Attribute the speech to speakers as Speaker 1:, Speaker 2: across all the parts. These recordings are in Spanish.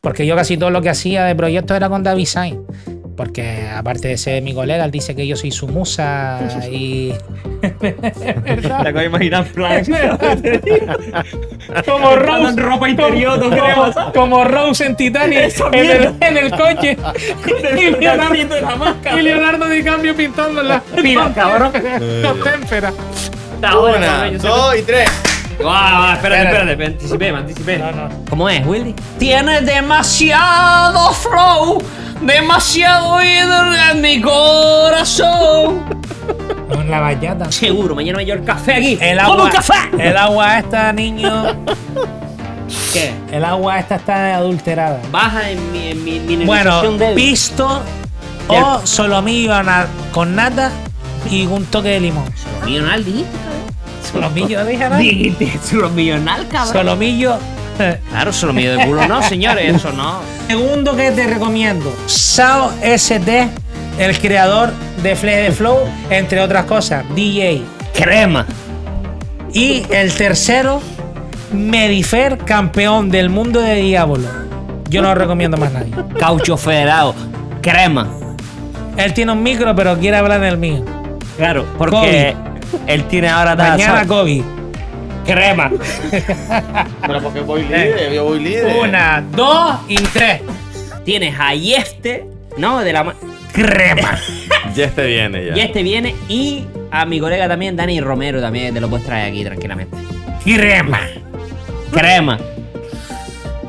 Speaker 1: Porque yo casi todo lo que hacía de proyectos era con David Sainz. Porque aparte de ser mi colega, él dice que yo soy su musa y.
Speaker 2: Te acabo de imaginar Frank.
Speaker 1: como
Speaker 2: Ando en ropa interior, no creo.
Speaker 1: como, como Rose en Titanic en el, en el coche. y, Leonardo,
Speaker 2: de la máscara.
Speaker 1: y Leonardo DiCaprio pintando la.
Speaker 2: Mira, cabrón.
Speaker 1: Los témperas.
Speaker 3: Una, dos y tres.
Speaker 2: Guau, espérate, espérate, me anticipé, me anticipé. ¿Cómo es, Willy?
Speaker 4: Tiene demasiado flow, demasiado ídolo en mi corazón.
Speaker 1: Con la vallata.
Speaker 4: Seguro, mañana me llevo el café aquí.
Speaker 1: El
Speaker 4: ¡Como
Speaker 1: agua,
Speaker 4: un café!
Speaker 1: el agua esta, niño.
Speaker 4: ¿Qué?
Speaker 1: El agua esta está adulterada.
Speaker 4: Baja en mi, en mi, mi
Speaker 1: Bueno,
Speaker 4: negociación débil.
Speaker 1: pisto o
Speaker 4: Del-
Speaker 1: solomillo na- con nata y un toque de limón.
Speaker 4: Millonar, dijiste,
Speaker 1: Solomillo, dije nada.
Speaker 4: cabrón. Dijiste, solo millonar, cabrón.
Speaker 1: Solomillo. eh,
Speaker 4: Claro, solo millo de culo. No, señores, eso no.
Speaker 1: Segundo que te recomiendo, Sao ST, el creador de Flex de Flow, entre otras cosas, DJ.
Speaker 4: Crema.
Speaker 1: Y el tercero, Medifer, campeón del mundo de Diablo. Yo no recomiendo más nadie.
Speaker 4: Caucho federado. Crema.
Speaker 1: Él tiene un micro, pero quiere hablar en el mío.
Speaker 4: Claro, porque él tiene ahora
Speaker 1: Mañana
Speaker 4: taza.
Speaker 1: COVID.
Speaker 4: Crema.
Speaker 3: Pero porque voy líder, yo voy líder.
Speaker 1: Una, dos y tres.
Speaker 4: Tienes a Yeste, ¿no? De la ma- Crema.
Speaker 3: Ya este viene ya.
Speaker 4: Y este viene y a mi colega también, Dani Romero, también te lo puedes traer aquí tranquilamente. Crema. Crema.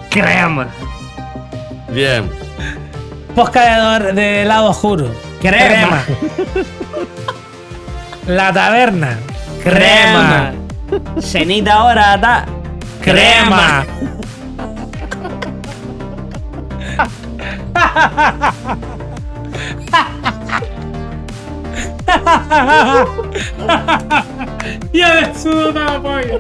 Speaker 4: Crema.
Speaker 3: Bien.
Speaker 1: Poscadeador de lado oscuro.
Speaker 4: Crema.
Speaker 1: La taberna.
Speaker 4: Crema. Cenita ahora está.
Speaker 1: Crema.
Speaker 4: Crema.
Speaker 1: Ya de sudo todo pollo.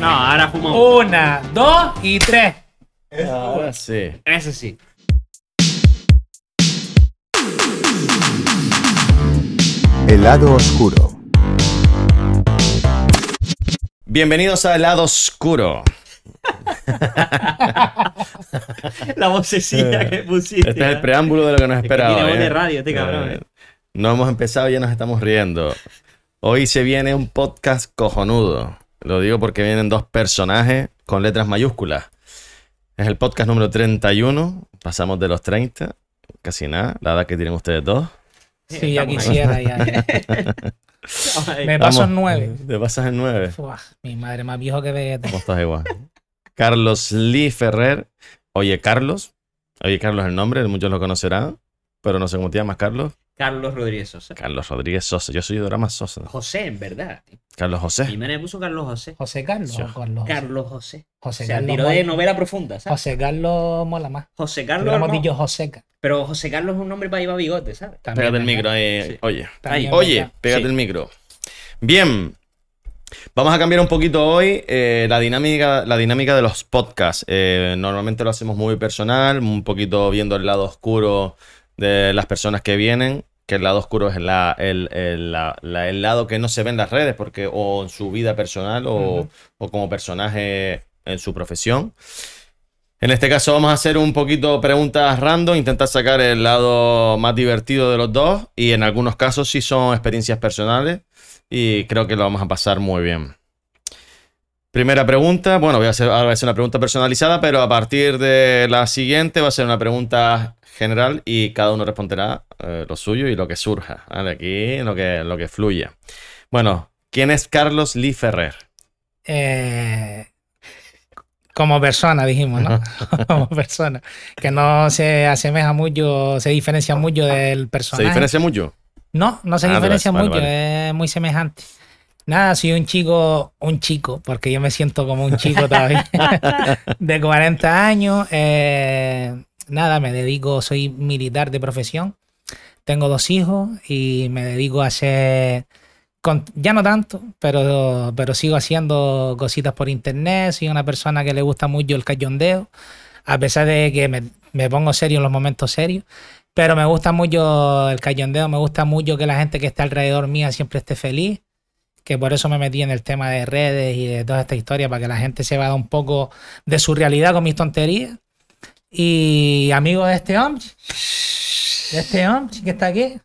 Speaker 4: No, ahora fumo.
Speaker 1: Una, dos y tres.
Speaker 3: Ahora sí.
Speaker 4: Eso sí.
Speaker 5: El lado oscuro.
Speaker 3: Bienvenidos a Lado Oscuro.
Speaker 4: La vocecilla que pusiste.
Speaker 3: Este es el preámbulo de lo que nos
Speaker 4: que
Speaker 3: esperaba.
Speaker 4: tiene voz
Speaker 3: ¿eh?
Speaker 4: de radio este cabrón,
Speaker 3: Eh,
Speaker 4: ¿eh?
Speaker 3: No hemos empezado y ya nos estamos riendo. Hoy se viene un podcast cojonudo. Lo digo porque vienen dos personajes con letras mayúsculas. Es el podcast número 31. Pasamos de los 30. Casi nada. La edad que tienen ustedes dos.
Speaker 1: Sí, ya quisiera, ya. ya. Me
Speaker 3: Vamos.
Speaker 1: paso en nueve.
Speaker 3: Te pasas el 9.
Speaker 1: Fua, mi madre más viejo que Vegeta.
Speaker 3: ¿Cómo estás igual? Carlos Lee Ferrer. Oye, Carlos. Oye, Carlos es el nombre. Muchos lo conocerán. Pero no sé cómo te llamas, Carlos.
Speaker 4: Carlos Rodríguez Sosa.
Speaker 3: Carlos Rodríguez Sosa. Yo soy Dorama Sosa.
Speaker 4: José, en verdad.
Speaker 3: Carlos José.
Speaker 4: Mi madre me puso Carlos José.
Speaker 1: José Carlos.
Speaker 3: Yo.
Speaker 1: o Carlos.
Speaker 4: Carlos José.
Speaker 1: José
Speaker 4: Se
Speaker 1: Carlos.
Speaker 4: tiró de
Speaker 1: mola-
Speaker 4: novela profunda, ¿sabes?
Speaker 1: José Carlos mola más.
Speaker 4: José
Speaker 1: Lo
Speaker 4: Carlos.
Speaker 1: hemos
Speaker 4: no.
Speaker 1: dicho Joseca.
Speaker 4: Pero José Carlos es un nombre para llevar bigote, ¿sabes?
Speaker 1: También,
Speaker 3: Pégate el
Speaker 1: ¿verdad?
Speaker 3: micro ahí.
Speaker 4: Sí.
Speaker 3: Oye.
Speaker 1: También,
Speaker 3: Oye,
Speaker 1: ¿verdad?
Speaker 3: pégate
Speaker 4: Sí.
Speaker 3: el micro. Bien. Vamos a cambiar un poquito hoy eh, la, dinámica, la dinámica de los podcasts. Eh, normalmente lo hacemos muy personal, un poquito viendo el lado oscuro de las personas que vienen, que el lado oscuro es la- el, el- la- la- el lado que no se ve en las redes, porque o en su vida personal o,
Speaker 1: Ujú.
Speaker 3: o como personaje en su profesión. En este caso vamos a hacer un poquito preguntas random, intentar sacar el lado más divertido de los dos y en algunos casos sí son experiencias personales y creo que lo vamos a pasar muy bien. Primera pregunta, bueno, voy a hacer, ahora voy a hacer una pregunta personalizada, pero a partir de la siguiente va a ser una pregunta general y cada uno responderá eh, lo suyo y lo que surja. ¿vale? Aquí lo que, lo que fluya. Bueno, ¿quién es Carlos Lee Ferrer?
Speaker 1: Eh, como persona, dijimos, ¿no? como persona. Que no se asemeja mucho, se diferencia mucho del
Speaker 3: ¿Se
Speaker 1: personaje.
Speaker 3: diferencia mucho?
Speaker 1: No, no se
Speaker 3: Ah, de
Speaker 1: diferencia
Speaker 3: las- vale,
Speaker 1: mucho, es muy semejante. Nada, soy un chico, un chico, porque yo me siento como un chico todavía, de 40 años. eh, nada, me dedico, soy militar de profesión, tengo dos hijos y me dedico a hacer, con- ya no tanto, pero, pero sigo haciendo cositas por internet, soy una persona que le gusta mucho el cachondeo, a pesar de que me, me pongo serio en los momentos serios. Pero me gusta mucho el cachondeo, me gusta mucho que la gente que está alrededor mía siempre esté feliz, que por eso me metí en el tema de redes y de toda esta historia, para que la gente se vaya un poco de su realidad con mis tonterías. Y amigo de este hombre, de este hombre que está aquí.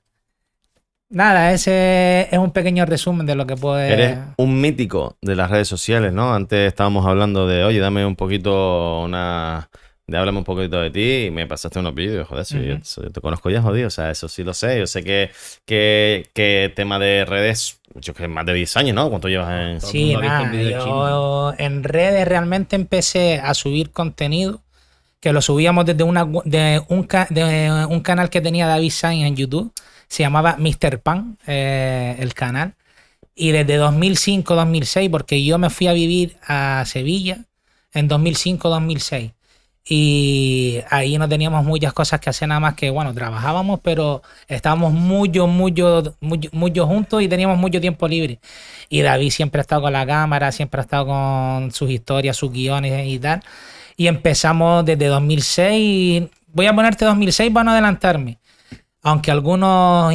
Speaker 1: Nada, ese es un pequeño resumen de lo que puede...
Speaker 3: Eres un mítico de las redes sociales, ¿no? Antes estábamos hablando de, oye, dame un poquito una... De háblame un poquito de ti y me pasaste unos vídeos, joder, si yo-
Speaker 1: Ujú.
Speaker 3: si yo, te conozco ya, jodido, o sea, eso sí lo sé, yo sé que, que, que tema de redes, yo que más de 10 años, ¿no? ¿Cuánto llevas en...?
Speaker 2: Todo el
Speaker 1: Sí,
Speaker 2: mundo ha visto
Speaker 1: nada,
Speaker 2: el video
Speaker 1: yo en redes realmente empecé a subir contenido que lo subíamos desde una, gu- de, un, ca- de un canal que tenía David Sainz en YouTube. Se llamaba Mr. Pan, eh, el canal. Y desde 2005, 2006, porque yo me fui a vivir a Sevilla en 2005, 2006. Y ahí no teníamos muchas cosas que hacer, nada más que, bueno, trabajábamos, pero estábamos mucho, mucho, mucho, mucho juntos y teníamos mucho tiempo libre. Y David siempre ha estado con la cámara, siempre ha estado con sus historias, sus guiones y tal. Y empezamos desde 2006. Voy a ponerte 2006 para no adelantarme. Aunque algunos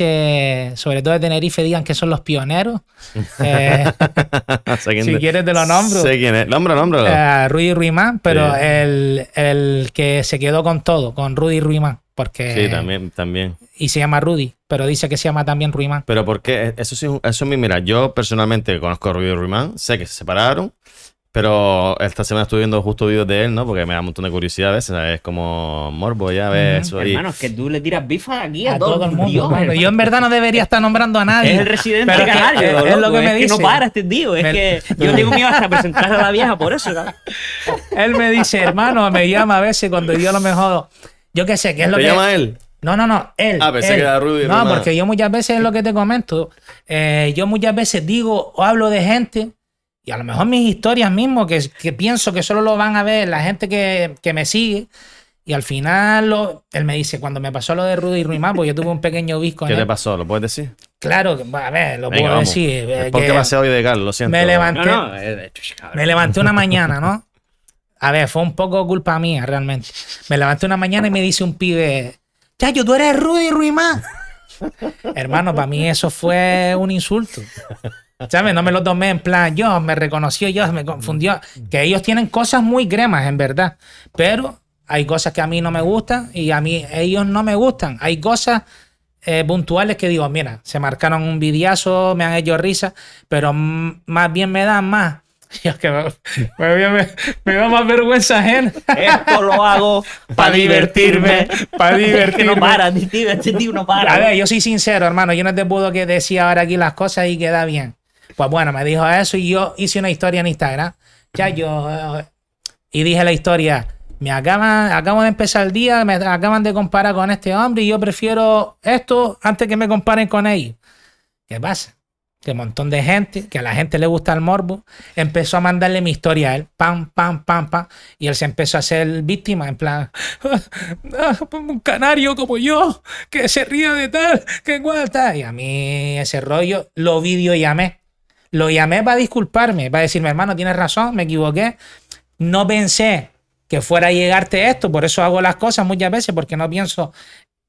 Speaker 1: influencers, sobre todo de Tenerife, digan que son los pioneros. Eh,
Speaker 3: Sé quién
Speaker 1: si
Speaker 3: de-
Speaker 1: quieres te lo nombro. Eh.
Speaker 3: Sé quién es. Nombro, nombro.
Speaker 1: a Rudy Ruimán, pero
Speaker 3: Sí.
Speaker 1: el, el que se quedó con todo, con Rudy Ruimán, porque
Speaker 3: sí, también, también.
Speaker 1: y se llama Rudy, pero dice que se llama también Ruimán.
Speaker 3: Pero porque eso sí, es un- eso es mi- mira, yo personalmente conozco a Rubio Ruimán, sé que se separaron, pero esta semana estuve viendo justo vídeos de él, ¿no? Porque me da un montón de curiosidad a veces, es como morbo ya,
Speaker 1: Mm,
Speaker 3: ves eso. y-
Speaker 4: Hermano, es que tú le tiras bifa aquí a,
Speaker 1: A todo el mundo.
Speaker 4: Dios,
Speaker 1: hermano. yo en verdad no debería estar nombrando a nadie.
Speaker 4: Es el residente
Speaker 1: Pero es que-
Speaker 4: canario.
Speaker 1: es-
Speaker 4: loco,
Speaker 1: es lo que me dice.
Speaker 4: no para este tío. Es
Speaker 1: Me-
Speaker 4: que yo tengo miedo hasta presentar a la vieja por eso, cabrón.
Speaker 1: Él me dice, hermano, me llama a veces cuando yo lo mejor. Yo qué sé, ¿qué es lo
Speaker 3: ¿Te
Speaker 1: que.
Speaker 3: llama él?
Speaker 1: No, no, no, él.
Speaker 3: Ah, pensé
Speaker 1: él.
Speaker 3: que era Rudy
Speaker 1: No,
Speaker 3: Román.
Speaker 1: porque yo muchas veces es lo que te comento. eh, yo muchas veces digo o hablo de gente, y a lo mejor mis historias mismo, que, que pienso que solo lo van a ver la gente que, que me sigue. Y al final, lo- él me dice, cuando me pasó lo de Rudy Ruimán, porque yo tuve un pequeño disco.
Speaker 3: ¿Qué te pasó? ¿Lo puedes decir?
Speaker 1: Claro, que- a ver, lo
Speaker 3: Venga,
Speaker 1: puedo
Speaker 3: vamos.
Speaker 1: decir. eh,
Speaker 3: Es porque
Speaker 1: que-
Speaker 3: va a ser hoy de Carlos, lo siento.
Speaker 1: me levanté.
Speaker 2: No, no, eh, eh, cabrón.
Speaker 1: Me levanté una mañana, ¿no? A ver, fue un poco culpa mía, realmente. Me levanté una mañana y me dice un pibe, Chacho, tú eres Rudy Ruimán. Hermano, para mí eso fue un insulto. ¿Sabes? No me lo tomé en plan, yo me reconoció, yo me confundió. Que ellos tienen cosas muy cremas, en verdad. Pero hay cosas que a mí no me gustan y a mí ellos no me gustan. Hay cosas eh, puntuales que digo, mira, se marcaron un vidiazo, me han hecho risa, pero mm, más bien me dan más. Yo que me, me, me- me da más vergüenza ajena.
Speaker 4: Esto lo hago para divertirme.
Speaker 1: Para
Speaker 4: Es que
Speaker 1: divertirme.
Speaker 4: no para, este tío, este tío no para.
Speaker 1: A ver, yo soy sincero, hermano. Yo no te puedo que decir ahora aquí las cosas y queda bien. Pues bueno, me dijo eso y yo hice una historia en Instagram. Ya yo. eh, Y dije la historia. Me acaban, acabo de empezar el día, me acaban de comparar con este hombre y yo prefiero esto antes que me comparen con ellos. ¿Qué pasa? Que un montón de gente, que a la gente le gusta el morbo, empezó a mandarle mi historia a él, pam, pam, pam, pam, y él se empezó a ser víctima, en plan, "Ah, ah, un canario como yo, que se ría de tal, que cual tal. Y a mí ese rollo lo video llamé. Lo llamé para disculparme, para decirme, hermano, tienes razón, me equivoqué. No pensé que fuera a llegarte esto, por eso hago las cosas muchas veces, porque no pienso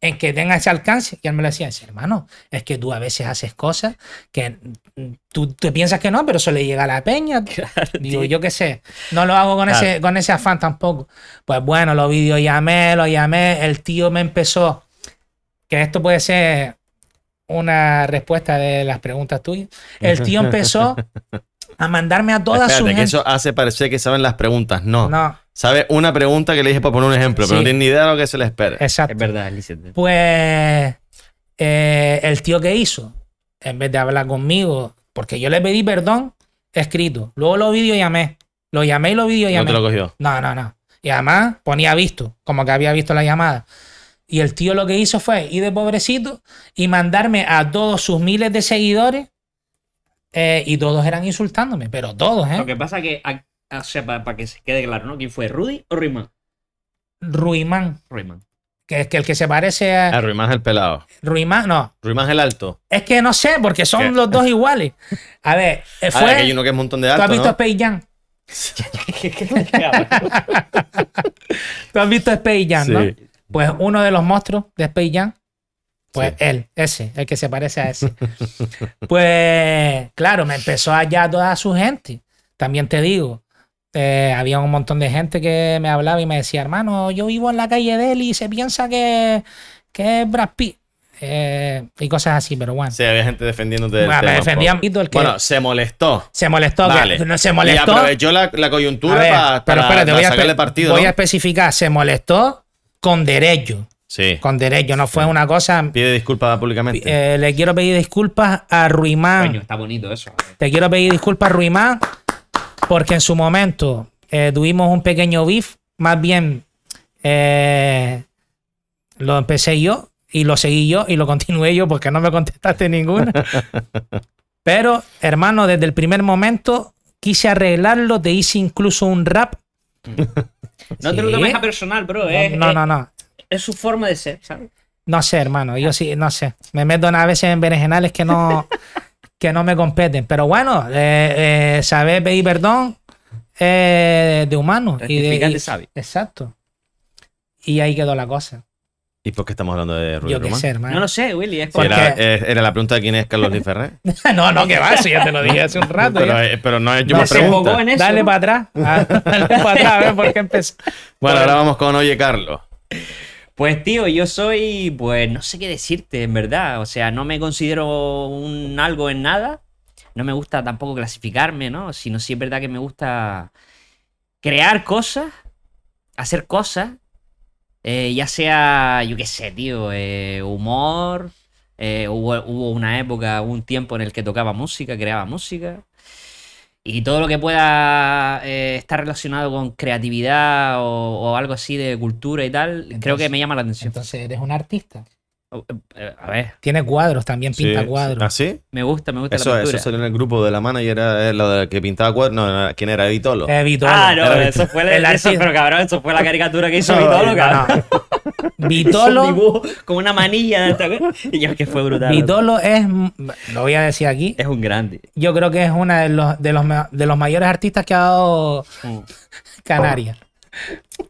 Speaker 1: en que tenga ese alcance. Y él me lo decía, dice, hermano, es que tú a veces haces cosas que mm, tú te piensas que no, pero eso le llega a la peña. Digo, yo qué sé, no lo hago con,
Speaker 3: Claro.
Speaker 1: ese, con ese afán tampoco. Pues bueno, lo video llamé, lo llamé, el tío me empezó, que esto puede ser una respuesta de las preguntas tuyas, el tío empezó a mandarme a todas sus...
Speaker 3: Espérate, que eso hace parecer que saben las preguntas. No.
Speaker 1: No,
Speaker 3: Sabe una pregunta que le dije para poner un ejemplo, pero
Speaker 1: Sí.
Speaker 3: no tiene ni idea de lo que se le espera.
Speaker 1: exacto.
Speaker 4: Es verdad, Elizabeth.
Speaker 1: Pues eh, el tío que hizo, en vez de hablar conmigo, porque yo le pedí perdón escrito, luego lo videollamé, lo llamé y lo
Speaker 3: No
Speaker 1: videollamé.
Speaker 3: te lo cogió.
Speaker 1: No, no, no. Y además ponía visto, como que había visto la llamada. Y el tío lo que hizo fue ir de pobrecito y mandarme a todos sus miles de seguidores eh, y todos eran insultándome, pero todos,
Speaker 4: Lo
Speaker 1: ¿eh?
Speaker 4: que pasa que, a- o sea, para que se quede claro, ¿no? ¿Quién fue, Rudy o Rayman?
Speaker 1: Ruimán,
Speaker 4: Rayman.
Speaker 1: que es que el que se parece
Speaker 3: Ah,
Speaker 1: a
Speaker 3: Ruimán es el pelado.
Speaker 1: Ruimán, no,
Speaker 3: Ruimán es el alto.
Speaker 1: es que no sé, porque son
Speaker 3: ¿Qué?
Speaker 1: los dos iguales. A ver, eh,
Speaker 3: Ah,
Speaker 1: fue...
Speaker 3: que hay uno que es un montón de
Speaker 1: ¿Tú has
Speaker 3: alto,
Speaker 1: visto
Speaker 3: ¿no?
Speaker 1: Space Jam?
Speaker 4: este
Speaker 1: ¿Tú has visto Space Jam, no?
Speaker 3: Sí.
Speaker 1: Pues uno de los monstruos de Space Jam Pues él, ese, el que se parece a ese. pues claro, me empezó allá toda su gente. También te digo, eh, había un montón de gente que me hablaba y me decía, hermano, yo vivo en la calle de él y se piensa que, que es Brad Pitt. Eh, y cosas así, pero bueno.
Speaker 3: Sí, había gente defendiéndote del
Speaker 1: Bueno, me
Speaker 3: tema,
Speaker 1: defendía un
Speaker 3: por-
Speaker 1: poquito el que
Speaker 3: Bueno, se molestó.
Speaker 1: se molestó, que-
Speaker 3: Vale.
Speaker 1: no se
Speaker 3: Y
Speaker 1: molestó.
Speaker 3: aprovechó la, la
Speaker 1: A
Speaker 3: coyuntura
Speaker 1: ver,
Speaker 3: para,
Speaker 1: pero
Speaker 3: para-
Speaker 1: espérate,
Speaker 3: para
Speaker 1: voy a,
Speaker 3: sacarle
Speaker 1: espe-
Speaker 3: partido.
Speaker 1: voy
Speaker 3: ¿no?
Speaker 1: a especificar, se molestó con derecho,
Speaker 3: Sí.
Speaker 1: con derecho, no fue una cosa...
Speaker 3: Pide disculpas públicamente.
Speaker 1: eh, le quiero pedir disculpas a Ruimán.
Speaker 4: Coño, está bonito eso.
Speaker 1: Te quiero pedir disculpas, Ruimán, porque en su momento eh, tuvimos un pequeño beef. Más bien, eh, lo empecé yo y lo seguí yo y lo continué yo porque no me contestaste ninguna. Pero, hermano, desde el primer momento quise arreglarlo. Te hice incluso un rap.
Speaker 4: No te lo
Speaker 1: Sí.
Speaker 4: tomes a personal, bro. es,
Speaker 1: No,
Speaker 4: es-
Speaker 1: no, no.
Speaker 4: es su forma de ser, ¿sabes?
Speaker 1: No sé, hermano. Yo sí, no sé. Me meto a veces en berenjenales que no, que no me competen. Pero bueno, eh, eh, saber pedir perdón eh, de humanos. Y de,
Speaker 4: Rectificar
Speaker 1: y-
Speaker 4: de sabio.
Speaker 1: Exacto. Y ahí quedó la cosa.
Speaker 3: ¿Y por qué estamos hablando de Rubio
Speaker 1: Yo qué
Speaker 3: Román?
Speaker 1: sé,
Speaker 4: No
Speaker 1: hermano.
Speaker 4: lo sé, Willy. Es
Speaker 3: Sí,
Speaker 1: porque-
Speaker 4: porque...
Speaker 3: era, eh, era la pregunta de quién es Carlos Luis Ferrer.
Speaker 1: no, no, que va, eso ya te lo dije hace un rato.
Speaker 3: pero,
Speaker 1: ya.
Speaker 3: eh, pero no es yo
Speaker 1: No
Speaker 3: me
Speaker 1: se
Speaker 3: pregunta.
Speaker 4: enfocó en eso.
Speaker 1: Dale para atrás. Ah, dale para atrás, a ver por qué empezó.
Speaker 3: Bueno, ahora vamos con Oye Carlos.
Speaker 4: Pues tío, yo soy, pues no sé qué decirte, en verdad. O sea, no me considero un algo en nada. No me gusta tampoco clasificarme, ¿no? Sino sí es verdad que me gusta crear cosas, hacer cosas, eh, ya sea, yo qué sé, tío, eh, humor. eh, hubo, hubo una época, un tiempo en el que tocaba música, creaba música. Y todo lo que pueda eh, estar relacionado con creatividad o, o algo así de cultura y tal, creo que
Speaker 1: Entonces-
Speaker 4: me llama la atención.
Speaker 1: Entonces eres un artista.
Speaker 4: Eh, A ver,
Speaker 1: Tiene cuadros también, pinta
Speaker 3: Sí, sí. ¿Ah,
Speaker 1: cuadros.
Speaker 3: sí?
Speaker 4: me gusta, me gusta
Speaker 3: Eso,
Speaker 4: la
Speaker 3: eso
Speaker 4: pintura.
Speaker 3: salió en el grupo de la manager, era eh, la de que pintaba cuadros. No, no, ¿quién era? Vitolo.
Speaker 1: Eh, Vitolo.
Speaker 4: Ah, no,
Speaker 3: Era
Speaker 4: eso fue la,
Speaker 1: El
Speaker 4: eso-
Speaker 1: artista.
Speaker 4: pero cabrón, eso fue la caricatura que hizo Vitolo, cabrón.
Speaker 1: no.
Speaker 4: Hizo un
Speaker 1: Vitolo.
Speaker 4: dibujo con una manilla de esta- y yo que fue brutal.
Speaker 1: Vitolo es, lo voy a decir aquí,
Speaker 4: Es un grande.
Speaker 1: yo creo que es uno de los, de los, ma- de los mayores artistas que ha dado Canarias.
Speaker 4: Mm.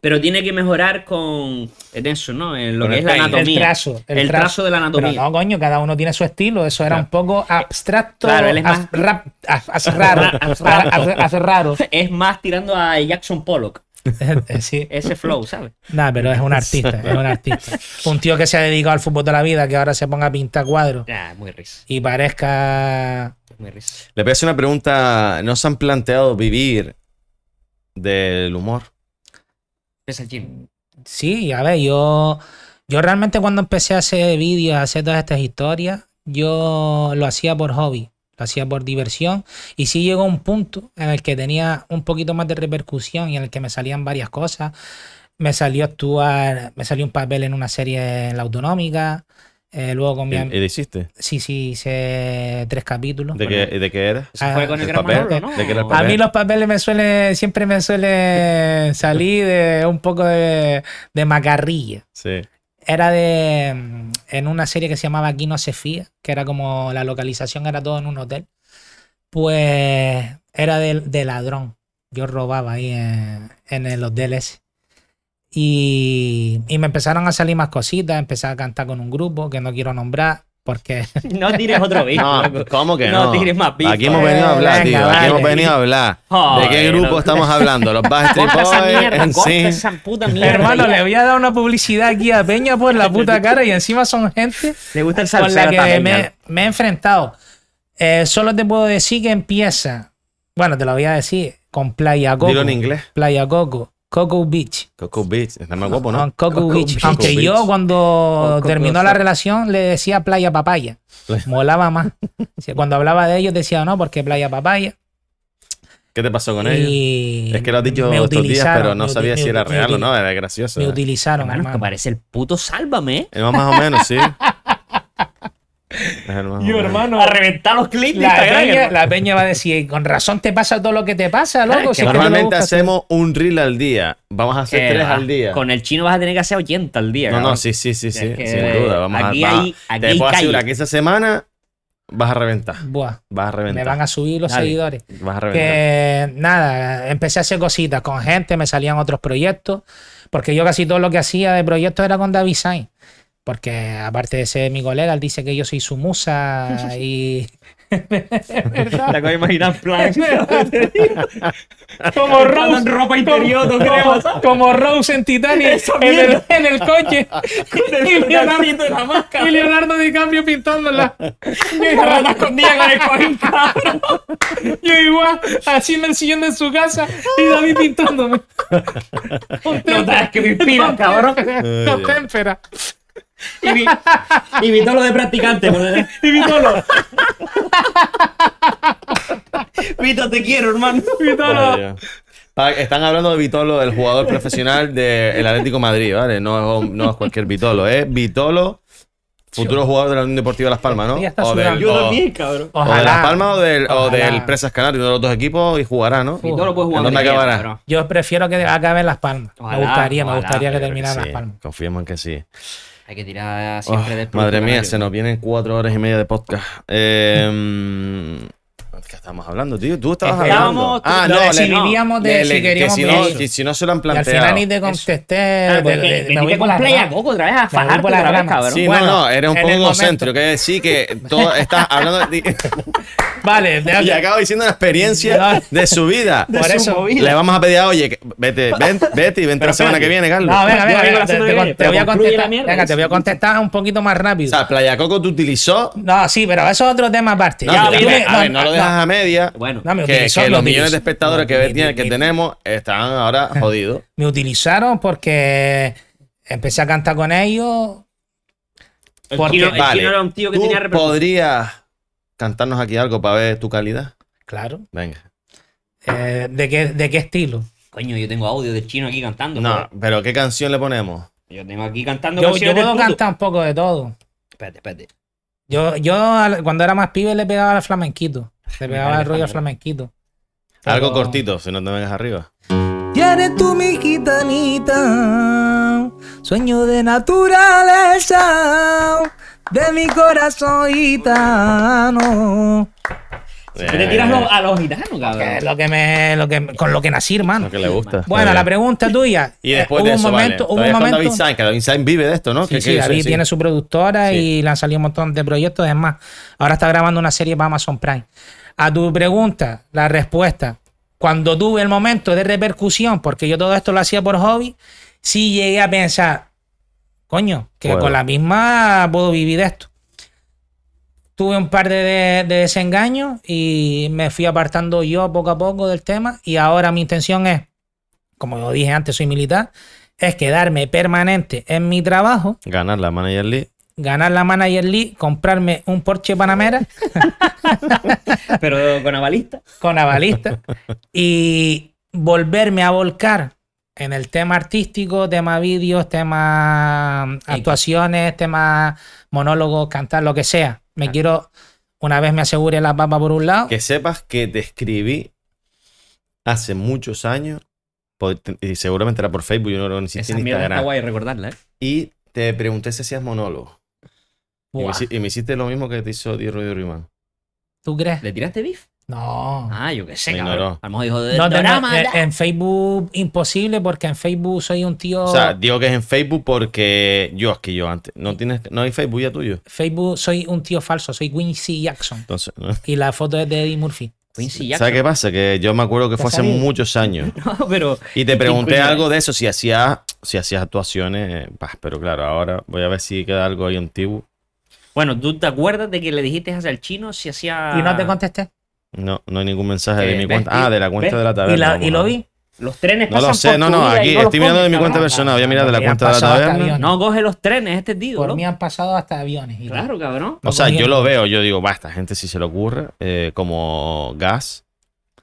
Speaker 4: Pero tiene que mejorar con en eso, ¿no? En lo
Speaker 3: Con
Speaker 4: que
Speaker 3: el
Speaker 4: es la
Speaker 3: paint.
Speaker 4: anatomía.
Speaker 1: El trazo, el
Speaker 4: El trazo
Speaker 1: trazo.
Speaker 4: de la anatomía.
Speaker 1: Pero no, coño, cada uno tiene su estilo. Eso era un poco abstracto.
Speaker 4: claro, él es más-
Speaker 1: ab- rap- ab- ab- raro.
Speaker 4: Abstracto.
Speaker 1: ab- ab- ab- raro. Eh,
Speaker 4: Es más tirando a Jackson Pollock.
Speaker 1: sí.
Speaker 4: Ese flow, ¿sabes?
Speaker 1: Nah, pero es un artista, es un artista. Un tío que se ha dedicado al fútbol de la vida, que ahora se ponga a pintar cuadros
Speaker 4: Ah, muy risa.
Speaker 1: y parezca...
Speaker 4: Muy risa.
Speaker 3: Le voy a hacer una pregunta. ¿No se han planteado vivir del humor?
Speaker 4: Empieza Pues el gym.
Speaker 1: Sí, a ver, yo, yo realmente cuando empecé a hacer vídeos, a hacer todas estas historias, yo lo hacía por hobby, lo hacía por diversión. Y sí llegó un punto en el que tenía un poquito más de repercusión y en el que me salían varias cosas. Me salió actuar, me salió un papel en una serie en la autonómica. eh, luego con
Speaker 3: ¿Y,
Speaker 1: mi
Speaker 3: y
Speaker 1: am-
Speaker 3: lo hiciste?
Speaker 1: Sí, sí, hice tres capítulos.
Speaker 3: ¿De qué, de qué era?
Speaker 4: Eso Pues fue con el,
Speaker 3: ¿El
Speaker 4: gran
Speaker 3: papel?
Speaker 4: Manolo, ¿no?
Speaker 3: ¿De qué era el
Speaker 1: A
Speaker 3: papel?
Speaker 1: mí los papeles me suelen, siempre me suelen salir de un poco de, de macarrilla.
Speaker 3: Sí.
Speaker 1: Era de. mm, En una serie que se llamaba Aquí no se fía, que era como la localización era todo en un hotel. Pues era de, de ladrón. Yo robaba ahí en, en el hotel ese. Y, y me empezaron a salir más cositas. Empecé a cantar con un grupo que no quiero nombrar porque.
Speaker 4: No tires otro bicho.
Speaker 3: No,
Speaker 4: loco.
Speaker 3: ¿cómo que
Speaker 4: No
Speaker 3: no?
Speaker 4: tires más pifas.
Speaker 3: Aquí hemos venido a hablar,
Speaker 1: Venga,
Speaker 3: tío. Aquí
Speaker 1: vale.
Speaker 3: hemos venido a hablar. ¿De qué
Speaker 4: Joder,
Speaker 3: grupo
Speaker 4: no.
Speaker 3: estamos hablando? Los Backstreet
Speaker 4: Corta esa mierda,
Speaker 3: Boys,
Speaker 4: corta
Speaker 3: en sí.
Speaker 4: esa puta mierda.
Speaker 1: Hermano,
Speaker 4: ya.
Speaker 1: le voy a dar una publicidad aquí a Peña por la puta cara y encima son gente
Speaker 4: Le gusta el
Speaker 1: con la
Speaker 4: salsero
Speaker 1: que
Speaker 4: también.
Speaker 1: me, me he enfrentado. Eh, solo te puedo decir que empieza, bueno, te lo voy a decir, con Playa Coco.
Speaker 3: Dilo en inglés.
Speaker 1: Playa Coco, Coco Beach.
Speaker 3: Coco Beach. Está más guapo,
Speaker 1: Con
Speaker 3: ¿no?
Speaker 1: Coco,
Speaker 4: Coco
Speaker 1: Beach.
Speaker 4: Beach.
Speaker 1: Aunque
Speaker 3: Coco
Speaker 1: yo
Speaker 3: Beach.
Speaker 1: cuando
Speaker 4: Coco
Speaker 1: terminó
Speaker 4: Beach.
Speaker 1: la relación le decía Playa Papaya.
Speaker 3: Playa-
Speaker 1: Molaba más. O sea, Cuando hablaba de ellos decía no, porque Playa Papaya.
Speaker 3: ¿Qué te pasó con ellos?
Speaker 1: Y
Speaker 3: Es que lo has dicho
Speaker 1: me
Speaker 3: estos días,
Speaker 1: utilizaron,
Speaker 3: pero no
Speaker 1: me uti-
Speaker 3: sabía
Speaker 1: me
Speaker 3: si era
Speaker 1: uti-
Speaker 3: real o no.
Speaker 1: me
Speaker 3: Era gracioso.
Speaker 1: Me utilizaron,
Speaker 4: Hermano, que
Speaker 1: hermano.
Speaker 4: parece el puto sálvame, ¿eh?
Speaker 3: Eh, Más o menos, sí. Es el más o menos.
Speaker 4: A reventar los clips de
Speaker 1: La
Speaker 4: Instagram.
Speaker 1: peña,
Speaker 4: hermano.
Speaker 1: la peña va a decir, con razón te pasa todo lo que te pasa, loco. si es que tú lo
Speaker 3: Normalmente
Speaker 1: buscas". Eh,
Speaker 3: hacemos un reel al día. Vamos a hacer
Speaker 4: Que
Speaker 3: tres
Speaker 4: va,
Speaker 3: al día.
Speaker 4: Eh, Con el chino vas a tener que hacer 80 al día.
Speaker 3: No, no,
Speaker 4: cabrón.
Speaker 3: sí, sí, sí, sí.
Speaker 4: que
Speaker 3: sin duda. Vamos
Speaker 4: aquí
Speaker 3: a vamos-
Speaker 4: hay- aquí
Speaker 3: Te
Speaker 4: hay
Speaker 3: puedo
Speaker 4: calle.
Speaker 3: asegurar que esa semana vas a reventar.
Speaker 1: Buah,
Speaker 3: Vas a reventar.
Speaker 1: me van a subir los
Speaker 4: Dale.
Speaker 1: seguidores.
Speaker 3: Vas a reventar.
Speaker 1: Que nada, empecé a hacer cositas con gente, me salían otros proyectos, porque yo casi todo lo que hacía de proyectos era con David Sainz. Porque aparte de ser mi colega, él dice que yo soy su musa y...
Speaker 4: Te acabo de imaginar en plan.
Speaker 1: como
Speaker 2: Andan
Speaker 1: Rose,
Speaker 2: ropa interior, no
Speaker 1: como,
Speaker 2: queremos.
Speaker 1: como Rose en Titanic
Speaker 2: Esa
Speaker 1: en el,
Speaker 2: mierda.
Speaker 1: en el coche.
Speaker 2: el
Speaker 1: y, Leonardo,
Speaker 2: colgacito de la máscara.
Speaker 1: y Leonardo DiCaprio pintándola. Yo
Speaker 2: La rata
Speaker 1: igual,
Speaker 2: escondida con el cojín, cabrón.
Speaker 1: yo igual, así en el sillón de su casa y David pintándome.
Speaker 2: No sabes que me inspira, cabrón.
Speaker 1: Con témpera.
Speaker 2: Y mi, y mi tolo de practicante. joder. Y mi tolo.
Speaker 4: Vito, te quiero, hermano.
Speaker 3: Vaya. Pa- Están hablando de Vitolo, el jugador profesional del Atlético de Madrid, ¿vale? No es, un- no es cualquier Vitolo, es Vitolo, futuro jugador de la Unión Deportiva Las Palmas, ¿no?
Speaker 1: Ya está
Speaker 3: O del-
Speaker 1: sudando.
Speaker 2: Yo
Speaker 3: o-
Speaker 2: también, cabrón.
Speaker 3: o de Las Palmas o del, o
Speaker 1: Ojalá.
Speaker 3: del Presas Canarias, uno de los dos equipos, y jugará, ¿no?
Speaker 1: Uf,
Speaker 4: Vito lo puedes jugar.
Speaker 3: ¿En dónde
Speaker 4: donde quiera,
Speaker 3: acabará?
Speaker 4: cabrón.
Speaker 1: Yo prefiero que acabe en Las Palmas. me
Speaker 4: Ojalá,
Speaker 1: gustaría, me
Speaker 4: ojalá,
Speaker 1: gustaría que
Speaker 3: Creo
Speaker 1: terminara en
Speaker 3: sí,
Speaker 1: Las Palmas.
Speaker 3: Confiemos en que sí.
Speaker 4: Hay que tirar
Speaker 3: Oh,
Speaker 4: siempre del producto
Speaker 3: madre mía,
Speaker 4: canario.
Speaker 3: se nos vienen cuatro horas y media de podcast. Eh, ¿Qué estábamos hablando, tío? Tú estabas hablando.
Speaker 4: Estábamos-
Speaker 3: Ah,
Speaker 1: lo
Speaker 3: no,
Speaker 1: de
Speaker 3: le-
Speaker 1: si vivíamos de
Speaker 3: le-
Speaker 1: si
Speaker 3: le- que
Speaker 1: queríamos
Speaker 3: si no,
Speaker 1: vivir.
Speaker 3: si, si no se lo han
Speaker 1: Y al
Speaker 3: planteado.
Speaker 1: final ni te contesté.
Speaker 4: Ah,
Speaker 1: de-
Speaker 4: pues
Speaker 1: de-
Speaker 4: que-
Speaker 1: de- me
Speaker 4: que ni
Speaker 1: voy
Speaker 4: te
Speaker 1: por las
Speaker 4: compré a
Speaker 1: ramas.
Speaker 4: Coco otra vez a
Speaker 1: voy
Speaker 4: fajarte
Speaker 1: por las
Speaker 4: otra vez,
Speaker 1: ramas.
Speaker 4: cabrón.
Speaker 3: Sí,
Speaker 1: Bueno,
Speaker 3: no, no, eres un
Speaker 1: en el
Speaker 3: poco
Speaker 1: momento.
Speaker 3: egocéntrico. Que sí, que todo estás hablando de ti.
Speaker 1: Vale, de-
Speaker 3: Y acabo diciendo una experiencia de su vida.
Speaker 1: por eso.
Speaker 3: Le vamos a pedir a, oye, que- vete, ven, vete y vente la semana que viene, Carlos.
Speaker 1: No, Ah, venga,
Speaker 2: Yo
Speaker 1: venga,
Speaker 2: vengo
Speaker 1: venga,
Speaker 2: la
Speaker 1: te,
Speaker 2: semana
Speaker 1: te
Speaker 2: que
Speaker 1: con-
Speaker 2: viene,
Speaker 1: te voy a
Speaker 2: pero concluye la
Speaker 1: contestar.
Speaker 2: mierda.
Speaker 1: Venga, te voy a contestar un poquito más
Speaker 3: O
Speaker 1: rápido.
Speaker 3: sea, Playa Coco te utilizó.
Speaker 1: No, sí, pero eso es otro tema aparte.
Speaker 3: No,
Speaker 1: Ya,
Speaker 3: mira,
Speaker 1: tú me-
Speaker 3: a ver, no lo dejas a media.
Speaker 4: Bueno,
Speaker 1: no, me
Speaker 3: que,
Speaker 1: utilizó,
Speaker 3: que
Speaker 1: me
Speaker 3: los
Speaker 1: utilizó.
Speaker 3: millones de espectadores que,
Speaker 1: Me-
Speaker 3: ve- tiene-
Speaker 1: me-
Speaker 3: que tenemos están ahora jodidos.
Speaker 1: Me utilizaron porque empecé a cantar con ellos.
Speaker 2: El
Speaker 1: Porque-
Speaker 2: chino- el
Speaker 3: Vale.
Speaker 2: chino era un tío que
Speaker 3: ¿Tú
Speaker 2: tenía repercusión.
Speaker 3: podrías cantarnos aquí algo para ver tu calidad?
Speaker 1: Claro.
Speaker 3: Venga.
Speaker 1: Eh, ¿de, qué, ¿De qué estilo?
Speaker 4: coño, yo tengo audio del chino aquí cantando.
Speaker 3: No,
Speaker 4: joder.
Speaker 3: pero ¿qué canción le ponemos?
Speaker 4: Yo tengo aquí cantando
Speaker 1: Yo, yo
Speaker 4: canciones del
Speaker 1: puedo
Speaker 4: Pluto.
Speaker 1: cantar un poco de todo.
Speaker 4: Espérate, espérate.
Speaker 1: Yo, yo al- cuando era más pibe le pegaba al flamenquito. Le pegaba el rollo al flamenquito.
Speaker 3: Algo
Speaker 1: Pero-
Speaker 3: cortito, si no te vengas arriba.
Speaker 1: Y eres tú mi gitanita, sueño de naturaleza, de mi corazón gitano.
Speaker 3: Eh,
Speaker 4: Pero te tiras lo- a los gitanos,
Speaker 1: Que
Speaker 4: cabrón.
Speaker 1: es lo que me, lo que, con lo que nací, hermano.
Speaker 3: lo que le gusta.
Speaker 1: Bueno, la pregunta tuya.
Speaker 3: Y
Speaker 1: eh,
Speaker 3: después de
Speaker 1: hubo
Speaker 3: eso,
Speaker 1: un momento,
Speaker 3: vale.
Speaker 1: hubo
Speaker 3: Todavía
Speaker 1: un
Speaker 3: está
Speaker 1: momento.
Speaker 3: David Sainz, que David Sainz vive de esto, ¿no?
Speaker 1: Sí,
Speaker 3: Que-
Speaker 1: sí,
Speaker 3: que-
Speaker 1: David
Speaker 3: sí.
Speaker 1: tiene su productora
Speaker 3: Sí.
Speaker 1: y le han salido un montón de proyectos. Es más, ahora está grabando una serie para Amazon Prime. A tu pregunta, la respuesta. Cuando tuve el momento de repercusión, porque yo todo esto lo hacía por hobby, sí llegué a pensar, coño, que
Speaker 3: Puedo.
Speaker 1: con la misma puedo vivir de esto. Tuve un par de, de- de desengaños y me fui apartando yo poco a poco del tema y ahora mi intención es, como yo dije antes, soy militar, es quedarme permanente en mi trabajo
Speaker 3: Ganar la Manager League.
Speaker 1: ganar la Manager League, comprarme un Porsche Panamera
Speaker 4: Pero con avalista.
Speaker 1: con avalista y volverme a volcar en el tema artístico, tema vídeos, tema actuaciones, tema monólogos, cantar, lo que sea. Me quiero, una vez me asegure la papa por un lado,
Speaker 3: Que sepas que te escribí hace muchos años. pod- Y seguramente era por Facebook, yo no lo ni siquiera
Speaker 4: Esa
Speaker 3: en
Speaker 4: mierda está
Speaker 3: Instagram.
Speaker 4: guay recordarla, ¿eh?
Speaker 3: Y te pregunté si hacías monólogo. Y me,
Speaker 1: Buah.
Speaker 3: hici- y me hiciste lo mismo que te hizo Di Ruiz Ruimán.
Speaker 1: ¿tú crees?
Speaker 4: ¿Le tiraste beef?
Speaker 1: No.
Speaker 4: Ah, yo qué sé,
Speaker 3: Me
Speaker 4: cabrón.
Speaker 3: ignoró.
Speaker 4: A lo mejor dijo de
Speaker 1: No eh, tengo-
Speaker 4: drama,
Speaker 1: en, en Facebook imposible porque en Facebook soy un tío...
Speaker 3: O sea, digo que es en Facebook porque yo, es que yo antes. No tienes, no hay Facebook ya tuyo.
Speaker 1: Facebook soy un tío falso, soy Quincy Jackson.
Speaker 3: Entonces, ¿no?
Speaker 1: Y la foto es de Eddie Murphy.
Speaker 4: Quincy
Speaker 3: ¿sabes qué
Speaker 4: Jackson.
Speaker 3: pasa? Que yo me acuerdo que
Speaker 1: ¿Te
Speaker 3: fue hace
Speaker 1: salió?
Speaker 3: muchos años.
Speaker 4: No, pero
Speaker 3: Y te
Speaker 4: Qué
Speaker 3: pregunté
Speaker 4: coño,
Speaker 3: algo de eso, si hacías, si hacías actuaciones. eh, bah, pero claro, ahora voy a ver si queda algo ahí antiguo.
Speaker 4: bueno, ¿tú te acuerdas de que le dijiste al chino si hacía
Speaker 1: Y no te contesté.
Speaker 3: No, no hay ningún mensaje de
Speaker 4: Eh,
Speaker 3: mi
Speaker 4: ¿ves?
Speaker 3: cuenta. Ah, de la cuenta
Speaker 4: ¿Ves?
Speaker 3: de la
Speaker 1: Y,
Speaker 3: taberna.
Speaker 1: la-
Speaker 3: vamos
Speaker 1: y
Speaker 3: a
Speaker 1: lo
Speaker 3: ver.
Speaker 1: vi.
Speaker 4: los trenes
Speaker 3: No lo
Speaker 4: pasan
Speaker 3: sé,
Speaker 4: por
Speaker 3: no,
Speaker 4: tu
Speaker 3: no,
Speaker 4: vida y
Speaker 3: aquí
Speaker 4: los
Speaker 3: estoy mirando de
Speaker 4: coges,
Speaker 3: mi cuenta
Speaker 4: cabrón?
Speaker 3: personal. Voy a mirar de la
Speaker 1: Me han
Speaker 3: cuenta de la
Speaker 1: pasado hasta
Speaker 3: taberna.
Speaker 1: aviones.
Speaker 4: No coge los trenes este tío,
Speaker 1: Por
Speaker 4: loco.
Speaker 1: mí han pasado hasta aviones. y-
Speaker 4: Claro, cabrón.
Speaker 3: O sea,
Speaker 1: cogí
Speaker 3: yo
Speaker 1: el-
Speaker 3: lo veo, yo digo, va, esta gente si se le ocurre, eh, como Gas,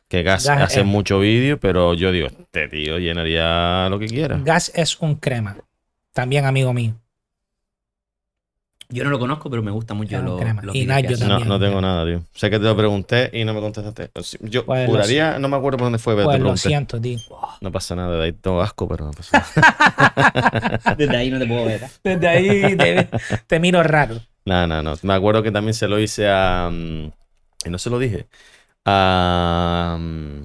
Speaker 3: que Gas,
Speaker 1: Gas,
Speaker 3: hace
Speaker 1: eh.
Speaker 3: mucho vídeo, pero yo digo, este tío llenaría lo que quiera.
Speaker 1: Gas es un crema. También amigo mío.
Speaker 4: Yo no lo conozco, pero me gusta mucho
Speaker 1: Claro,
Speaker 4: los,
Speaker 1: crema.
Speaker 4: los
Speaker 1: Y
Speaker 4: vídeos que
Speaker 1: Nacho
Speaker 4: hace.
Speaker 1: también.
Speaker 3: No, no tengo nada, tío. Sé que te lo pregunté y no me contestaste. O sea, Yo
Speaker 1: Pues lo
Speaker 3: juraría, no me acuerdo por dónde fue, pero
Speaker 1: Pues
Speaker 3: te
Speaker 1: lo
Speaker 3: pregunté.
Speaker 1: siento, tío.
Speaker 3: No pasa nada, de ahí tengo asco, pero no pasa nada.
Speaker 4: Desde ahí no te puedo ver. ¿eh?
Speaker 1: Desde ahí te, te miro raro.
Speaker 3: nada, nada, no. Me acuerdo que también se lo hice a. mm, Y no se lo dije. A. mm,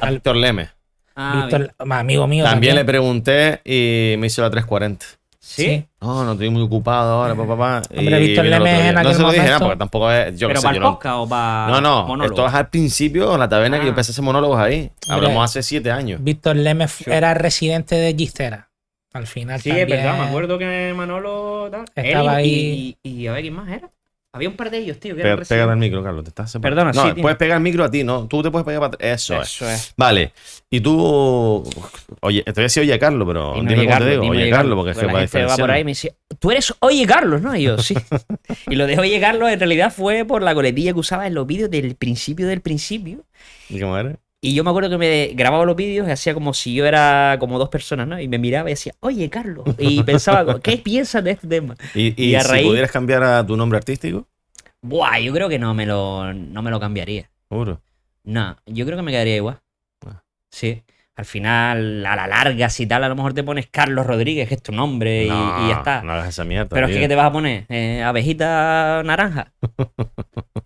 Speaker 3: A
Speaker 1: Al-
Speaker 3: Víctor Leme.
Speaker 4: Ah,
Speaker 1: Víctor, amigo mío. También,
Speaker 3: También le pregunté y me hizo la 340.
Speaker 4: ¿Sí?
Speaker 1: Sí.
Speaker 3: No, no estoy muy ocupado ahora, papá. papá.
Speaker 1: Hombre, Víctor
Speaker 3: vino el otro
Speaker 1: Lemes
Speaker 3: día.
Speaker 1: en
Speaker 3: No
Speaker 1: aquel
Speaker 3: se lo dije nada,
Speaker 1: momento.
Speaker 3: porque tampoco es. Yo qué
Speaker 4: ¿Pero
Speaker 3: sé,
Speaker 4: para
Speaker 3: yo
Speaker 4: el
Speaker 3: no.
Speaker 4: podcast o para
Speaker 3: No, no,
Speaker 4: monólogo?
Speaker 3: esto es al principio en la taberna que
Speaker 4: Ah.
Speaker 3: yo empecé a hacer monólogos ahí.
Speaker 1: Hombre.
Speaker 3: Hablamos hace siete años.
Speaker 1: Víctor Lemes fu- era residente de Gistera. Al final
Speaker 4: Sí, es
Speaker 1: también.
Speaker 4: verdad, me acuerdo que Manolo... tal. Él
Speaker 1: Estaba
Speaker 4: y-
Speaker 1: ahí.
Speaker 4: Y, y a ver, ¿quién más era? Había un par de ellos, tío, que
Speaker 3: Pe-
Speaker 4: eran
Speaker 3: Pégate al
Speaker 4: residentes.
Speaker 3: micro, Carlos. Te estás separando.
Speaker 4: Perdona,
Speaker 3: no,
Speaker 4: sí,
Speaker 3: puedes
Speaker 4: tiene-
Speaker 3: pegar el micro a ti, no. Tú te puedes pegar para atrás. Eso, es.
Speaker 4: Eso es.
Speaker 3: Vale. Y tú. Oye, te voy a decir oye, Carlos, pero
Speaker 4: Y no
Speaker 3: dime cómo
Speaker 4: llegarlo,
Speaker 3: te digo.
Speaker 4: dime
Speaker 3: Oye,
Speaker 4: llegarlo,
Speaker 3: Carlos, porque es que
Speaker 4: la
Speaker 3: para
Speaker 4: gente va por ahí y
Speaker 3: diferenciar.
Speaker 4: me dice, tú eres Oye Carlos, ¿no? Y yo, sí. y lo de Oye Carlos en realidad fue por la coletilla que usaba en los vídeos del principio del principio.
Speaker 3: ¿Y cómo era?
Speaker 4: Y yo me acuerdo que me grababa los vídeos y hacía como si yo era como dos personas, ¿no? Y me miraba y decía, Oye Carlos. Y pensaba, ¿qué piensas de este tema?
Speaker 3: Y, y
Speaker 4: Y a
Speaker 3: si
Speaker 4: raíz-
Speaker 3: pudieras cambiar a tu nombre artístico,
Speaker 4: Buah, yo creo que no me lo, no me lo cambiaría.
Speaker 3: seguro.
Speaker 4: No, yo creo que me quedaría igual.
Speaker 3: Ah.
Speaker 4: Sí. Al final, a la larga, si tal, a lo mejor te pones Carlos Rodríguez, que es tu nombre, y- y, ya está.
Speaker 3: No hagas esa mierda.
Speaker 4: Pero es que,
Speaker 3: tío.
Speaker 4: ¿qué te vas a poner? Eh, ¿Abejita naranja?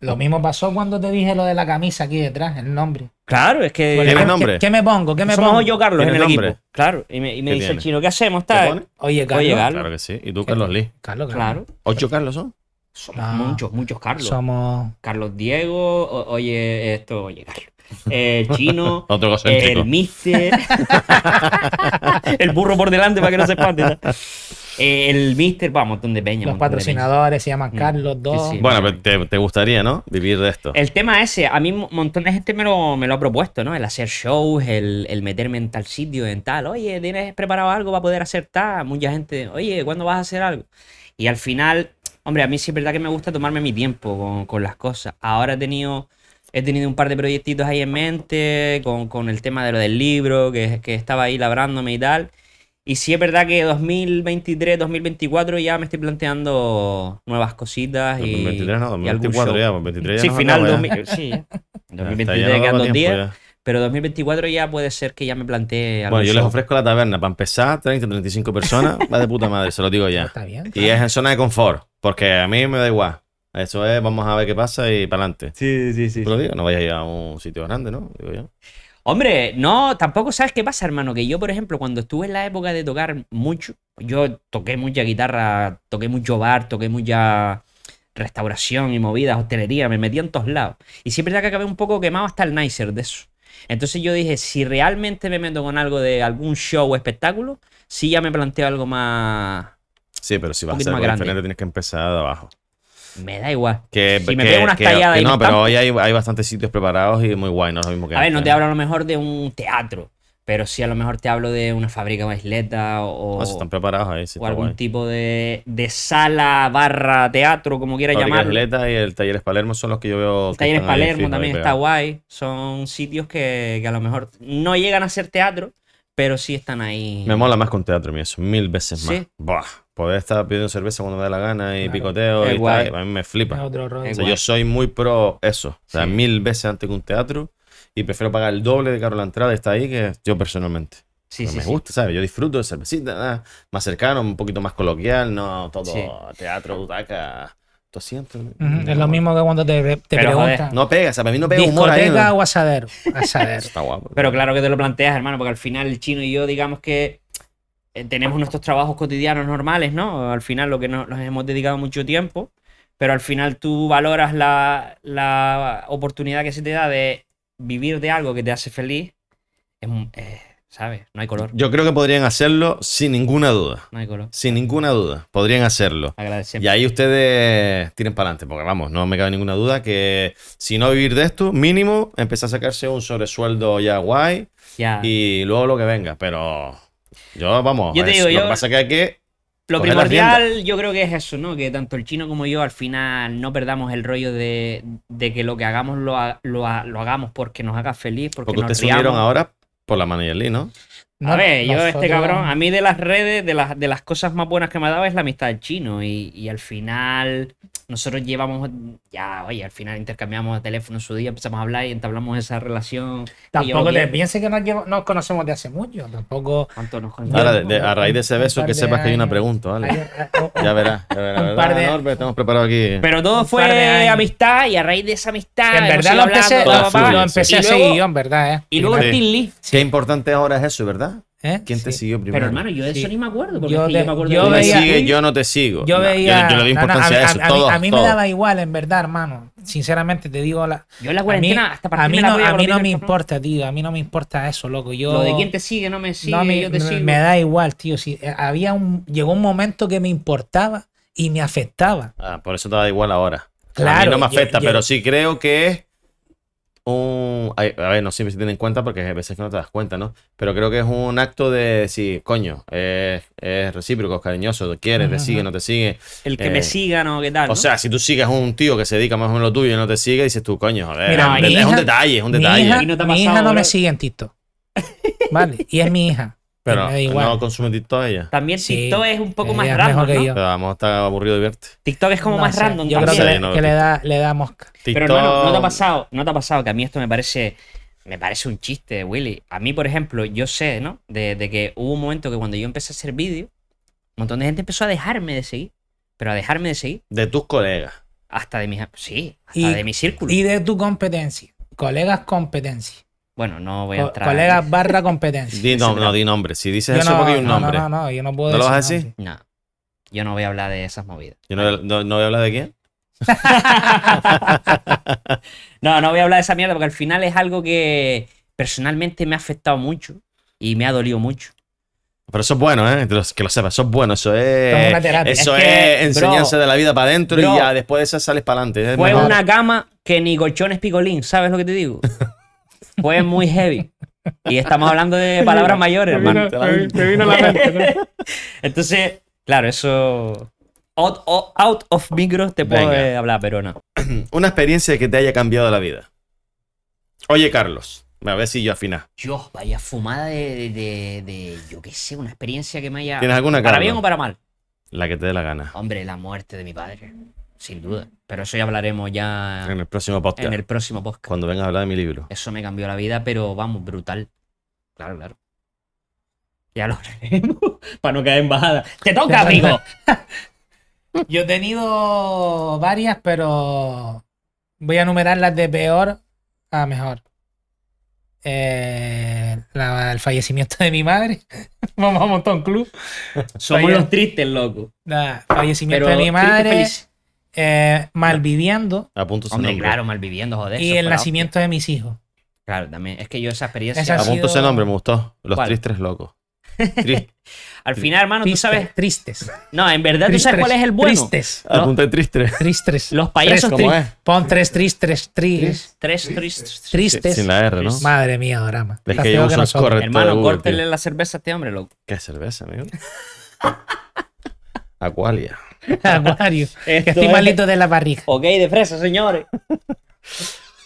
Speaker 1: Lo mismo pasó cuando te dije lo de la camisa aquí detrás, el nombre.
Speaker 4: Claro, es que.
Speaker 1: Porque,
Speaker 3: ¿Tienes
Speaker 1: ¿qué-
Speaker 3: nombre?
Speaker 1: ¿Qué, qué me pongo? ¿Qué me
Speaker 4: somos
Speaker 1: pongo?
Speaker 4: yo, Carlos, en
Speaker 3: ¿Tienes
Speaker 4: el equipo.
Speaker 3: nombre?
Speaker 4: Claro. Y me, y me
Speaker 3: ¿Qué
Speaker 4: dice el
Speaker 3: tiene?
Speaker 4: chino, ¿qué hacemos?
Speaker 3: ¿Te
Speaker 4: Tal?
Speaker 3: pone?
Speaker 1: Oye, Carlos.
Speaker 4: Oye, Carlos.
Speaker 3: Claro que sí. ¿Y tú, Carlos Lee?
Speaker 1: Carlos, Carlos.
Speaker 4: Claro.
Speaker 3: ¿Ocho Carlos son?
Speaker 4: Somos Ah.
Speaker 1: No.
Speaker 4: muchos, muchos Carlos.
Speaker 1: Somos.
Speaker 4: Carlos Diego, o- oye, esto, oye, Carlos. Eh, El chino.
Speaker 3: Otro cosa
Speaker 4: El Mister. el burro por delante para que no se espante. ¿no? Eh, El Mister, vamos, un montón de peña. un
Speaker 1: Los
Speaker 4: montón de peña.
Speaker 1: patrocinadores se llaman
Speaker 4: Mm.
Speaker 1: Carlos
Speaker 4: Sí,
Speaker 1: dos.
Speaker 4: sí.
Speaker 3: Bueno, pero te, te gustaría, ¿no? Vivir de esto.
Speaker 4: El tema ese, a mí un montón de gente me lo, me lo ha propuesto, ¿no? El hacer shows, el, el meterme en tal sitio, en tal. Oye, ¿tienes preparado algo para poder hacer tal? Mucha gente, oye, ¿cuándo vas a hacer algo? Y al final, hombre, a mí sí es verdad que me gusta tomarme mi tiempo con, con las cosas. Ahora he tenido, he tenido un par de proyectitos ahí en mente, con, con el tema de lo del libro, que, que estaba ahí labrándome y tal. Y sí es verdad que 2023, 2024 ya me estoy planteando nuevas cositas y,
Speaker 3: 2023 no,
Speaker 4: y algún
Speaker 3: 2024
Speaker 4: show.
Speaker 3: ya, 2023 ya.
Speaker 4: Sí,
Speaker 3: nos
Speaker 4: final
Speaker 3: acaba ya.
Speaker 4: 2000, sí, ya.
Speaker 3: Ya,
Speaker 4: 2023
Speaker 3: está, ya
Speaker 4: quedan
Speaker 3: no daba
Speaker 4: dos
Speaker 3: tiempo
Speaker 4: días,
Speaker 3: ya.
Speaker 4: pero 2024 ya puede ser que ya me plantee algo.
Speaker 3: Bueno, yo les ofrezco la taberna. Para empezar, 30, 35 personas. Va de puta madre, se lo digo ya.
Speaker 1: Está bien.
Speaker 3: Y es en zona de confort, porque a mí me da igual. Eso es, vamos a ver qué pasa y para adelante.
Speaker 4: Sí, sí, sí.
Speaker 3: Te lo digo, no vayas a ir a un sitio grande, ¿no? Digo yo.
Speaker 4: Hombre, no, tampoco sabes qué pasa, hermano, que yo, por ejemplo, cuando estuve en la época de tocar mucho, yo toqué mucha guitarra, toqué mucho bar, toqué mucha restauración y movidas, hostelería, me metí en todos lados. Y siempre es verdad que acabé un poco quemado hasta el nicer de eso. Entonces yo dije, si realmente me meto con algo de algún show o espectáculo, sí ya me planteo algo más...
Speaker 3: Sí, pero si vas a
Speaker 4: poquito
Speaker 3: hacer
Speaker 4: más
Speaker 3: algo
Speaker 4: grande.
Speaker 3: diferente, tienes que empezar de abajo.
Speaker 4: Me da igual.
Speaker 3: Que,
Speaker 4: Si me
Speaker 3: que-
Speaker 4: pego unas
Speaker 3: que-
Speaker 4: talladas ahí
Speaker 3: que
Speaker 4: en
Speaker 3: no,
Speaker 4: el
Speaker 3: pero
Speaker 4: campo.
Speaker 3: hoy hay, hay bastantes sitios preparados y muy guay, no es lo mismo que
Speaker 4: A ver, no te
Speaker 3: antes,
Speaker 4: hablo a lo mejor de un teatro, pero sí a lo mejor te hablo de una fábrica de isleta o,
Speaker 3: No, si están preparados ahí, sí,
Speaker 4: o
Speaker 3: está
Speaker 4: algún
Speaker 3: guay.
Speaker 4: tipo de, de sala, barra, teatro, como quieras
Speaker 3: Fábrica
Speaker 4: llamarlo. El
Speaker 3: Isleta y el Talleres Palermo son los que yo veo. que
Speaker 4: Talleres
Speaker 3: están ahí
Speaker 4: Palermo
Speaker 3: fijos, ahí
Speaker 4: también está
Speaker 3: pegados.
Speaker 4: guay. Son sitios que, que a lo mejor no llegan a ser teatro, pero sí están ahí.
Speaker 3: Me mola más con teatro, mío, eso, mil veces más.
Speaker 4: Sí.
Speaker 3: Buah, poder estar pidiendo cerveza cuando me da la gana y
Speaker 1: Claro.
Speaker 3: picoteo
Speaker 4: Es
Speaker 3: y
Speaker 4: guay.
Speaker 3: tal, a mí me
Speaker 1: Es
Speaker 3: flipa.
Speaker 1: otro rollo.
Speaker 3: O
Speaker 4: Es
Speaker 3: sea,
Speaker 4: guay.
Speaker 3: yo soy muy pro eso. O sea,
Speaker 4: Sí.
Speaker 3: mil veces antes que un teatro y prefiero pagar el doble de caro la entrada y está ahí que yo personalmente.
Speaker 4: sí,
Speaker 3: Pero
Speaker 4: sí,
Speaker 3: me
Speaker 4: sí.
Speaker 3: gusta, ¿sabes? Yo disfruto de cervecita, ah, más cercano, un poquito más coloquial, no todo
Speaker 4: Sí.
Speaker 3: teatro, butaca, tu asiento.
Speaker 1: Ujú, Es lo mismo que cuando te, te
Speaker 4: Pero, joder,
Speaker 1: preguntan.
Speaker 3: No pega, o sea, para mí no pega humor ahí.
Speaker 1: ¿Discoteca
Speaker 3: ¿no?
Speaker 1: o asadero? Asadero.
Speaker 3: Está guapo.
Speaker 4: Pero claro que te lo planteas, hermano, porque al final el chino y yo, digamos que eh, tenemos nuestros trabajos cotidianos normales, ¿no? Al final lo que nos, nos hemos dedicado mucho tiempo, pero al final tú valoras la, la oportunidad que se te da de vivir de algo que te hace feliz. Es un- eh, ¿Sabes? No hay color,
Speaker 3: Yo creo que podrían hacerlo sin ninguna duda.
Speaker 4: no hay color.
Speaker 3: Sin ninguna duda, podrían hacerlo.
Speaker 4: Agradecemos.
Speaker 3: Y ahí ustedes tiren para adelante, porque vamos, no me cabe ninguna duda que si no vivir de esto, mínimo empezar a sacarse un sobresueldo ya guay
Speaker 1: Ah.
Speaker 4: Ya.
Speaker 3: y luego lo que venga. Pero yo, vamos,
Speaker 4: Yo te
Speaker 3: es-
Speaker 4: digo,
Speaker 3: lo
Speaker 4: yo-
Speaker 3: que pasa que hay que.
Speaker 4: Lo
Speaker 3: coger las
Speaker 4: primordial yo creo que es eso, ¿no? Que tanto el chino como yo al final no perdamos el rollo de, de que lo que hagamos lo, ha- lo, ha- lo hagamos porque nos haga feliz, porque,
Speaker 3: Porque
Speaker 4: nos
Speaker 3: ustedes se
Speaker 4: riamos.
Speaker 3: unieron ahora por la manager Lee, ¿no?
Speaker 1: No,
Speaker 4: a ver, yo este
Speaker 1: nosotros-
Speaker 4: cabrón, a mí de las redes, de las, de las cosas más buenas que me ha dado es la amistad del chino. Y, y al final, nosotros llevamos, ya, oye, al final intercambiamos teléfono en su día, empezamos a hablar y entablamos esa relación. que
Speaker 1: Tampoco
Speaker 4: llevo
Speaker 1: te
Speaker 4: tiempo.
Speaker 1: pienses que nos, llevo- nos conocemos de hace mucho. Tampoco.
Speaker 4: ¿Cuánto nos conocemos?
Speaker 3: Ahora, de- de- a raíz de ese
Speaker 1: Un
Speaker 3: beso,
Speaker 1: par
Speaker 3: que
Speaker 1: de
Speaker 3: sepas que hay una
Speaker 1: años. oh,
Speaker 3: pregunta, ¿vale? Ya
Speaker 4: Ah,
Speaker 3: verás, ya verás.
Speaker 1: Un par de-
Speaker 3: ¿verdad, Norbert? estamos preparados aquí.
Speaker 4: Pero todo
Speaker 1: Un par de
Speaker 4: fue
Speaker 1: años.
Speaker 4: amistad y a raíz de esa amistad.
Speaker 1: en
Speaker 4: hemos
Speaker 1: verdad
Speaker 4: ido
Speaker 1: lo empecé,
Speaker 4: hablando,
Speaker 3: Todo
Speaker 1: lo-
Speaker 4: papá,
Speaker 3: fluye,
Speaker 1: lo
Speaker 3: sí.
Speaker 1: empecé
Speaker 4: Y
Speaker 1: así,
Speaker 4: luego-
Speaker 1: yo, en verdad, ¿eh?
Speaker 4: Y luego
Speaker 3: Sí.
Speaker 4: el Team Lee.
Speaker 3: Qué importante ahora es eso, ¿verdad?
Speaker 1: ¿eh?
Speaker 3: ¿Quién te
Speaker 1: Sí.
Speaker 3: siguió primero?
Speaker 4: Pero hermano, yo de
Speaker 1: Sí.
Speaker 4: eso ni me acuerdo. Porque
Speaker 1: Yo
Speaker 4: es que
Speaker 1: de-
Speaker 4: yo me acuerdo
Speaker 1: yo
Speaker 3: Tú
Speaker 4: de
Speaker 3: me
Speaker 1: veía-
Speaker 3: sigues, yo no te sigo.
Speaker 1: Yo
Speaker 3: No,
Speaker 1: veía.
Speaker 3: yo, le doy
Speaker 1: no, no,
Speaker 3: importancia a,
Speaker 1: a-
Speaker 3: eso.
Speaker 1: a- a mí-
Speaker 3: todo,
Speaker 1: a mí
Speaker 3: todo.
Speaker 1: me daba igual, en verdad, hermano. Sinceramente te digo la.
Speaker 4: Yo en la
Speaker 1: A mí,
Speaker 4: cuarentena hasta
Speaker 1: a
Speaker 4: partirme
Speaker 1: mí
Speaker 4: la
Speaker 1: no,
Speaker 4: polla
Speaker 1: a
Speaker 4: con
Speaker 1: mí
Speaker 4: los
Speaker 1: no me
Speaker 4: libros,
Speaker 1: importa, tío. A mí no me importa eso, loco. Yo,
Speaker 4: Lo de quién te sigue no me sigue,
Speaker 1: no, me,
Speaker 4: yo te
Speaker 1: me-
Speaker 4: sigo.
Speaker 1: me da igual, tío. Si, eh, había un, llegó un momento que me importaba y me afectaba.
Speaker 3: Ah, por eso te da igual ahora. a mí
Speaker 1: Claro,
Speaker 3: no me
Speaker 1: yo-
Speaker 3: afecta,
Speaker 1: yo-
Speaker 3: pero sí creo que es un. ay, A ver, no siempre se tiene en cuenta porque hay veces que no te das cuenta, ¿no? Pero creo que es un acto de decir, coño, es, es recíproco, es cariñoso, te quieres, te
Speaker 1: Ajá, Ah,
Speaker 3: sigue,
Speaker 1: ajá.
Speaker 3: no te sigue.
Speaker 4: El que
Speaker 3: Eh,
Speaker 4: me siga, ¿no? ¿Qué tal?
Speaker 3: O
Speaker 4: no?
Speaker 3: sea, si tú sigues a un tío que se dedica más o menos a lo tuyo y no te sigue, dices tú, coño, joder,
Speaker 1: Mira,
Speaker 3: es, un
Speaker 1: mi
Speaker 3: de- es un
Speaker 1: hija-
Speaker 3: detalle, es un
Speaker 1: mi
Speaker 3: detalle.
Speaker 1: hija,
Speaker 4: Y no te ha
Speaker 1: mi
Speaker 4: pasado,
Speaker 1: hija no
Speaker 4: bro.
Speaker 1: me sigue en TikTok. Vale, y es mi hija. Y
Speaker 3: pero
Speaker 1: me da igual.
Speaker 3: no consume TikTok ella.
Speaker 4: También
Speaker 1: sí,
Speaker 4: TikTok es un poco
Speaker 1: ella
Speaker 4: más
Speaker 1: es
Speaker 4: random,
Speaker 1: mejor que
Speaker 4: ¿no?
Speaker 1: yo.
Speaker 3: Pero vamos, está aburrido de verte.
Speaker 4: TikTok es como
Speaker 1: No
Speaker 4: más
Speaker 1: sé,
Speaker 4: random
Speaker 1: Yo
Speaker 4: también.
Speaker 1: creo que,
Speaker 3: Sí,
Speaker 1: le-
Speaker 3: no,
Speaker 1: que le, da, le da mosca.
Speaker 4: Pero hermano, ¿no te ha
Speaker 3: TikTok-
Speaker 4: pasado? ¿No te ha pasado que a mí esto me parece me parece un chiste, Willy? A mí, por ejemplo, yo sé, ¿no? De, de que hubo un momento que cuando yo empecé a hacer vídeo, un montón de gente empezó a dejarme de seguir, pero a dejarme de seguir
Speaker 3: De tus colegas.
Speaker 4: hasta de mis sí, hasta
Speaker 1: Y-
Speaker 4: de mi círculo.
Speaker 1: Y de tu competencia. Colegas competencia.
Speaker 4: bueno, no voy a
Speaker 1: Co-
Speaker 4: entrar.
Speaker 1: colegas barra competencia.
Speaker 3: Di, no,
Speaker 4: Etcétera.
Speaker 3: no, di nombre. Si dices
Speaker 1: Yo
Speaker 3: eso porque hay un
Speaker 1: no, no,
Speaker 3: nombre.
Speaker 1: no, no, yo no puedo
Speaker 3: ¿No lo vas a
Speaker 1: decir
Speaker 3: decir?
Speaker 4: No. Yo no voy a hablar de esas movidas.
Speaker 3: Yo no, no- no voy a hablar de quién.
Speaker 4: No, no voy a hablar de esa mierda porque al final es algo que personalmente me ha afectado mucho y me ha dolido mucho.
Speaker 3: Pero eso es bueno, ¿eh? Te lo- Que lo sepas, eso es bueno. Eso
Speaker 1: Como
Speaker 3: es.
Speaker 1: una terapia.
Speaker 3: Eh, Eso
Speaker 4: Es
Speaker 3: es,
Speaker 4: que, bro,
Speaker 3: enseñanza de la vida para adentro y
Speaker 4: bro,
Speaker 3: ya después de esa sales para adelante. ¿eh?
Speaker 4: Fue una cama que ni colchones picolín, ¿sabes lo que te digo? Fue muy heavy. Y estamos hablando de palabras mayores, hermano. Entonces, claro, eso. Out, out- out of micros te puedo
Speaker 3: Venga.
Speaker 4: eh, hablar, pero no.
Speaker 3: Una experiencia que te haya cambiado la vida. Oye, Carlos. A ver si yo afiná.
Speaker 4: Dios, vaya fumada de, de, de- de- yo qué sé, una experiencia que me haya.
Speaker 3: ¿Tienes alguna,
Speaker 4: Ah, ¿Para
Speaker 3: Carlos?
Speaker 4: bien o para mal?
Speaker 3: La que te dé la gana.
Speaker 4: Hombre, la muerte de mi padre, sin duda. Pero eso ya hablaremos ya
Speaker 3: En el próximo podcast.
Speaker 4: Ah, en el próximo podcast.
Speaker 3: Cuando vengas a hablar de mi libro.
Speaker 4: Eso me cambió la vida, pero vamos, brutal. Claro, claro. Ya lo haremos para no caer en bajada. ¡Te toca, amigo!
Speaker 1: Yo he tenido varias, pero voy a enumerar las de peor a mejor. Eh, la- el fallecimiento de mi madre. Vamos a Montón Club.
Speaker 4: Somos los tristes, loco.
Speaker 1: Nada, fallecimiento
Speaker 4: Pero
Speaker 1: de mi
Speaker 4: triste,
Speaker 1: madre.
Speaker 4: feliz.
Speaker 1: eh, malviviendo.
Speaker 3: Apunto su
Speaker 4: Hombre,
Speaker 3: nombre.
Speaker 4: claro, malviviendo, joder.
Speaker 1: Y
Speaker 4: eso
Speaker 1: el
Speaker 4: fue la
Speaker 1: nacimiento de mis hijos.
Speaker 4: hostia. Claro, también. Es que yo esa experiencia.
Speaker 1: Esa ha
Speaker 3: Apunto ese
Speaker 1: sido-
Speaker 3: nombre, me gustó. Los
Speaker 4: ¿Cuál?
Speaker 3: tristes locos. Tris-
Speaker 4: Al final, hermano, tú
Speaker 1: Tristes,
Speaker 4: sabes.
Speaker 1: Tristes.
Speaker 4: No, en verdad, tú sabes
Speaker 1: Tristes,
Speaker 4: cuál es el bueno.
Speaker 1: Tristes.
Speaker 3: Apunté tristes.
Speaker 1: Tristes.
Speaker 4: Los payasos
Speaker 3: ¿Cómo
Speaker 4: tristes.
Speaker 3: es?
Speaker 1: Pon tres tristes, tristes.
Speaker 4: Tres tristes.
Speaker 1: Tristes.
Speaker 3: Sin la R, ¿no?
Speaker 4: Tristes.
Speaker 1: Madre mía, drama.
Speaker 3: Es
Speaker 1: Está
Speaker 3: que
Speaker 1: peor
Speaker 3: yo uso el
Speaker 1: nosotros.
Speaker 3: corrector de
Speaker 4: Hermano,
Speaker 3: Google, tío.
Speaker 4: córtele la cerveza a este hombre, loco.
Speaker 3: ¿Qué cerveza, amigo? Acualia.
Speaker 1: Acuario. que
Speaker 4: Esto
Speaker 1: estoy
Speaker 4: es-
Speaker 1: malito de la barriga.
Speaker 4: Ok, de fresa, señores.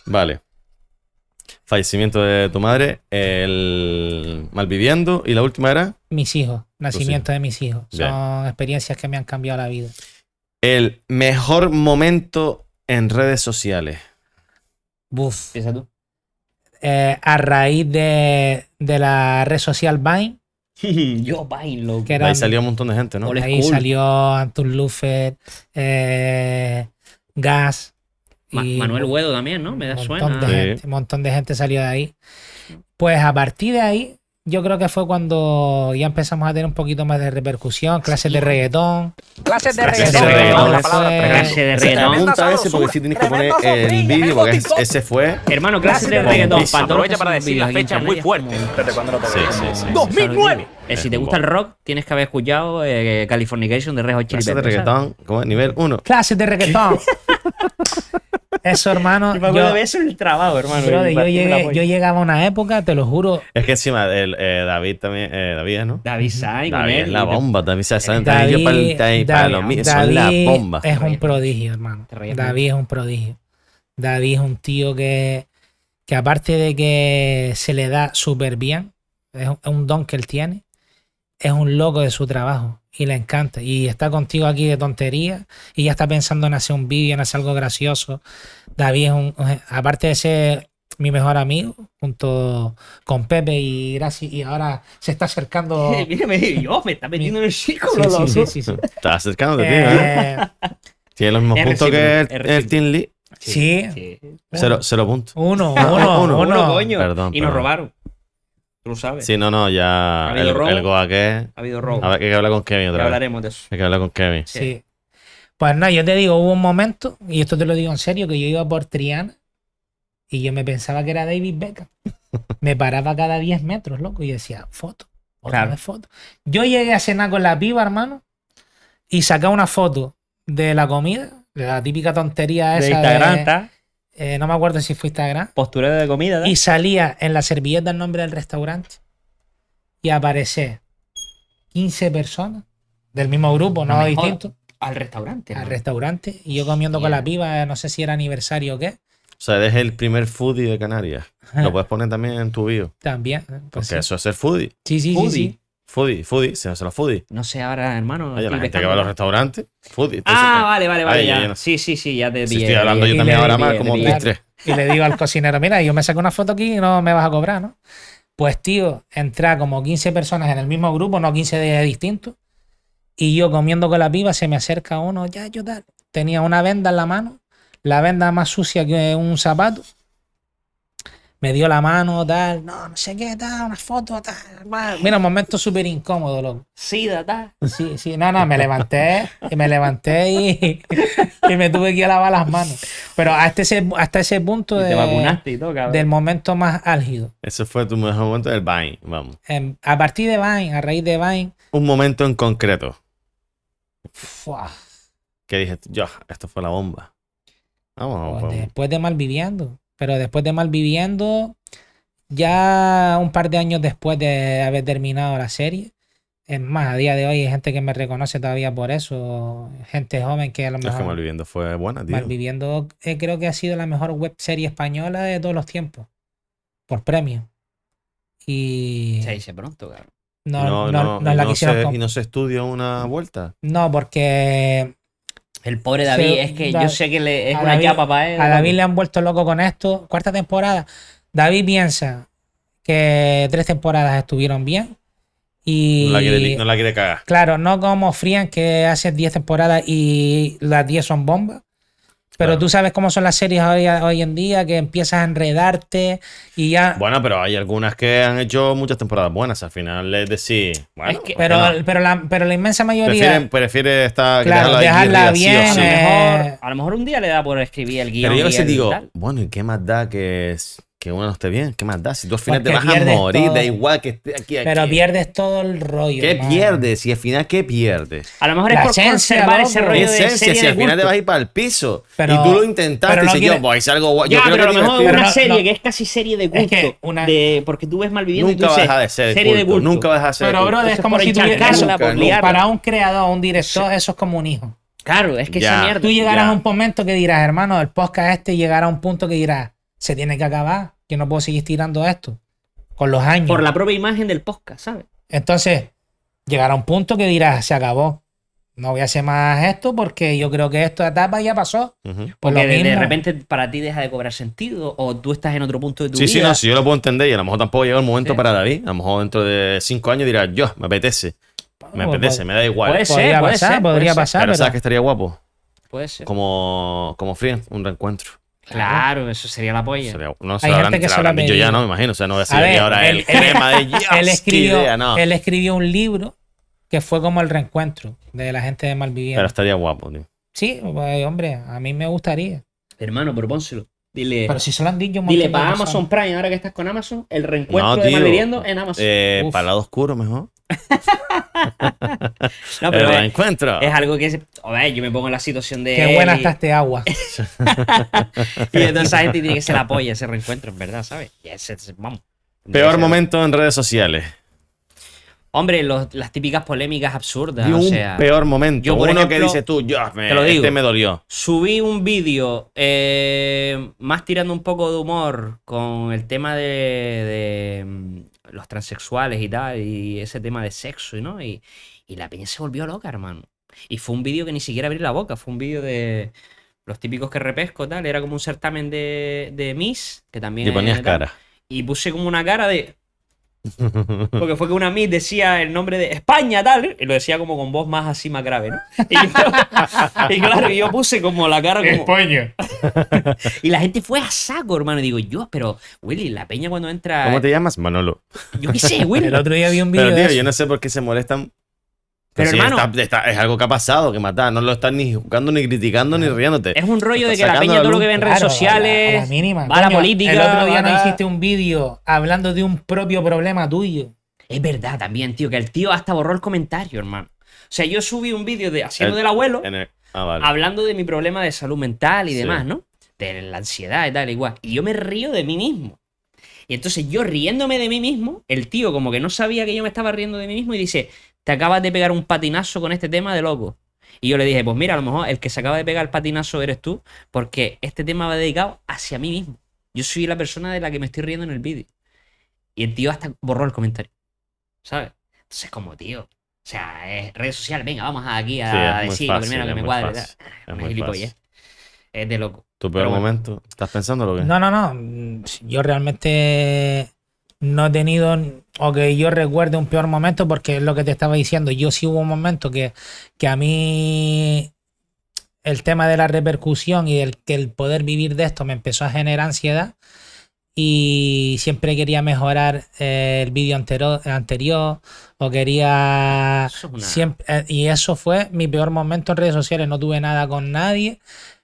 Speaker 3: Vale. Fallecimiento de tu madre, el malviviendo y la última era
Speaker 1: Mis hijos, nacimiento de mis hijos. Son
Speaker 3: Bien.
Speaker 1: experiencias que me han cambiado la vida.
Speaker 3: el mejor momento en redes sociales.
Speaker 1: Buf.
Speaker 4: Piensa tú.
Speaker 1: Eh, a raíz de, de la red social Vine,
Speaker 4: Yo, vain, loco.
Speaker 1: que
Speaker 3: De
Speaker 1: era.
Speaker 3: Ahí salió un montón de gente, ¿no?
Speaker 4: Ole.
Speaker 1: ahí
Speaker 4: Cool.
Speaker 1: salió Anton Luffet, eh, Gas.
Speaker 4: Ma-
Speaker 1: y
Speaker 4: Manuel
Speaker 1: un
Speaker 4: Huedo también, ¿no? Me da
Speaker 1: montón,
Speaker 4: suena.
Speaker 1: de
Speaker 3: Sí.
Speaker 1: gente, un montón de gente salió de ahí. Pues a partir de ahí, yo creo que fue cuando ya empezamos a tener un poquito más de repercusión, clases de reggaetón.
Speaker 6: Clases de
Speaker 3: Clases
Speaker 1: de
Speaker 6: reggaetón.
Speaker 1: reggaetón,
Speaker 6: La
Speaker 1: eso
Speaker 6: palabra
Speaker 1: es.
Speaker 6: reggaetón.
Speaker 4: Clase de
Speaker 3: Esa-
Speaker 4: reggaetón.
Speaker 3: Apunta ese porque si tienes que poner el vídeo, porque es- ese fue.
Speaker 4: Hermano, clases de
Speaker 3: Bomba.
Speaker 4: reggaetón.
Speaker 3: Aprovecha
Speaker 4: todos los que
Speaker 6: para
Speaker 4: hacen
Speaker 6: decir la
Speaker 4: vídeos aquí en
Speaker 6: fecha muy
Speaker 4: Canarias,
Speaker 6: fuerte.
Speaker 4: como-
Speaker 3: Sí, sí, sí.
Speaker 4: como-
Speaker 6: 2009.
Speaker 4: Eh, si te gusta el rock, tienes que haber escuchado eh, Californication de Rejo Chili
Speaker 3: Clase de
Speaker 4: Peppers, ¿sabes?
Speaker 3: reggaetón, ¿cómo es? Nivel 1.
Speaker 1: Clases de reggaetón. Eso, hermano.
Speaker 4: Yo me
Speaker 1: yo-
Speaker 4: acuerdo de eso en el trabajo, hermano.
Speaker 1: Brother,
Speaker 4: y
Speaker 1: yo,
Speaker 4: partíme la
Speaker 1: llegué,
Speaker 4: polla.
Speaker 1: yo llegaba a una época, te lo juro,
Speaker 3: Es que encima el, eh, David también, eh, David, ¿no?
Speaker 4: David Sainz, con
Speaker 3: David
Speaker 4: él,
Speaker 3: es
Speaker 4: y
Speaker 3: la
Speaker 4: te-
Speaker 3: bomba, también se saben
Speaker 1: David,
Speaker 3: yo para el para- para los míos, son la
Speaker 1: David eh,
Speaker 3: bomba.
Speaker 1: es un
Speaker 4: Ríete.
Speaker 1: prodigio, hermano.
Speaker 4: Te ríes
Speaker 1: David es un prodigio. David es un tío que, que aparte de que se le da súper bien, es un- es un don que él tiene, es un loco de su trabajo y le encanta. Y está contigo aquí de tontería y ya está pensando en hacer un vídeo, en hacer algo gracioso. David es un, aparte de ser mi mejor amigo, junto con Pepe y Graci, y ahora se está acercando...
Speaker 4: Mira, me digo, Dios, me está metiendo en el círculo,
Speaker 1: Sí, sí,
Speaker 4: loco.
Speaker 1: sí, sí, sí.
Speaker 3: Estás acercándote, tío, ¿eh?
Speaker 1: Eh,
Speaker 3: Tiene los mismos
Speaker 4: Es
Speaker 3: puntos que el,
Speaker 4: recíproco, es
Speaker 3: el Team Lee.
Speaker 1: Sí.
Speaker 4: Sí.
Speaker 3: Cero, cero puntos.
Speaker 1: Uno,
Speaker 3: Ah,
Speaker 1: uno,
Speaker 3: uno,
Speaker 1: uno.
Speaker 4: Uno, coño.
Speaker 3: Perdón,
Speaker 4: y nos
Speaker 3: perdón.
Speaker 4: robaron. Tú lo
Speaker 1: pues.
Speaker 4: sabes.
Speaker 3: Sí, no, no,
Speaker 4: ¿Ha
Speaker 3: ya. El,
Speaker 4: habido robo?
Speaker 3: el Goaqué.
Speaker 4: Ha habido robo.
Speaker 3: A ver, hay que hablar con Kevin
Speaker 4: Ya
Speaker 3: otra vez.
Speaker 4: hablaremos de eso.
Speaker 3: Hay que hablar con Kevin.
Speaker 1: Sí.
Speaker 4: Sí.
Speaker 1: Pues no, yo te digo, hubo un momento, y esto te lo digo en serio, que yo iba por Triana y yo me pensaba que era David Beckham. Me paraba cada 10 metros, loco, y decía, foto, otra
Speaker 4: Claro.
Speaker 1: vez foto. Yo llegué a cenar con la piba, hermano, y sacaba una foto de la comida, de la típica tontería
Speaker 4: De
Speaker 1: esa. de-
Speaker 4: Instagram, está.
Speaker 1: eh, no me acuerdo si fue Instagram.
Speaker 4: Postureo de comida, ¿da?
Speaker 1: Y salía en la servilleta el nombre del restaurante y aparecía 15 personas del mismo grupo,
Speaker 4: No
Speaker 1: no,
Speaker 4: me
Speaker 1: distinto
Speaker 4: Al restaurante.
Speaker 1: al
Speaker 4: ¿no?
Speaker 1: restaurante y yo comiendo con la piba, eh, no sé si era aniversario o qué,
Speaker 3: O sea, eres el primer foodie de Canarias. Lo puedes poner también en tu bio.
Speaker 1: también. ¿eh?
Speaker 3: Porque
Speaker 1: Pues sí.
Speaker 3: eso es ser foodie.
Speaker 1: Sí, sí, sí,
Speaker 4: Foodie.
Speaker 1: sí.
Speaker 3: Foodie, foodie, se hace los foodie.
Speaker 4: No sé ahora,
Speaker 1: Ah,
Speaker 4: hermano.
Speaker 3: Oye, la
Speaker 4: estoy
Speaker 3: gente que
Speaker 4: pescando.
Speaker 3: va a los restaurantes, foodie.
Speaker 4: Ah, vale, vale, vale.
Speaker 3: Ay,
Speaker 4: ya.
Speaker 3: ya, ya.
Speaker 4: Sí, sí, sí, ya te
Speaker 3: Si
Speaker 4: pillé,
Speaker 3: estoy
Speaker 4: te
Speaker 3: hablando
Speaker 4: pillé,
Speaker 3: yo
Speaker 1: y
Speaker 3: también
Speaker 1: le-
Speaker 3: ahora
Speaker 4: y
Speaker 3: más
Speaker 4: le-
Speaker 3: como
Speaker 4: le-
Speaker 3: un distre.
Speaker 1: Y le digo al cocinero, mira, yo me saco una foto aquí y no me vas a cobrar, ¿no? Pues tío, entra como 15 personas en el mismo grupo, no 15 días distintos. Y yo comiendo con la piba, se me acerca uno, ya, yo tal. Tenía una venda en la mano, la venda más sucia que un zapato. Me dio la mano, tal, no, no sé qué, tal, una foto, tal. Mira, un momento súper incómodo, loco.
Speaker 4: Sí, da, da.
Speaker 1: Sí, sí, no, no, me levanté, me levanté y, y me tuve que ir a lavar las manos. Pero hasta ese, hasta ese punto
Speaker 4: Y te
Speaker 1: de-
Speaker 4: vacunaste y todo, cabrón.
Speaker 1: del momento más álgido.
Speaker 3: Ese fue tu mejor momento del Vine, vamos.
Speaker 1: Em, a partir de Vine, a raíz de Vine,
Speaker 3: Un momento en concreto
Speaker 1: ¡fua!
Speaker 3: que dije, yo, esto fue la bomba. Vamos,
Speaker 1: Pues
Speaker 3: vamos.
Speaker 1: después de Malviviendo. Pero después de Malviviendo, ya un par de años después de haber terminado la serie, es más, a día de hoy hay gente que me reconoce todavía por eso, gente joven que a lo
Speaker 3: Es que
Speaker 1: mejor...
Speaker 3: Malviviendo fue buena, tío.
Speaker 1: Malviviendo eh, creo que ha sido la mejor web serie española de todos los tiempos. Por premio. Y
Speaker 4: Se dice pronto, cabrón.
Speaker 1: no, no, no,
Speaker 3: y
Speaker 1: la
Speaker 3: no
Speaker 1: quisieron
Speaker 3: se-
Speaker 1: comp-
Speaker 3: y no se estudia una vuelta.
Speaker 1: No, porque
Speaker 4: El pobre David,
Speaker 1: Se-
Speaker 4: es que
Speaker 1: da-
Speaker 4: yo sé que le, es
Speaker 1: a
Speaker 4: una
Speaker 1: David-
Speaker 4: chapa para él.
Speaker 1: a David
Speaker 4: vamos.
Speaker 1: le han vuelto loco con esto. Cuarta temporada. David piensa que tres temporadas estuvieron bien. Y
Speaker 3: No la quiere, li- no la quiere cagar.
Speaker 1: claro, no como Frian que hace 10 temporadas y las 10 son bombas. Pero
Speaker 3: Claro.
Speaker 1: tú sabes cómo son las series hoy, hoy en día, que empiezas a enredarte y ya
Speaker 3: Bueno, pero hay algunas que han hecho muchas temporadas buenas. Al final es decir, bueno,
Speaker 4: Es que-
Speaker 3: ¿por qué
Speaker 1: Pero,
Speaker 3: no?
Speaker 1: pero, la, pero la inmensa mayoría.
Speaker 3: prefiere, prefiere esta, que
Speaker 1: Claro,
Speaker 3: dejarla
Speaker 1: dejarla
Speaker 3: ahí, diga, sí o sí.
Speaker 1: bien, eh,
Speaker 4: A lo mejor- a lo mejor un día le da por escribir el guión.
Speaker 3: Pero yo a veces
Speaker 4: y el
Speaker 3: digo,
Speaker 4: tal.
Speaker 3: bueno, ¿y qué más da que, es- que uno no esté bien? ¿Qué más da? Si tú al final
Speaker 1: Porque
Speaker 3: te vas a
Speaker 1: pierdes
Speaker 3: morir,
Speaker 1: todo.
Speaker 3: da igual que esté aquí, aquí.
Speaker 1: Pero pierdes todo el rollo.
Speaker 3: ¿Qué
Speaker 1: hermano.
Speaker 3: pierdes? Y al final, ¿qué pierdes?
Speaker 4: A lo mejor
Speaker 1: La
Speaker 4: es por
Speaker 1: esencia,
Speaker 4: conservar
Speaker 1: loco.
Speaker 4: ese rollo
Speaker 3: En
Speaker 4: de
Speaker 3: esencia,
Speaker 4: serie
Speaker 3: si
Speaker 4: de
Speaker 3: al final te
Speaker 4: culto.
Speaker 3: vas a ir para el piso
Speaker 1: Pero-
Speaker 3: y tú lo intentaste,
Speaker 1: pero no
Speaker 3: y dices,
Speaker 1: quiere-
Speaker 3: yo voy a hacer algo guay. Yo
Speaker 4: ya,
Speaker 3: creo
Speaker 4: pero a
Speaker 3: que
Speaker 4: lo mejor
Speaker 3: divertido.
Speaker 4: una
Speaker 1: no-
Speaker 4: serie
Speaker 1: no.
Speaker 4: que es casi serie de culto.
Speaker 1: Es que una-
Speaker 4: de- porque tú ves Malviviendo
Speaker 3: Nunca
Speaker 4: y tú
Speaker 3: va a
Speaker 4: dices,
Speaker 3: dejar de ser de
Speaker 4: serie
Speaker 3: culto.
Speaker 4: de culto.
Speaker 3: Nunca va a dejar de ser de
Speaker 1: Pero,
Speaker 3: culto.
Speaker 1: bro, es
Speaker 4: Entonces,
Speaker 1: como
Speaker 4: por
Speaker 1: si tuvieras.
Speaker 4: encharcarla,
Speaker 1: eso-
Speaker 3: por
Speaker 4: liarla.
Speaker 1: Para un creador, un director, eso es como un hijo.
Speaker 4: Claro, es que
Speaker 3: Ya.
Speaker 4: esa mierda.
Speaker 1: Tú llegarás
Speaker 3: Ya.
Speaker 1: a un momento que dirás, hermano, el podcast este llegará a un punto que dirás, se tiene que acabar. Yo no puedo seguir tirando esto. Con los años.
Speaker 4: Por la propia imagen del podcast, ¿sabes?
Speaker 1: Entonces, llegará un punto que dirás, se acabó. No voy a hacer más esto porque yo creo que esta etapa ya pasó.
Speaker 3: Ujú.
Speaker 1: Por
Speaker 4: Porque
Speaker 1: lo
Speaker 4: de, de
Speaker 1: mismo.
Speaker 4: repente para ti deja de cobrar sentido o tú estás en otro punto de tu
Speaker 3: Sí, sí,
Speaker 4: vida.
Speaker 3: no, sí, yo lo puedo entender y a lo mejor tampoco llega el momento
Speaker 4: Sí.
Speaker 3: para David. A lo mejor dentro de cinco años dirás, yo, me apetece, me
Speaker 1: Pues,
Speaker 3: apetece, me da igual.
Speaker 4: puede ser,
Speaker 1: Podría
Speaker 4: puede
Speaker 1: pasar,
Speaker 4: ser, puede
Speaker 1: podría
Speaker 4: ser.
Speaker 1: pasar.
Speaker 3: pero,
Speaker 1: Pero,
Speaker 3: ¿sabes que estaría guapo?
Speaker 4: Puede ser.
Speaker 3: Como, como Friends, un reencuentro.
Speaker 4: Claro, eso sería la polla.
Speaker 3: Sería- no, se
Speaker 1: Hay
Speaker 3: lo
Speaker 1: gente que
Speaker 3: habrán, se lo
Speaker 1: se lo
Speaker 3: habrán
Speaker 1: ha
Speaker 3: dicho
Speaker 1: pedido.
Speaker 3: ya, no me imagino. O sea, no voy a
Speaker 1: A
Speaker 3: decir
Speaker 1: ver,
Speaker 3: ahora el,
Speaker 1: él-
Speaker 3: crema de
Speaker 1: él
Speaker 3: yes, qué
Speaker 1: escribió,
Speaker 3: idea, no.
Speaker 1: él escribió un libro que fue como el reencuentro de la gente de
Speaker 3: Pero
Speaker 1: Malviviendo.
Speaker 3: estaría guapo, tío.
Speaker 1: Sí, pues, hombre, a mí me gustaría.
Speaker 4: Hermano, propónselo. Dile,
Speaker 1: Pero si se lo han dicho un
Speaker 4: dile
Speaker 1: montón de
Speaker 4: para
Speaker 1: personas.
Speaker 4: Amazon Prime, ahora que estás con Amazon, el reencuentro
Speaker 3: No,
Speaker 4: de
Speaker 3: tío.
Speaker 4: Malviviendo en Amazon.
Speaker 3: Eh,
Speaker 1: Uf.
Speaker 3: para el lado oscuro, mejor.
Speaker 4: no,
Speaker 3: el
Speaker 4: Ah, pero es,
Speaker 3: reencuentro.
Speaker 4: es algo que... se- Joder, yo me pongo en la situación de...
Speaker 1: Qué
Speaker 4: él
Speaker 1: buena
Speaker 4: y-
Speaker 1: está este agua.
Speaker 4: Y entonces esa gente tiene que ser la polla ese reencuentro, en verdad, ¿sabes? Y ese- ese- vamos.
Speaker 3: Peor
Speaker 4: Ese-
Speaker 3: momento en redes sociales.
Speaker 4: Hombre, los- las típicas polémicas absurdas.
Speaker 3: Di
Speaker 4: o
Speaker 3: un
Speaker 4: sea,
Speaker 3: peor momento.
Speaker 4: yo, por
Speaker 3: Uno que
Speaker 4: ejemplo,
Speaker 3: dices tú, yo, me,
Speaker 4: te lo digo.
Speaker 3: este me dolió.
Speaker 4: subí un vídeo eh, más tirando un poco de humor con el tema de, de, mm, los transexuales y tal, y ese tema de sexo, ¿no? Y, y la peña se volvió loca, hermano. Y fue un vídeo que ni siquiera abrí la boca, fue un vídeo de los típicos que repesco, tal, era como un certamen de, de Miss, que también...
Speaker 3: Y ponías
Speaker 4: era-
Speaker 3: cara.
Speaker 4: y puse como una cara de Porque fue que una mí decía el nombre de España, tal, y lo decía como con voz más así, más grave, ¿no? Y, yo- y claro, y yo puse como la cara como...
Speaker 2: España.
Speaker 4: Y la gente fue a saco, hermano. Y digo, yo, pero Willy, la peña cuando entra...
Speaker 3: ¿Cómo te llamas? Manolo.
Speaker 4: Yo qué sé, Willy.
Speaker 1: El otro día vi un video.
Speaker 3: Pero
Speaker 1: de
Speaker 3: tío,
Speaker 1: eso.
Speaker 3: yo no sé por qué se molestan. Pues
Speaker 4: Pero,
Speaker 3: Sí,
Speaker 4: hermano-
Speaker 3: está- está- es algo que ha pasado, que matar. No lo están ni juzgando, ni criticando, ni
Speaker 1: ¿Eh?
Speaker 3: riéndote.
Speaker 4: Es un rollo de que
Speaker 3: Está
Speaker 4: la
Speaker 3: sacando
Speaker 4: peña
Speaker 3: la
Speaker 4: todo lo
Speaker 3: luz.
Speaker 4: que ve en
Speaker 1: Claro,
Speaker 4: redes
Speaker 1: a la-
Speaker 4: sociales...
Speaker 1: a la mínima.
Speaker 4: va a la
Speaker 1: Coño,
Speaker 4: política,
Speaker 1: El otro día
Speaker 4: va
Speaker 1: no
Speaker 4: acá.
Speaker 1: hiciste un vídeo hablando de un propio problema tuyo.
Speaker 4: Es verdad también, tío, que el tío hasta borró el comentario, hermano. O sea, yo subí un vídeo de haciendo
Speaker 3: El-
Speaker 4: del abuelo,
Speaker 3: En el- ah, vale.
Speaker 4: hablando de mi problema de salud mental y
Speaker 3: Sí.
Speaker 4: demás, ¿no? De la ansiedad y tal, igual. Y yo me río de mí mismo. Y entonces yo riéndome de mí mismo, el tío como que no sabía que yo me estaba riendo de mí mismo y dice, te acabas de pegar un patinazo con este tema de loco. Y yo le dije, pues mira, a lo mejor el que se acaba de pegar el patinazo eres tú, porque este tema va dedicado hacia mí mismo. Yo soy la persona de la que me estoy riendo en el vídeo. Y el tío hasta borró el comentario. ¿Sabes? Entonces, como tío. O sea, es redes sociales, venga, vamos aquí
Speaker 3: Sí, es
Speaker 4: a
Speaker 3: muy
Speaker 4: decir lo
Speaker 3: fácil,
Speaker 4: primero que
Speaker 3: es
Speaker 4: me
Speaker 3: muy
Speaker 4: cuadre.
Speaker 3: fácil,
Speaker 4: tal.
Speaker 3: es
Speaker 4: Una
Speaker 3: muy
Speaker 4: gilipollez.
Speaker 3: fácil.
Speaker 4: Es de loco.
Speaker 3: Tu peor
Speaker 4: Pero bueno.
Speaker 3: momento. ¿Estás pensando lo que?
Speaker 1: No, no, no. Mm, Yo realmente no he tenido, o que yo recuerde un peor momento, porque es lo que te estaba diciendo. Yo sí hubo un momento que, que a mí el tema de la repercusión y del que el poder vivir de esto me empezó a generar ansiedad. Y siempre quería mejorar eh, el vídeo antero- anterior o quería...
Speaker 4: Eso es una-
Speaker 1: siempre- eh, y eso fue mi peor momento en redes sociales. No tuve nada con nadie.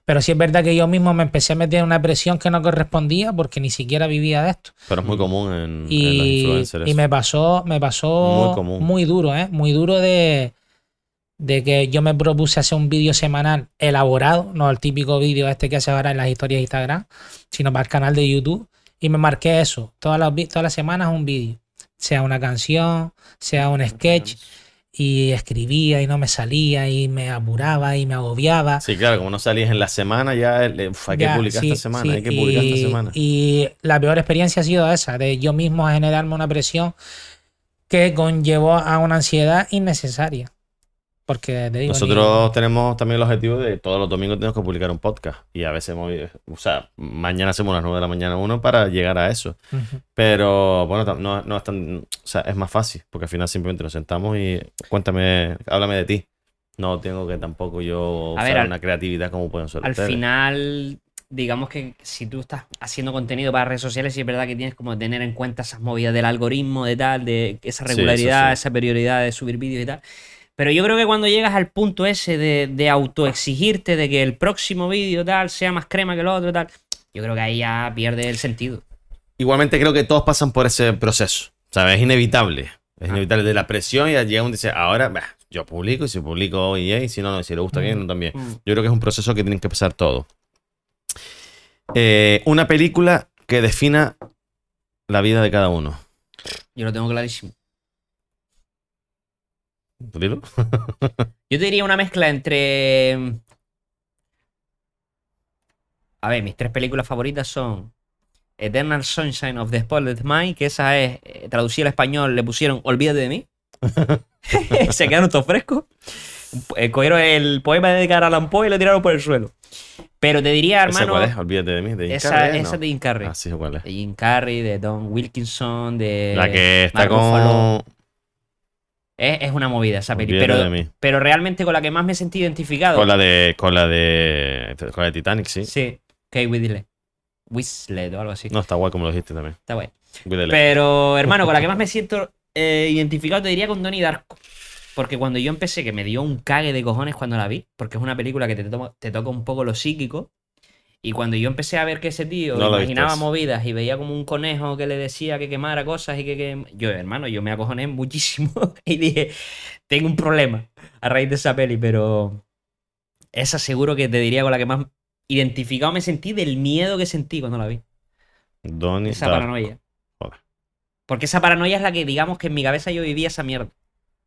Speaker 1: Pero sí es verdad que yo mismo me empecé a meter en una presión que no correspondía porque ni siquiera vivía de esto.
Speaker 3: Pero es muy común en, en los
Speaker 1: Y,
Speaker 3: influencers.
Speaker 1: y
Speaker 3: eso.
Speaker 1: me pasó, me
Speaker 3: Muy
Speaker 1: pasó
Speaker 3: común.
Speaker 1: muy duro, ¿eh? Muy duro de, de que yo me propuse hacer un vídeo semanal elaborado, no el típico vídeo este que hace ahora en las historias de Instagram, sino para el canal de YouTube. Y me marqué eso, todas las, vi- todas las semanas un vídeo, sea una canción, sea un sketch. Y escribía y no me salía y me apuraba y me agobiaba.
Speaker 3: Sí, claro, como no salías en la semana, ya el- uf, hay que
Speaker 1: Ya,
Speaker 3: publicar
Speaker 1: sí,
Speaker 3: esta semana,
Speaker 1: sí,
Speaker 3: hay que publicar
Speaker 1: y-
Speaker 3: esta semana.
Speaker 1: Y la peor experiencia ha sido esa, de yo mismo generarme una presión que conllevó a una ansiedad innecesaria. Porque te digo, ni-
Speaker 3: Nosotros tenemos también el objetivo de todos los domingos tenemos que publicar un podcast y a veces, hemos- o sea, mañana hacemos a las 9 de la mañana uno para llegar a eso.
Speaker 1: Ujú.
Speaker 3: Pero bueno, tam- no, no es tan, o sea, es más fácil porque al final simplemente nos sentamos y cuéntame, háblame de ti. No tengo que tampoco yo
Speaker 4: A
Speaker 3: usar
Speaker 4: ver, al-
Speaker 3: una creatividad como pueden ser
Speaker 4: Al
Speaker 3: ustedes.
Speaker 4: final, digamos que si tú estás haciendo contenido para redes sociales, sí es verdad que tienes como tener en cuenta esas movidas del algoritmo, de tal, de esa
Speaker 3: Sí, eso
Speaker 4: regularidad,
Speaker 3: sí.
Speaker 4: esa prioridad de subir vídeos y tal. Pero yo creo que cuando llegas al punto ese de, de autoexigirte de que el próximo vídeo tal sea más crema que el otro tal, yo creo que ahí ya pierde el sentido.
Speaker 3: Igualmente creo que todos pasan por ese proceso. ¿Sabes? Es inevitable.
Speaker 4: Ah.
Speaker 3: Es inevitable de la presión y llega un dice, ahora bah, yo publico y si publico hoy, eh, y si no, no, y si le gusta bien, no también.
Speaker 4: Mm.
Speaker 3: Yo creo que es un proceso que tienen que pasar todo. Eh, una película que defina la vida de cada uno.
Speaker 4: Yo lo tengo clarísimo.
Speaker 3: Dilo.
Speaker 4: Yo te diría una mezcla entre. mm, A ver, mis tres películas favoritas son Eternal Sunshine of the Spotless Mind, que esa es, eh, traducida al español, le pusieron Olvídate de mí. Se quedaron todos frescos. Eh, Cogieron el poema de Edgar Allan Poe y lo tiraron por el suelo. Pero te diría,
Speaker 3: ¿Esa
Speaker 4: hermano,
Speaker 3: cuál es? Olvídate de mí. De Jim
Speaker 4: esa,
Speaker 3: Carrey, ¿eh?
Speaker 4: esa
Speaker 3: No.
Speaker 4: de Jim Carrey.
Speaker 3: Ah, sí, cuál es.
Speaker 4: De Jim Carrey, de Don Wilkinson, de.
Speaker 3: La que está
Speaker 4: Mark Ruffalo.
Speaker 3: con...
Speaker 4: Es, es una movida esa peli.
Speaker 3: Olvídate
Speaker 4: Pero,
Speaker 3: de mí.
Speaker 4: pero realmente con la que más me sentí identificado.
Speaker 3: Con la de... Con la de... Con la de Titanic, sí.
Speaker 4: Sí, Kate Whistlet. Whistlet o algo así.
Speaker 3: No, está guay como lo dijiste también.
Speaker 4: Está guay.
Speaker 3: Cuídale.
Speaker 4: Pero, hermano, con la que más me siento eh, identificado te diría con Donnie Darko. Porque cuando yo empecé, que me dio un cague de cojones cuando la vi, porque es una película que te, toma- te toca un poco lo psíquico. Y cuando yo empecé a ver que ese tío
Speaker 3: No la
Speaker 4: imaginaba
Speaker 3: viste.
Speaker 4: movidas y veía como un conejo que le decía que quemara cosas y que, que... Yo, hermano, yo me acojoné muchísimo y dije, tengo un problema a raíz de esa peli, pero esa seguro que te diría con la que más identificado me sentí del miedo que sentí cuando la vi.
Speaker 3: Donnie
Speaker 4: Esa
Speaker 3: Darko.
Speaker 4: paranoia.
Speaker 3: Joder.
Speaker 4: Porque esa paranoia es la que, digamos, que en mi cabeza yo vivía esa mierda.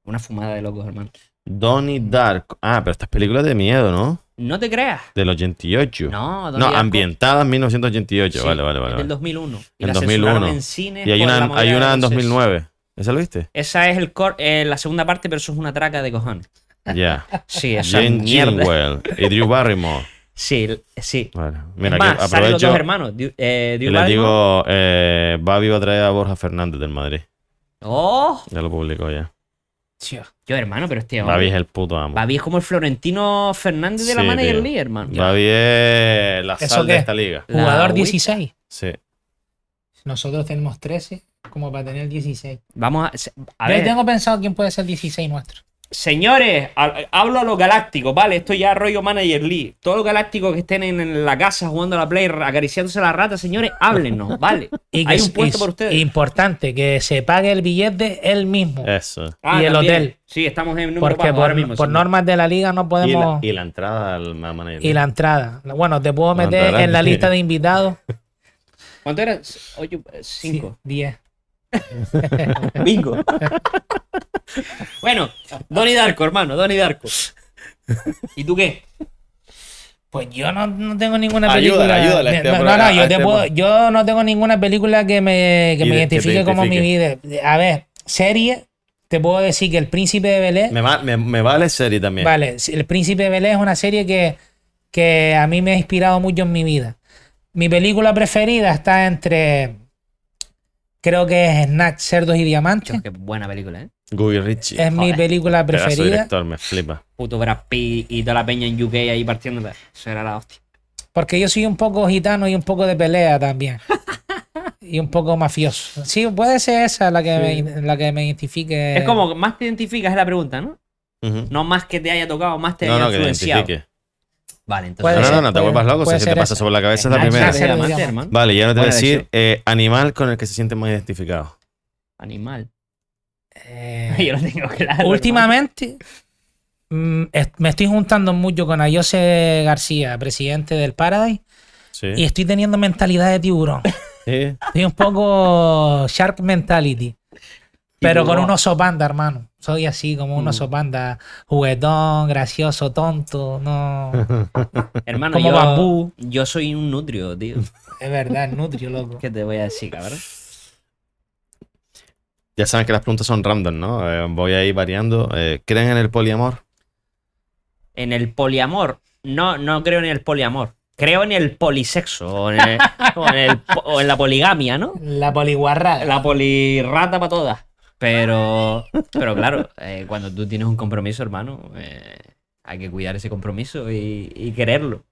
Speaker 4: Una fumada de locos, hermano.
Speaker 3: Donnie Darko. Ah, pero estas películas de miedo, ¿no?
Speaker 4: No te creas.
Speaker 3: Del 88.
Speaker 4: No,
Speaker 3: No,
Speaker 4: Donnie Darko-
Speaker 3: ambientadas en 1988.
Speaker 4: Sí,
Speaker 3: vale, vale,
Speaker 4: es
Speaker 3: vale.
Speaker 4: del
Speaker 3: vale.
Speaker 4: 2001. Y
Speaker 3: En
Speaker 4: la
Speaker 3: 2001.
Speaker 4: censuraron en cines
Speaker 3: Y hay
Speaker 4: por la
Speaker 3: una,
Speaker 4: movida
Speaker 3: hay
Speaker 4: de
Speaker 3: una en
Speaker 4: los sesos.
Speaker 3: 2009. ¿Esa lo viste?
Speaker 4: Esa es el cor- eh, la segunda parte, pero eso es una traca de cojón.
Speaker 3: Ya.
Speaker 4: Sí, esa
Speaker 3: Jane
Speaker 4: mierda.
Speaker 3: Chinwell y Drew Barrymore.
Speaker 4: Sí, sí.
Speaker 3: Vale.
Speaker 4: Mira, es
Speaker 3: Mira, aquí
Speaker 4: más, salen los
Speaker 3: aprovecho
Speaker 4: dos hermanos. Du- eh,
Speaker 3: y
Speaker 4: Drew
Speaker 3: les
Speaker 4: Barrymore.
Speaker 3: digo, eh, Babi va a traer a Borja Fernández del Madrid.
Speaker 4: ¡Oh!
Speaker 3: Ya lo publicó ya.
Speaker 1: Tío,
Speaker 4: Yo, hermano, pero este hombre.
Speaker 3: Babi es el puto amo.
Speaker 4: Babi es como el Florentino Fernández de la
Speaker 3: Sí,
Speaker 4: Manager
Speaker 3: tío.
Speaker 4: League, hermano.
Speaker 3: Babi es la
Speaker 1: ¿Eso
Speaker 3: sal
Speaker 1: qué?
Speaker 3: de esta liga.
Speaker 4: La
Speaker 1: Jugador
Speaker 4: Wii.
Speaker 1: 16.
Speaker 3: Sí.
Speaker 1: Nosotros tenemos 13 como para tener 16.
Speaker 4: Vamos a. se- a
Speaker 1: Yo
Speaker 4: ver.
Speaker 1: tengo pensado quién puede ser 16 nuestro.
Speaker 4: Señores, ha- hablo a los galácticos, ¿vale? Esto ya es rollo Manager League. Todos los galácticos que estén en, en la casa jugando a la Play, acariciándose la rata, señores, háblenos, ¿vale?
Speaker 1: Y que
Speaker 4: Hay
Speaker 1: es-
Speaker 4: un puesto
Speaker 1: es
Speaker 4: por ustedes.
Speaker 1: Importante que se pague el billete él mismo.
Speaker 3: Eso.
Speaker 1: y el
Speaker 4: Ah, también.
Speaker 1: hotel.
Speaker 4: Sí, estamos en número
Speaker 1: porque
Speaker 4: bajo
Speaker 1: por,
Speaker 4: ahora mismo.
Speaker 1: por
Speaker 4: sí.
Speaker 1: normas de la liga no
Speaker 3: Y la,
Speaker 1: podemos.
Speaker 3: y la entrada al al manager.
Speaker 1: y la entrada. Bueno, te puedo
Speaker 3: La
Speaker 1: meter
Speaker 3: entrada,
Speaker 1: en la
Speaker 3: sí.
Speaker 1: lista de invitados.
Speaker 4: ¿Cuánto era? Ocho, eh, cinco.
Speaker 1: 10.
Speaker 4: Bingo. bueno, Donnie Darko, hermano, Donnie Darko. ¿Y tú qué?
Speaker 1: Pues yo no, no tengo ninguna
Speaker 3: Ayúdala,
Speaker 1: película.
Speaker 3: ayúdala a este
Speaker 1: no,
Speaker 3: hombre,
Speaker 1: no, no,
Speaker 3: a- a
Speaker 1: yo, te
Speaker 3: este
Speaker 1: puedo-
Speaker 3: hombre.
Speaker 1: yo no tengo ninguna película que me, que me
Speaker 3: Ide- que te
Speaker 1: identifique como mi vida.
Speaker 3: identifique.
Speaker 1: A ver, serie, te puedo decir que El Príncipe de Belén.
Speaker 3: me, va- me- me vale serie también.
Speaker 1: Vale, sí, El Príncipe de Belén es una serie que, que a mí me ha inspirado mucho en mi vida. Mi película preferida está entre. Creo que es Snatch, Cerdos y Diamantes.
Speaker 4: Qué buena película, ¿eh?
Speaker 3: Guy Ritchie.
Speaker 1: Es mi
Speaker 4: Joder,
Speaker 1: película
Speaker 3: pedazo de
Speaker 1: preferida.
Speaker 3: director, me flipa.
Speaker 4: Puto Brad Pitt y toda la peña en UK ahí partiéndola. Eso era la hostia.
Speaker 1: Porque yo soy un poco gitano y un poco de pelea también. y un poco mafioso. Sí, puede ser esa la que, me, la que me identifique.
Speaker 4: Es como, más te identificas es la pregunta, ¿no?
Speaker 3: Ujú.
Speaker 4: No más que te haya tocado, más te
Speaker 3: No,
Speaker 4: haya
Speaker 3: no, que
Speaker 4: influenciado.
Speaker 3: identifique.
Speaker 4: Vale,
Speaker 1: Puede
Speaker 3: No,
Speaker 4: entonces.
Speaker 3: no,
Speaker 1: ser,
Speaker 3: no, no te
Speaker 1: puede-
Speaker 3: vuelvas loco.
Speaker 1: puede
Speaker 3: Si se te
Speaker 1: ser
Speaker 3: pasa
Speaker 1: esa.
Speaker 3: sobre la cabeza es
Speaker 1: Ah,
Speaker 3: la
Speaker 1: ya
Speaker 3: primera.
Speaker 1: sé.
Speaker 3: Vale, ya no te voy a
Speaker 4: Buena
Speaker 3: decir eh, animal con el que se siente más identificado.
Speaker 4: Animal.
Speaker 1: Eh,
Speaker 4: Yo lo tengo claro.
Speaker 1: últimamente mm, est- me estoy juntando mucho con Ayose García, presidente del Paradise,
Speaker 3: Sí.
Speaker 1: y estoy teniendo mentalidad de tiburón.
Speaker 3: Sí.
Speaker 1: Estoy un poco shark mentality. Pero con
Speaker 4: Tiburón.
Speaker 1: un oso panda, hermano. Soy así, como un
Speaker 4: Mm.
Speaker 1: oso panda. Juguetón, gracioso, tonto. No.
Speaker 4: hermano. Hermano,
Speaker 1: Como
Speaker 4: yo,
Speaker 1: bambú.
Speaker 4: yo soy un nutrio, tío.
Speaker 1: Es verdad, el nutrio, loco.
Speaker 4: ¿Qué te voy a decir, cabrón?
Speaker 3: Ya saben que las preguntas son random, ¿no? Eh, voy a ir variando. Eh, ¿Creen en el poliamor?
Speaker 4: En el poliamor. No, no creo en el poliamor. Creo en el polisexo. O en, el- o en el po- o en la poligamia, ¿no?
Speaker 1: La poliguarra.
Speaker 4: La polirrata para todas. Pero, pero claro, eh, cuando tú tienes un compromiso, hermano, eh, hay que cuidar ese compromiso y, y quererlo.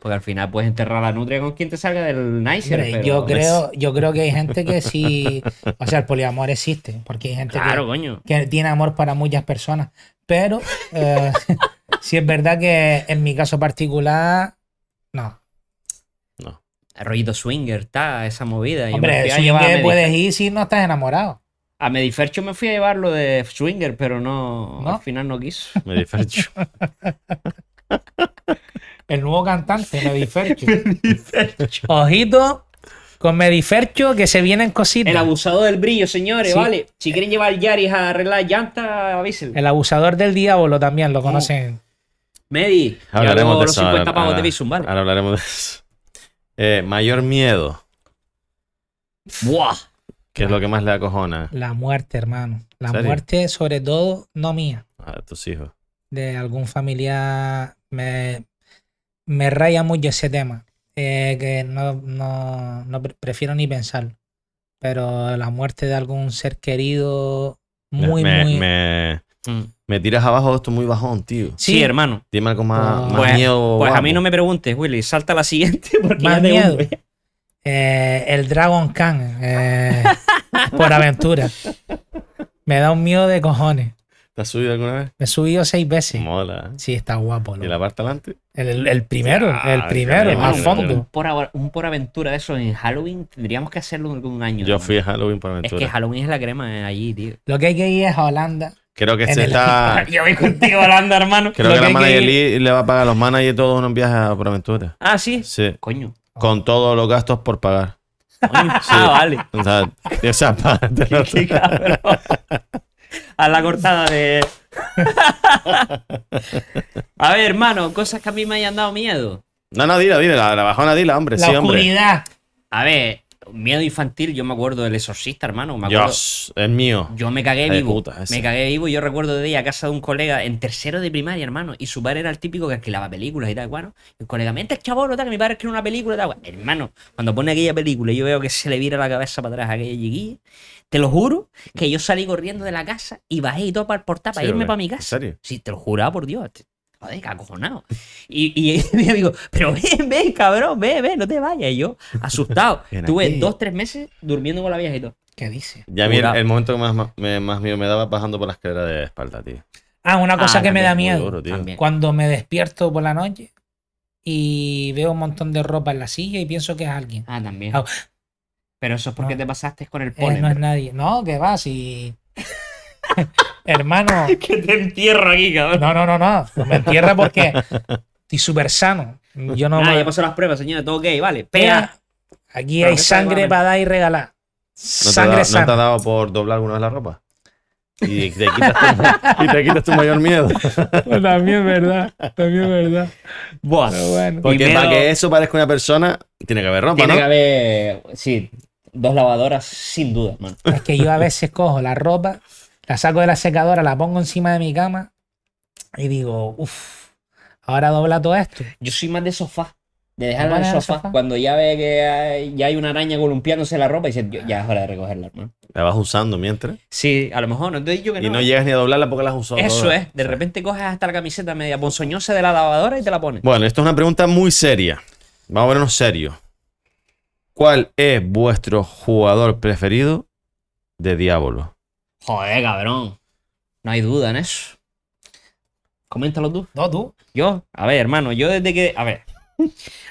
Speaker 4: Porque al final puedes enterrar a la nutria con quien te salga del nicer.
Speaker 1: Hombre,
Speaker 4: pero-
Speaker 1: yo creo, yo creo que hay gente que sí. O sea, el poliamor existe. Porque hay gente que-
Speaker 4: Claro, coño.
Speaker 1: que, tiene amor para muchas personas. Pero eh, sí es verdad que en mi caso particular, no.
Speaker 4: Rollito swinger, está esa movida. Yo me
Speaker 1: Hombre,
Speaker 4: fui a
Speaker 1: swing
Speaker 4: llevar a
Speaker 1: que
Speaker 4: Medi-
Speaker 1: puedes ir si no estás enamorado.
Speaker 4: A Medifercho me fui a llevar lo de swinger, pero no,
Speaker 1: ¿No?
Speaker 4: al final no quiso.
Speaker 3: Me difercho.
Speaker 1: El nuevo cantante, Medifercho. Ojito con Medifercho que se vienen cositas.
Speaker 4: El abusado del brillo, señores,
Speaker 1: Sí.
Speaker 4: vale. Si quieren llevar Yaris a arreglar llantas, avísenle.
Speaker 1: El abusador del diablo también
Speaker 4: Oh.
Speaker 1: lo conocen.
Speaker 4: Medi, ya
Speaker 3: Hablaremos
Speaker 4: luego
Speaker 3: de
Speaker 4: los
Speaker 3: eso.
Speaker 4: 50
Speaker 3: ahora-
Speaker 4: pavos de
Speaker 3: ahora- Ah.
Speaker 4: Visum, vale.
Speaker 3: Ahora hablaremos de eso. Eh, mayor miedo.
Speaker 4: Buah.
Speaker 3: ¿Qué es lo que más le acojona
Speaker 1: La muerte, hermano. La
Speaker 3: ¿Serio?
Speaker 1: muerte, sobre todo, no mía.
Speaker 3: a tus hijos?
Speaker 1: de algún familiar me, me raya mucho ese tema. eh, que no, no, no pre- prefiero ni pensarlo. Pero la muerte de algún ser querido muy,
Speaker 3: me,
Speaker 1: muy.
Speaker 3: me-
Speaker 4: Mm.
Speaker 3: me tiras abajo, esto muy bajón, tío.
Speaker 4: Sí,
Speaker 1: Sí,
Speaker 4: hermano.
Speaker 3: Dime algo más,
Speaker 1: Pues-
Speaker 3: más
Speaker 4: Pues,
Speaker 3: miedo.
Speaker 4: pues a
Speaker 3: guapo.
Speaker 4: mí no me preguntes, Willy. Salta a la siguiente porque
Speaker 1: Más
Speaker 4: ya te
Speaker 1: miedo.
Speaker 4: hundo.
Speaker 1: eh, el Dragon Khan eh, por aventura. Me da un miedo de cojones.
Speaker 3: ¿Te has subido alguna vez?
Speaker 1: Me he subido seis veces.
Speaker 3: Mola. ¿eh?
Speaker 1: Sí, está guapo.
Speaker 3: ¿Y
Speaker 1: loco.
Speaker 3: la parte adelante?
Speaker 1: El, el primero, el
Speaker 3: Ah,
Speaker 1: primero,
Speaker 3: qué
Speaker 1: a
Speaker 3: maravilla.
Speaker 4: Un
Speaker 1: fondo.
Speaker 4: por, ava- un por aventura de eso en Halloween tendríamos que hacerlo en algún año.
Speaker 3: Yo
Speaker 4: hermano.
Speaker 3: fui a Halloween por
Speaker 4: Es
Speaker 3: aventura.
Speaker 4: que Halloween es la crema eh, allí, tío.
Speaker 1: Lo que hay que ir es a Holanda.
Speaker 3: Creo que
Speaker 1: en
Speaker 3: se
Speaker 1: el-
Speaker 3: está.
Speaker 4: Yo voy contigo, Holanda, hermano.
Speaker 3: Ah. Creo
Speaker 1: Lo que
Speaker 3: que, la
Speaker 1: hay que
Speaker 3: manager
Speaker 1: ir-
Speaker 3: Lee le va a pagar a los managers todos unos viajes a por aventura.
Speaker 4: Ah, sí.
Speaker 3: Sí.
Speaker 4: Coño.
Speaker 3: Con todos los gastos por pagar.
Speaker 4: Ah, vale.
Speaker 3: O sea, o sea, págatelo
Speaker 4: Qué
Speaker 3: tú.
Speaker 4: cabrón. A la cortada de. A ver, hermano, cosas que a mí me hayan dado miedo.
Speaker 3: No, no, dila, dila, la, la bajona, dila, Pues hombre.
Speaker 1: La
Speaker 3: sí, hombre.
Speaker 1: oscuridad.
Speaker 4: A ver, Miedo infantil, yo me acuerdo del exorcista, hermano. Me acuerdo,
Speaker 3: Dios, es mío.
Speaker 4: Yo me cagué
Speaker 3: Hija de
Speaker 4: vivo.
Speaker 3: puta, ese.
Speaker 4: me cagué vivo. Yo recuerdo de ella a casa de un colega en tercero de primaria, hermano. Y su padre era el típico que alquilaba películas y tal, bueno. El colega, mente el chabón, tal, que mi padre escribe una película y tal. guau". Hermano, cuando pone aquella película, y yo veo que se le vira la cabeza para atrás a aquella chiquilla. Te lo juro que yo salí corriendo de la casa y bajé y todo para el portal para
Speaker 3: Sí,
Speaker 4: irme
Speaker 3: hombre.
Speaker 4: para mi
Speaker 3: ¿En
Speaker 4: casa.
Speaker 3: serio?
Speaker 4: Sí, te lo juraba por Dios. Te- Joder, que acojonado. Y, y yo digo, pero ven, ven, cabrón, ven, ven, no te vayas. Y yo, asustado.
Speaker 3: En
Speaker 4: Tuve
Speaker 3: aquel-
Speaker 4: dos, tres meses durmiendo con la vieja y todo.
Speaker 1: ¿Qué dice?
Speaker 3: Ya a mí el,
Speaker 4: Jurado.
Speaker 3: el momento que más, más- me- más miedo me daba bajando por la escalera de espalda, tío.
Speaker 1: Ah, una cosa
Speaker 4: Ah,
Speaker 1: que me
Speaker 4: también,
Speaker 1: da
Speaker 4: muy
Speaker 1: miedo.
Speaker 3: duro, tío.
Speaker 4: También.
Speaker 1: Cuando me despierto por la noche y veo un montón de ropa en la silla y pienso que es alguien.
Speaker 4: Ah, también.
Speaker 1: Ah.
Speaker 4: Pero eso es porque
Speaker 1: No.
Speaker 4: te pasaste con el
Speaker 1: Eh, no es
Speaker 4: polen.
Speaker 1: nadie. No, que va, si. Hermano,
Speaker 4: que te entierro aquí, cabrón.
Speaker 1: no, no, no, no. Me entierra porque estoy súper sano. Yo no. Eh,
Speaker 4: Nada,
Speaker 1: me-
Speaker 4: ya pasó las pruebas, señora, todo ok, vale. Pea.
Speaker 1: Mira, Aquí
Speaker 4: Pero
Speaker 1: hay
Speaker 4: que
Speaker 1: sangre
Speaker 4: salvame.
Speaker 1: para dar y regalar.
Speaker 3: ¿No te, ha
Speaker 1: sangre
Speaker 3: dado- no
Speaker 1: sana.
Speaker 3: te ha dado por doblar alguna vez la ropa? Y te quitas tu, y te quitas tu mayor miedo.
Speaker 1: también es verdad. También es verdad.
Speaker 4: Buah.
Speaker 1: Pero bueno.
Speaker 3: Porque
Speaker 4: Primero-
Speaker 3: para que eso parezca una persona, tiene que haber ropa,
Speaker 4: Tiene
Speaker 3: ¿no?
Speaker 4: que haber, sí, dos lavadoras sin duda, hermano.
Speaker 1: Es que yo a veces cojo la ropa, la saco de la secadora, la pongo encima de mi cama y digo, uff, ahora dobla todo esto.
Speaker 4: Yo soy más de sofá. De dejarla en
Speaker 1: Bueno,
Speaker 4: el
Speaker 1: el
Speaker 4: sofá,
Speaker 1: sofá.
Speaker 4: cuando ya ve que hay, ya hay una araña columpiándose en la ropa y dice, "Yo- ya es hora de recogerla, hermano.
Speaker 3: La vas usando mientras.
Speaker 4: Sí, a lo mejor, no te digo que
Speaker 3: Y no llegas ni a doblarla porque la has usado.
Speaker 4: Eso
Speaker 3: toda.
Speaker 4: es, de repente coges hasta la camiseta media ponzoñosa de la lavadora y te la pones.
Speaker 3: Bueno, esto es una pregunta muy seria. Vamos a ponernos serios. ¿Cuál es vuestro jugador preferido de Diablo?
Speaker 4: Joder, cabrón. No hay duda en eso. Coméntalo tú.
Speaker 1: No, tú.
Speaker 4: Yo, a ver, hermano, yo desde que. A ver.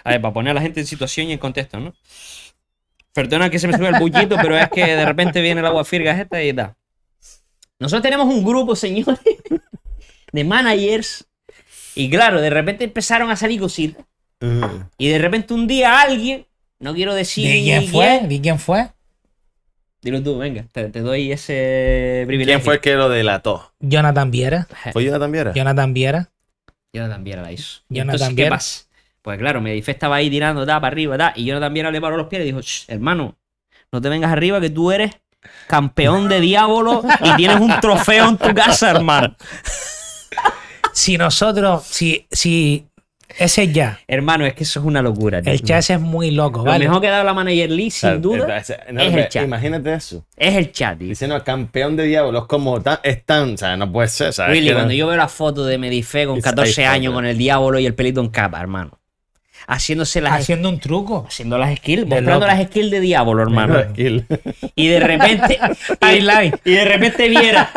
Speaker 4: A ver, para poner a la gente en situación y en contexto, ¿no? Perdona que se me sube el bullito, pero es que de repente viene el agua firga esta y tal. Nosotros tenemos un grupo, señores, de managers. Y claro, de repente empezaron a salir cositas. Y de repente un día alguien, no quiero decir.
Speaker 1: ¿De quién fue? ¿De quién fue?
Speaker 4: Dilo tú, venga, te, te doy ese privilegio.
Speaker 3: ¿Quién fue el que lo delató?
Speaker 1: Jonathan Viera.
Speaker 3: ¿Fue Jonathan Viera?
Speaker 1: Jonathan Viera.
Speaker 4: Jonathan Viera la hizo. Y
Speaker 1: Jonathan
Speaker 4: Entonces, ¿qué
Speaker 1: Viera.
Speaker 4: pasa? Pues claro, Medife estaba ahí tirando, da, para arriba, da, y Jonathan Viera le paró los pies y dijo, "Shh, hermano, no te vengas arriba que tú eres campeón de diablo y tienes un trofeo en tu casa, hermano.
Speaker 1: Si nosotros, si, si ese ya,
Speaker 4: Hermano, es que eso es una locura. tío.
Speaker 1: el chat ese es muy loco,
Speaker 4: Lo
Speaker 1: ¿vale?
Speaker 4: mejor que da la manager Lee, sin
Speaker 3: Claro,
Speaker 4: duda,
Speaker 3: es- es- no,
Speaker 4: es
Speaker 3: pero
Speaker 4: el chat.
Speaker 3: Imagínate eso.
Speaker 4: es el chat. tío.
Speaker 3: Diciendo campeón de Diablo, es como tan, es tan, o sea, no puede ser. o sea, es
Speaker 4: Willy,
Speaker 3: que no-
Speaker 4: cuando yo veo la foto de Medife con
Speaker 3: It's
Speaker 4: 14
Speaker 3: iPhone,
Speaker 4: años
Speaker 3: eh.
Speaker 4: con el diablo y el pelito en capa, hermano. Haciéndose las,
Speaker 1: Haciendo un truco.
Speaker 4: haciendo las skills,
Speaker 1: De
Speaker 4: mostrando
Speaker 1: loco.
Speaker 4: las skills de diablo, hermano.
Speaker 3: Tranquilo.
Speaker 4: Y de repente. y, y de repente viera.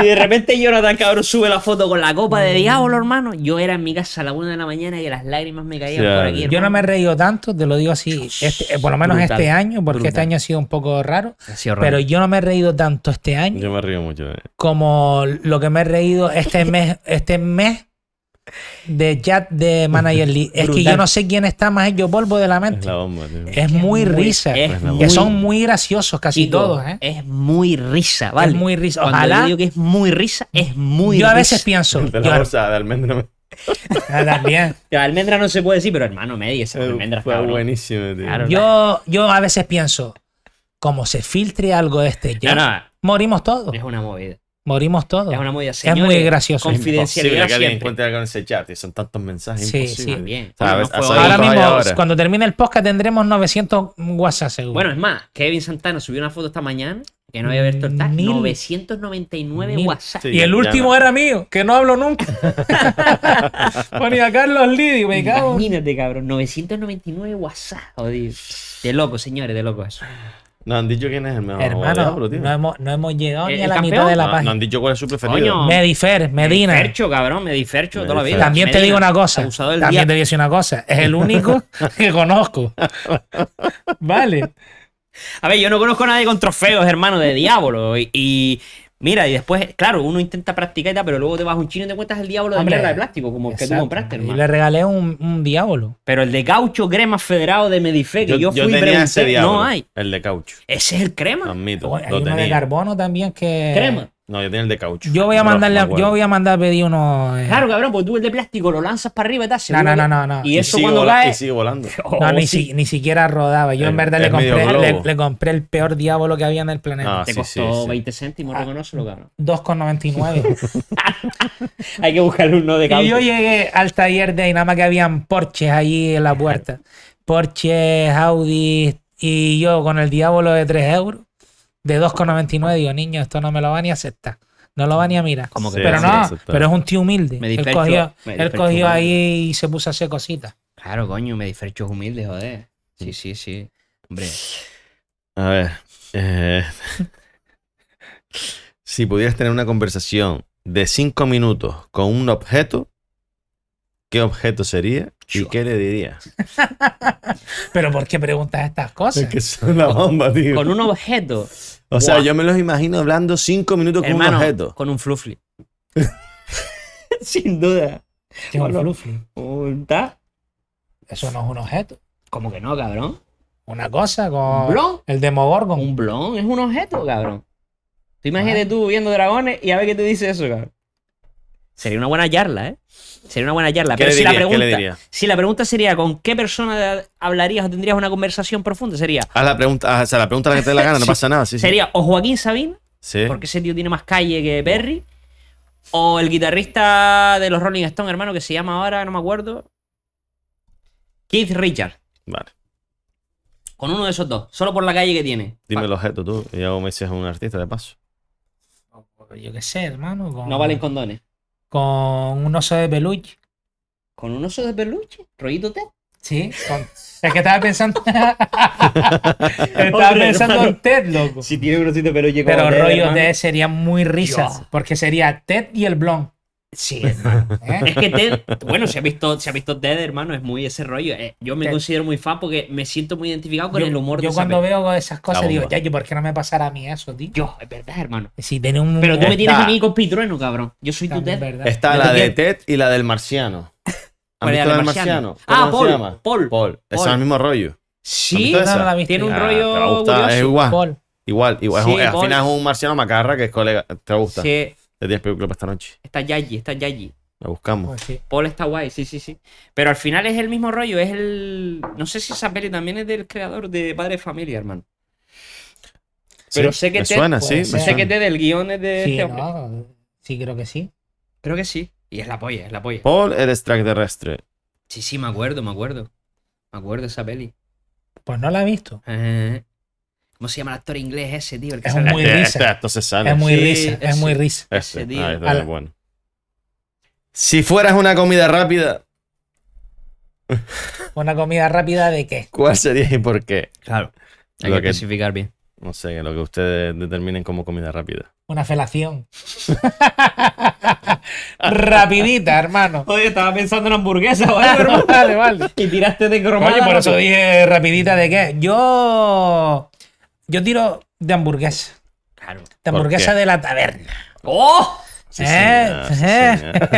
Speaker 4: Y de repente Jonathan cabrón sube la foto con la copa
Speaker 3: Mm.
Speaker 4: de diablo, hermano. Yo era en mi casa a la una de la mañana y las lágrimas me caían
Speaker 3: Sí,
Speaker 4: por
Speaker 3: vale.
Speaker 1: Yo no
Speaker 4: aquí.
Speaker 1: me he
Speaker 4: hermano.
Speaker 1: reído tanto, te lo digo así, este, eh, por lo menos
Speaker 4: Brutal,
Speaker 1: este año, porque este
Speaker 4: brutal.
Speaker 1: año ha sido un poco raro,
Speaker 4: Ha sido
Speaker 1: pero
Speaker 4: horrible.
Speaker 1: yo no me he reído tanto este año
Speaker 3: Yo me río mucho. eh.
Speaker 1: como lo que me he reído este mes, este mes de chat de Manager League. Es que
Speaker 4: Brutal.
Speaker 1: yo no sé quién está más hecho polvo de la
Speaker 3: Es
Speaker 1: mente.
Speaker 3: la bomba, tío.
Speaker 1: Es muy risa.
Speaker 4: es
Speaker 3: Que
Speaker 1: Que
Speaker 4: muy-
Speaker 1: son muy graciosos casi
Speaker 4: Chico,
Speaker 1: todos, ¿eh?
Speaker 4: Es muy risa, ¿vale?
Speaker 1: Es muy risa.
Speaker 4: Cuando
Speaker 1: Ojalá-
Speaker 4: yo digo que es muy risa, es muy
Speaker 1: Yo
Speaker 4: risa.
Speaker 1: a veces pienso,
Speaker 3: De
Speaker 1: yo-
Speaker 3: la bolsa de almendra. me-
Speaker 1: Ah, también.
Speaker 4: La almendra no se puede decir, pero hermano, media esas almendras,
Speaker 3: Eh, Fue
Speaker 4: cabrón.
Speaker 3: buenísimo, tío.
Speaker 4: Claro.
Speaker 1: Yo, yo a veces pienso, como se filtre algo de este
Speaker 4: No,
Speaker 1: chat,
Speaker 4: no,
Speaker 1: morimos todos.
Speaker 4: es una movida.
Speaker 1: Morimos todos.
Speaker 4: Es una movida.
Speaker 1: muy
Speaker 4: Señores,
Speaker 1: gracioso.
Speaker 4: Confidencialidad
Speaker 3: Imposible que alguien
Speaker 4: siempre.
Speaker 3: encuentre algo en ese chat. tío. Son tantos mensajes.
Speaker 1: Sí,
Speaker 3: imposible.
Speaker 1: sí.
Speaker 4: Bien.
Speaker 3: ¿Sabes?
Speaker 4: Bueno, no fue
Speaker 3: Ahora
Speaker 4: hoy.
Speaker 1: Ahora mismo,
Speaker 3: ahora.
Speaker 1: cuando termine el podcast, tendremos 900 WhatsApp seguro.
Speaker 4: Bueno, es más, Kevin Santana subió una foto esta mañana que no había visto el tag.
Speaker 1: Mil.
Speaker 4: 999
Speaker 1: Mil.
Speaker 4: WhatsApp.
Speaker 3: Sí,
Speaker 1: y el
Speaker 3: ya
Speaker 1: último
Speaker 3: no.
Speaker 1: era mío, que no hablo nunca. Ponía Carlos Lidio, me cago. en-
Speaker 4: Imagínate, cabrón. 999 WhatsApp. Jodido. De loco, señores, de loco eso.
Speaker 3: Nos han dicho quién es el mejor jugador de
Speaker 1: Hermano,
Speaker 3: Diablo, tío.
Speaker 1: no hemos, no hemos llegado
Speaker 4: ¿El-
Speaker 1: ni a
Speaker 4: Eh, el
Speaker 1: la
Speaker 4: campeón?
Speaker 1: mitad de la
Speaker 3: No, no
Speaker 1: página.
Speaker 3: han dicho cuál es su preferido.
Speaker 4: Coño,
Speaker 1: Medifer, Medina.
Speaker 4: Medifercho, cabrón, Medifercho toda la vida.
Speaker 3: Medifercho.
Speaker 1: También te digo
Speaker 4: Medina,
Speaker 1: una cosa.
Speaker 4: Abusado del
Speaker 1: También te
Speaker 4: diablo.
Speaker 1: voy a decir una cosa. Es el único que conozco. vale.
Speaker 4: A ver, yo no conozco a nadie con trofeos, hermano, de diablo. Y, y mira, y después, claro, uno intenta practicar y tal, pero luego te vas a un chino y te encuentras el diablo de
Speaker 1: Hombre,
Speaker 4: mierda de plástico, como el que tú
Speaker 1: Exacto.
Speaker 4: compraste,
Speaker 1: Y
Speaker 4: hermano.
Speaker 1: le regalé un, un diablo.
Speaker 4: Pero el de gaucho crema federado de Medife, que yo, fui y
Speaker 3: tenía ese
Speaker 4: pregunté,
Speaker 3: diablo,
Speaker 4: no hay.
Speaker 3: el de caucho.
Speaker 4: Ese es el crema.
Speaker 3: Lo admito.
Speaker 1: Hay
Speaker 3: lo
Speaker 1: uno de
Speaker 3: tenía.
Speaker 1: carbono también que.
Speaker 4: Crema.
Speaker 3: No, yo tenía el de caucho.
Speaker 1: Yo voy a
Speaker 3: Rojo,
Speaker 1: mandarle,
Speaker 3: me
Speaker 1: a-
Speaker 3: acuerdo.
Speaker 1: yo voy a mandar a pedir uno. eh,
Speaker 4: Claro, cabrón, porque tú el de plástico lo lanzas para arriba y tal. seguro
Speaker 1: no,
Speaker 4: que-
Speaker 1: no, no, no.
Speaker 4: Y
Speaker 3: Y
Speaker 4: eso
Speaker 3: sigue
Speaker 4: cuando
Speaker 3: vola-
Speaker 4: cae.
Speaker 3: Y sigue volando.
Speaker 1: No,
Speaker 4: Oh,
Speaker 1: ni,
Speaker 4: sí,
Speaker 1: si- ni siquiera rodaba. Yo
Speaker 3: Es-
Speaker 1: en verdad le
Speaker 3: es medio
Speaker 1: compré, le,
Speaker 3: globo.
Speaker 1: le compré el peor diablo que había en el planeta.
Speaker 3: Ah,
Speaker 4: Te
Speaker 3: sí, sí,
Speaker 4: costó
Speaker 3: sí.
Speaker 4: 20
Speaker 1: Ah.
Speaker 4: céntimos, reconócelo, cabrón.
Speaker 1: 2,99.
Speaker 4: Hay que buscar uno de
Speaker 1: y yo
Speaker 4: caucho.
Speaker 1: llegué al taller de ahí, nada más que habían Porches allí en la puerta. Porches, Audi y yo con el diablo de 3 euros, de 2,99. Digo, niño, esto no me lo van ni a aceptar. No lo van ni a mirar.
Speaker 4: Como que
Speaker 3: Sí,
Speaker 1: pero
Speaker 3: sí,
Speaker 1: no,
Speaker 3: aceptar.
Speaker 1: pero es un tío humilde.
Speaker 4: Me
Speaker 1: él
Speaker 4: disperso-
Speaker 1: cogió,
Speaker 4: me
Speaker 1: él
Speaker 4: disperso
Speaker 1: cogió
Speaker 4: humilde.
Speaker 1: ahí y se puso a hacer cositas.
Speaker 4: Claro, coño, me difercho humilde, joder. Sí, sí, sí. Hombre,
Speaker 3: A ver. eh, si pudieras tener una conversación de cinco minutos con un objeto, ¿qué objeto sería y
Speaker 4: Chua.
Speaker 3: qué le dirías?
Speaker 1: Pero ¿por qué preguntas estas cosas?
Speaker 3: Es que son la bomba, tío.
Speaker 4: con un objeto.
Speaker 3: O sea,
Speaker 4: Buah.
Speaker 3: yo me los imagino hablando cinco minutos con
Speaker 4: hermano,
Speaker 3: un objeto.
Speaker 4: con un fluffy. Sin duda.
Speaker 1: Tengo el
Speaker 4: Bueno.
Speaker 1: fluffy.
Speaker 4: Un ta-
Speaker 1: Eso no es un objeto.
Speaker 4: Como que no, cabrón.
Speaker 1: Una cosa con
Speaker 4: ¿Un blon?
Speaker 1: el Demogorgon.
Speaker 4: Un blon es un objeto, cabrón. Tú imagínate tú viendo dragones y a ver qué te dice eso, cabrón. Sería una buena charla, ¿eh? Sería una buena charla.
Speaker 3: ¿Qué
Speaker 4: Pero
Speaker 3: le
Speaker 4: si la
Speaker 3: dirías? ¿Qué le
Speaker 4: pregunta,
Speaker 3: dirías?
Speaker 4: si la pregunta sería ¿con qué persona hablarías o tendrías una conversación profunda? Sería,
Speaker 3: Haz la pregunta, haz- o sea, la pregunta a la que te dé la gana, no
Speaker 4: Sí.
Speaker 3: pasa nada. Sí, sí.
Speaker 4: sería o Joaquín Sabina,
Speaker 3: Sí.
Speaker 4: porque ese tío tiene más calle que Perry, o el guitarrista de los Rolling Stones, hermano, que se llama ahora, no me acuerdo, Keith Richard.
Speaker 3: Vale.
Speaker 4: Con uno de esos dos, solo por la calle que tiene.
Speaker 3: Dime el objeto tú. Y luego me dices a un artista de paso.
Speaker 1: Yo qué sé, hermano. Con,
Speaker 4: No valen condones.
Speaker 1: con un oso de peluche.
Speaker 4: ¿Con un oso de peluche? ¿Rollito té?
Speaker 1: Sí. con- es que estaba pensando. estaba
Speaker 4: Hombre,
Speaker 1: pensando
Speaker 4: hermano.
Speaker 1: en Ted, loco.
Speaker 4: Si tiene un osito de peluche
Speaker 1: Pero
Speaker 4: Ted,
Speaker 1: rollo
Speaker 4: hermano.
Speaker 1: Ted sería muy risas.
Speaker 4: Dios.
Speaker 1: Porque sería Ted y el blon.
Speaker 4: Sí, hermano.
Speaker 1: ¿eh?
Speaker 4: Es que Ted, bueno, se ha visto, se ha visto Ted, hermano, es muy ese rollo. Eh, yo me
Speaker 1: Ted.
Speaker 4: considero muy fan porque me siento muy identificado con
Speaker 1: yo
Speaker 4: el humor
Speaker 1: yo
Speaker 4: de
Speaker 1: cuando
Speaker 4: esa
Speaker 1: veo esas cosas
Speaker 3: La
Speaker 1: digo,
Speaker 3: bomba.
Speaker 1: ya, yo, ¿por qué no me pasará a mí eso, tío?
Speaker 4: Yo, es verdad, hermano.
Speaker 1: Si tiene un.
Speaker 4: Pero tú me
Speaker 3: Está.
Speaker 4: tienes a mí con pitrueno, cabrón. Yo soy tu
Speaker 1: También,
Speaker 4: Ted.
Speaker 1: ¿verdad?
Speaker 3: Está
Speaker 4: Yo
Speaker 3: la
Speaker 4: te
Speaker 3: de
Speaker 4: quiero.
Speaker 3: Ted y la del marciano. ¿Han
Speaker 4: ¿Cuál era la
Speaker 3: visto la del
Speaker 4: marciana?
Speaker 3: marciano?
Speaker 4: Ah,
Speaker 3: ¿Cómo se
Speaker 4: Paul,
Speaker 3: llama?
Speaker 4: Paul,
Speaker 3: Paul. Ese es
Speaker 4: Paul.
Speaker 3: el mismo rollo.
Speaker 4: Sí,
Speaker 3: ¿Han visto
Speaker 1: No, no
Speaker 3: esa?
Speaker 1: la viste.
Speaker 4: tiene un
Speaker 3: Ah,
Speaker 4: rollo
Speaker 3: te va a gustar, Es
Speaker 4: curioso.
Speaker 3: igual.
Speaker 1: Paul.
Speaker 3: Igual, igual.
Speaker 4: Sí,
Speaker 3: es un- al
Speaker 4: Paul.
Speaker 3: final es un marciano macarra que es colega. Te va a gustar.
Speaker 4: Sí,
Speaker 3: Te tienes película para esta noche.
Speaker 4: está Yayi, está Yayi.
Speaker 3: La buscamos.
Speaker 1: Pues sí.
Speaker 4: Paul está guay, sí, sí, sí. Pero al final es el mismo rollo, es el... No sé si esa peli también es del creador de Padre de Familia, hermano. Pero
Speaker 3: Sí,
Speaker 4: sé que
Speaker 3: me
Speaker 4: Ted-
Speaker 3: suena,
Speaker 1: puede
Speaker 3: sí, me
Speaker 1: ser.
Speaker 4: Sé
Speaker 3: suena.
Speaker 4: que Ted, el guion es de
Speaker 1: Sí,
Speaker 4: este hombre.
Speaker 1: no, sí, creo que sí.
Speaker 4: Creo que sí. Y es la polla, es la polla.
Speaker 3: Paul el extraterrestre.
Speaker 4: Sí, sí, me acuerdo, me acuerdo. Me acuerdo de esa peli.
Speaker 1: Pues no la he visto.
Speaker 4: Ajá. ¿Cómo se llama el actor inglés ese, tío? El que
Speaker 1: Es
Speaker 4: sale-
Speaker 1: muy
Speaker 3: Este-
Speaker 1: risa.
Speaker 3: este acto se sale.
Speaker 1: Es muy
Speaker 4: Sí,
Speaker 1: risa, es
Speaker 4: sí.
Speaker 1: muy risa.
Speaker 3: Este,
Speaker 4: Ese tío.
Speaker 3: ah, este
Speaker 1: Al-
Speaker 3: es bueno. Si fueras una comida rápida,
Speaker 1: ¿Una comida rápida de qué?
Speaker 3: ¿cuál sería y por qué?
Speaker 4: Claro. Hay
Speaker 3: Lo
Speaker 4: que
Speaker 3: que-
Speaker 4: especificar bien.
Speaker 3: No sé, lo que ustedes determinen como comida rápida.
Speaker 1: Una felación. Rapidita, hermano.
Speaker 4: Oye, estaba pensando en hamburguesa,
Speaker 1: vale, vale.
Speaker 4: y tiraste de cromada.
Speaker 1: Oye, por eso dije rapidita de qué. Yo. Yo tiro de hamburguesa.
Speaker 4: Claro.
Speaker 1: De
Speaker 3: ¿Por
Speaker 1: hamburguesa
Speaker 3: qué?
Speaker 1: de la taberna.
Speaker 4: ¡Oh!
Speaker 3: Sí,
Speaker 1: Eh,
Speaker 3: señor, sí, señor.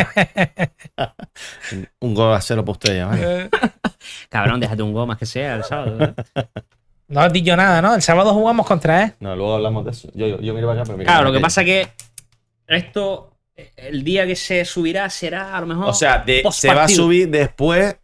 Speaker 3: Un gol a cero para ustedes,
Speaker 1: Eh.
Speaker 3: ¿vale?
Speaker 4: Cabrón, déjate un goma que sea el sábado. ¿eh?
Speaker 1: No has dicho nada, ¿no? El sábado jugamos contra ¿eh? él.
Speaker 3: No, luego hablamos de eso. Yo, yo, yo miro para acá, pero mira
Speaker 4: Claro, lo
Speaker 3: para
Speaker 4: que
Speaker 3: acá.
Speaker 4: pasa que esto, eh, el día que se subirá será a lo mejor.
Speaker 3: O sea, de- se
Speaker 4: postpartido.
Speaker 3: va a subir después.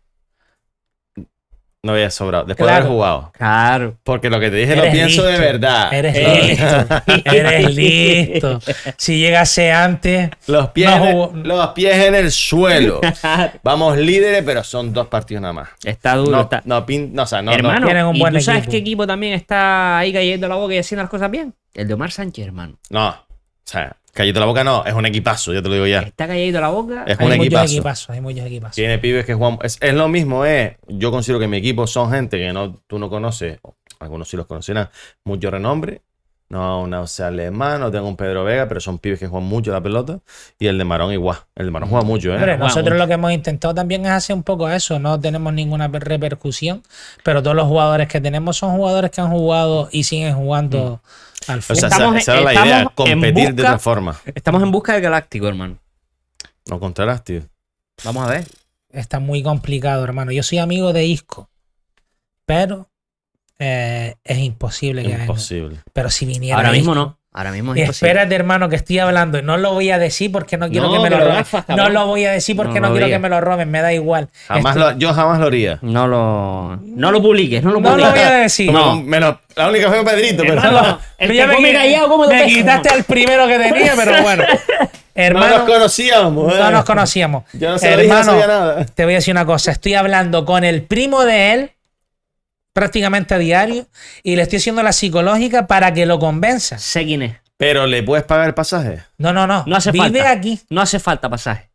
Speaker 3: No había sobrado. Después de
Speaker 1: Claro.
Speaker 3: haber jugado.
Speaker 4: Claro.
Speaker 3: Porque lo que te dije
Speaker 1: Eres
Speaker 3: lo pienso de
Speaker 1: listo.
Speaker 3: verdad. Eh,
Speaker 1: Eres
Speaker 3: Lo-
Speaker 1: listo. Eres listo. Si llegase antes.
Speaker 3: Los pies,
Speaker 1: No
Speaker 3: en
Speaker 1: jugó.
Speaker 3: el, los pies en el suelo. Vamos líderes, pero son dos partidos nada más.
Speaker 4: Está duro.
Speaker 3: No,
Speaker 4: está...
Speaker 3: no, pin- no, o sea, no, no.
Speaker 4: hermano,
Speaker 1: tienen un
Speaker 4: ¿y
Speaker 1: buen
Speaker 4: tú sabes
Speaker 1: equipo.
Speaker 4: qué equipo también está ahí cayendo la boca y haciendo las cosas bien? El de Omar Sánchez, hermano.
Speaker 3: No, o sea, callito la boca no, es un equipazo, ya te lo digo ya.
Speaker 4: Está cayendo la boca.
Speaker 3: Es
Speaker 1: Hay
Speaker 3: un
Speaker 1: muchos
Speaker 3: equipazo.
Speaker 1: equipazos, hay muchos equipazos.
Speaker 3: Tiene pibes que jugamos. Es, es lo mismo, eh. Yo considero que mi equipo son gente que no, tú no conoces, o algunos sí los conocerán, mucho renombre. No, no sé alemán, no tengo un Pedro Vega, pero son pibes que juegan mucho la pelota. Y el de Marón igual. El de Marón juega mucho,
Speaker 1: Hombre,
Speaker 3: eh.
Speaker 4: bueno,
Speaker 1: nosotros
Speaker 4: bueno.
Speaker 1: lo que hemos intentado también es hacer un poco eso, no tenemos ninguna per- repercusión, pero todos los jugadores que tenemos son jugadores que han jugado y siguen jugando
Speaker 4: Mm.
Speaker 1: al
Speaker 3: O sea,
Speaker 1: fútbol.
Speaker 3: esa,
Speaker 4: Estamos-
Speaker 3: esa era la idea,
Speaker 4: estamos en
Speaker 3: competir de
Speaker 4: busca-
Speaker 3: otra forma.
Speaker 4: Estamos en busca del Galáctico, hermano.
Speaker 3: No contarás, tío.
Speaker 4: Vamos a ver.
Speaker 1: Está muy complicado, hermano. Yo soy amigo de Isco, pero eh, es imposible que venga.
Speaker 3: Imposible.
Speaker 1: Pero si viniera
Speaker 4: Ahora mismo
Speaker 1: Isco-
Speaker 4: no. Ahora mismo es imposible.
Speaker 1: Espérate, hermano, que estoy hablando. y No lo voy a decir porque no quiero
Speaker 2: No,
Speaker 1: que me lo
Speaker 2: pero
Speaker 1: roben.
Speaker 2: Rafa,
Speaker 1: no
Speaker 2: cabrón.
Speaker 1: lo voy a decir porque
Speaker 4: No
Speaker 1: no,
Speaker 4: lo
Speaker 1: quiero que
Speaker 4: digas.
Speaker 1: me lo roben. Me da igual.
Speaker 3: Jamás
Speaker 1: Esto-
Speaker 3: lo- yo jamás lo haría.
Speaker 4: No lo, no lo publiques, no lo
Speaker 1: No lo
Speaker 4: publiques.
Speaker 1: voy a decir.
Speaker 3: No, menos, la única fue Pedrito, pero.
Speaker 1: No lo-
Speaker 4: el
Speaker 1: Tú
Speaker 4: que
Speaker 1: ya me,
Speaker 4: come
Speaker 1: qui-
Speaker 4: gallego, come dos
Speaker 1: me
Speaker 4: veces.
Speaker 1: quitaste al primero que tenía, pero bueno.
Speaker 3: no nos
Speaker 1: Hermano,
Speaker 3: conocíamos. eh.
Speaker 1: no nos conocíamos.
Speaker 3: Yo no se lo dije, no
Speaker 1: Hermano,
Speaker 3: sabía nada.
Speaker 1: te voy a decir una cosa. Estoy hablando con el primo de él prácticamente a diario y le estoy haciendo la psicológica para que lo convenza.
Speaker 4: Sé quién es.
Speaker 3: Pero le puedes pagar el pasaje.
Speaker 1: No, no, no.
Speaker 4: No hace
Speaker 1: Vive
Speaker 4: falta.
Speaker 1: aquí.
Speaker 4: No hace falta pasaje.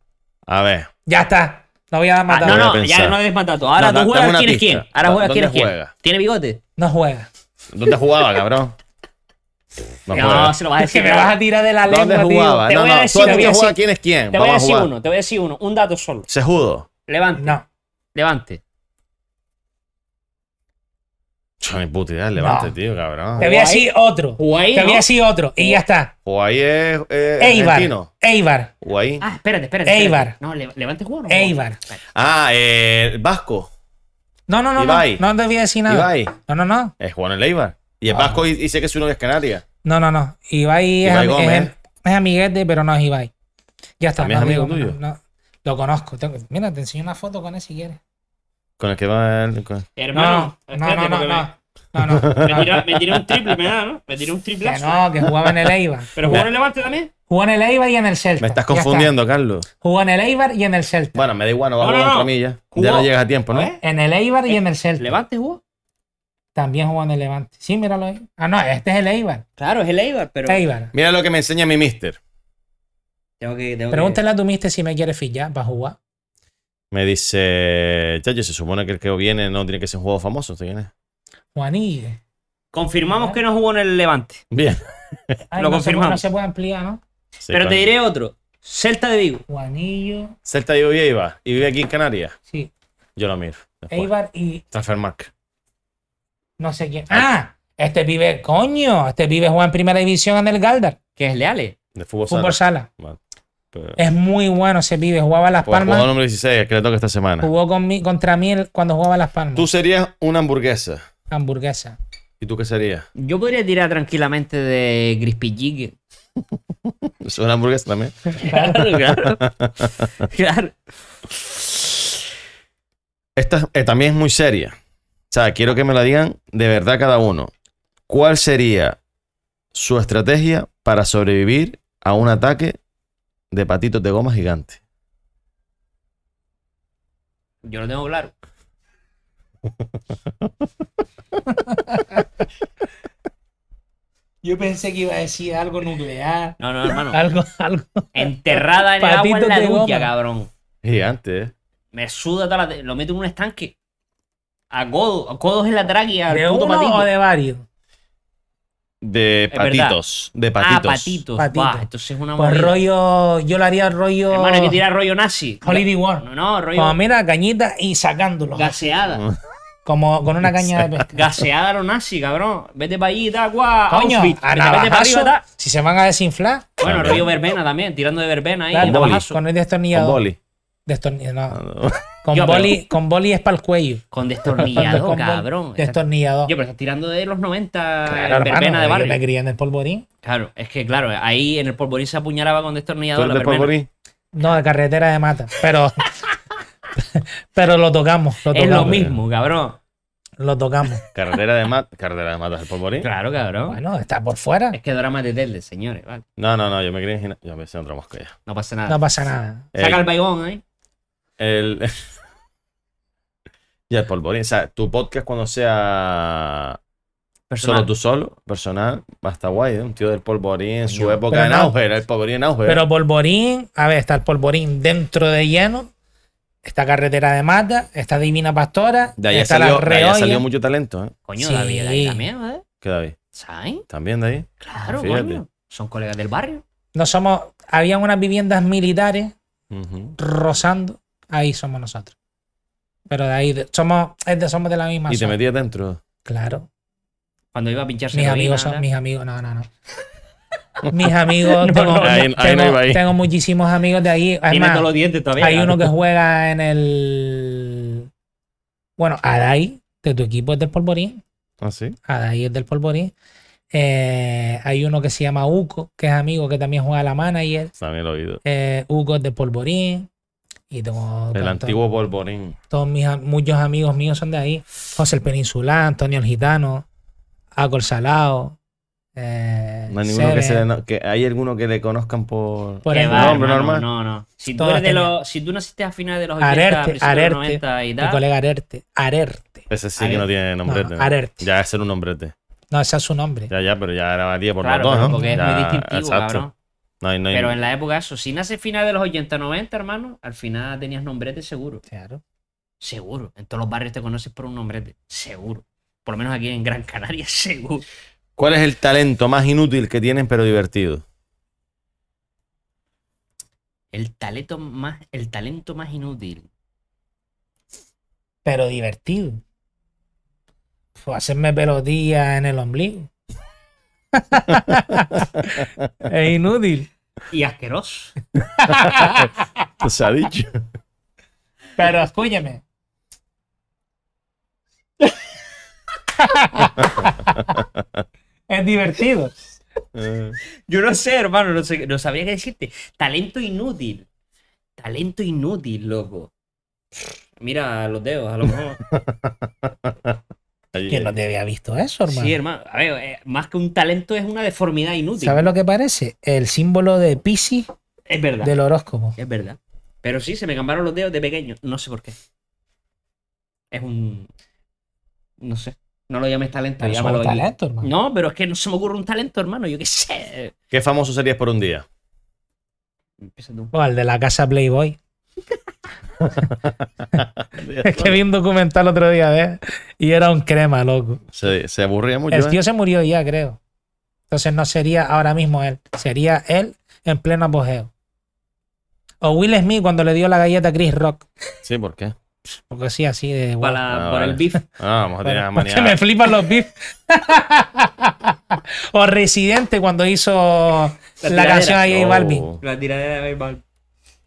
Speaker 3: A ver.
Speaker 1: Ya está. No voy a dar
Speaker 4: Ah,
Speaker 1: matado.
Speaker 4: no,
Speaker 3: voy a
Speaker 4: no, ya
Speaker 3: pensar.
Speaker 4: no eres matado. Ahora
Speaker 3: No, da-
Speaker 4: tú
Speaker 3: dame una
Speaker 4: juegas quién es
Speaker 3: pista.
Speaker 4: quién. Ahora
Speaker 3: Da-
Speaker 4: juegas quién es
Speaker 3: ¿dónde
Speaker 4: quién.
Speaker 3: juega?
Speaker 4: ¿Tiene bigote?
Speaker 1: No juega.
Speaker 3: ¿Dónde jugaba, cabrón? No
Speaker 4: No,
Speaker 3: juega.
Speaker 4: se lo vas a
Speaker 1: Es que
Speaker 4: decir.
Speaker 1: me vas a tirar de la
Speaker 3: ¿Dónde
Speaker 1: lengua,
Speaker 3: jugaba?
Speaker 4: Te
Speaker 3: No,
Speaker 4: voy a
Speaker 3: no.
Speaker 4: decir,
Speaker 3: Tú a
Speaker 4: te
Speaker 3: ti
Speaker 4: voy
Speaker 3: que
Speaker 4: a
Speaker 3: juega
Speaker 4: decir.
Speaker 3: quién es quién.
Speaker 4: Te voy a
Speaker 3: Vamos a
Speaker 4: decir
Speaker 3: jugar.
Speaker 4: uno, te voy a decir uno. Un dato solo.
Speaker 3: Se judo.
Speaker 1: tío.
Speaker 4: Levante,
Speaker 1: No.
Speaker 4: levante.
Speaker 3: Yo ni puta idea, levante, tío, cabrón.
Speaker 1: Te voy a decir otro.
Speaker 4: Guay,
Speaker 1: Te voy
Speaker 4: ¿no?
Speaker 1: a decir otro. Y ya está.
Speaker 3: Guay es eh,
Speaker 1: Eibar.
Speaker 3: argentino.
Speaker 1: Eibar.
Speaker 3: Guay.
Speaker 4: Ah, espérate, espérate. espérate.
Speaker 1: Eibar.
Speaker 4: No, le- levante juego. no?
Speaker 1: Eibar.
Speaker 3: Ah, eh, vasco.
Speaker 1: No, no, no.
Speaker 3: Ibai.
Speaker 1: No, no te voy a decir nada.
Speaker 3: Ibai.
Speaker 1: No, no, no.
Speaker 3: Es Juan el Eibar. Y el
Speaker 4: Ah.
Speaker 3: vasco y, y sé que su novia es canaria.
Speaker 1: No, no, no. Ibai es,
Speaker 3: Ibai
Speaker 1: ami-
Speaker 3: Gómez.
Speaker 1: es- es amiguete, pero no es Ibai. Ya está.
Speaker 3: ¿También
Speaker 1: no
Speaker 3: es amigo
Speaker 1: digo-
Speaker 3: tuyo?
Speaker 1: no, lo conozco. Tengo- mira, te enseño una foto con él si quieres.
Speaker 3: Con el que va el. con-
Speaker 1: No,
Speaker 4: Hermano,
Speaker 1: no, no, no, no.
Speaker 4: porque
Speaker 1: No, no.
Speaker 4: Me, me tiró, me tiró un triple, me da, ¿no? Me tiró un triple.
Speaker 1: Que no, que jugaba en el Eibar.
Speaker 4: Pero jugó en el Levante también.
Speaker 1: Jugó en el Eibar y en el Celta.
Speaker 3: Me estás
Speaker 1: Ya está.
Speaker 3: confundiendo, Carlos.
Speaker 1: Jugó en el Eibar y en el Celta.
Speaker 3: Bueno, me da igual, no va a
Speaker 4: No, no,
Speaker 3: jugar
Speaker 4: no.
Speaker 3: contra mí ya. Ya
Speaker 4: Jugó.
Speaker 3: no llegas a tiempo, ¿no?
Speaker 4: ¿Eh?
Speaker 1: En el Eibar y en el Celta.
Speaker 4: Levante jugó.
Speaker 1: También jugó en el Levante. Sí, míralo ahí. Ah, no, este es el Eibar.
Speaker 4: Claro, es el Eibar, pero.
Speaker 1: Eibar.
Speaker 3: Mira lo que me enseña mi mister.
Speaker 4: Tengo que, tengo que-
Speaker 1: Pregúntale a tu mister si me quiere fichar para jugar.
Speaker 3: Me dice, chacho, se supone que el que viene no tiene que ser un juego famoso. ¿Tú quién es?
Speaker 1: Juanille.
Speaker 4: Confirmamos que no jugó en el Levante.
Speaker 3: Bien.
Speaker 1: Ay,
Speaker 4: Lo
Speaker 1: no se puede-
Speaker 4: confirmamos.
Speaker 1: no se puede ampliar, ¿no?
Speaker 3: Sí,
Speaker 4: pero
Speaker 3: coño.
Speaker 4: te diré otro. Celta de Vigo.
Speaker 1: Juanillo.
Speaker 3: Celta de Vigo y Eibar. Y vive aquí en Canarias.
Speaker 1: Sí.
Speaker 3: Yo lo miro.
Speaker 4: E
Speaker 3: Después.
Speaker 1: Eibar y
Speaker 3: Transfermarkt.
Speaker 1: no sé quién. Ah, este pibe, coño. Este pibe juega en primera división en el Galdar.
Speaker 4: Que es Leale.
Speaker 3: De fútbol,
Speaker 1: Fútbol
Speaker 3: sala.
Speaker 1: sala.
Speaker 3: Vale.
Speaker 4: E
Speaker 3: Pero-
Speaker 1: Es muy bueno ese pibe. Jugaba en Las
Speaker 3: Pues, jugador
Speaker 1: Palmas.
Speaker 3: número 16, el que le toca esta semana.
Speaker 1: Jugó con mí- contra mí el- cuando jugaba en Las Palmas.
Speaker 3: Tú serías una hamburguesa.
Speaker 1: Hamburguesa.
Speaker 3: ¿Y tú qué serías?
Speaker 4: Yo podría tirar tranquilamente de Crispy Jig.
Speaker 3: ¿Soy una hamburguesa también?
Speaker 4: Claro, claro. claro.
Speaker 3: Esta eh, también es muy seria. O sea, quiero que me la digan de verdad cada uno. ¿Cuál sería su estrategia para sobrevivir a un ataque de patitos de goma gigante?
Speaker 4: Yo lo tengo claro.
Speaker 1: Yo pensé que iba a decir algo nuclear.
Speaker 4: No, no, hermano.
Speaker 1: Algo, algo.
Speaker 4: Enterrada en el agua
Speaker 1: Patitos
Speaker 4: en la
Speaker 1: de
Speaker 4: ducha,
Speaker 1: goma.
Speaker 4: cabrón.
Speaker 3: Gigante, ¿eh?
Speaker 4: Me suda toda la. Lo meto en un estanque. A codos. A codos en la tráquea.
Speaker 1: ¿De
Speaker 4: Al puto Ah,
Speaker 1: uno
Speaker 4: patito.
Speaker 1: o de varios?
Speaker 3: De
Speaker 4: Es verdad.
Speaker 3: patitos. De
Speaker 4: Ah,
Speaker 3: patitos.
Speaker 4: patitos.
Speaker 1: Patitos.
Speaker 4: Buah, entonces es una
Speaker 1: Pues
Speaker 4: movida.
Speaker 1: rollo. Yo lo haría rollo.
Speaker 4: Hermano, hay que tirar rollo nazi.
Speaker 1: Holiday War.
Speaker 4: No, no, rollo
Speaker 1: Como mira, cañita y sacándolo.
Speaker 4: gaseada.
Speaker 1: Como con una caña de pesca.
Speaker 4: Gaseada lo nazi, cabrón. Vete para allí, tal, guau.
Speaker 1: Coño,
Speaker 4: Auschwitz.
Speaker 1: a
Speaker 4: Vete, vete para arriba,
Speaker 1: navajazo,
Speaker 4: tal.
Speaker 1: si se van a desinflar,
Speaker 4: Bueno,
Speaker 3: También.
Speaker 4: rollo verbena también, tirando de verbena ahí.
Speaker 1: claro,
Speaker 4: navajazo.
Speaker 1: con el
Speaker 3: Con
Speaker 1: destornillador.
Speaker 3: boli.
Speaker 1: Destorni- no, Con,
Speaker 4: Yo, pero-
Speaker 1: boli, con boli es para el cuello.
Speaker 4: Con destornillador,
Speaker 1: Con boli-
Speaker 4: cabrón. Está-
Speaker 1: Destornillador.
Speaker 4: Yo, pero estás tirando de los 90
Speaker 1: Claro,
Speaker 4: verbena
Speaker 1: hermano,
Speaker 4: de
Speaker 1: yo
Speaker 4: barrio.
Speaker 1: me crié en el polvorín.
Speaker 4: Claro, es que claro, ahí en el polvorín se apuñalaba con
Speaker 3: ¿Tú
Speaker 4: destornillador
Speaker 3: eres
Speaker 4: la
Speaker 3: de
Speaker 4: verbena.
Speaker 3: polvorín?
Speaker 1: No, de carretera de mata. Pero, pero lo tocamos. Lo
Speaker 4: Es lo
Speaker 1: tocamos.
Speaker 4: mismo, cabrón.
Speaker 1: Lo tocamos.
Speaker 3: Carretera de mat carretera de matas del polvorín.
Speaker 4: Claro, cabrón.
Speaker 1: Bueno, está por fuera.
Speaker 4: Es que drama de Telde, señores, vale.
Speaker 3: No, no, no, yo me quería imaginar. Ya me hice otra mosca ya.
Speaker 4: No pasa nada.
Speaker 1: No pasa nada.
Speaker 3: Eh,
Speaker 4: Saca el baigón ahí.
Speaker 3: El... ya el polvorín. O sea, tu podcast cuando sea
Speaker 4: Personal.
Speaker 3: solo tú solo, personal, va a estar guay, ¿eh? Un tío del polvorín en su
Speaker 1: Coño.
Speaker 3: época
Speaker 1: Pero
Speaker 3: en
Speaker 1: no.
Speaker 3: auge, era el polvorín en auge.
Speaker 1: Pero polvorín, a ver, está el polvorín dentro de lleno. Está carretera de mata. Está Divina Pastora.
Speaker 3: de allá
Speaker 1: está
Speaker 3: salió,
Speaker 1: la
Speaker 3: de allá
Speaker 1: Reolla.
Speaker 3: salió mucho talento, ¿eh?
Speaker 4: Coño,
Speaker 1: Sí.
Speaker 4: David, ahí también, ¿eh?
Speaker 3: Que David,
Speaker 4: ¿Saben?
Speaker 3: también de ahí.
Speaker 4: Claro,
Speaker 3: Fíjate.
Speaker 4: coño. Son colegas del barrio.
Speaker 1: No somos. Habían unas viviendas militares
Speaker 3: Ujú.
Speaker 1: rozando. Ahí somos nosotros. Pero de ahí de- somos, es de, somos de la misma
Speaker 3: Y te
Speaker 1: zona.
Speaker 3: metías dentro.
Speaker 1: Claro.
Speaker 4: Cuando iba a pincharse
Speaker 1: Mis amigos son, mis amigos, no, no, no. Mis amigos, tengo,
Speaker 3: no, ahí- ahí no
Speaker 1: tengo-
Speaker 3: iba ahí.
Speaker 1: tengo muchísimos amigos de ahí. Es
Speaker 4: Tiene
Speaker 1: más,
Speaker 4: todos los dientes todavía.
Speaker 1: hay
Speaker 4: cabrón.
Speaker 1: uno que juega en el. Bueno, Adai, de tu equipo es del Polvorín.
Speaker 3: ¿Ah, sí?
Speaker 1: Adai es del Polvorín. Eh, hay uno que se llama Uco, que es amigo que también juega a la manager.
Speaker 3: También lo he oído.
Speaker 1: Eh, Uco es de Polvorín. Y tengo
Speaker 3: El
Speaker 1: tanto-
Speaker 3: antiguo Borborín.
Speaker 1: todos mis, am- muchos amigos míos son de ahí. José el Peninsular, Antonio el Gitano, Acor Salao. eh,
Speaker 3: No hay ninguno que se
Speaker 1: Seven.
Speaker 3: le no- que hay alguno que le conozcan por,
Speaker 1: Por
Speaker 4: Qué
Speaker 1: el
Speaker 4: va,
Speaker 3: nombre
Speaker 4: hermano,
Speaker 3: normal.
Speaker 4: No, no. Si tú,
Speaker 1: Todas
Speaker 4: eres de
Speaker 1: tenían.
Speaker 4: los, si tú naciste a finales de los 80,
Speaker 1: Arerte,
Speaker 4: principios de los
Speaker 1: Arerte.
Speaker 4: 90 y
Speaker 1: Mi
Speaker 4: tal,
Speaker 1: colega Arerte. Arerte.
Speaker 3: Ese sí
Speaker 4: Arete.
Speaker 3: que no tiene nombrete.
Speaker 1: No,
Speaker 3: ¿no?
Speaker 1: Arete.
Speaker 3: Ya ese era un nombrete.
Speaker 1: No, ese es su nombre.
Speaker 3: Ya, ya, pero ya era varía por
Speaker 4: claro,
Speaker 3: los dos,
Speaker 4: pero
Speaker 3: ¿no?
Speaker 4: porque es
Speaker 3: Ya,
Speaker 4: muy distintivo,
Speaker 3: exacto.
Speaker 4: cabrón.
Speaker 3: No hay, no hay-
Speaker 4: Pero en la época, eso, si naces finales de los 80, 90, hermano, al final tenías nombrete seguro.
Speaker 1: Claro.
Speaker 4: Seguro. En todos los barrios te conoces por un nombrete. Seguro. Por lo menos aquí en Gran Canaria, seguro.
Speaker 3: ¿Cuál es el talento más inútil que tienen pero divertido?
Speaker 4: El talento más, el talento más inútil.
Speaker 1: Pero divertido. Fue hacerme pelotilla en el ombligo. es inútil.
Speaker 4: Y asqueroso.
Speaker 3: Se ha dicho.
Speaker 1: Pero escúchame. es divertido.
Speaker 3: Eh,
Speaker 4: Yo no sé, hermano, no, sé, no sabía qué decirte. Talento inútil. Talento inútil, loco. Mira los dedos, a lo mejor.
Speaker 3: eh.
Speaker 1: Yo no te había visto eso, hermano.
Speaker 4: Sí, hermano. A ver, eh, más que un talento es una deformidad inútil.
Speaker 1: ¿Sabes lo que parece? El símbolo de Pisces
Speaker 4: Es verdad.
Speaker 1: del horóscopo.
Speaker 4: Es verdad. Pero sí, se me cambiaron los dedos de pequeño. No sé por qué. Es un. No sé. No lo llames talento.
Speaker 1: Pero eso es
Speaker 4: llámalo
Speaker 1: un
Speaker 4: aquí.
Speaker 1: talento, hermano.
Speaker 4: No, pero es que no se me ocurre un talento, hermano. Yo qué sé.
Speaker 3: ¿Qué famoso serías por un día?
Speaker 4: Empieza tú.
Speaker 1: O el de la casa Playboy. Es que vi un documental otro día, ¿ves? Y era un crema, loco.
Speaker 3: se, se aburría mucho.
Speaker 1: El
Speaker 3: ¿eh?
Speaker 1: tío se murió ya, creo. Entonces no sería ahora mismo él. Sería él en pleno apogeo. O Will Smith cuando le dio la galleta a Chris Rock.
Speaker 3: Sí, ¿por qué?
Speaker 1: Porque así, así de. guau.
Speaker 4: Para,
Speaker 3: Ah,
Speaker 4: para
Speaker 3: vale.
Speaker 4: el beef.
Speaker 3: Ah, vamos a
Speaker 1: Pero-
Speaker 3: tener la
Speaker 1: porque me
Speaker 3: manía.
Speaker 1: flipan los beef. o Residente cuando hizo la,
Speaker 4: tiradera.
Speaker 1: canción a J
Speaker 3: Oh.
Speaker 1: Balvin.
Speaker 4: La tiradera de béisbol.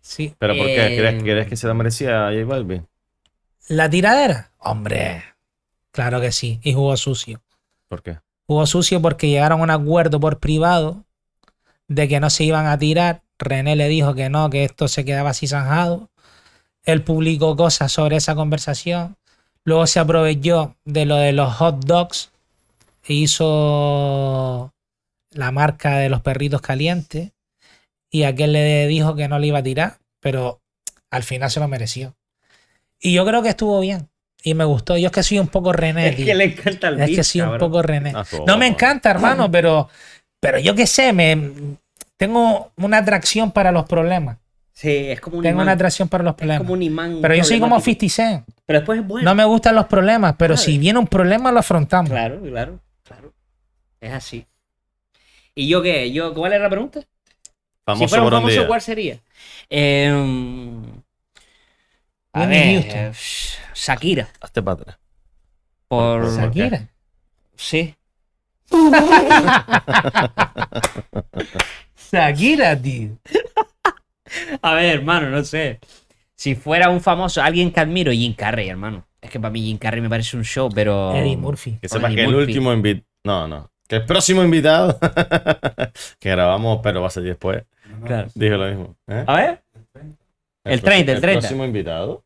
Speaker 1: Sí.
Speaker 3: ¿Pero por qué?
Speaker 4: Eh,
Speaker 3: ¿Crees, crees que se la merecía a J Balvin?
Speaker 1: ¿La tiradera? Hombre, claro que sí. Y jugó sucio.
Speaker 3: ¿Por qué?
Speaker 4: Eh,
Speaker 1: Jugó sucio porque llegaron a un acuerdo por privado de que no se iban a tirar. René le dijo que no, que esto se quedaba así zanjado. Él publicó cosas sobre esa conversación. Luego se aprovechó de lo de los hot dogs e hizo la marca de los perritos calientes. Y aquel le dijo que no le iba a tirar, pero al final se lo mereció. Y yo creo que estuvo bien. Y me gustó. Yo es que soy un poco René.
Speaker 4: Es que
Speaker 1: tío.
Speaker 4: le encanta el beef.
Speaker 1: Es que soy un
Speaker 4: cabrón.
Speaker 1: poco René.
Speaker 3: Ah, estuvo
Speaker 1: No me
Speaker 3: guapo.
Speaker 1: encanta, hermano, pero, pero yo qué sé, me, tengo una atracción para los problemas.
Speaker 4: Sí, es como un
Speaker 1: Tengo una
Speaker 4: imán.
Speaker 1: atracción para los
Speaker 4: Es
Speaker 1: problemas.
Speaker 4: como un imán.
Speaker 1: Pero yo soy como
Speaker 4: problemático.
Speaker 1: 50 Cent.
Speaker 4: Pero después es bueno.
Speaker 1: No me gustan los problemas, pero
Speaker 4: Claro.
Speaker 1: si viene un problema lo afrontamos.
Speaker 4: Claro, claro, claro. Es así. ¿Y yo qué? ¿Yo, ¿Cuál era la pregunta?
Speaker 3: Famoso
Speaker 4: si fuera un
Speaker 3: por un
Speaker 4: famoso,
Speaker 3: día.
Speaker 4: ¿cuál sería? Eh, a
Speaker 1: Whitney
Speaker 4: ver,
Speaker 1: Houston.
Speaker 4: eh, Shakira.
Speaker 3: Hazte para atrás.
Speaker 4: Por.
Speaker 1: Shakira.
Speaker 4: Sí.
Speaker 1: Shakira, tío.
Speaker 4: A ver, hermano, no sé. Si fuera un famoso, alguien que admiro, Jim Carrey, hermano. Es que para mí Jim Carrey me parece un show, pero.
Speaker 1: Eddie Murphy.
Speaker 3: Que
Speaker 4: Con
Speaker 3: sepas
Speaker 4: Eddie
Speaker 3: que el
Speaker 4: Murphy.
Speaker 3: último invitado. No, no. Que el próximo invitado que grabamos, pero va a ser después.
Speaker 4: Claro.
Speaker 3: Dije lo mismo. ¿eh?
Speaker 4: A ver. El 30, el 30.
Speaker 3: El próximo invitado.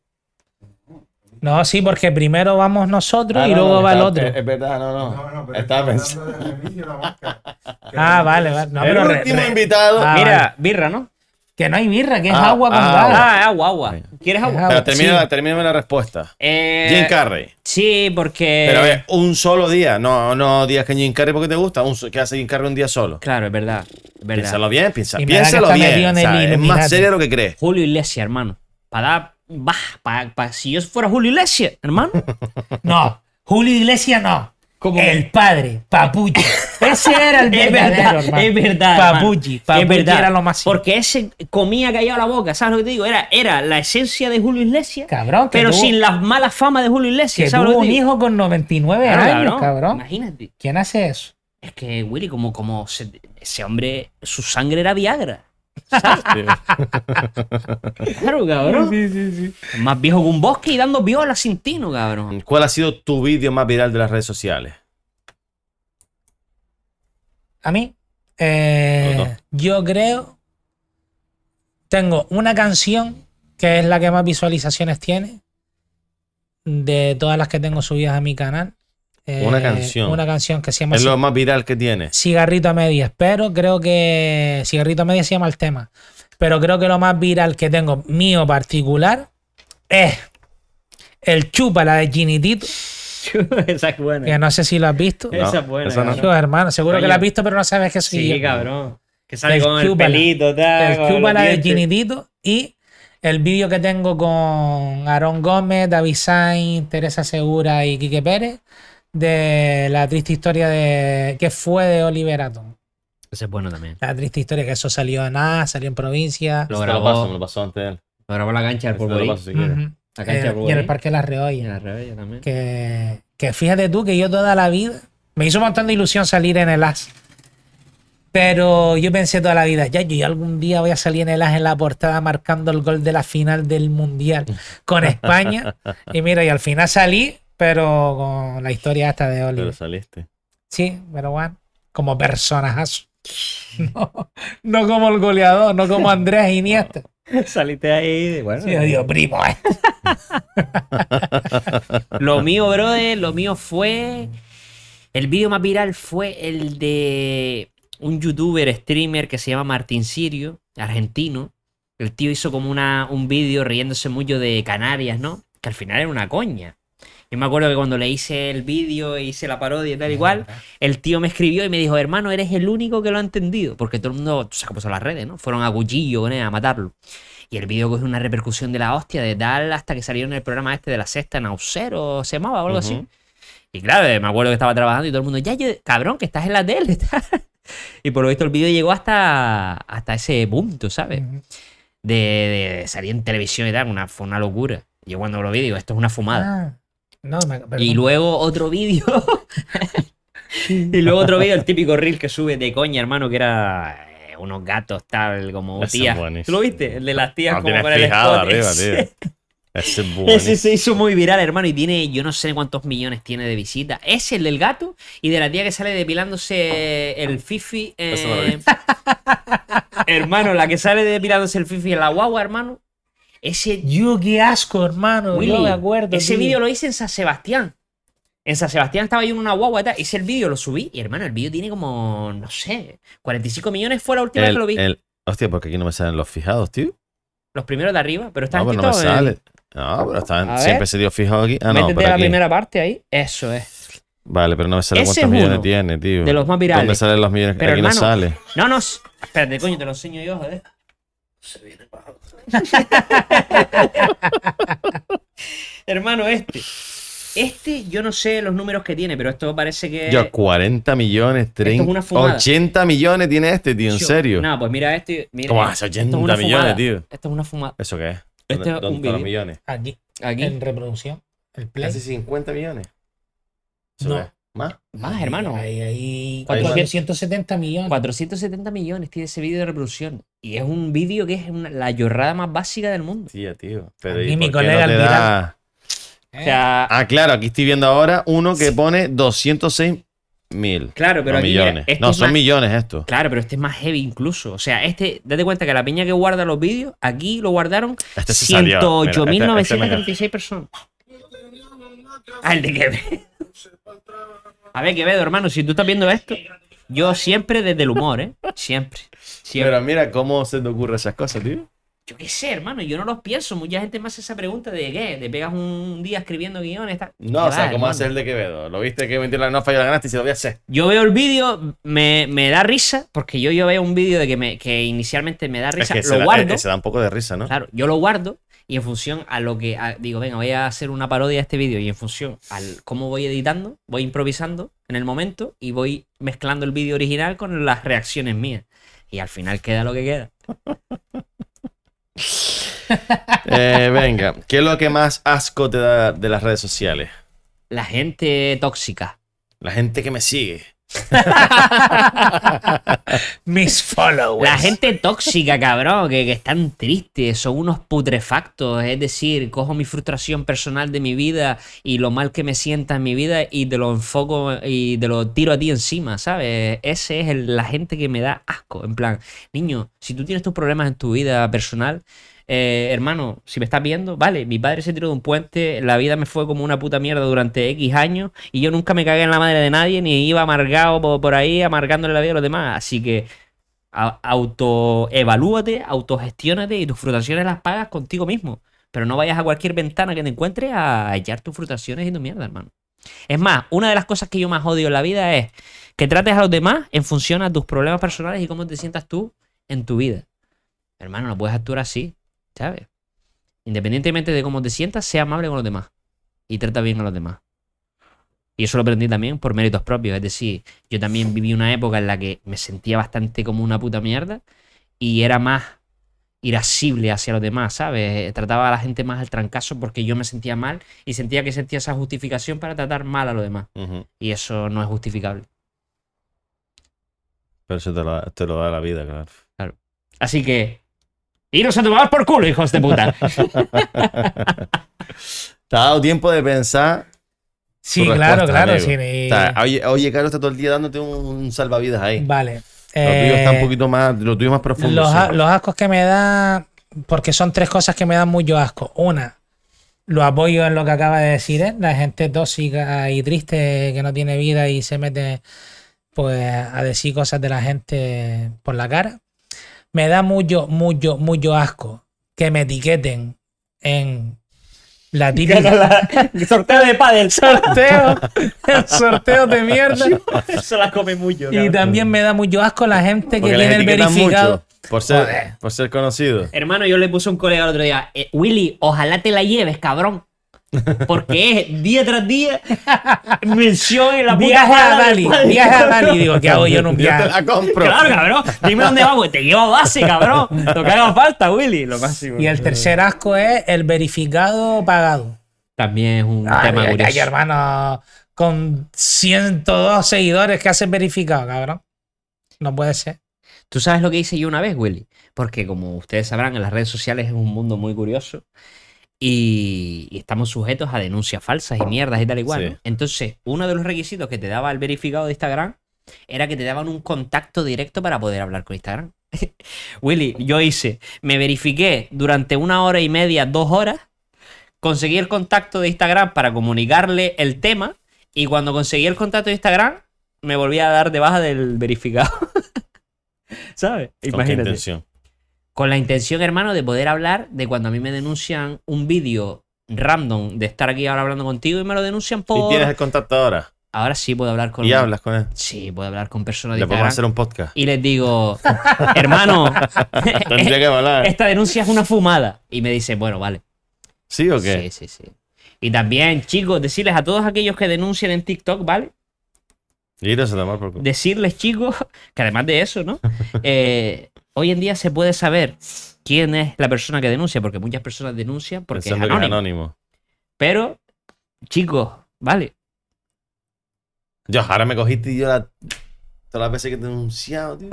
Speaker 1: No, sí, porque primero vamos nosotros
Speaker 3: Ah,
Speaker 1: y
Speaker 3: no,
Speaker 1: luego
Speaker 3: no,
Speaker 1: va el
Speaker 3: estaba-
Speaker 1: otro.
Speaker 3: Es, es verdad, no, no.
Speaker 6: No, no, pero
Speaker 3: estaba
Speaker 6: está
Speaker 3: pensando.
Speaker 6: hablando de Remigio La Mosca. Que
Speaker 1: ah,
Speaker 6: Remigio
Speaker 1: vale,
Speaker 6: es-
Speaker 1: vale. No,
Speaker 3: el
Speaker 1: pero re-
Speaker 3: último
Speaker 1: re-
Speaker 3: invitado.
Speaker 1: Ah,
Speaker 4: Mira,
Speaker 1: vale.
Speaker 4: birra, ¿no?
Speaker 1: que no hay birra, que es
Speaker 3: Ah,
Speaker 1: agua con
Speaker 3: ah,
Speaker 1: gas.
Speaker 4: Ah, agua, agua. ¿Quieres agua?
Speaker 1: Ah,
Speaker 3: Pero termina,
Speaker 1: sí.
Speaker 3: la, termíname la respuesta.
Speaker 4: Eh,
Speaker 3: Jim Carrey.
Speaker 4: Sí, porque.
Speaker 3: Pero a
Speaker 1: eh.
Speaker 3: ver, un solo día. No, no días que Jim Carrey porque te gusta. Un, so- ¿Qué hace Jim Carrey un día solo?
Speaker 4: Claro, es verdad. es verdad.
Speaker 3: Piénsalo bien, piensa,
Speaker 1: Y me da que
Speaker 3: piénsalo
Speaker 1: está
Speaker 3: bien.
Speaker 1: metido en
Speaker 3: o sea,
Speaker 1: el
Speaker 3: es
Speaker 1: Illuminati.
Speaker 3: más serio de lo que crees.
Speaker 4: Julio Iglesias, hermano. Para dar. Bah, pa- pa- si yo fuera Julio Iglesias, hermano.
Speaker 1: No, Julio Iglesias no.
Speaker 4: ¿Cómo?
Speaker 1: El padre, Papuchi. Ese era el
Speaker 4: es
Speaker 1: verdadero,
Speaker 4: verdad,
Speaker 1: hermano.
Speaker 4: es verdad. hermano.
Speaker 1: Papuchi, Papuchi
Speaker 4: es verdad.
Speaker 1: era lo máximo.
Speaker 4: Porque ese comía callado la boca, ¿sabes lo que te digo? Era, era la esencia de Julio Iglesias,
Speaker 1: Cabrón, que
Speaker 4: pero
Speaker 1: tuvo-
Speaker 4: sin la mala fama de Julio
Speaker 1: que
Speaker 4: Iglesias, ¿sabes
Speaker 1: tuvo
Speaker 4: lo que
Speaker 1: un
Speaker 4: te digo?
Speaker 1: hijo con 99
Speaker 4: Claro,
Speaker 1: años, cabrón.
Speaker 4: Imagínate.
Speaker 1: ¿Quién hace eso?
Speaker 4: Es que, Willy, como, como se- ese hombre, su sangre era Viagra. Claro, cabrón. Más viejo que un bosque y dando viola sin tino, cabrón.
Speaker 3: ¿Cuál ha sido tu vídeo más viral de las redes sociales?
Speaker 1: A mí, eh,
Speaker 3: Los dos.
Speaker 1: yo creo, tengo una canción que es la que más visualizaciones tiene de todas las que tengo subidas a mi canal. Eh,
Speaker 3: Una canción.
Speaker 1: Una canción que se llama
Speaker 3: Es lo más viral que tiene.
Speaker 1: Cigarrito a medias, pero creo que Cigarrito a medias se llama el tema. Pero creo que lo más viral que tengo mío particular es el chupa, la de Ginitito,
Speaker 2: Esa es buena.
Speaker 1: que no sé si lo has visto.
Speaker 2: Esa
Speaker 3: No,
Speaker 2: es buena.
Speaker 3: esa no.
Speaker 2: cabrón.
Speaker 1: Yo, hermano, seguro que
Speaker 2: Oye.
Speaker 1: la has visto, pero no sabes que soy
Speaker 2: Eh, Sí,
Speaker 1: yo.
Speaker 2: cabrón. Que sale
Speaker 1: El
Speaker 2: con el
Speaker 1: chúpala.
Speaker 2: pelito, tal.
Speaker 1: el
Speaker 2: con
Speaker 1: chupa,
Speaker 2: los
Speaker 1: la de
Speaker 2: dientes.
Speaker 1: Ginitito y el vídeo que tengo con Aarón Gómez, David Sainz, Teresa Segura y Quique Pérez de la triste historia de que fue de Oliverato.
Speaker 4: Ese es bueno también.
Speaker 1: La triste historia que eso salió en A, salió en provincia.
Speaker 4: Lo
Speaker 3: Te lo paso,
Speaker 4: grabó,
Speaker 3: me lo pasó antes él.
Speaker 4: lo grabó la cancha del
Speaker 3: Te lo
Speaker 4: polvorín.
Speaker 3: paso si quieres.
Speaker 1: Ujú.
Speaker 4: La cancha
Speaker 1: Eh,
Speaker 4: del
Speaker 1: y en el
Speaker 4: polvorín.
Speaker 1: Parque Las
Speaker 4: Y en
Speaker 1: Reollas.
Speaker 4: la rebella también.
Speaker 1: Que, que fíjate tú que yo toda la vida me hizo un montón de ilusión salir en el AS. Pero yo pensé toda la vida, ya yo algún día voy a salir en el AS en la portada marcando el gol de la final del Mundial con España. y mira, y al final salí, pero con la historia hasta de
Speaker 3: Pero
Speaker 1: Oliver.
Speaker 3: saliste.
Speaker 1: Sí, pero bueno, como personajazo. No, no como el goleador, no como Andrés Iniesta.
Speaker 4: Saliste ahí. de- Bueno,
Speaker 1: Sí, yo digo, primo, eh.
Speaker 4: Lo mío, brother, lo mío fue. El vídeo más viral fue el de un youtuber, streamer que se llama Martín Sirio, argentino. El tío hizo como una, un vídeo riéndose mucho de Canarias, ¿no? Que al final era una coña. Yo me acuerdo que cuando le hice el vídeo e hice la parodia y tal igual, el tío me escribió y me dijo, hermano, eres el único que lo ha entendido. Porque todo el mundo, tú sabes cómo son las redes, ¿no? Fueron a cuchillo con él a matarlo. Y el vídeo cogió una repercusión de la hostia, de tal hasta que salió en el programa este de la sexta, Naucero, se llamaba o algo así.
Speaker 3: Ujú.
Speaker 4: Y claro, eh, me acuerdo que estaba trabajando y todo el mundo, ya, yo, cabrón, que estás en la tele. tal. y por lo visto el vídeo llegó hasta, hasta ese punto, ¿sabes? De, de- de salir en televisión y tal, una, fue una locura. Yo cuando lo vi digo, esto es una fumada.
Speaker 1: Ah, no, me- perdón.
Speaker 4: Y luego otro vídeo. y luego otro vídeo, el típico reel que sube de coña, hermano, que era eh, unos gatos tal, como
Speaker 3: Ese es
Speaker 4: tías. ¿Tú
Speaker 3: buenísimo.
Speaker 4: lo viste? El de las tías
Speaker 3: No
Speaker 4: como
Speaker 3: tienes
Speaker 4: para el
Speaker 3: fijada
Speaker 4: escote.
Speaker 3: arriba,
Speaker 4: Sí.
Speaker 3: tío. Ese es
Speaker 4: Ese
Speaker 3: buenísimo.
Speaker 4: se hizo muy viral, hermano, y tiene, yo no sé cuántos millones tiene de visitas. Es el del gato y de la tía que sale depilándose el fifi. eh,
Speaker 3: Eso no lo he
Speaker 4: hermano, la que sale depilándose el fifi en la guagua, hermano. Ese
Speaker 1: Yo, qué asco, hermano.
Speaker 4: Willy,
Speaker 1: no me acuerdo.
Speaker 4: Ese
Speaker 1: tío.
Speaker 4: vídeo lo hice en San Sebastián. En San Sebastián estaba yo en una guagua y tal. Hice el vídeo, lo subí. Y hermano, el vídeo tiene como, no sé, 45 millones fue la última vez que lo vi.
Speaker 3: El, el- hostia, porque aquí no me salen los fijados, tío. pues
Speaker 4: Los primeros de arriba, pero está
Speaker 3: No, pero no me
Speaker 4: escrito en- eh.
Speaker 3: sale. No, pero está en-
Speaker 4: A
Speaker 3: siempre
Speaker 4: ver.
Speaker 3: se dio fijado aquí. Ah, no,
Speaker 4: métete
Speaker 3: pero
Speaker 4: a la
Speaker 3: aquí.
Speaker 4: primera parte ahí. Eso es.
Speaker 3: Vale, pero no me sale
Speaker 4: Ese
Speaker 3: cuántos
Speaker 4: es
Speaker 3: millones
Speaker 4: uno
Speaker 3: tiene, tío.
Speaker 4: de los más virales.
Speaker 3: ¿Dónde salen los millones?
Speaker 4: Pero,
Speaker 3: aquí
Speaker 4: hermano,
Speaker 3: no sale.
Speaker 4: No, no. s- Espérate, coño, te lo enseño yo, joder. hermano, este. Este, yo no sé los números que tiene, pero esto parece que.
Speaker 3: Yo, 40 millones,
Speaker 4: eh, es
Speaker 3: 30,
Speaker 4: una fumada.
Speaker 3: 80 millones tiene este, tío, en
Speaker 4: Yo-
Speaker 3: serio.
Speaker 4: No, pues mira esto. y- Mira,
Speaker 3: ¿Cómo hace
Speaker 4: esto es
Speaker 3: 80
Speaker 4: una
Speaker 3: millones,
Speaker 4: fumada.
Speaker 3: tío?
Speaker 4: Esto es una fumada.
Speaker 3: ¿Eso qué es?
Speaker 4: Este
Speaker 3: ¿Dónde-
Speaker 4: es
Speaker 3: dónde
Speaker 4: un
Speaker 3: están los
Speaker 4: vídeo.
Speaker 3: millones?
Speaker 1: Aquí, en
Speaker 4: Aquí.
Speaker 1: reproducción. El play.
Speaker 3: Casi 50 millones. ¿Eso
Speaker 1: No.
Speaker 3: qué es? ¿Más?
Speaker 4: Más, hermano.
Speaker 1: Ahí, ahí,
Speaker 3: Ahí
Speaker 4: va.
Speaker 1: 470 millones.
Speaker 4: 470 millones tiene ese vídeo de reproducción. Y es un vídeo que es una- la llorada más básica del mundo.
Speaker 3: Tía, tío. Pero,
Speaker 1: Aquí
Speaker 3: ¿y
Speaker 1: mi
Speaker 3: por qué
Speaker 1: colega
Speaker 3: no te
Speaker 1: el
Speaker 3: da-
Speaker 4: O sea,
Speaker 3: Ah, claro, aquí estoy viendo ahora uno que pone 206 mil.
Speaker 4: claro, pero aquí, mira,
Speaker 3: millones.
Speaker 4: este
Speaker 3: no,
Speaker 4: es
Speaker 3: son
Speaker 4: más-
Speaker 3: millones esto.
Speaker 4: Claro, pero este es más heavy incluso. O sea, este, date cuenta que la peña que guarda los vídeos, aquí lo guardaron
Speaker 3: Este sí salió. Mira, este- este me
Speaker 4: 108.936 personas. Ah, el de Quevedo. A ver, Quevedo, hermano, si tú estás viendo esto, yo siempre desde el humor, ¿eh? Siempre. Siempre.
Speaker 3: Pero mira cómo se te ocurren esas cosas, tío.
Speaker 4: Yo qué sé, hermano, yo no los pienso. Mucha gente me hace esa pregunta de qué, te pegas un día escribiendo guiones. tal?
Speaker 3: No,
Speaker 4: ¿Qué
Speaker 3: o sea,
Speaker 4: va,
Speaker 3: ¿cómo
Speaker 4: hermano?
Speaker 3: hace el de Quevedo? Lo viste que mentira la no falla la ganaste y se lo voy a hacer.
Speaker 4: Yo veo el vídeo, me, me da risa, porque yo, yo veo un vídeo de que, me, que inicialmente me da
Speaker 3: Es
Speaker 4: risa,
Speaker 3: que se,
Speaker 4: lo
Speaker 3: da,
Speaker 4: guardo.
Speaker 3: eh, se da un poco de risa, ¿no?
Speaker 4: Claro, yo lo guardo y en función a lo que a- digo, venga, voy a hacer una parodia de este vídeo y en función al cómo voy editando, voy improvisando en el momento y voy mezclando el vídeo original con las reacciones mías. Y al final queda lo que queda.
Speaker 3: Eh, venga, ¿qué es lo que más asco te da de las redes sociales?
Speaker 4: La gente tóxica.
Speaker 3: La gente que me sigue.
Speaker 1: Mis followers.
Speaker 4: La gente tóxica, cabrón, que, que están tristes, son unos putrefactos. Es decir, cojo mi frustración personal de mi vida y lo mal que me sienta en mi vida y te lo enfoco y te lo tiro a ti encima, ¿sabes? Ese es el- la gente que me da asco. En plan, niño, si tú tienes tus problemas en tu vida personal. eh, hermano, si me estás viendo, vale, mi padre se tiró de un puente, la vida me fue como una puta mierda durante X años y yo nunca me cagué en la madre de nadie ni iba amargado por, por ahí, amargándole la vida a los demás. Así que a- autoevalúate, autogestiónate y tus frustraciones las pagas contigo mismo. Pero no vayas a cualquier ventana que te encuentres a echar tus frustraciones y tu mierda, hermano. Es más, una de las cosas que yo más odio en la vida es que trates a los demás en función a tus problemas personales y cómo te sientas tú en tu vida. Hermano, no puedes actuar así, ¿sabes? Independientemente de cómo te sientas, sea amable con los demás y trata bien a los demás. Y eso lo aprendí también por méritos propios. Es decir, yo también viví una época en la que me sentía bastante como una puta mierda y era más irascible hacia los demás, ¿sabes? Trataba a la gente más al trancazo porque yo me sentía mal y sentía que sentía esa justificación para tratar mal a los demás.
Speaker 3: Ujú.
Speaker 4: Y eso no es justificable.
Speaker 3: Pero eso te lo, te lo da la vida, claro.
Speaker 4: Así que... Iros a tomar por culo, hijos de puta.
Speaker 3: ¿Te ha dado tiempo de pensar?
Speaker 1: Sí,
Speaker 3: tu
Speaker 1: claro,
Speaker 3: respuesta,
Speaker 1: claro.
Speaker 3: amigo.
Speaker 1: sí, eh,
Speaker 3: O sea, oye, oye, Carlos está todo el día dándote un salvavidas ahí.
Speaker 1: Vale.
Speaker 3: Lo tuyo está un
Speaker 1: eh,
Speaker 3: poquito más, lo tuyo es más profundo.
Speaker 1: Los,
Speaker 3: sí.
Speaker 1: a- los ascos que me da, porque son tres cosas que me dan mucho asco. Una, lo apoyo en lo que acaba de decir él, la gente tóxica y triste que no tiene vida y se mete pues a decir cosas de la gente por la cara. Me da mucho, mucho, mucho asco que me etiqueten en la típica
Speaker 2: Sorteo de pádel.
Speaker 1: sorteo, el sorteo de mierda.
Speaker 2: Eso la come mucho.
Speaker 1: Y también me da mucho asco la gente que
Speaker 3: Porque les
Speaker 1: tiene el
Speaker 3: etiquetan
Speaker 1: verificado.
Speaker 3: mucho por ser,
Speaker 1: Joder.
Speaker 3: por ser conocido.
Speaker 4: Hermano, yo le puse a un colega el otro día, "Eh, Willy, ojalá te la lleves, cabrón. Porque es día tras día mención en la puta
Speaker 1: Viaje a
Speaker 4: cara de
Speaker 1: Bali,
Speaker 4: padre,
Speaker 1: viaje a
Speaker 4: cabrón.
Speaker 1: Bali, digo, ¿qué hago yo en un
Speaker 3: Yo te
Speaker 1: viaje?
Speaker 3: la compro.
Speaker 4: Claro, cabrón. Dime dónde vamos. Te llevo a base, cabrón. Lo que haga falta, Willy. Lo máximo.
Speaker 1: Y el tercer asco es el verificado pagado.
Speaker 4: También es un
Speaker 1: Ay,
Speaker 4: tema
Speaker 1: ay,
Speaker 4: curioso.
Speaker 1: ay, hermano, con 102 seguidores que hacen verificado, cabrón. No puede ser.
Speaker 4: ¿Tú sabes lo que hice yo una vez, Willy? Porque como ustedes sabrán, en las redes sociales es un mundo muy curioso y, y estamos sujetos a denuncias falsas y mierdas y tal igual.
Speaker 3: Sí.
Speaker 4: Entonces, uno de los requisitos que te daba el verificado de Instagram era que te daban un contacto directo para poder hablar con Instagram. Willy, yo hice, me verifiqué durante una hora y media, dos horas, conseguí el contacto de Instagram para comunicarle el tema y cuando conseguí el contacto de Instagram me volví a dar de baja del verificado. ¿Sabes?
Speaker 3: ¿Con qué
Speaker 4: Imagínate.
Speaker 3: intención?
Speaker 4: Con la intención, hermano, de poder hablar de cuando a mí me denuncian un vídeo random de estar aquí ahora hablando contigo y me lo denuncian
Speaker 3: Y
Speaker 4: por...
Speaker 3: tienes el contacto ahora.
Speaker 4: Ahora sí puedo hablar con...
Speaker 3: Y hablas con él.
Speaker 4: Sí, puedo hablar con personas de
Speaker 3: Le podemos
Speaker 4: Instagram.
Speaker 3: hacer un podcast.
Speaker 4: Y les digo, hermano,
Speaker 3: Tendría que hablar.
Speaker 4: esta denuncia es una fumada. Y me dicen, bueno, vale.
Speaker 3: ¿Sí o qué?
Speaker 4: Sí, sí, sí. Y también, chicos, decirles a todos aquellos que denuncian en TikTok, ¿vale?
Speaker 3: Y no se tomar por culo.
Speaker 4: Decirles, chicos, que además de eso, ¿no? Eh, hoy en día se puede saber quién es la persona que denuncia, porque muchas personas denuncian porque
Speaker 3: Pensando
Speaker 4: es
Speaker 3: que es
Speaker 4: anónimo.
Speaker 3: anónimo.
Speaker 4: Pero, chicos, ¿vale?
Speaker 3: Yo, ahora me cogiste y yo la... Todas las veces que te he denunciado, tío.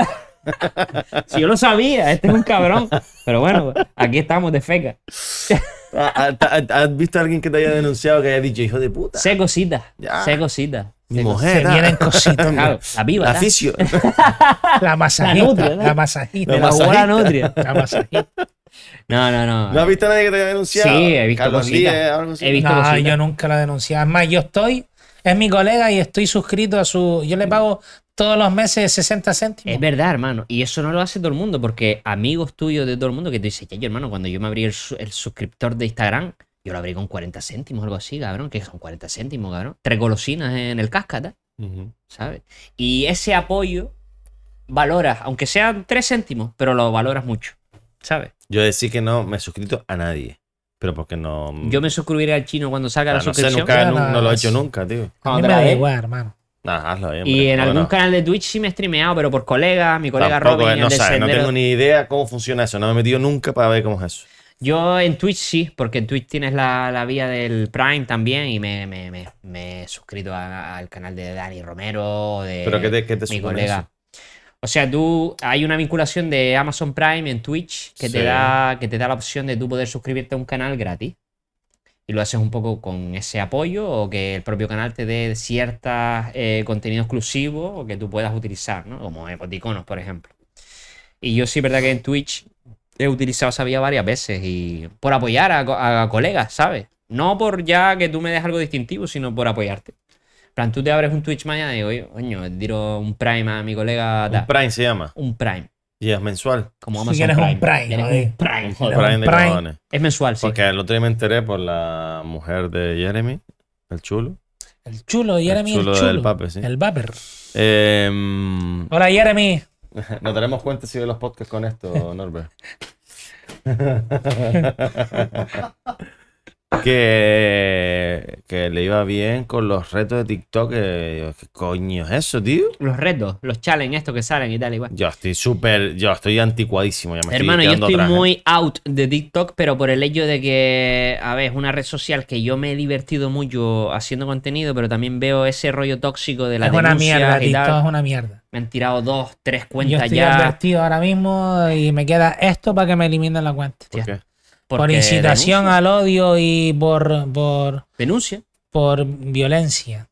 Speaker 4: Si yo lo sabía, este es un cabrón. Pero bueno, aquí estamos de feca.
Speaker 3: ¿Has- ¿Has ah, has visto a alguien que te haya denunciado que haya dicho hijo de puta?
Speaker 4: Sé cositas,
Speaker 3: Ya.
Speaker 4: sé cositas.
Speaker 3: Mi
Speaker 4: sé
Speaker 3: mujer. ah.
Speaker 1: Se vienen cositas.
Speaker 4: cositas. Claro, la viva.
Speaker 3: La
Speaker 4: ¿verdad?
Speaker 3: fisio.
Speaker 1: La
Speaker 4: La
Speaker 1: masajita,
Speaker 4: nutria, ¿no?
Speaker 1: la masajita,
Speaker 4: Me la
Speaker 1: la,
Speaker 4: jugó la nutria.
Speaker 1: la masajita.
Speaker 4: No, no, no.
Speaker 3: ¿No has visto a nadie que te haya denunciado?
Speaker 4: Sí, he visto
Speaker 3: Carlos
Speaker 4: cositas.
Speaker 3: Díez, algo así.
Speaker 4: He visto
Speaker 1: No,
Speaker 4: cositas.
Speaker 1: yo nunca la denuncié. Es más, yo estoy, es mi colega y estoy suscrito a su. Yo le pago todos los meses 60 céntimos.
Speaker 4: Es verdad, hermano. Y eso no lo hace todo el mundo, porque amigos tuyos de todo el mundo que te dicen, ya, yo, hermano, cuando yo me abrí el, su- el suscriptor de Instagram, yo lo abrí con 40 céntimos, algo así, cabrón. Que son 40 céntimos, cabrón. Tres golosinas en el cascata,
Speaker 3: Ujú.
Speaker 4: ¿sabes? Y ese apoyo valoras, aunque sean tres céntimos, pero lo valoras mucho, ¿sabes?
Speaker 3: Yo decir que no me he suscrito a nadie. Pero porque no.
Speaker 4: Yo me suscribiré al chino cuando salga
Speaker 3: Ah,
Speaker 4: la
Speaker 3: Mm. no sé,
Speaker 4: suscripción.
Speaker 3: nunca, nu- no,
Speaker 1: Nada,
Speaker 3: lo he
Speaker 1: no
Speaker 3: hecho
Speaker 1: sé.
Speaker 3: nunca, tío.
Speaker 1: A mí
Speaker 4: Cuando
Speaker 1: me
Speaker 4: te la
Speaker 1: da
Speaker 4: dé.
Speaker 1: igual, hermano.
Speaker 3: Nah, hazlo bien,
Speaker 4: Y
Speaker 3: hombre,
Speaker 4: en
Speaker 3: no,
Speaker 4: algún
Speaker 3: no.
Speaker 4: canal de Twitch sí me he streameado, pero por colega, mi colega
Speaker 3: Tampoco,
Speaker 4: Robin,
Speaker 3: eh,
Speaker 4: el
Speaker 3: no,
Speaker 4: del
Speaker 3: sabes, no
Speaker 4: Sendero.
Speaker 3: tengo ni idea cómo funciona eso. No me he metido nunca para ver cómo es eso.
Speaker 4: Yo en Twitch sí, porque en Twitch tienes la, la vía del Prime también y me, me- me- me he suscrito a- al canal de Dani Romero, de
Speaker 3: ¿Pero qué te- qué te
Speaker 4: Eh, mi
Speaker 3: supone
Speaker 4: colega. O sea, tú hay una vinculación de Amazon Prime en Twitch que
Speaker 3: Sí.
Speaker 4: te da que te da la opción de tú poder suscribirte a un canal gratis. Y lo haces un poco con ese apoyo o que el propio canal te dé ciertos contenido exclusivo o que tú puedas utilizar, ¿no? Como emoticonos, por ejemplo. Y yo sí, verdad que en Twitch he utilizado esa vía varias veces y por apoyar a, co- a colegas, ¿sabes? No por ya que tú me des algo distintivo, sino por apoyarte. En plan, tú te abres un Twitch mañana y digo, oye, coño, tiro un Prime a mi colega.
Speaker 3: Un
Speaker 4: tal.
Speaker 3: Prime se llama.
Speaker 4: Un Prime.
Speaker 3: Y es mensual.
Speaker 4: Como
Speaker 1: Sí,
Speaker 4: Amazon
Speaker 1: que eres un Prime,
Speaker 4: Eres
Speaker 1: joder.
Speaker 4: un Prime,
Speaker 3: Un
Speaker 4: joder.
Speaker 3: Prime de
Speaker 1: Prime.
Speaker 3: cojones.
Speaker 4: Es mensual, sí.
Speaker 3: Porque el otro día me enteré por la mujer de Jeremy, el chulo.
Speaker 1: El chulo, Jeremy. El chulo,
Speaker 3: chulo del Pape, sí.
Speaker 1: El Vapor.
Speaker 3: Eh,
Speaker 1: Hola, Jeremy.
Speaker 3: nos daremos cuenta si ve los podcasts con esto, Norbert. que, que le iba bien con los retos de TikTok. que yo, ¿Qué coño es eso, tío?
Speaker 4: Los retos, los challenges estos que salen y tal, igual.
Speaker 3: Yo estoy súper, yo estoy anticuadísimo. Ya me
Speaker 4: Hermano,
Speaker 3: estoy
Speaker 4: yo
Speaker 3: quedando
Speaker 4: estoy
Speaker 3: atrás, ¿eh?
Speaker 4: muy out de TikTok, pero por el hecho de que, a ver, es una red social que yo me he divertido mucho haciendo contenido, pero también veo ese rollo tóxico de la
Speaker 1: es una
Speaker 4: denuncia
Speaker 1: mierda,
Speaker 4: y tal.
Speaker 1: TikTok es una mierda.
Speaker 4: Me han tirado dos, tres
Speaker 1: Yo
Speaker 4: cuentas
Speaker 1: estoy
Speaker 4: ya.
Speaker 1: advertido ahora mismo y me queda esto para que me eliminen la cuenta.
Speaker 3: ¿Por qué?
Speaker 1: Por
Speaker 4: porque
Speaker 1: incitación al odio y por, por,
Speaker 4: Denuncia. denuncia.
Speaker 1: por violencia.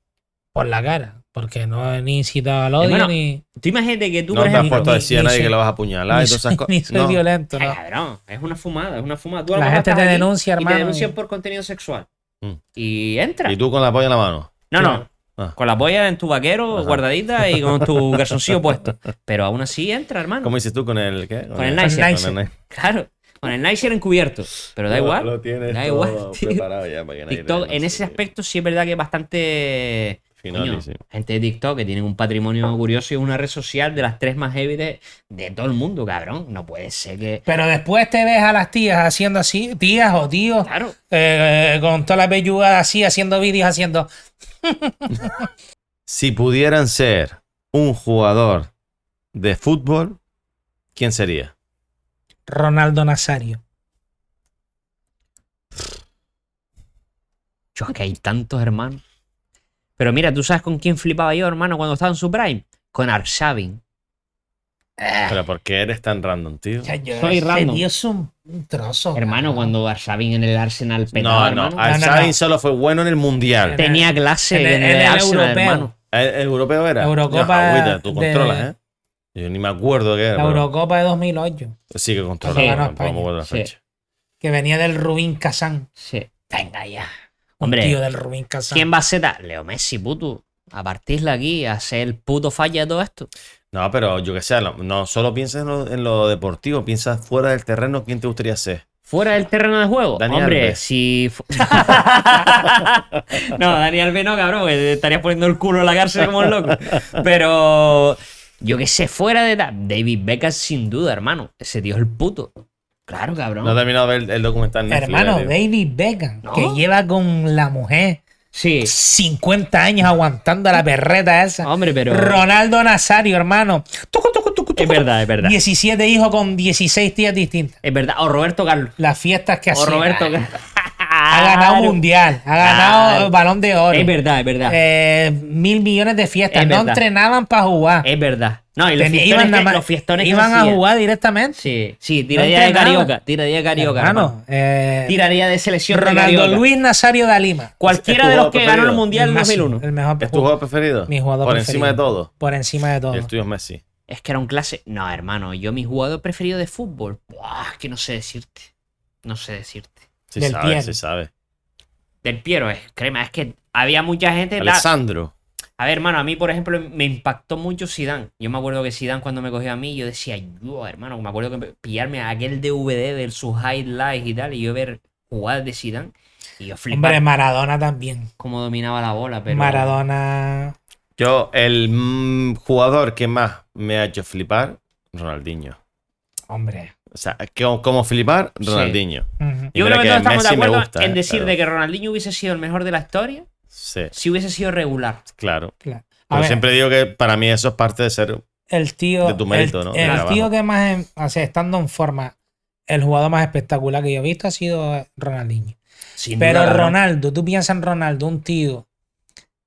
Speaker 1: Por la cara. Porque no he ni incitado al odio
Speaker 4: Hermano,
Speaker 1: ni,
Speaker 4: Tú imagínate que tú,
Speaker 3: no
Speaker 4: por
Speaker 3: te has
Speaker 4: ejemplo.
Speaker 3: puesto a decir a
Speaker 1: ni- ni
Speaker 3: nadie que
Speaker 1: soy-
Speaker 3: lo vas a apuñalar
Speaker 1: ni
Speaker 3: y todas esas
Speaker 1: soy, ni
Speaker 3: cosas.
Speaker 1: soy
Speaker 3: No.
Speaker 1: violento.
Speaker 4: Ay,
Speaker 1: No.
Speaker 4: cabrón, es una fumada, es una fumada. Tú a lo
Speaker 1: La
Speaker 4: mejor
Speaker 1: gente
Speaker 4: estás
Speaker 1: te
Speaker 4: allí
Speaker 1: denuncia,
Speaker 4: Y
Speaker 1: hermano,
Speaker 4: te denuncian
Speaker 1: y-
Speaker 4: por contenido sexual.
Speaker 3: Mm.
Speaker 4: Y entra.
Speaker 3: Y tú con la polla en la mano.
Speaker 4: No, no.
Speaker 3: Ah.
Speaker 4: Con la polla en tu vaquero,
Speaker 3: Ajá.
Speaker 4: guardadita y con tu garzoncillo puesto. Pero aún así entra, hermano.
Speaker 3: ¿Cómo dices tú con el qué?
Speaker 4: Con el
Speaker 1: Nicer.
Speaker 3: Nicer.
Speaker 1: Con el
Speaker 4: Claro. Con el Nicer encubierto. Pero da igual.
Speaker 3: Lo tienes
Speaker 4: da
Speaker 3: todo
Speaker 4: igual, tío.
Speaker 3: preparado ya para que nadie
Speaker 4: TikTok,
Speaker 3: te-
Speaker 4: en ese aspecto, sí es verdad que es bastante.
Speaker 3: Finoli,
Speaker 4: Coño,
Speaker 3: sí.
Speaker 4: Gente de TikTok que tienen un patrimonio curioso y una red social de las tres más heavy de, de todo el mundo, cabrón. No puede ser que.
Speaker 1: Pero después te ves a las tías haciendo así, tías o tíos,
Speaker 4: Claro.
Speaker 1: eh, con todas las bellugas así, haciendo vídeos, haciendo.
Speaker 3: Si pudieran ser un jugador de fútbol, ¿quién sería?
Speaker 1: Ronaldo Nazario.
Speaker 4: Yo, es que hay tantos hermanos. Pero mira, tú sabes con quién flipaba yo, hermano, cuando estaba en su prime. Con Arshavin.
Speaker 3: Pero ¿por qué eres tan random, tío?
Speaker 4: Soy random.
Speaker 1: Tío es un, un trozo.
Speaker 4: Hermano,
Speaker 1: cabrón.
Speaker 4: cuando Arshavin en el Arsenal petaba,
Speaker 3: No, no,
Speaker 4: hermano,
Speaker 1: Ar-
Speaker 3: Al
Speaker 1: No, no,
Speaker 3: Sainz
Speaker 1: no.
Speaker 3: solo fue bueno en el mundial.
Speaker 1: Te-
Speaker 4: tenía clase
Speaker 1: en
Speaker 4: en
Speaker 1: el-
Speaker 4: el,
Speaker 1: en el
Speaker 4: Arsenal,
Speaker 1: europeo.
Speaker 4: hermano.
Speaker 3: ¿El, el europeo era?
Speaker 1: Eurocopa
Speaker 3: Ya, agüita, tú
Speaker 1: de-
Speaker 3: controlas, ¿eh? Yo ni me acuerdo qué era.
Speaker 1: La
Speaker 3: pero
Speaker 1: Eurocopa de 2008,
Speaker 3: Sí que controlas,
Speaker 4: Sí.
Speaker 3: pero
Speaker 1: Ganó
Speaker 3: tampoco me acuerdo la
Speaker 4: España. Sí.
Speaker 3: fecha.
Speaker 1: que venía del Rubín Kazán.
Speaker 4: Sí. Venga ya.
Speaker 1: Un
Speaker 4: Hombre.
Speaker 1: tío del Rubín Kazán.
Speaker 4: ¿Quién va a ser? tal? Leo Messi, puto. A partirla aquí, a hacer el puto falla de todo esto.
Speaker 3: No, pero yo que sé, no, no solo piensas en lo, en lo deportivo, piensas fuera del terreno quién te gustaría ser.
Speaker 4: Fuera del terreno de juego.
Speaker 3: Dani
Speaker 4: Hombre,
Speaker 3: Alves.
Speaker 4: si. fu- no, Daniel B no, cabrón, que te estarías poniendo el culo en la cárcel como un loco. Pero. Yo que sé, fuera de. ta- David Beckham, sin duda, hermano. Ese tío es el puto. Claro, cabrón.
Speaker 3: No, he terminado de ver el, el documental en Netflix,
Speaker 1: Hermano,
Speaker 3: tío.
Speaker 1: David Beckham,
Speaker 4: ¿No?
Speaker 1: que lleva con la mujer
Speaker 4: Sí.
Speaker 1: 50 años aguantando la perreta esa.
Speaker 4: Hombre, pero.
Speaker 1: Ronaldo Nazario, hermano. Tucu, tucu, tucu,
Speaker 4: Es
Speaker 1: tucu.
Speaker 4: verdad, es verdad.
Speaker 1: 17 hijos con 16 tías distintas.
Speaker 4: Es verdad. O Roberto Carlos.
Speaker 1: Las fiestas que
Speaker 4: O
Speaker 1: hacía.
Speaker 4: Oh, Roberto Carlos.
Speaker 1: Ha ganado mundial, ha ganado
Speaker 4: Claro.
Speaker 1: el balón de oro.
Speaker 4: Es verdad, es verdad.
Speaker 1: Eh, mil millones de fiestas.
Speaker 4: Es
Speaker 1: no
Speaker 4: verdad.
Speaker 1: entrenaban para jugar.
Speaker 4: Es verdad. No, y los
Speaker 1: Ten-
Speaker 4: fiestones,
Speaker 1: iban
Speaker 4: que-
Speaker 1: nada más-
Speaker 4: los fiestones que
Speaker 1: iban a
Speaker 4: hacían.
Speaker 1: jugar directamente.
Speaker 4: Sí, sí, tiraría de
Speaker 1: entrenaban.
Speaker 4: carioca. Tiraría de carioca. hermano.
Speaker 1: Hermano, eh,
Speaker 4: Tiraría de selección de
Speaker 1: Ronaldo
Speaker 4: carioca.
Speaker 1: Luis Nazario da Lima.
Speaker 4: Cualquiera
Speaker 3: Es tu
Speaker 4: de los
Speaker 3: jugador
Speaker 4: que ganó el
Speaker 3: preferido.
Speaker 4: Mundial
Speaker 1: El
Speaker 4: en
Speaker 1: máximo,
Speaker 4: 2001.
Speaker 1: El mejor
Speaker 3: ¿Es tu jugador preferido?
Speaker 1: Mi jugador
Speaker 3: Por
Speaker 1: preferido.
Speaker 3: encima de todo.
Speaker 1: Por encima de todo.
Speaker 3: El tuyo es Messi.
Speaker 4: Es que era un clase. No, hermano, yo mi jugador preferido de fútbol. Buah, es que no sé decirte. No sé decirte.
Speaker 3: Sí
Speaker 1: Del
Speaker 3: sabe,
Speaker 1: Piero.
Speaker 3: sí sabe.
Speaker 4: Del Piero es crema. Es que había mucha gente. la-
Speaker 3: Alessandro.
Speaker 4: A ver, hermano, a mí, por ejemplo, me impactó mucho Sidán. Yo me acuerdo que Sidán cuando me cogió a mí, yo decía, yo, hermano, me acuerdo que pillarme aquel DVD de sus highlights y tal, y yo ver jugadas de Sidán. Y yo flipaba
Speaker 1: Hombre, Maradona también.
Speaker 4: cómo dominaba la bola, pero.
Speaker 1: Maradona.
Speaker 3: Yo, el mm, jugador que más me ha hecho flipar, Ronaldinho.
Speaker 1: Hombre.
Speaker 3: O sea, ¿cómo, cómo flipar?
Speaker 4: Sí.
Speaker 3: Ronaldinho.
Speaker 1: Ujú.
Speaker 3: Y
Speaker 4: Yo creo
Speaker 3: mira
Speaker 4: que
Speaker 3: que
Speaker 4: todos estamos
Speaker 3: Messi
Speaker 4: de
Speaker 3: me
Speaker 4: acuerdo
Speaker 3: gusta,
Speaker 4: en
Speaker 3: eh,
Speaker 4: decir
Speaker 3: pero-
Speaker 4: de que Ronaldinho hubiese sido el mejor de la historia
Speaker 3: Sí,
Speaker 4: si hubiese sido regular.
Speaker 3: claro.
Speaker 1: Claro. A
Speaker 3: Pero
Speaker 1: ver,
Speaker 3: siempre digo que para mí eso es parte de ser.
Speaker 1: el tío.
Speaker 3: de tu mérito,
Speaker 1: el,
Speaker 3: ¿no?
Speaker 1: El
Speaker 3: Claro.
Speaker 1: em, tío que más, en- o sea, estando en forma, el jugador más espectacular que yo he visto ha sido Ronaldinho.
Speaker 4: Sin
Speaker 1: Pero
Speaker 4: duda, ¿no?
Speaker 1: Ronaldo, tú piensas en Ronaldo, un tío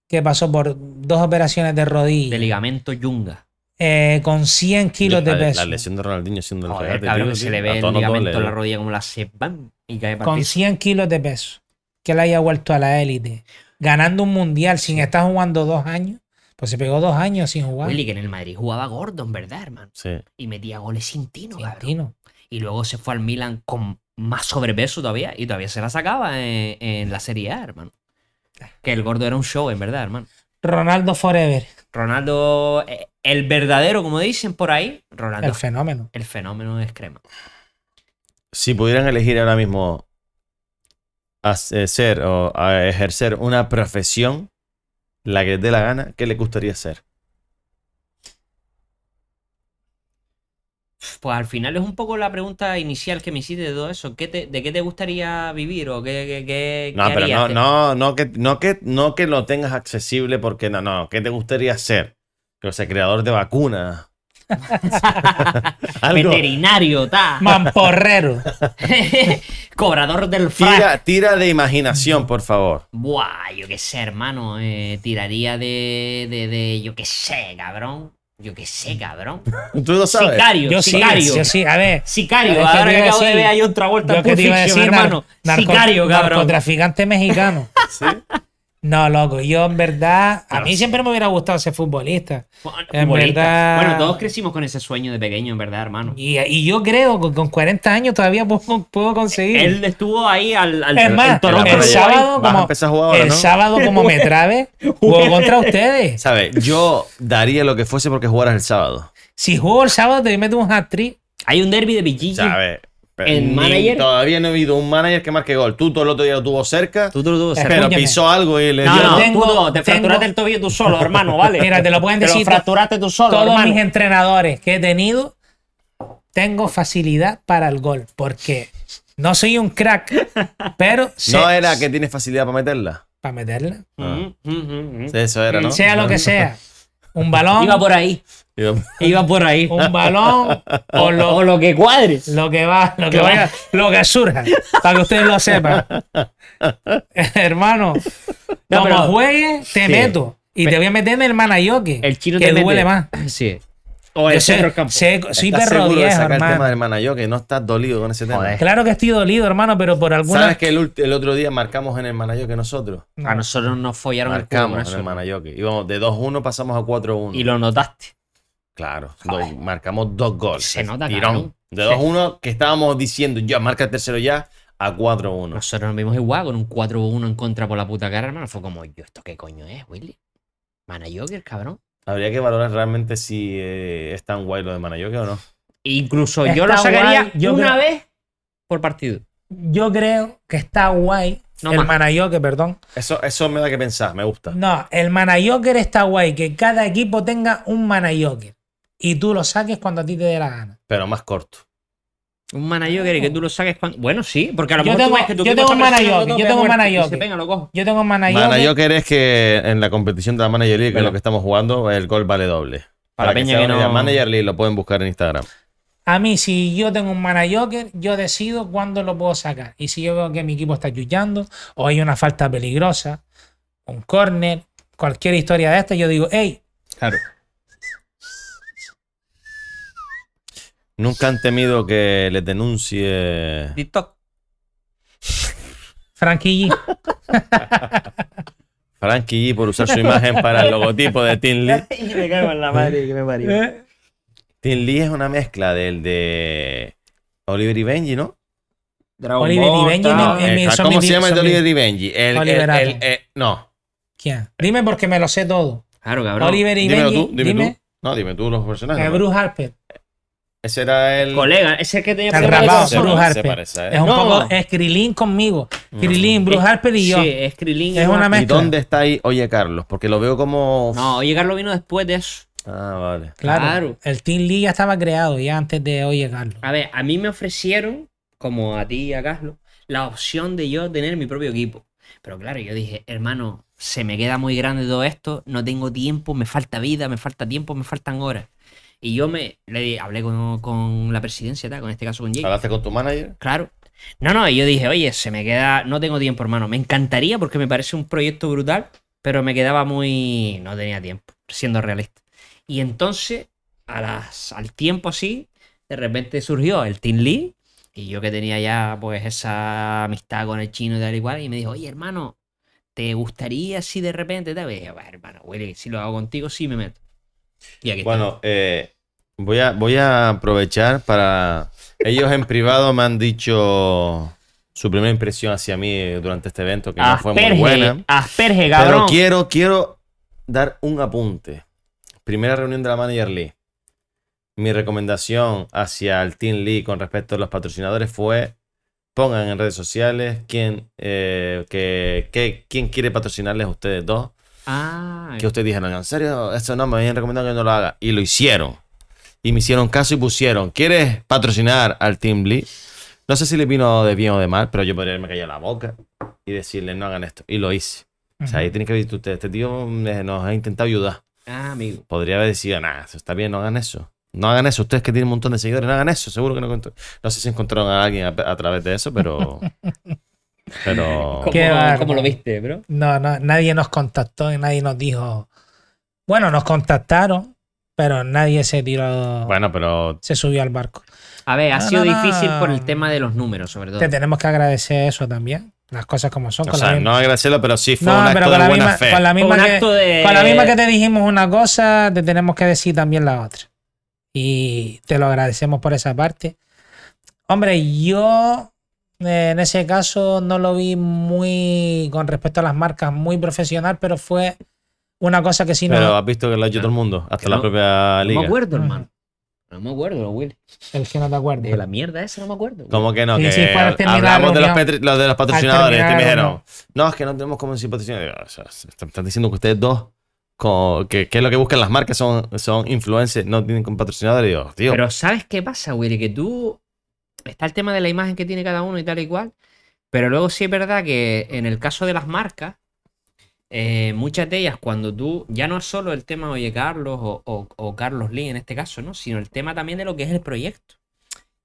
Speaker 1: que pasó por dos operaciones de rodilla,
Speaker 4: De ligamento yunga.
Speaker 1: eh, con 100 kilos de
Speaker 3: la,
Speaker 1: peso.
Speaker 3: la lesión de Ronaldinho siendo el
Speaker 4: Joder,
Speaker 3: regate,
Speaker 4: cabrón,
Speaker 3: tío,
Speaker 4: se
Speaker 3: tío.
Speaker 4: le
Speaker 3: A
Speaker 4: ve el
Speaker 3: todos nos duele,
Speaker 4: ligamento en la
Speaker 3: ¿eh?
Speaker 4: rodilla como la sepan y cae para
Speaker 1: con 100 kilos de peso, que él haya vuelto a la élite, ganando un mundial sin estar jugando dos años, pues se pegó dos años sin jugar.
Speaker 4: Willy, que en el Madrid jugaba Gordon, ¿verdad, hermano?
Speaker 3: Sí.
Speaker 4: Y metía goles sin tino,
Speaker 1: Sin
Speaker 4: cabrón.
Speaker 1: tino.
Speaker 4: Y luego se fue al Milan con más sobrepeso todavía. Y todavía se la sacaba en, en la Serie A, hermano. Que el gordo era un show, en verdad, hermano.
Speaker 1: Ronaldo Forever,
Speaker 4: Ronaldo, eh, el verdadero, como dicen por ahí, Ronaldo.
Speaker 1: el fenómeno.
Speaker 4: el fenómeno es crema.
Speaker 3: Si pudieran elegir ahora mismo hacer o a ejercer una profesión, la que te dé la gana, ¿qué le gustaría hacer?
Speaker 4: Pues al final es un poco la pregunta inicial que me hiciste de todo eso. ¿Qué te- ¿De qué te gustaría vivir o qué, qué, qué-
Speaker 3: No,
Speaker 4: qué
Speaker 3: pero
Speaker 4: harías?
Speaker 3: no,
Speaker 4: Te-
Speaker 3: no, no que, no que no que lo tengas accesible porque no, no, ¿qué te gustaría hacer? O sea, creador de vacunas. Algo.
Speaker 4: Veterinario, ta.
Speaker 1: Mamporrero.
Speaker 4: Cobrador del frac.
Speaker 3: Tira, tira de imaginación, por favor.
Speaker 4: Buah, yo qué sé, hermano. eh, tiraría de, de, de- Yo qué sé, cabrón. Yo qué sé, cabrón.
Speaker 3: Tú lo sabes.
Speaker 4: Sicario,
Speaker 1: Yo sí,
Speaker 4: sicario.
Speaker 1: yo sí, a ver.
Speaker 4: Sicario,
Speaker 1: Yo es que
Speaker 4: ahora
Speaker 1: te
Speaker 4: que
Speaker 1: iba a
Speaker 4: acabo de
Speaker 1: decir-
Speaker 4: ver a John Travolta
Speaker 1: Yo
Speaker 4: en
Speaker 1: que
Speaker 4: Pulp
Speaker 1: te iba a
Speaker 4: Fiction,
Speaker 1: decir,
Speaker 4: hermano.
Speaker 1: nar- narco-
Speaker 4: Sicario, cabrón.
Speaker 1: narcotraficante mexicano.
Speaker 3: Sí.
Speaker 1: No, loco, yo en verdad, a mí siempre me hubiera gustado ser futbolista.
Speaker 4: Bueno,
Speaker 1: En
Speaker 4: futbolista.
Speaker 1: verdad-
Speaker 4: Bueno, todos crecimos con ese sueño de pequeño, en verdad, hermano.
Speaker 1: Y, y yo creo que con 40 años todavía puedo, puedo conseguir.
Speaker 4: Él estuvo ahí al, al
Speaker 1: es más,
Speaker 4: en Toronto,
Speaker 1: el
Speaker 4: Uruguay.
Speaker 1: sábado,
Speaker 3: Vas a
Speaker 1: como,
Speaker 3: empezar a jugar ahora,
Speaker 1: el
Speaker 3: ¿no?
Speaker 1: sábado como me trabe, juego contra ustedes.
Speaker 3: ¿Sabes? Yo daría lo que fuese porque jugaras el sábado.
Speaker 1: Si juego el sábado, te meto un hat-trick.
Speaker 4: Hay un derby de Villillo.
Speaker 3: ¿Sabes? Pero
Speaker 4: ¿El
Speaker 3: ni-
Speaker 4: manager?
Speaker 3: Todavía no he habido un manager que marque gol. Tú todo el otro día lo tuvo cerca,
Speaker 4: Tú, tú, tú,
Speaker 1: Espera.
Speaker 3: pero
Speaker 1: Escúchame.
Speaker 3: pisó algo y le
Speaker 4: No,
Speaker 3: dio.
Speaker 4: no,
Speaker 1: tengo-
Speaker 4: tú no, te
Speaker 1: tengo-
Speaker 4: fracturaste el tobillo tú solo, hermano, ¿vale?
Speaker 1: Mira, te lo pueden decir
Speaker 4: Te lo fracturaste tú solo,
Speaker 1: Todos
Speaker 4: hermano.
Speaker 1: mis entrenadores que he tenido, tengo facilidad para el gol. Porque no soy un crack, pero sé
Speaker 3: No era que tienes facilidad para meterla.
Speaker 1: para meterla.
Speaker 4: Mm, mm, mm.
Speaker 3: Eso era, ¿no?
Speaker 1: Sea lo que sea. Un balón,
Speaker 4: Iba por ahí.
Speaker 3: Digo,
Speaker 4: Iba por ahí.
Speaker 1: un balón o
Speaker 4: O
Speaker 1: lo,
Speaker 4: lo, o lo que cuadres.
Speaker 1: lo que va, lo que
Speaker 4: Que va.
Speaker 1: vaya, lo que surja, para que ustedes lo sepan. Hermano,
Speaker 4: No,
Speaker 1: como
Speaker 4: pero-
Speaker 1: juegue, te
Speaker 4: Sí.
Speaker 1: meto. Y te voy a meter en el manayoque.
Speaker 4: El chino
Speaker 1: que
Speaker 4: te mete.
Speaker 1: duele más.
Speaker 4: Sí. O
Speaker 1: Yo
Speaker 4: el
Speaker 1: sé-
Speaker 4: centro del campo.
Speaker 1: sé- soy
Speaker 3: ¿estás
Speaker 1: perro
Speaker 3: seguro de
Speaker 1: viejo,
Speaker 3: sacar el tema
Speaker 1: hermano.
Speaker 3: del manager, que no estás dolido con ese tema.
Speaker 4: Joder.
Speaker 1: Claro que estoy dolido, hermano, pero por alguna.
Speaker 3: ¿Sabes que el, ulti- el otro día marcamos en el manager que nosotros?
Speaker 4: A nosotros nos follaron el culo con
Speaker 3: Marcamos en el
Speaker 4: eso.
Speaker 3: manager. Íbamos de 2-1 pasamos a 4-1.
Speaker 4: Y lo notaste.
Speaker 3: Claro, do- marcamos dos goles.
Speaker 4: Se nota,
Speaker 3: Tirón.
Speaker 4: cabrón.
Speaker 3: De
Speaker 4: Sí.
Speaker 3: 2-1 que estábamos diciendo, ya marca el tercero ya, a 4-1.
Speaker 4: Nosotros nos vimos igual con un 4-1 en contra por la puta cara, hermano. Fue como, yo, ¿esto qué coño es, Willy? Manayoker, cabrón.
Speaker 3: Habría que valorar realmente si eh, es tan guay lo de Manayoke o no.
Speaker 4: Incluso
Speaker 1: Está
Speaker 4: yo lo sacaría
Speaker 1: guay, yo creo-
Speaker 4: una vez por partido.
Speaker 1: Yo creo que está guay.
Speaker 4: No
Speaker 1: el
Speaker 4: más.
Speaker 1: manayoque, perdón.
Speaker 3: Eso, eso me da que pensar, me gusta.
Speaker 1: No, el manayoker está guay. Que cada equipo tenga un manayoker. Y tú lo saques cuando a ti te dé la gana.
Speaker 3: Pero más corto.
Speaker 4: Un manayoker y que tú lo saques cuando. Bueno, sí, porque a lo
Speaker 1: Yo
Speaker 4: mejor
Speaker 1: tengo-
Speaker 4: tú ves que tu
Speaker 1: yo
Speaker 4: equipo
Speaker 1: tengo
Speaker 4: está
Speaker 1: un
Speaker 4: presionando
Speaker 1: manayoker,
Speaker 4: todo
Speaker 1: yo
Speaker 4: a
Speaker 1: tengo un
Speaker 4: muerte, y
Speaker 1: manayoker.
Speaker 4: dice, Venga, lo cojo.
Speaker 1: Yo tengo manayoker.
Speaker 3: Manayoker es que en la competición de la Manager League, que es
Speaker 4: Bueno.
Speaker 3: lo que estamos jugando, el gol vale doble.
Speaker 4: Para
Speaker 3: que
Speaker 4: Peña
Speaker 3: se
Speaker 4: que
Speaker 3: una idea,
Speaker 4: no-
Speaker 3: Manager League lo pueden buscar en Instagram.
Speaker 1: A mí, si yo tengo un manayoker, yo decido cuándo lo puedo sacar. Y si yo veo que mi equipo está chillando o hay una falta peligrosa, un córner, cualquier historia de esta, yo digo, hey,
Speaker 4: Claro.
Speaker 3: Nunca han temido que les denuncie.
Speaker 4: TikTok.
Speaker 1: Frankie G,
Speaker 3: Frankie G por usar su imagen para el logotipo de Team Lee.
Speaker 4: y me cago en la madre que me parió.
Speaker 1: ¿eh?
Speaker 3: Team Lee es una mezcla del de Oliver y Benji, ¿no?
Speaker 1: Oliver y Benji no-
Speaker 3: Eh,
Speaker 1: Ah, mi- son
Speaker 3: ¿Cómo
Speaker 1: mis-
Speaker 3: se llama el
Speaker 1: son
Speaker 3: de
Speaker 1: mis-
Speaker 3: Oliver y Benji? El, el-
Speaker 1: Oliverato.
Speaker 3: el- eh, no.
Speaker 1: ¿quién? Dime porque me lo sé todo.
Speaker 4: Claro, cabrón.
Speaker 1: Oliver y
Speaker 3: Dímelo
Speaker 1: Benji,
Speaker 3: tú, dime,
Speaker 1: dime,
Speaker 3: tú. No, dime tú los personajes.
Speaker 1: eh,
Speaker 3: ¿no?
Speaker 1: Bruce Harper,
Speaker 3: Ese era el.
Speaker 4: Colega, ese que tenía
Speaker 1: El
Speaker 4: problemas de
Speaker 1: rapado,
Speaker 3: se,
Speaker 1: Bruce
Speaker 4: corazón.
Speaker 3: se
Speaker 1: Harper.
Speaker 3: parece, ¿eh? Mm.
Speaker 1: es un
Speaker 4: No.
Speaker 1: poco, es Krilin conmigo, Krilin, Bruce Harper y yo.
Speaker 4: Eh, Sí, es Krilin. y
Speaker 1: Es una
Speaker 4: Harper.
Speaker 3: ¿Y
Speaker 1: mezcla.
Speaker 3: dónde está ahí? Oye, Carlos, porque lo veo como.
Speaker 4: No, oye, Carlos vino después de eso.
Speaker 3: Ah, vale.
Speaker 1: Claro,
Speaker 4: Claro.
Speaker 1: el Team Lee ya estaba creado ya antes de hoy Carlos.
Speaker 4: A ver, a mí me ofrecieron, como a ti y a Carlos, la opción de yo tener mi propio equipo. Pero claro, yo dije, hermano, se me queda muy grande todo esto, no tengo tiempo, me falta vida, me falta tiempo, me faltan horas. Y yo me le di- hablé con, con la presidencia, tal, con este caso con Jake.
Speaker 3: ¿Hablaste con tu manager?
Speaker 4: Claro. No, no, y yo dije, oye, se me queda, no tengo tiempo, hermano. Me encantaría porque me parece un proyecto brutal, pero me quedaba muy, no tenía tiempo, siendo realista. Y entonces, a las, al tiempo así, de repente surgió el Team Lee, y yo que tenía ya pues esa amistad con el chino y tal y cual, y me dijo, oye, hermano, ¿te gustaría si de repente te dije, "Bueno, hermano, Willy, si lo hago contigo, sí me meto. Y aquí está.
Speaker 3: Bueno, eh, voy, a, voy a aprovechar para... Ellos en privado me han dicho su primera impresión hacia mí eh, durante este evento, que no fue muy buena.
Speaker 4: Asperge, asperge,
Speaker 3: Pero
Speaker 4: cabrón.
Speaker 3: quiero, quiero dar un apunte. Primera reunión de la Manager Lee. Mi recomendación hacia el Team Lee con respecto a los patrocinadores fue pongan en redes sociales quién, eh, que, que- quién quiere patrocinarles a ustedes dos.
Speaker 4: Ah,
Speaker 3: Que ustedes dijeron, en serio, eso no, me habían recomendado que no lo haga. Y lo hicieron. Y me hicieron caso y pusieron, ¿quieres patrocinar al Team Lee? No sé si les vino de bien o de mal, pero yo podría haberme callado la boca y decirle, no hagan esto. Y lo hice. O sea, ahí tiene que ver tú, este tío eh, nos ha intentado ayudar.
Speaker 4: ah, amigo.
Speaker 3: Podría haber decidido, nada, eso está bien, no hagan eso. No hagan eso, ustedes que tienen un montón de seguidores, no hagan eso, seguro que no encontró. No sé si encontraron a alguien a, a través de eso, pero. pero.
Speaker 1: Qué
Speaker 4: ¿Cómo,
Speaker 1: bárbaro.
Speaker 4: cómo lo viste, bro?
Speaker 1: No, no, nadie nos contactó y nadie nos dijo. Bueno, nos contactaron, pero nadie se tiró,
Speaker 3: Bueno, pero.
Speaker 1: se subió al barco.
Speaker 4: A ver, ha
Speaker 1: No,
Speaker 4: sido
Speaker 1: no, no.
Speaker 4: difícil por el tema de los números, sobre todo.
Speaker 1: Te tenemos que agradecer eso también, las cosas como son.
Speaker 3: O
Speaker 1: con
Speaker 3: sea,
Speaker 1: la
Speaker 3: no
Speaker 1: misma-
Speaker 3: agradecerlo, pero sí fue
Speaker 1: No,
Speaker 3: un
Speaker 1: pero
Speaker 3: acto
Speaker 1: con
Speaker 3: de
Speaker 1: la,
Speaker 3: buena
Speaker 1: misma,
Speaker 3: fe.
Speaker 1: con, la
Speaker 4: Fue
Speaker 1: misma
Speaker 4: un
Speaker 1: que,
Speaker 4: acto de-
Speaker 1: con la misma que te dijimos una cosa, te tenemos que decir también la otra. Y te lo agradecemos por esa parte. Hombre, yo eh, en ese caso no lo vi muy, con respecto a las marcas, muy profesional, pero fue una cosa que sí nos-
Speaker 3: Pero has visto que lo ha hecho todo el mundo, hasta
Speaker 4: Ah. Que
Speaker 3: la
Speaker 4: no-
Speaker 3: propia
Speaker 4: No me
Speaker 3: liga.
Speaker 4: acuerdo,
Speaker 1: Ajá.
Speaker 4: hermano. No me acuerdo, Will.
Speaker 1: El que no te acuerdas.
Speaker 4: De la mierda esa no me acuerdo.
Speaker 3: ¿Cómo que no?
Speaker 1: Sí,
Speaker 3: que
Speaker 1: sí, fue al
Speaker 3: hab-
Speaker 1: terminar la
Speaker 3: hablamos de los,
Speaker 1: reunión.
Speaker 3: petri- los de los patrocinadores.
Speaker 1: terminar
Speaker 3: Te
Speaker 1: la
Speaker 3: me dijeron,
Speaker 1: reunión.
Speaker 3: no, es que no tenemos como decir patrocinadores. O sea, se- te están diciendo que ustedes dos, co- que, que es lo que buscan las marcas, son, son influencers, no tienen como patrocinadores. Y yo, tío,
Speaker 4: Pero ¿sabes qué pasa, Willy? Que tú... Está el tema de la imagen que tiene cada uno y tal y cual. Pero luego sí es verdad que en el caso de las marcas, eh, muchas de ellas cuando tú... Ya no es solo el tema, oye, Carlos o, o- o Carlos Lee en este caso, ¿no? Sino el tema también de lo que es el proyecto.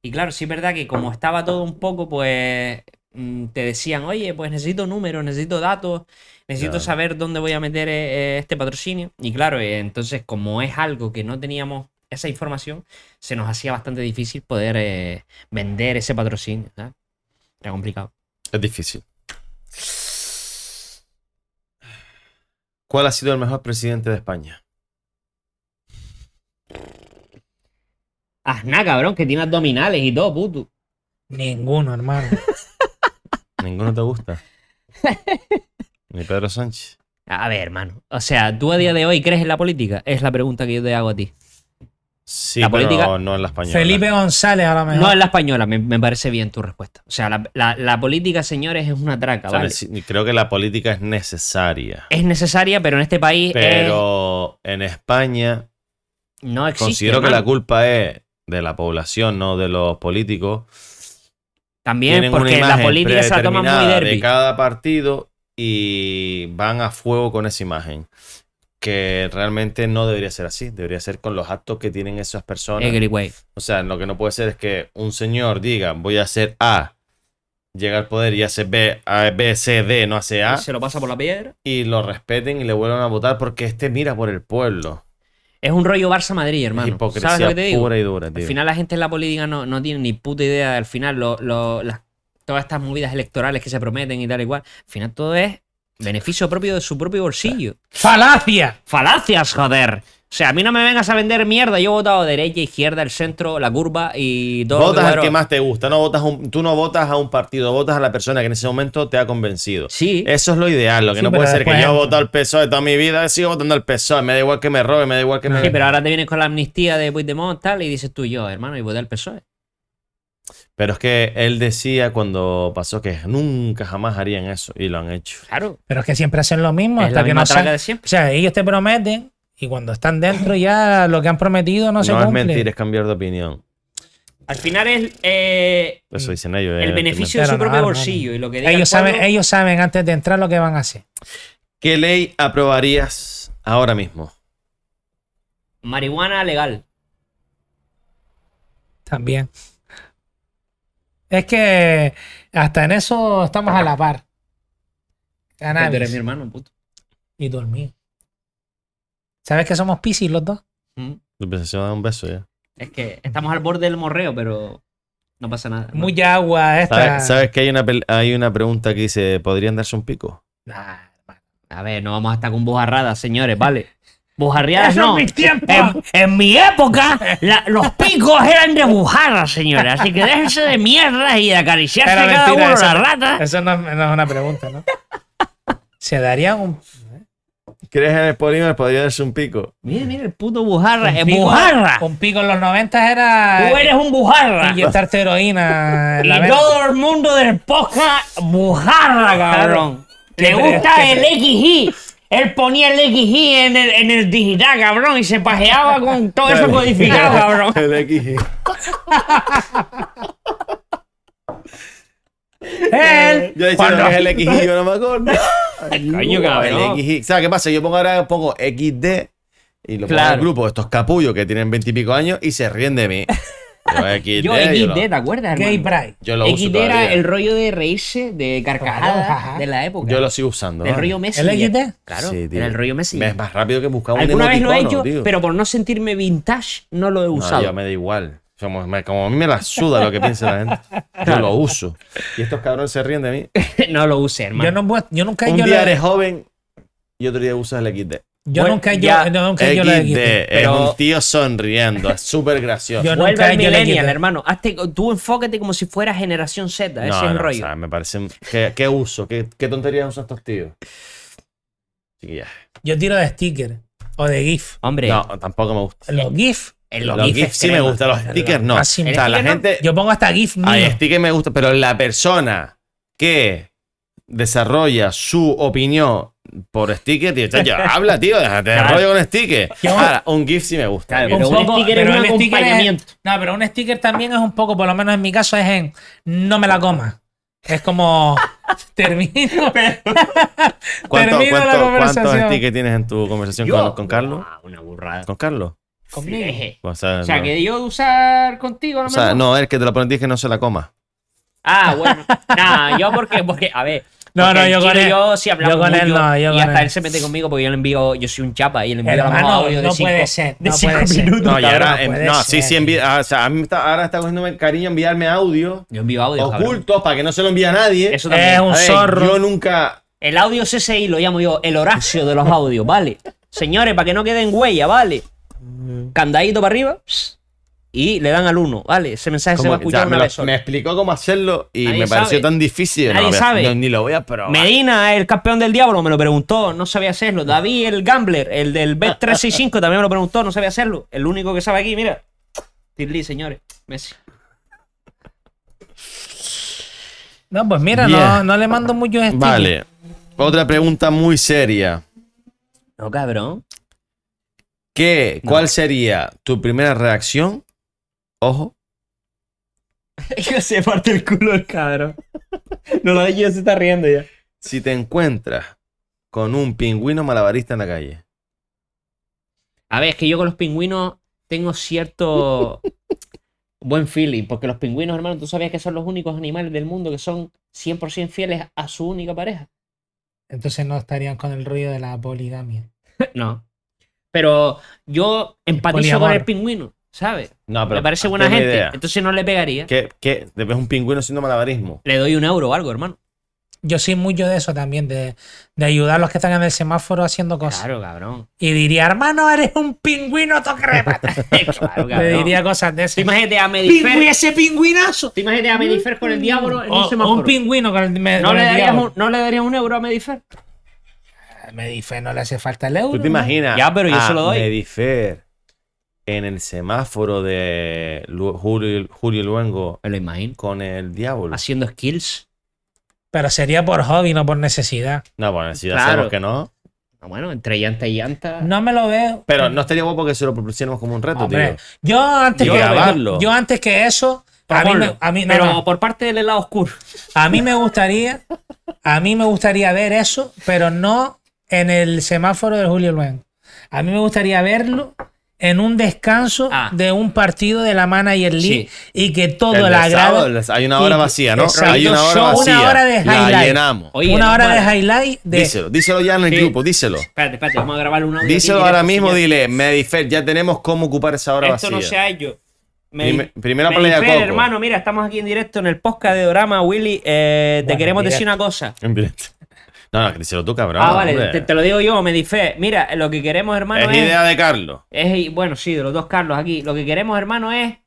Speaker 4: Y claro, sí es verdad que como estaba todo un poco, pues... mm, Te decían, oye, pues necesito números, necesito datos, necesito
Speaker 3: Claro.
Speaker 4: saber dónde voy a meter eh, eh, este patrocinio. Y claro, eh, entonces como es algo que no teníamos esa información, se nos hacía bastante difícil poder eh, vender ese patrocinio. ¿sabes? Era complicado.
Speaker 3: es difícil. ¿Cuál ha sido el mejor presidente de España?
Speaker 4: Aznar, Ah, cabrón, que tiene abdominales y todo, puto.
Speaker 1: Ninguno, hermano.
Speaker 3: Ninguno te gusta. Ni Pedro Sánchez.
Speaker 4: A ver, hermano. O sea, ¿tú a día de hoy crees en la política? Es la pregunta que yo te hago a ti.
Speaker 3: Sí,
Speaker 4: La
Speaker 3: pero
Speaker 4: política-
Speaker 3: no en la española.
Speaker 1: Felipe González a lo mejor.
Speaker 4: No en la española, me, me parece bien tu respuesta. O sea, la, la- la política, señores, es una traca, ¿vale?
Speaker 3: ¿Sabes? Sí, Creo que la política es necesaria.
Speaker 4: Es necesaria, pero en este país es-
Speaker 3: Pero en España
Speaker 4: eh. no existe.
Speaker 3: Considero que
Speaker 4: hermano.
Speaker 3: la culpa es de la población, no de los políticos.
Speaker 4: También
Speaker 3: Tienen una
Speaker 4: porque la
Speaker 3: imagen
Speaker 4: política se la toma muy
Speaker 3: predeterminada
Speaker 4: derbi.
Speaker 3: de cada partido y van a fuego con esa imagen. Que realmente no debería ser así. Debería ser con los actos que tienen esas personas.
Speaker 4: Egri, güey.
Speaker 3: O sea, lo que no puede ser es que un señor diga, voy a hacer A, llega al poder y hace B, A, B, C, D, no hace A,
Speaker 4: Se lo pasa por la piedra.
Speaker 3: y lo respeten y le vuelvan a votar porque este mira por el pueblo.
Speaker 4: Es un rollo Barça-Madrid, hermano.
Speaker 3: es
Speaker 4: ¿Sabes lo
Speaker 3: hipocresía
Speaker 4: que te digo?
Speaker 3: pura y dura,
Speaker 4: Al
Speaker 3: tío.
Speaker 4: final la gente en la política no, no tiene ni puta idea. Al final lo- lo- las- todas estas movidas electorales que se prometen y tal y cual. Al final todo es beneficio propio de su propio bolsillo.
Speaker 1: ¡Falacia!
Speaker 4: Falacias, joder. O sea, a mí no me vengas a vender mierda. Yo he votado derecha, izquierda, el centro, la curva y todo. lo
Speaker 3: Votas al
Speaker 4: cuadro.
Speaker 3: que más te gusta, no votas un- tú no votas a un partido, votas a la persona que en ese momento te ha convencido.
Speaker 4: Sí.
Speaker 3: Eso es lo ideal, lo que
Speaker 1: Sí,
Speaker 3: no
Speaker 1: pero
Speaker 3: puede ser que
Speaker 1: después-
Speaker 3: yo he votado al PSOE toda mi vida, sigo votando al PSOE, me da igual que me robe, me da igual que me...
Speaker 4: Sí, pero ahora te vienes con la amnistía de Puigdemont tal y dices tú y yo, hermano, y voté al PSOE.
Speaker 3: Pero es que él decía cuando pasó que nunca jamás harían eso y lo han hecho.
Speaker 4: Claro.
Speaker 1: Pero es que siempre hacen lo mismo
Speaker 4: es la
Speaker 1: hasta que
Speaker 4: misma
Speaker 1: no sa-
Speaker 4: traca de siempre.
Speaker 1: O sea, ellos te prometen y cuando están dentro ya lo que han prometido no,
Speaker 3: No,
Speaker 1: se
Speaker 3: es
Speaker 1: cumple.
Speaker 3: mentir, es cambiar de opinión.
Speaker 4: Al final es eh,
Speaker 3: Eso dicen ellos.
Speaker 4: el
Speaker 3: eh,
Speaker 4: beneficio de
Speaker 1: Pero
Speaker 4: su
Speaker 1: no,
Speaker 4: propio
Speaker 1: no,
Speaker 4: bolsillo.
Speaker 1: no.
Speaker 4: Y lo que diga el
Speaker 1: Ellos saben,
Speaker 4: pueblo-
Speaker 1: ellos saben antes de entrar lo que van a hacer.
Speaker 3: ¿Qué ley aprobarías ahora mismo?
Speaker 4: Marihuana legal.
Speaker 1: También. Es que hasta en eso estamos a la par.
Speaker 4: Tú eres mi
Speaker 1: Cannabis
Speaker 4: hermano, puto.
Speaker 1: y dormir. ¿Sabes que somos piscis los dos?
Speaker 4: Mm.
Speaker 3: Se va a dar un beso ya.
Speaker 4: Es que estamos al borde del morreo, pero no pasa nada. hermano.
Speaker 1: Mucha agua esta.
Speaker 3: ¿Sabes, sabes que hay una, pel- hay una pregunta que dice: ¿podrían darse un pico?
Speaker 1: Nah, hermano.
Speaker 4: A ver, no vamos a estar con bujarradas, señores, ¿vale? Bujarreadas
Speaker 1: Eso
Speaker 4: no.
Speaker 1: es mi tiempo.
Speaker 4: En, en mi época, la- los picos eran de bujarras, señores. Así que déjense de mierdas y de acariciarse
Speaker 1: Era
Speaker 4: cada
Speaker 1: mentira,
Speaker 4: uno
Speaker 1: eso
Speaker 4: la
Speaker 1: no-
Speaker 4: rata.
Speaker 1: Eso no, no es una pregunta, ¿no? Se daría un.
Speaker 3: ¿Crees en el polímer? ¿Podría darse un pico?
Speaker 4: Mira, mira el puto bujarra. Es
Speaker 1: pico-
Speaker 4: bujarra.
Speaker 1: Un pico en los 90 era. eh,
Speaker 4: Tú eres un bujarra.
Speaker 1: inyectarte heroína en la
Speaker 4: Y
Speaker 1: vena.
Speaker 4: todo el mundo del podcast, bujarra, cabrón. Le
Speaker 1: Siempre-
Speaker 4: gusta el XY. Él ponía el XY en el, en el digital, cabrón, y se pajeaba con todo eso codificado, cabrón. Eh,
Speaker 1: Él.
Speaker 3: Yo he dicho
Speaker 1: Cuando-
Speaker 3: que es el XY, yo no me acuerdo.
Speaker 4: Coño, cabrón.
Speaker 3: El XY. ¿Sabes qué pasa? Yo pongo ahora pongo XD y lo pongo en
Speaker 4: Claro.
Speaker 3: el grupo, estos capullos que tienen veintipico años y se ríen de mí. Yo XD,
Speaker 4: Yo,
Speaker 3: yo
Speaker 4: XD,
Speaker 3: lo-
Speaker 4: ¿te acuerdas,
Speaker 1: Gay
Speaker 4: hermano?
Speaker 1: Pride.
Speaker 3: yo lo uso
Speaker 4: XD era
Speaker 3: todavía.
Speaker 4: el rollo de reírse, de
Speaker 1: Claro,
Speaker 4: carcajadas
Speaker 1: ajá.
Speaker 4: de la época.
Speaker 3: Yo lo sigo usando.
Speaker 4: el
Speaker 3: ¿no?
Speaker 4: rollo Messi. eh,
Speaker 1: XD?
Speaker 4: Claro,
Speaker 3: Sí, tío.
Speaker 4: era el rollo Messi.
Speaker 3: Es más rápido que buscar un
Speaker 4: Alguna vez lo he hecho,
Speaker 3: emoticono, tío.
Speaker 4: pero por no sentirme vintage, no lo he
Speaker 3: No,
Speaker 4: usado.
Speaker 3: yo me da igual. Como, me- como a mí me la suda lo que piensa la gente. Yo lo uso. Y estos cabrones se ríen de mí.
Speaker 4: no lo usé,
Speaker 1: Yo,
Speaker 4: hermano.
Speaker 1: no, voy- yo nunca
Speaker 3: Un
Speaker 1: yo
Speaker 3: día
Speaker 1: le-
Speaker 3: eres joven y otro día usas el XD.
Speaker 1: Yo
Speaker 4: Bueno,
Speaker 1: nunca
Speaker 4: ya,
Speaker 1: yo, no, nunca yo le
Speaker 3: XD.
Speaker 1: quité.
Speaker 3: Es
Speaker 4: pero-
Speaker 3: un tío sonriendo. Es súper gracioso.
Speaker 1: Yo no-
Speaker 4: Vuelve
Speaker 1: nunca
Speaker 4: al
Speaker 1: yo le
Speaker 4: millennial,
Speaker 1: quité.
Speaker 4: hermano. Hazte, tú enfócate como si fuera generación Z. Ese es el rollo.
Speaker 3: o sea, me parece. un- ¿Qué, qué uso? ¿Qué, qué tonterías usan estos tíos? Así que ya.
Speaker 1: Yo tiro de sticker o de GIF.
Speaker 4: Hombre,
Speaker 3: No, tampoco me gusta.
Speaker 1: Los GIF.
Speaker 4: el
Speaker 3: Los, GIFs sí me gustan, los stickers no. O
Speaker 1: Ah, sí,
Speaker 3: sea, la
Speaker 4: sticker no.
Speaker 3: gente.
Speaker 1: Yo pongo hasta GIF mío.
Speaker 3: Hay stickers me gusta, pero la persona que desarrolla su opinión por sticker, tío, chacho, habla, tío, déjate de
Speaker 4: Claro.
Speaker 3: rollo con sticker. Ahora, un GIF sí me gusta.
Speaker 4: Claro,
Speaker 3: Un
Speaker 4: pero
Speaker 3: GIF.
Speaker 4: un sticker es
Speaker 1: pero
Speaker 4: un
Speaker 1: el sticker es-
Speaker 4: acompañamiento.
Speaker 1: no, pero un sticker también es un poco, por lo menos en mi caso, es en no me la coma. Es como termino.
Speaker 3: ¿Cuánto-
Speaker 1: termino
Speaker 3: cuánto-
Speaker 1: la
Speaker 3: ¿Cuántos
Speaker 1: conversación.
Speaker 3: stickers tienes en tu conversación con, con Carlos?
Speaker 4: Ah, una burrada.
Speaker 3: ¿Con Carlos?
Speaker 1: Conmigo.
Speaker 4: Eje.
Speaker 3: O sea,
Speaker 4: O sea,
Speaker 3: no.
Speaker 4: que yo de usar contigo, no
Speaker 3: O
Speaker 4: me
Speaker 3: sea,
Speaker 4: gusta.
Speaker 3: no, el que te lo pones dije no se la coma.
Speaker 4: Ah, bueno. Nah, yo porque, porque a ver.
Speaker 1: No,
Speaker 4: porque
Speaker 1: no,
Speaker 4: el
Speaker 1: yo
Speaker 4: chino
Speaker 1: con
Speaker 4: y
Speaker 1: él-
Speaker 4: Yo sí hablamos
Speaker 1: yo con él
Speaker 4: mucho,
Speaker 1: no, yo
Speaker 4: y
Speaker 1: con
Speaker 4: hasta
Speaker 1: él.
Speaker 4: él se mete conmigo porque yo le envío, yo soy un chapa y le envío a lo mejor
Speaker 1: Hermano,
Speaker 4: audio de
Speaker 1: no
Speaker 4: cinco-
Speaker 1: puede ser,
Speaker 4: de
Speaker 1: no
Speaker 4: cinco
Speaker 1: puede ser.
Speaker 4: minutos.
Speaker 3: No, y
Speaker 1: cabrón,
Speaker 3: ahora.
Speaker 1: no
Speaker 3: em,
Speaker 1: puede
Speaker 3: no,
Speaker 1: ser.
Speaker 3: sí, sí envi- ah, O sea, a mí me está, ahora está cogiéndome cariño enviarme audio
Speaker 4: Yo envío audio, cabrón.
Speaker 3: ocultos para que no se lo envíe a nadie.
Speaker 4: Eso también.
Speaker 1: Es un
Speaker 3: A ver,
Speaker 1: zorro.
Speaker 3: Yo nunca.
Speaker 4: El audio CCI lo llamo yo el Horacio de los audios, ¿vale? Señores, para que no queden huella, ¿vale?
Speaker 3: Mm.
Speaker 4: Candadito para arriba pss, y le dan al uno, ¿vale? Ese mensaje se
Speaker 3: ¿Cómo?
Speaker 4: va a escuchar
Speaker 3: Ya, me,
Speaker 4: una
Speaker 3: lo-
Speaker 4: vez sola.
Speaker 3: me explicó cómo hacerlo y
Speaker 4: Nadie
Speaker 3: me pareció
Speaker 4: sabe.
Speaker 3: tan difícil.
Speaker 4: Nadie
Speaker 3: no, voy a-
Speaker 4: sabe.
Speaker 3: no, ni lo voy a probar.
Speaker 4: Medina, el campeón del diablo, me lo preguntó, no sabía hacerlo. David, el gambler, el del Bet 365 también me lo preguntó, no sabía hacerlo. El único que sabe aquí, mira. Tirli, señores. Messi.
Speaker 1: No, pues mira,
Speaker 3: Yeah.
Speaker 1: no, no le mando muchos stickers.
Speaker 3: Vale. Otra pregunta muy seria.
Speaker 4: No, cabrón.
Speaker 3: ¿Qué, ¿Cuál sería tu primera reacción? Ojo.
Speaker 4: se parte el culo el cabrón. No lo yo se está riendo ya.
Speaker 3: Si te encuentras con un pingüino malabarista en la calle.
Speaker 4: A ver, es que yo con los pingüinos tengo cierto buen feeling, porque los pingüinos, hermano, tú sabías que son los únicos animales del mundo que son 100% fieles a su única pareja.
Speaker 1: Entonces no estarían con el ruido de la poligamia.
Speaker 4: No. Pero yo empatizo
Speaker 1: poliamor.
Speaker 4: con el pingüino, ¿sabes?
Speaker 3: No,
Speaker 4: Me parece buena
Speaker 3: hazme una
Speaker 4: gente,
Speaker 3: idea.
Speaker 4: entonces no le pegaría.
Speaker 3: ¿Qué, qué? ¿Te ves un pingüino haciendo malabarismo?
Speaker 4: Le doy un euro o algo, hermano.
Speaker 1: Yo soy mucho de eso también, de, de ayudar a los que están en el semáforo haciendo cosas.
Speaker 4: Claro, cabrón.
Speaker 1: Y diría, hermano, eres un pingüino tocrepa.
Speaker 4: Eh, claro,
Speaker 1: Le
Speaker 4: cabrón.
Speaker 1: diría cosas de
Speaker 4: Tú
Speaker 1: ese.
Speaker 4: imagínate a Medifer.
Speaker 1: ese pingüinazo!
Speaker 4: Tú imagínate a Medifer con el diablo en un
Speaker 1: Mm. O,
Speaker 4: semáforo.
Speaker 1: un pingüino con el, me,
Speaker 4: ¿No
Speaker 1: con
Speaker 4: le,
Speaker 1: el
Speaker 4: darías
Speaker 1: diablo.
Speaker 4: un, ¿No le darías un euro a Medifer?
Speaker 1: Me dice, no le hace falta el euro.
Speaker 3: ¿Tú te
Speaker 1: ¿no?
Speaker 3: imaginas?
Speaker 4: Ya, pero yo
Speaker 3: a
Speaker 4: se lo doy.
Speaker 3: Medifer en el semáforo de Lu- Julio, Julio Luengo
Speaker 4: Me lo imagino.
Speaker 3: con el diablo.
Speaker 4: Haciendo skills.
Speaker 1: Pero sería por hobby, no por necesidad.
Speaker 3: No, bueno, si
Speaker 4: Claro.
Speaker 3: hacemos que no.
Speaker 4: Ah, Bueno, entre llanta y llanta.
Speaker 1: No me lo veo.
Speaker 3: Pero no estaría guapo que se lo propusiéramos como un reto,
Speaker 1: Hombre,
Speaker 3: tío.
Speaker 1: yo antes,
Speaker 3: Y
Speaker 1: que,
Speaker 3: grabarlo.
Speaker 1: yo antes que eso, a mí, me,
Speaker 4: Proponlo.
Speaker 1: a, mí, no,
Speaker 4: pero
Speaker 1: no.
Speaker 4: por parte del helado oscuro.
Speaker 1: a mí me gustaría, a mí me gustaría ver eso, pero no en el semáforo de Julio Luengo. A mí me gustaría verlo en un descanso
Speaker 4: Ah.
Speaker 1: de un partido de la Manager League
Speaker 4: Sí.
Speaker 1: y que todo
Speaker 3: El
Speaker 1: el
Speaker 3: del sábado,
Speaker 1: agrado.
Speaker 3: el des- hay una hora
Speaker 1: y-
Speaker 3: vacía, ¿no?
Speaker 1: exacto,
Speaker 3: Hay una hora
Speaker 1: show,
Speaker 3: vacía.
Speaker 1: Una hora de highlight.
Speaker 3: La llenamos.
Speaker 4: Oye,
Speaker 1: una
Speaker 4: no
Speaker 1: hora de
Speaker 4: mal.
Speaker 1: highlight de.
Speaker 3: Díselo, díselo ya en el
Speaker 4: Sí.
Speaker 3: grupo, díselo.
Speaker 4: Espérate, espérate, vamos a grabar una.
Speaker 3: Díselo ahora mismo, dile, Medifer, ya tenemos cómo ocupar esa hora
Speaker 4: Esto no
Speaker 3: vacía.
Speaker 4: se ha hecho.
Speaker 3: Dime- primera
Speaker 4: Meli
Speaker 3: pelea
Speaker 4: Fer,
Speaker 3: Coco.
Speaker 4: hermano, mira, estamos aquí en directo en el podcast de Dorama, Willy. eh, te
Speaker 1: Bueno,
Speaker 4: queremos decir
Speaker 1: directo.
Speaker 4: una cosa.
Speaker 3: En directo. No, no, que díselo tú, cabrón.
Speaker 4: ah, vale,
Speaker 3: hombre.
Speaker 4: te, te lo digo yo, Medife. Mira, lo que queremos, hermano,
Speaker 3: es
Speaker 1: eh.
Speaker 4: es.
Speaker 3: idea de Carlos.
Speaker 4: es- bueno, sí, de los dos Carlos aquí. Lo que queremos, hermano, es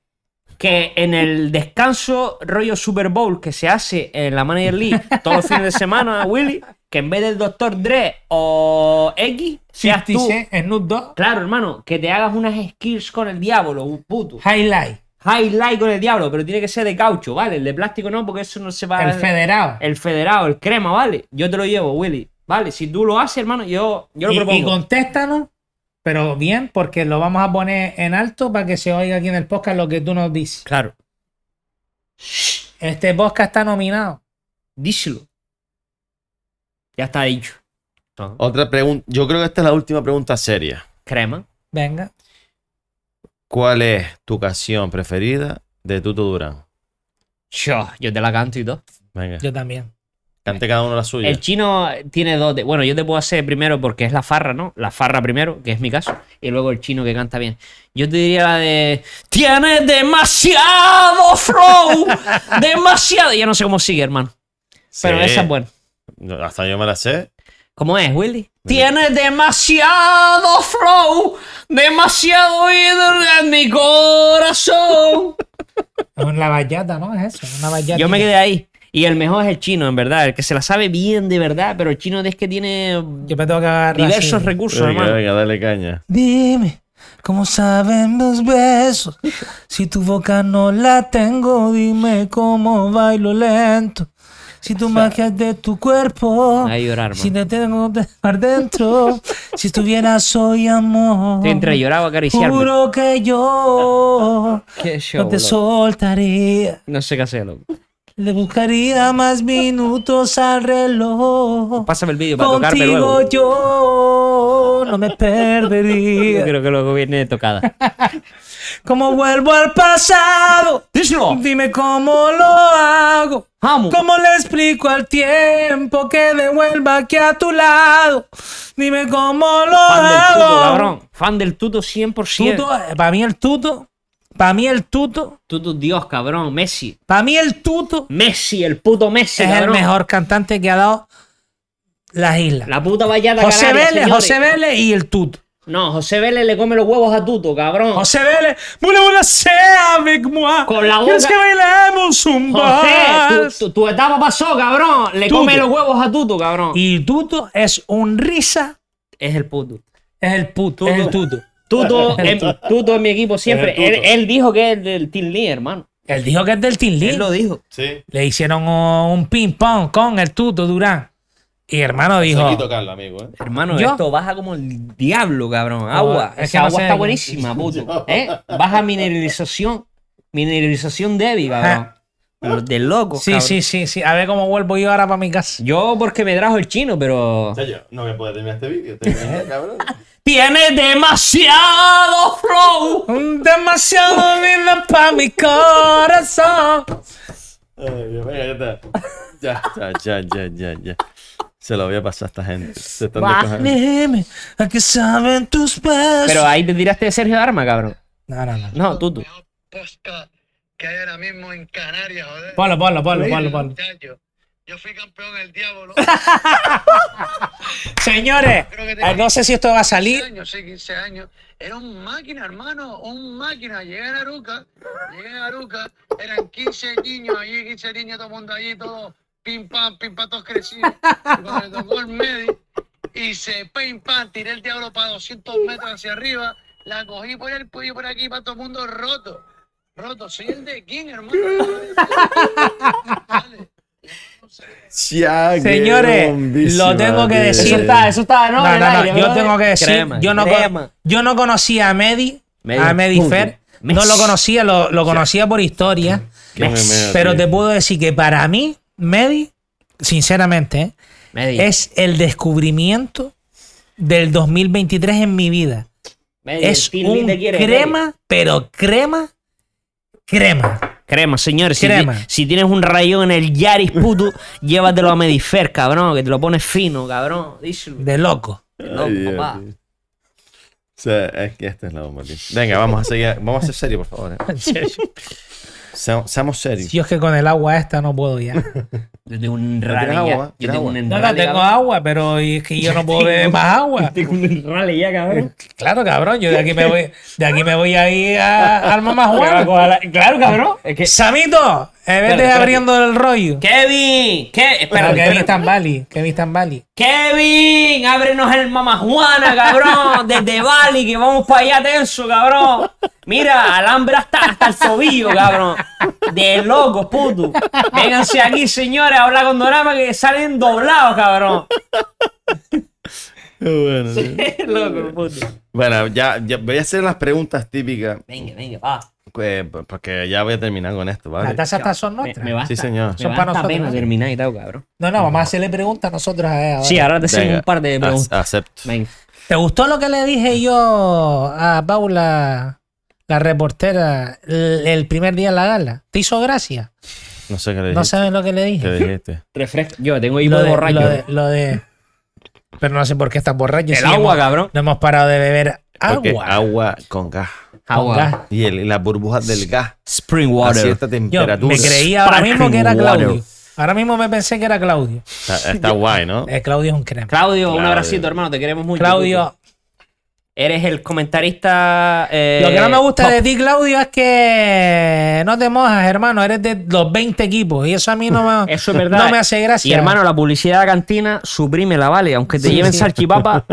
Speaker 4: que en el descanso rollo Super Bowl que se hace en la Manager League todos los fines de semana, Willy, que en vez del Doctor Dre o X, seas tú.
Speaker 1: 56, Snoop Dogg,
Speaker 4: Claro, hermano, que te hagas unas skills con el diablo, un puto.
Speaker 1: highlight.
Speaker 4: Highlight con el diablo, pero tiene que ser de caucho, ¿vale? El de plástico no, porque eso no se va
Speaker 1: El federado.
Speaker 4: el federado, el crema, ¿vale? Yo te lo llevo, Willy. Vale, si tú lo haces, hermano, yo, yo lo
Speaker 1: y,
Speaker 4: propongo.
Speaker 1: y contéstanos, pero bien, porque lo vamos a poner en alto para que se oiga aquí en el podcast lo que tú nos dices.
Speaker 4: Claro.
Speaker 1: Este podcast está nominado.
Speaker 4: Díselo. Ya está dicho.
Speaker 3: Otra pregunta. Yo creo que esta es la última pregunta seria.
Speaker 4: Crema.
Speaker 1: Venga.
Speaker 3: ¿Cuál es tu canción preferida de Tuto Durán?
Speaker 4: Yo, yo te la canto y todo.
Speaker 3: Venga,
Speaker 1: Yo también.
Speaker 3: cante cada uno la suya.
Speaker 4: El chino tiene dos. de- bueno, yo te puedo hacer primero porque es la farra, ¿no? La farra primero, que es mi caso. Y luego el chino que canta bien. Yo te diría la de. Tienes demasiado flow. demasiado. Ya no sé cómo sigue, hermano. Pero
Speaker 3: Sí.
Speaker 4: esa es buena.
Speaker 3: No, Hasta yo me la sé.
Speaker 4: ¿Cómo es, Willy? Tiene demasiado flow, demasiado ídolo en mi corazón.
Speaker 1: Es una ballata, ¿no? Es eso. Una ballata.
Speaker 4: Yo me quedé ahí. Y el mejor es el chino, en verdad. El que se la sabe bien de verdad, pero el chino es que tiene
Speaker 1: Yo me tengo que agarrar.
Speaker 4: diversos
Speaker 1: así.
Speaker 4: recursos,
Speaker 3: Venga,
Speaker 4: hermano.
Speaker 3: venga, dale caña.
Speaker 1: Dime, ¿cómo saben los besos? Si tu boca no la tengo, dime cómo bailo lento. Si tu magia es de tu cuerpo,
Speaker 4: Me va a llorar,
Speaker 1: si
Speaker 4: hermano.
Speaker 1: te tengo de par dentro, si estuvieras hoy amor,
Speaker 4: Estoy entre llorar o acariciarme.
Speaker 1: juro que yo
Speaker 4: Qué show,
Speaker 1: no te
Speaker 4: loco.
Speaker 1: soltaría.
Speaker 4: No sé qué hacer, loco.
Speaker 1: Le buscaría más minutos al reloj.
Speaker 4: Pásame el vídeo para tocarme luego.
Speaker 1: Contigo yo no me
Speaker 4: Yo
Speaker 1: perdería.
Speaker 4: creo que luego viene tocada.
Speaker 1: ¿Cómo vuelvo al pasado?
Speaker 4: ¡Díselo!
Speaker 1: Dime cómo lo hago.
Speaker 4: ¡Vamos!
Speaker 1: ¿Cómo le explico al tiempo que me vuelva aquí a tu lado? Dime cómo lo
Speaker 4: Fan del tuto,
Speaker 1: hago.
Speaker 4: cabrón. eh. Fan del tuto 100%.
Speaker 1: Tuto, para mí el tuto, para mí el tuto,
Speaker 4: Tuto, Dios, cabrón. Messi.
Speaker 1: para mí el tuto
Speaker 4: Messi, el puto Messi.
Speaker 1: es el
Speaker 4: cabrón.
Speaker 1: mejor cantante que ha dado las islas.
Speaker 4: La puta vallada
Speaker 1: José
Speaker 4: canaria,
Speaker 1: Vélez,
Speaker 4: señores.
Speaker 1: José Vélez y el tuto.
Speaker 4: No, José Vélez le come los huevos a Tuto, cabrón. José,
Speaker 1: José Vélez, muy buena sea avec moi.
Speaker 4: Con la
Speaker 1: ¿Quieres
Speaker 4: boca-
Speaker 1: que bailemos un vals?
Speaker 4: tu, tu- tu etapa pasó, cabrón. Le
Speaker 1: Tuto.
Speaker 4: come los huevos a Tuto, cabrón.
Speaker 1: Y Tuto es un risa.
Speaker 4: Es el puto.
Speaker 1: Es el puto.
Speaker 4: Tuto.
Speaker 1: Es el Tuto.
Speaker 4: Tuto, en, Tuto en mi equipo siempre.
Speaker 3: Es el
Speaker 4: Él,
Speaker 3: Tuto.
Speaker 4: él dijo que es del Team Lee, hermano.
Speaker 1: Él dijo que es del Team Lee.
Speaker 4: Él lo dijo.
Speaker 3: Sí.
Speaker 1: Le hicieron oh, un ping pong con el Tuto Durán. Y hermano dijo.
Speaker 3: Aquí tocarlo, amigo. ¿eh?
Speaker 4: Hermano,
Speaker 1: ¿Yo?
Speaker 4: esto baja como el diablo, cabrón. Agua.
Speaker 1: es que
Speaker 4: Esa
Speaker 1: no
Speaker 4: agua
Speaker 1: sé-
Speaker 4: está buenísima, puto. ¿Eh? Baja mineralización. Mineralización débil, cabrón. Los De loco.
Speaker 1: Sí,
Speaker 4: cabrón.
Speaker 1: sí, sí, sí. A ver cómo vuelvo yo ahora para mi casa.
Speaker 4: Yo porque me trajo el chino, pero.
Speaker 3: Chayo, no me puedo terminar este vídeo. te imaginas, cabrón.
Speaker 4: Tiene demasiado flow.
Speaker 1: Demasiado lindo para mi corazón.
Speaker 3: Ay, Dios, venga, ya está. Ya, ya, ya, ya, ya, ya. Se lo voy a pasar a esta gente. Se están descojando.
Speaker 1: Dime a qué saben tus besos.
Speaker 4: Pero ahí te tiraste de Sergio Arma, cabrón.
Speaker 1: No, no, no.
Speaker 4: No, tú, tú.
Speaker 7: mejor podcast que hay ahora mismo en Canarias, joder.
Speaker 1: Ponlo, ponlo, ponlo, ponlo, ponlo.
Speaker 7: Muchacho, Yo fui campeón del diablo.
Speaker 1: Señores,
Speaker 7: Creo que
Speaker 1: eh,
Speaker 7: tenía
Speaker 1: no sé si esto va a salir.
Speaker 7: 15 años, sí, 15 años. Era un máquina, hermano, un máquina. Llegué a Aruca, llegué a Aruca, eran 15 niños allí, 15 niños, todo el mundo allí, todo pim pam, pim pam, todos crecidos. Y Cuando le tocó el medio, hice pim pam, tiré el diablo para 200 metros hacia arriba, la cogí por el cuello por aquí, para todo el mundo roto. Roto, soy el de King, hermano. Dale.
Speaker 3: Ya, qué
Speaker 1: Señores,
Speaker 3: bombísima,
Speaker 1: lo tengo que
Speaker 3: tío.
Speaker 1: decir.
Speaker 4: está,
Speaker 1: No, no, no, yo tengo que decir,
Speaker 4: Crema,
Speaker 1: yo, no
Speaker 4: crema.
Speaker 1: con- yo no conocía a Medi,
Speaker 4: Medi,
Speaker 1: a Medi
Speaker 4: punto.
Speaker 1: Fer,
Speaker 4: Mes.
Speaker 1: no lo conocía, lo, lo conocía por historia,
Speaker 3: Qué memeo,
Speaker 1: pero
Speaker 3: tío.
Speaker 1: te puedo decir que para mí, Medi, sinceramente,
Speaker 4: Me
Speaker 1: ¿eh?
Speaker 4: di-
Speaker 1: es el descubrimiento del 2023 en mi vida.
Speaker 4: Medio
Speaker 1: Es
Speaker 4: Slim Lee
Speaker 1: un
Speaker 4: te quiere, medio.
Speaker 1: crema, pero crema, crema.
Speaker 4: Crema, señores. si
Speaker 1: Crema.
Speaker 4: ti- Si, tienes un rayón en el Yaris puto, llévatelo a Medifer, cabrón, que te lo pones fino, cabrón. Díselo.
Speaker 1: De loco.
Speaker 4: No,
Speaker 3: Ay, Dios,
Speaker 4: papá.
Speaker 3: tío. O sea, es que este es lado Martín. Venga, vamos a seguir. Vamos a ser serios, por favor. eh. Seamos, seamos serios.
Speaker 1: Si yo es que con el agua esta no puedo ya.
Speaker 4: Yo tengo un
Speaker 3: tienes
Speaker 4: rally
Speaker 3: agua,
Speaker 4: ya. Yo
Speaker 3: tienes
Speaker 4: tengo
Speaker 3: agua.
Speaker 4: un
Speaker 1: No, no,
Speaker 4: rally,
Speaker 1: tengo
Speaker 4: cabrón.
Speaker 1: agua, pero es que yo no puedo beber más agua.
Speaker 2: Tengo un rally ya, cabrón.
Speaker 1: Claro, cabrón, yo de aquí me voy, de aquí me voy a ir a, al
Speaker 2: Le va
Speaker 1: mamá
Speaker 2: a
Speaker 1: Juana.
Speaker 2: coger la- Claro,
Speaker 4: Ah,
Speaker 2: cabrón. Es que.
Speaker 1: Samito, eh, vete
Speaker 2: espérate.
Speaker 1: abriendo el rollo.
Speaker 4: Kevin, ¿qué?
Speaker 1: Pero
Speaker 4: Espera,
Speaker 1: Kevin
Speaker 4: espera.
Speaker 1: está en Bali, Kevin está en Bali.
Speaker 4: Kevin, ábrenos el mamajuana, cabrón, desde Bali, que vamos para allá tenso, cabrón. Mira, alhambra hasta, hasta el tobillo, cabrón. De locos, puto. Vénganse aquí, señores, a hablar con Dorama que salen doblados, cabrón.
Speaker 3: Bueno,
Speaker 4: Loco, puto.
Speaker 3: ya, ya voy a hacer las preguntas típicas.
Speaker 4: Venga, venga, va.
Speaker 3: eh, porque ya voy a terminar con esto,
Speaker 1: Las
Speaker 3: ¿vale?
Speaker 1: tazas estas son
Speaker 4: Me,
Speaker 1: nuestras.
Speaker 4: me basta.
Speaker 3: Sí, señor.
Speaker 4: Me
Speaker 1: Son para
Speaker 4: basta
Speaker 1: nosotros,
Speaker 4: pena
Speaker 1: ¿no? Ah,
Speaker 4: terminar y tal, cabrón.
Speaker 1: No, no, vamos a hacerle preguntas nosotros a ella.
Speaker 4: Sí, ahora te hacemos
Speaker 3: Venga,
Speaker 4: un par de preguntas.
Speaker 3: ac- acepto.
Speaker 4: Venga.
Speaker 1: ¿Te gustó lo que le dije yo a Paula, la reportera, el, el primer día en la gala? ¿Te hizo gracia?
Speaker 3: No sé qué le
Speaker 1: ¿No
Speaker 3: dijiste.
Speaker 1: sabes lo que le dije?
Speaker 3: ¿Qué dijiste?
Speaker 4: Refresco. Yo tengo hipo
Speaker 1: Lo
Speaker 4: de
Speaker 1: de,
Speaker 4: borracho.
Speaker 1: lo de- lo de- Pero no sé por qué estás borracho.
Speaker 4: el
Speaker 1: si
Speaker 4: agua,
Speaker 1: hemos-
Speaker 4: cabrón.
Speaker 1: No hemos parado de beber
Speaker 3: Porque
Speaker 1: agua.
Speaker 3: agua con gas.
Speaker 1: Gas.
Speaker 3: Y, el- y las burbujas del gas
Speaker 4: Spring
Speaker 3: a
Speaker 4: water.
Speaker 3: cierta
Speaker 1: Yo
Speaker 3: temperatura.
Speaker 1: me creía ahora mismo que era
Speaker 3: Sparkling water.
Speaker 1: Claudio. Ahora mismo me pensé que era Claudio.
Speaker 3: Está, está guay, ¿no?
Speaker 1: Eh, Claudio es un crema.
Speaker 4: Claudio, un
Speaker 3: Claudio.
Speaker 4: abracito, hermano, te queremos mucho.
Speaker 1: Claudio,
Speaker 4: Eres el comentarista. eh,
Speaker 1: lo que no me gusta
Speaker 4: top.
Speaker 1: de ti, Claudio, es que no te mojas, hermano. Eres de los 20 equipos y eso a mí no me,
Speaker 4: Eso es verdad.
Speaker 1: no me hace gracia.
Speaker 4: Y hermano, la publicidad de la cantina, suprímela, ¿vale? Aunque te
Speaker 1: Sí,
Speaker 4: lleven
Speaker 1: sí.
Speaker 4: salchipapa.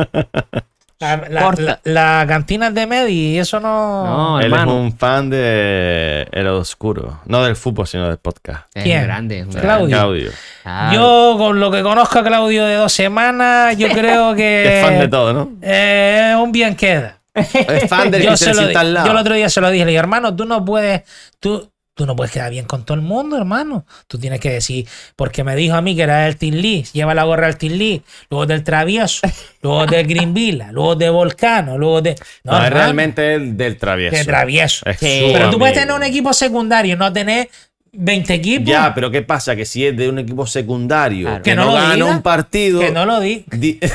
Speaker 1: la, la-
Speaker 4: corta.
Speaker 1: la- la cantina es de Medi y eso no.
Speaker 4: No,
Speaker 3: Él es
Speaker 4: hermano.
Speaker 3: un fan de El Oscuro. No del fútbol, sino del podcast.
Speaker 4: Es
Speaker 1: ¿Quién?
Speaker 4: grande. es un
Speaker 1: Claudio.
Speaker 4: grande.
Speaker 3: Claudio.
Speaker 4: Ah,
Speaker 1: Yo, con lo que conozco a Claudio de dos semanas, yo creo
Speaker 3: Que es fan de
Speaker 1: que
Speaker 3: todo, ¿no?
Speaker 1: eh, es un bien queda.
Speaker 3: Es fan del
Speaker 1: yo,
Speaker 3: que se
Speaker 1: se lo,
Speaker 3: le
Speaker 1: di-
Speaker 3: sienta al
Speaker 1: yo el
Speaker 3: lado.
Speaker 1: otro día se lo dije, le digo, hermano, tú no puedes, tú, tú no puedes quedar bien con todo el mundo, hermano. Tú tienes que decir, porque me dijo a mí que era el Team Lee, lleva la gorra del Team Lee, luego del Travieso, luego del Green Villa, luego de Volcano, luego de.
Speaker 3: No, es
Speaker 1: hermano,
Speaker 3: realmente el del travieso.
Speaker 1: De Travieso.
Speaker 3: Es
Speaker 4: Sí.
Speaker 3: su
Speaker 1: Pero tú puedes
Speaker 3: amigo.
Speaker 1: tener un equipo secundario, no tener 20 equipos.
Speaker 3: Ya, pero ¿qué pasa? Que si es de un equipo secundario
Speaker 4: Claro.
Speaker 3: que,
Speaker 1: Que no
Speaker 3: no,
Speaker 1: lo
Speaker 3: gana
Speaker 1: diga,
Speaker 3: un partido,
Speaker 1: que no lo di.
Speaker 3: di-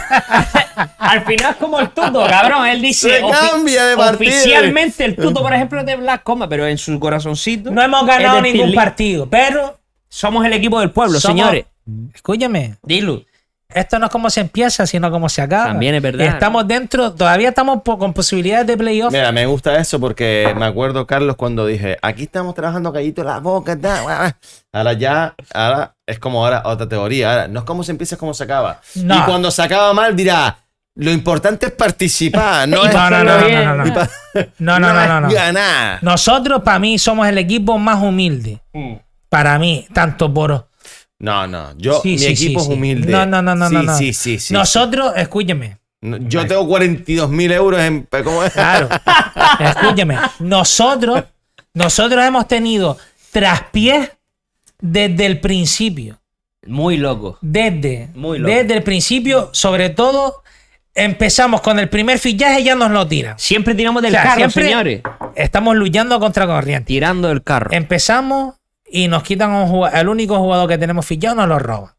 Speaker 4: Al final es como el tuto, cabrón. Él dice.
Speaker 3: se cambia de partido.
Speaker 4: Oficialmente el tuto, por ejemplo, es de Black Coma, pero en su corazoncito.
Speaker 1: No hemos
Speaker 4: es
Speaker 1: ganado
Speaker 4: del
Speaker 1: ningún
Speaker 4: Tilly.
Speaker 1: partido, pero.
Speaker 4: Somos el equipo del pueblo,
Speaker 1: somos-
Speaker 4: señores.
Speaker 1: Escúchame,
Speaker 4: Dilo.
Speaker 1: esto no es como se empieza, sino como se acaba.
Speaker 4: También es verdad.
Speaker 1: Estamos dentro, todavía estamos po- con posibilidades de playoff.
Speaker 3: Mira, me gusta eso porque me acuerdo, Carlos, cuando dije, aquí estamos trabajando callito en la boca. ta, guau, guau". Ahora ya, ahora es como ahora otra teoría. Ahora, no es como se empieza, es como se acaba.
Speaker 1: No.
Speaker 3: Y cuando se acaba mal, dirá, lo importante es participar, no
Speaker 1: Y
Speaker 3: es
Speaker 1: no, no, no,
Speaker 3: hacerlo
Speaker 1: no, no, no.
Speaker 3: bien".
Speaker 1: No, no, no,
Speaker 3: es
Speaker 1: no, no.
Speaker 3: ganar.
Speaker 1: Nosotros, para mí, somos el equipo más humilde.
Speaker 3: Mm.
Speaker 1: Para mí, tanto por.
Speaker 3: No, no, yo,
Speaker 1: Sí,
Speaker 3: mi
Speaker 1: sí, sí,
Speaker 3: equipo es
Speaker 1: sí.
Speaker 3: humilde.
Speaker 1: No, no, no, no,
Speaker 3: Sí,
Speaker 1: no, no.
Speaker 3: sí, sí, sí.
Speaker 1: Nosotros, escúcheme,
Speaker 3: No, Yo tengo 42 mil euros en. ¿Cómo es?
Speaker 1: claro. escúcheme, nosotros, nosotros hemos tenido traspiés desde el principio.
Speaker 4: Muy loco.
Speaker 1: Desde,
Speaker 4: Muy loco.
Speaker 1: desde el principio, sobre todo, empezamos con el primer fichaje y ya nos lo tiran.
Speaker 4: Siempre tiramos del
Speaker 1: O sea,
Speaker 4: carro,
Speaker 1: siempre-
Speaker 4: señores.
Speaker 1: Estamos luchando contra corriente.
Speaker 4: Tirando del carro.
Speaker 1: Em- Empezamos y nos quitan un jugador, el único jugador que tenemos fichado nos lo roban.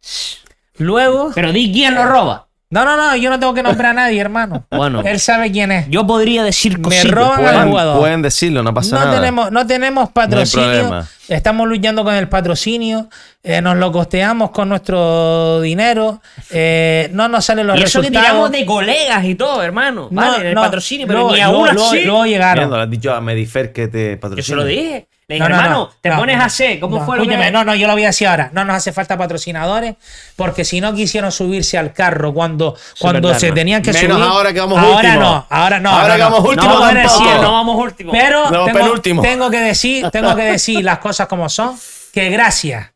Speaker 1: Luego,
Speaker 4: Pero di quién lo roba.
Speaker 1: no, no, no, yo no tengo que nombrar a nadie, hermano.
Speaker 4: Bueno.
Speaker 1: Él sabe quién es.
Speaker 4: Yo podría decir
Speaker 1: Me
Speaker 4: cositas.
Speaker 1: roban al
Speaker 3: Pueden,
Speaker 1: jugador.
Speaker 3: pueden decirlo, no pasa
Speaker 1: no
Speaker 3: nada.
Speaker 1: tenemos, no tenemos patrocinio.
Speaker 3: problema.
Speaker 1: estamos luchando con el patrocinio. eh, nos lo costeamos con nuestro dinero. eh, no nos salen los
Speaker 4: Y eso que
Speaker 1: resultados.
Speaker 4: tiramos de colegas y todo, hermano. vale, en el patrocinio, pero ni aún
Speaker 1: luego,
Speaker 4: así.
Speaker 1: luego llegaron.
Speaker 3: Mierda, le has dicho a Medifer que te patrocina.
Speaker 4: yo se lo dije. Le
Speaker 1: No,
Speaker 4: dije,
Speaker 1: no,
Speaker 4: hermano,
Speaker 1: no,
Speaker 4: te
Speaker 1: no,
Speaker 4: pones
Speaker 1: no,
Speaker 4: a hacer. ¿Cómo
Speaker 1: no,
Speaker 4: fue lo que
Speaker 1: escúchame, No, no, yo lo voy a decir ahora. No nos hace falta patrocinadores porque si no quisieron subirse al carro cuando, cuando
Speaker 4: verdad,
Speaker 1: se
Speaker 4: hermano.
Speaker 1: tenían que
Speaker 3: Menos
Speaker 1: subir.
Speaker 3: ahora que vamos
Speaker 1: Ahora
Speaker 3: último.
Speaker 1: no, ahora no.
Speaker 3: Ahora
Speaker 1: no,
Speaker 3: que
Speaker 1: no.
Speaker 3: vamos último
Speaker 1: No,
Speaker 4: vamos
Speaker 1: ahora sí,
Speaker 3: tampoco.
Speaker 4: no
Speaker 1: no.
Speaker 4: vamos último.
Speaker 1: Pero
Speaker 3: No,
Speaker 1: tengo,
Speaker 3: penúltimo.
Speaker 1: tengo que decir, tengo que decir las cosas como son. Que gracias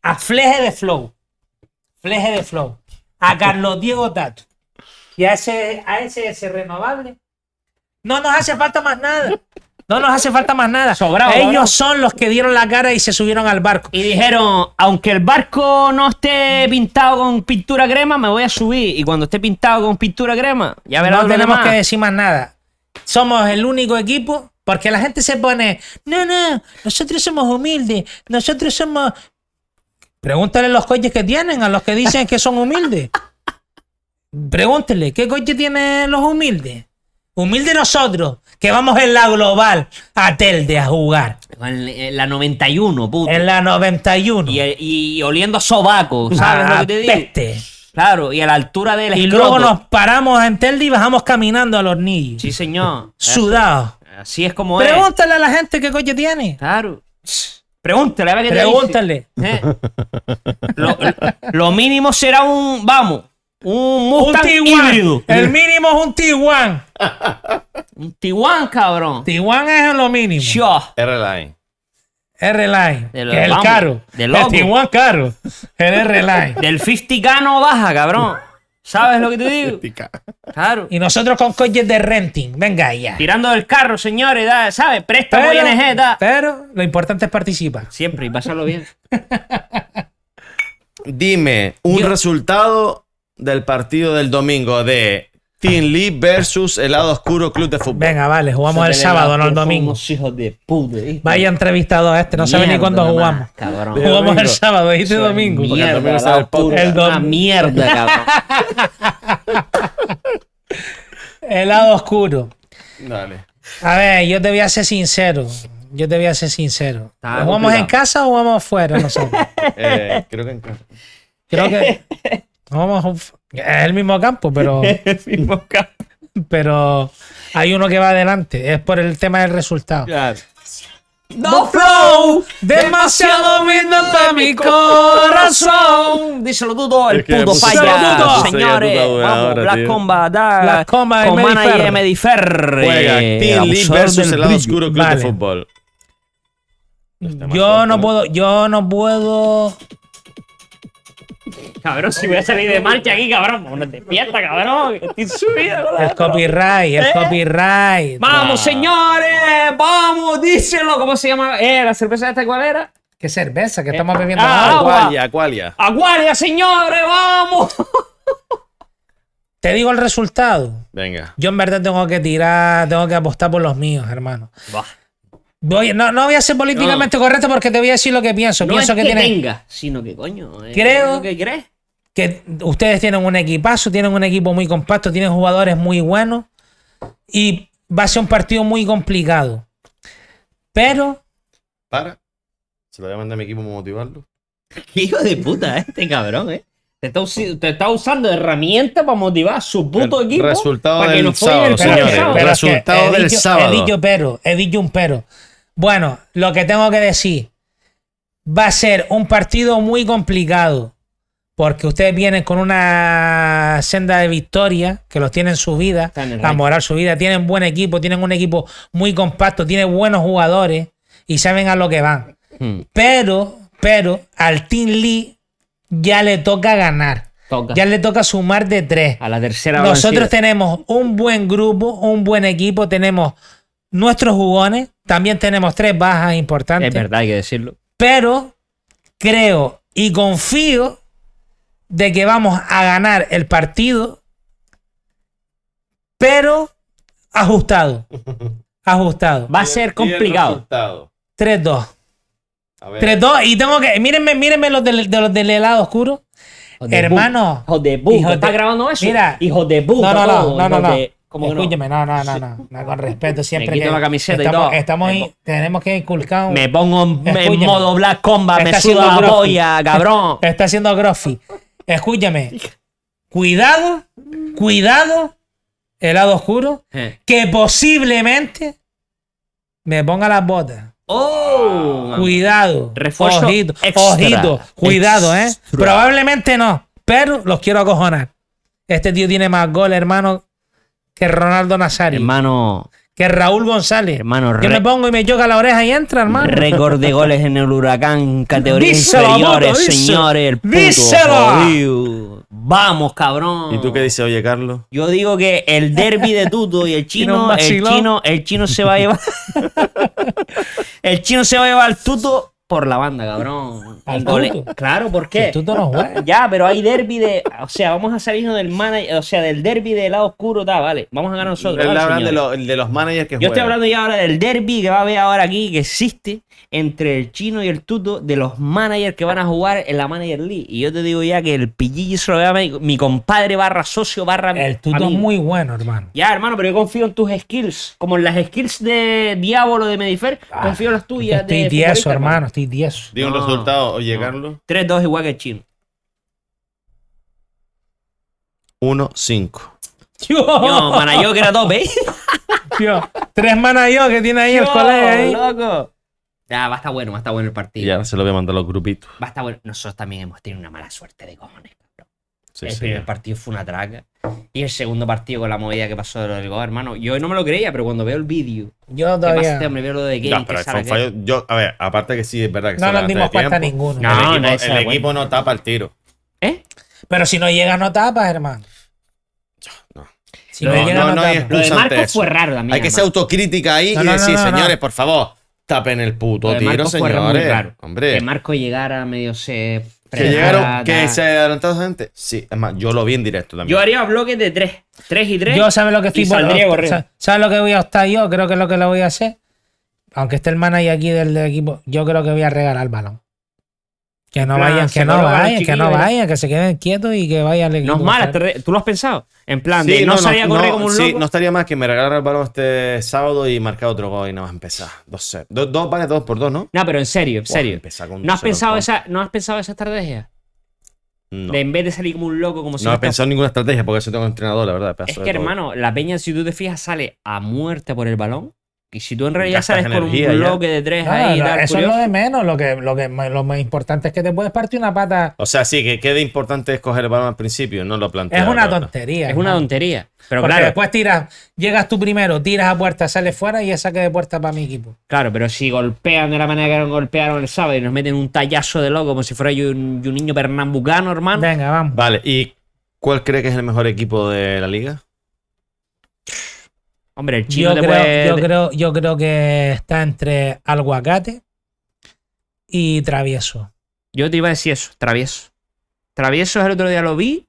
Speaker 1: a Fleje de Flow, Fleje de Flow, a Carlos Diego Tato y a ese, a ese renovable, no nos hace falta más nada. No nos hace falta más nada.
Speaker 4: Sobrado,
Speaker 1: Ellos
Speaker 4: sobrado.
Speaker 1: son los que dieron la cara y se subieron al barco.
Speaker 4: y dijeron, aunque el barco no esté pintado con pintura crema, me voy a subir. Y cuando esté pintado con pintura crema, ya verás
Speaker 1: no
Speaker 4: lo
Speaker 1: tenemos
Speaker 4: demás.
Speaker 1: que decir más nada. Somos el único equipo. Porque la gente se pone, no, no, nosotros somos humildes, nosotros somos. Pregúntale los coches que tienen a los que dicen que son humildes. Pregúntele, ¿qué coche tienen los humildes? Humilde nosotros, que vamos en la global a Telde a jugar.
Speaker 4: En en la 91, puto.
Speaker 1: En la 91.
Speaker 4: Y, y oliendo a sobaco, ¿sabes
Speaker 1: a
Speaker 4: lo que te digo?
Speaker 1: Ah, peste.
Speaker 4: Claro, y a la altura del
Speaker 1: Y
Speaker 4: escroto.
Speaker 1: luego nos paramos en Telde y bajamos caminando a los niños.
Speaker 4: Sí, señor.
Speaker 1: sudados.
Speaker 4: Así es como es.
Speaker 1: Pregúntale a la gente qué coche tiene.
Speaker 4: Claro. Pregúntale, a ver qué te dice.
Speaker 1: Pregúntale.
Speaker 4: ¿Eh? Lo, lo mínimo será un, vamos, un
Speaker 1: Un
Speaker 4: Mustang híbrido.
Speaker 1: Tiguan. El mínimo es un Tiguan.
Speaker 4: Un Tiguan, cabrón.
Speaker 1: Tiguan es lo mínimo.
Speaker 4: Yo.
Speaker 3: R-Line.
Speaker 1: R-Line.
Speaker 4: De
Speaker 1: que
Speaker 4: los
Speaker 1: es el
Speaker 4: vamos,
Speaker 1: caro.
Speaker 4: de
Speaker 1: el
Speaker 4: loco.
Speaker 1: Tiguan caro. El R-Line.
Speaker 4: Del 50K no baja, cabrón. ¿Sabes lo que te digo? Claro.
Speaker 1: Y nosotros con coches de renting. Venga ya.
Speaker 4: Tirando del carro, señores, da, ¿sabes? Préstamo
Speaker 1: Pero,
Speaker 4: ING, da.
Speaker 1: pero lo importante es participar.
Speaker 4: Siempre, y pasarlo bien.
Speaker 3: Dime un
Speaker 1: Yo-
Speaker 3: resultado del partido del domingo de Team Lee versus el lado oscuro Club de Fútbol.
Speaker 1: Venga, vale. Jugamos el sábado, no el domingo.
Speaker 4: hijos de puta.
Speaker 1: Vaya entrevistado este. No sabe ni cuándo jugamos.
Speaker 4: Cabrón.
Speaker 1: Jugamos el
Speaker 3: Domingo.
Speaker 1: sábado. Dijiste domingo.
Speaker 3: Porque el domingo sale el podcast.
Speaker 1: El dom-
Speaker 4: Una mierda, cabrón.
Speaker 1: El lado oscuro.
Speaker 3: Dale.
Speaker 1: A ver, yo te voy a ser sincero. Yo te voy a ser sincero.
Speaker 4: Está
Speaker 1: ¿Jugamos en
Speaker 4: complicado.
Speaker 1: casa o jugamos fuera nosotros?
Speaker 3: Eh, creo que en casa.
Speaker 1: Creo que. Vamos, uf, es el mismo campo, pero,
Speaker 4: El mismo campo.
Speaker 1: pero hay uno que va adelante. Es por el tema del resultado.
Speaker 4: ¡No flow!
Speaker 1: Demasiado lindo para mi corazón.
Speaker 4: Díselo Dudo, el
Speaker 3: Es que
Speaker 4: puto
Speaker 3: puse-
Speaker 4: falla,
Speaker 1: Dudo.
Speaker 4: señores.
Speaker 3: Puse que Dudo
Speaker 4: Vamos,
Speaker 3: ahora,
Speaker 4: Black
Speaker 3: tío.
Speaker 4: Combat, da.
Speaker 1: Black Combat y
Speaker 4: con
Speaker 1: Medifer.
Speaker 4: manager y Medifer.
Speaker 3: Juega
Speaker 4: Eh,
Speaker 3: Team Lee
Speaker 4: abusor
Speaker 3: versus
Speaker 4: del
Speaker 3: el lado
Speaker 4: brillo.
Speaker 3: oscuro Club
Speaker 1: Vale.
Speaker 3: de Fútbol.
Speaker 1: Yo no puedo, yo no puedo.
Speaker 4: Cabrón, si voy a salir de marcha aquí, cabrón. pues No te despierta, cabrón. Estoy subido. con la-
Speaker 1: El copyright, el copyright.
Speaker 4: ¿Eh? Vamos, señores. Vamos, díselo. ¿Cómo se llama? Eh, la cerveza esta cuál era?
Speaker 1: ¿Qué cerveza? Que estamos bebiendo
Speaker 4: Ah,
Speaker 1: ahora.
Speaker 3: Aqualia, Aqualia.
Speaker 1: Ah.
Speaker 4: Aguardia, señores, vamos.
Speaker 1: Te digo el resultado.
Speaker 3: Venga.
Speaker 1: Yo en verdad tengo que tirar, tengo que apostar por los míos, hermano.
Speaker 4: Bah.
Speaker 1: Voy- no, no voy a ser políticamente correcto porque te voy a decir lo que pienso.
Speaker 4: No es
Speaker 1: pienso
Speaker 4: que,
Speaker 1: que, tienen,
Speaker 4: tenga, sino que coño. eh,
Speaker 1: Creo-
Speaker 4: ¿Qué crees?
Speaker 1: que ustedes tienen un equipazo, tienen un equipo muy compacto, tienen jugadores muy buenos y va a ser un partido muy complicado. Pero
Speaker 3: Para. Se lo voy a mandar a mi equipo para motivarlo.
Speaker 4: Hijo de puta, este cabrón, eh. Te está, usi- te está usando herramientas para motivar a su puto
Speaker 3: El
Speaker 4: equipo.
Speaker 3: resultado
Speaker 4: para que
Speaker 3: del
Speaker 4: nos follen
Speaker 3: sábado,
Speaker 1: Pero
Speaker 4: el partido.
Speaker 3: señores.
Speaker 1: es que-
Speaker 4: Pero-
Speaker 1: pero es que
Speaker 3: resultado
Speaker 1: he
Speaker 3: del
Speaker 1: dicho-
Speaker 3: sábado.
Speaker 1: He dicho pero, he dicho un pero. Bueno, lo que tengo que decir va a ser un partido muy complicado porque ustedes vienen con una senda de victoria que los tienen subida,
Speaker 4: Están en el
Speaker 1: la
Speaker 4: ranking.
Speaker 1: moral subida, tienen buen equipo, tienen un equipo muy compacto, tienen buenos jugadores y saben a lo que van.
Speaker 4: Hmm,
Speaker 1: Pero, pero al Team Lee ya le toca ganar,
Speaker 4: toca.
Speaker 1: ya le toca sumar de tres.
Speaker 4: a la tercera
Speaker 1: Nosotros
Speaker 4: vencida.
Speaker 1: tenemos un buen grupo, un buen equipo, tenemos nuestros jugones, también tenemos tres bajas
Speaker 4: Es
Speaker 1: importantes,
Speaker 4: verdad, hay que decirlo.
Speaker 1: pero creo y confío de que vamos a ganar el partido, pero ajustado, ajustado.
Speaker 4: Va a ser complicado.
Speaker 3: Resultado.
Speaker 1: 3-2.
Speaker 3: A ver.
Speaker 1: 3-2 y tengo que, mírenme, mírenme los del, de los del helado oscuro.
Speaker 4: Hijo de
Speaker 1: Hermano,
Speaker 4: puta. Hijo de puta.
Speaker 1: hijo de-
Speaker 4: ¿Estás grabando eso?
Speaker 1: Mira.
Speaker 4: Hijo de
Speaker 1: No,
Speaker 4: puta.
Speaker 1: no, no,
Speaker 4: todo,
Speaker 1: no, no,
Speaker 4: hijo
Speaker 1: no.
Speaker 4: de- ¿Cómo Uh, que no?
Speaker 1: Escúchame, no, no, no, no, no, con respeto siempre.
Speaker 4: quito
Speaker 1: que
Speaker 4: la camiseta y
Speaker 1: estamos,
Speaker 4: todo.
Speaker 1: estamos
Speaker 4: Me
Speaker 1: in-
Speaker 4: pongo-
Speaker 1: tenemos que inculcar un,
Speaker 4: Me pongo en, en
Speaker 1: Escúchame.
Speaker 4: modo Black Combat, me
Speaker 1: Está
Speaker 4: suda
Speaker 1: haciendo
Speaker 4: la
Speaker 1: grofi.
Speaker 4: polla, cabrón.
Speaker 1: está haciendo Groffy. Escúchame. Cuidado, cuidado, el lado oscuro,
Speaker 4: Eh.
Speaker 1: que posiblemente me ponga las botas.
Speaker 4: ¡Oh!
Speaker 1: Cuidado.
Speaker 4: Refuerzo
Speaker 1: Ojito,
Speaker 4: extra.
Speaker 1: ojito. Cuidado, ¿eh?
Speaker 4: Extra.
Speaker 1: Probablemente no, pero los quiero acojonar. Este tío tiene más gol, hermano, que Ronaldo Nazario,
Speaker 4: Hermano,
Speaker 1: que Raúl González.
Speaker 4: hermano,
Speaker 1: Yo
Speaker 4: re-
Speaker 1: me pongo y me choca la oreja y entra, hermano.
Speaker 4: récord de goles en el huracán, categoría
Speaker 1: Díselo,
Speaker 4: inferiores,
Speaker 1: Moto, díselo.
Speaker 4: señores. El puto
Speaker 1: Díselo.
Speaker 4: jodido. Vamos, cabrón.
Speaker 3: ¿Y tú qué dices, oye, Carlos?
Speaker 4: Yo digo que el derby de Tuto y el
Speaker 1: Tiene un
Speaker 4: chino, el
Speaker 1: vacilón.
Speaker 4: chino, el chino se va a llevar. el chino se va a llevar al Tuto por la banda, cabrón.
Speaker 1: Al
Speaker 4: En gole-
Speaker 1: punto.
Speaker 4: Claro, ¿por
Speaker 1: Que
Speaker 4: qué?
Speaker 1: tú no juegas.
Speaker 4: Ya, pero hay derby de. O sea, vamos a salirnos del manager. O sea, del derby del lado oscuro, tal, vale. Vamos a ganar nosotros.
Speaker 3: Él
Speaker 4: vale,
Speaker 3: habla de,
Speaker 4: señores.
Speaker 3: los- de los managers que
Speaker 4: Yo estoy
Speaker 3: juegan.
Speaker 4: hablando ya ahora del derby que va a haber ahora aquí, que existe entre el chino y el tuto, de los managers que van a jugar en la Manager League. Y yo te digo ya que el pillillo se lo vea mi, mi compadre barra socio barra.
Speaker 1: El tuto es
Speaker 4: amigo.
Speaker 1: muy bueno, hermano.
Speaker 4: Ya, hermano, pero yo confío en tus skills. Como en las skills de Diablo de Medifer,
Speaker 1: Ah,
Speaker 4: confío en las tuyas.
Speaker 1: Estoy
Speaker 4: de
Speaker 1: tieso,
Speaker 4: futbolista,
Speaker 1: hermano. Estoy tieso.
Speaker 3: Di un
Speaker 4: No,
Speaker 3: resultado. Oye,
Speaker 4: no.
Speaker 3: Carlos.
Speaker 4: 3-2 igual que el chino.
Speaker 3: 1-5.
Speaker 1: Oh.
Speaker 4: Yo, mana, yo que era tope. ¿eh?
Speaker 1: Tío, tres manos yo que tiene ahí el
Speaker 4: Yo,
Speaker 1: colega ahí.
Speaker 4: loco. Ya, va a estar bueno, va a estar bueno el partido.
Speaker 3: Y ahora se lo voy a mandar a los grupitos.
Speaker 4: Va a estar bueno. Nosotros también hemos tenido una mala suerte de cojones. cabrón.
Speaker 3: Sí,
Speaker 4: el
Speaker 3: sí.
Speaker 4: primer partido fue una traca. Y el segundo partido con la movida que pasó de lo del gol, hermano. Yo no me lo creía, pero cuando veo el vídeo,
Speaker 1: Yo
Speaker 4: que pasa
Speaker 1: todavía
Speaker 4: este hombre, veo lo de Game,
Speaker 3: Ya,
Speaker 4: que
Speaker 3: pero
Speaker 4: sale aquel-
Speaker 3: son fallos. Yo, a ver, aparte que sí, es verdad que
Speaker 1: no
Speaker 3: sale
Speaker 1: nos
Speaker 3: antes
Speaker 1: dimos
Speaker 3: de
Speaker 1: cuenta
Speaker 3: tiempo.
Speaker 1: ninguno.
Speaker 4: No,
Speaker 3: el equipo,
Speaker 4: nadie se
Speaker 3: el
Speaker 4: da cuenta.
Speaker 3: equipo no tapa el tiro.
Speaker 4: ¿Eh?
Speaker 1: Pero si no llega, no tapas, hermano.
Speaker 3: no.
Speaker 1: Si
Speaker 3: No,
Speaker 1: no, llega,
Speaker 3: no,
Speaker 1: no,
Speaker 3: no hay
Speaker 1: tapas.
Speaker 4: Lo de
Speaker 3: Usa ante
Speaker 4: Marcos
Speaker 3: eso.
Speaker 4: fue raro también.
Speaker 3: Hay que ser
Speaker 4: hermano.
Speaker 3: autocrítica ahí
Speaker 1: No,
Speaker 3: y
Speaker 1: no, no,
Speaker 3: decir,
Speaker 1: no, no.
Speaker 3: señores, por favor, tapen el puto
Speaker 4: Lo de
Speaker 3: tiro,
Speaker 4: Marcos fue muy
Speaker 3: señores.
Speaker 4: raro.
Speaker 3: Hombre.
Speaker 4: Que Marco llegara medio se.
Speaker 3: Que llegaron,
Speaker 4: prepara,
Speaker 3: que
Speaker 4: tal.
Speaker 3: se adelantaron gente. Sí, es más, yo lo vi en directo también.
Speaker 4: Yo haría bloques de 3. 3 y 3.
Speaker 1: Yo sabes lo que estoy
Speaker 4: y saldría
Speaker 1: por,
Speaker 4: corriendo.
Speaker 1: sa- ¿Sabes lo que voy a optar yo? Creo que es lo que lo voy a hacer. Aunque esté el manager aquí del, del equipo, yo creo que voy a regalar el balón. Que no
Speaker 4: En plan,
Speaker 1: vayan,
Speaker 4: se
Speaker 1: que no
Speaker 4: lo roban los
Speaker 1: vayan, que no
Speaker 4: chiquillos,
Speaker 1: vayan, que se queden quietos y que vayan al
Speaker 4: No
Speaker 1: equipo.
Speaker 4: es mala, te- tú lo has pensado. En plan,
Speaker 3: Sí,
Speaker 4: de no, salía a correr como un
Speaker 3: sí,
Speaker 4: loco.
Speaker 3: no estaría más que me regalara el balón este sábado y marcar otro gol y nada más empezar. Dos, set. Do- dos vale dos por dos, ¿no?
Speaker 4: No, pero en serio, en
Speaker 3: Buah,
Speaker 4: serio.
Speaker 3: empezar con
Speaker 4: ¿No has,
Speaker 3: cero
Speaker 4: pensado
Speaker 3: gol.
Speaker 4: esa, ¿No has pensado esa estrategia?
Speaker 3: No,
Speaker 4: De en vez de salir como un loco, como si
Speaker 3: no he
Speaker 4: estás-
Speaker 3: pensado en ninguna estrategia porque eso tengo entrenador, la verdad.
Speaker 4: Es
Speaker 3: pedazo
Speaker 4: que,
Speaker 3: de todo.
Speaker 4: hermano, la peña, si tú te fijas, sale a muerte por el balón. Y si tú en realidad
Speaker 3: Gastas
Speaker 4: sales con un
Speaker 3: energía ya.
Speaker 4: bloque de tres
Speaker 1: No,
Speaker 4: ahí y
Speaker 1: no,
Speaker 4: tal,
Speaker 1: eso es
Speaker 4: curioso.
Speaker 1: lo de menos. Lo que, lo que lo más importante es que te puedes partir una pata.
Speaker 3: O sea, sí, que quede importante es coger el balón al principio, no lo planteo.
Speaker 1: Es
Speaker 3: la
Speaker 1: una
Speaker 3: verdad.
Speaker 1: tontería.
Speaker 4: Es una
Speaker 1: hermano.
Speaker 4: tontería. Pero
Speaker 1: Porque
Speaker 4: claro,
Speaker 1: después tiras, llegas tú primero, tiras a puerta, sales fuera y es saque de puerta para mi equipo.
Speaker 4: claro, pero si golpean de la manera que nos golpearon el sábado y nos meten un tallazo de loco como si fuera yo un, yo un niño pernambucano, hermano.
Speaker 1: Venga, vamos.
Speaker 3: Vale, ¿y cuál cree que es el mejor equipo de la liga?
Speaker 4: Hombre, el
Speaker 1: Yo
Speaker 4: chino te
Speaker 1: creo,
Speaker 4: puede-
Speaker 1: yo, creo, yo creo que está entre alguacate y travieso.
Speaker 4: Yo te iba a decir eso, travieso. Travieso el otro día lo vi.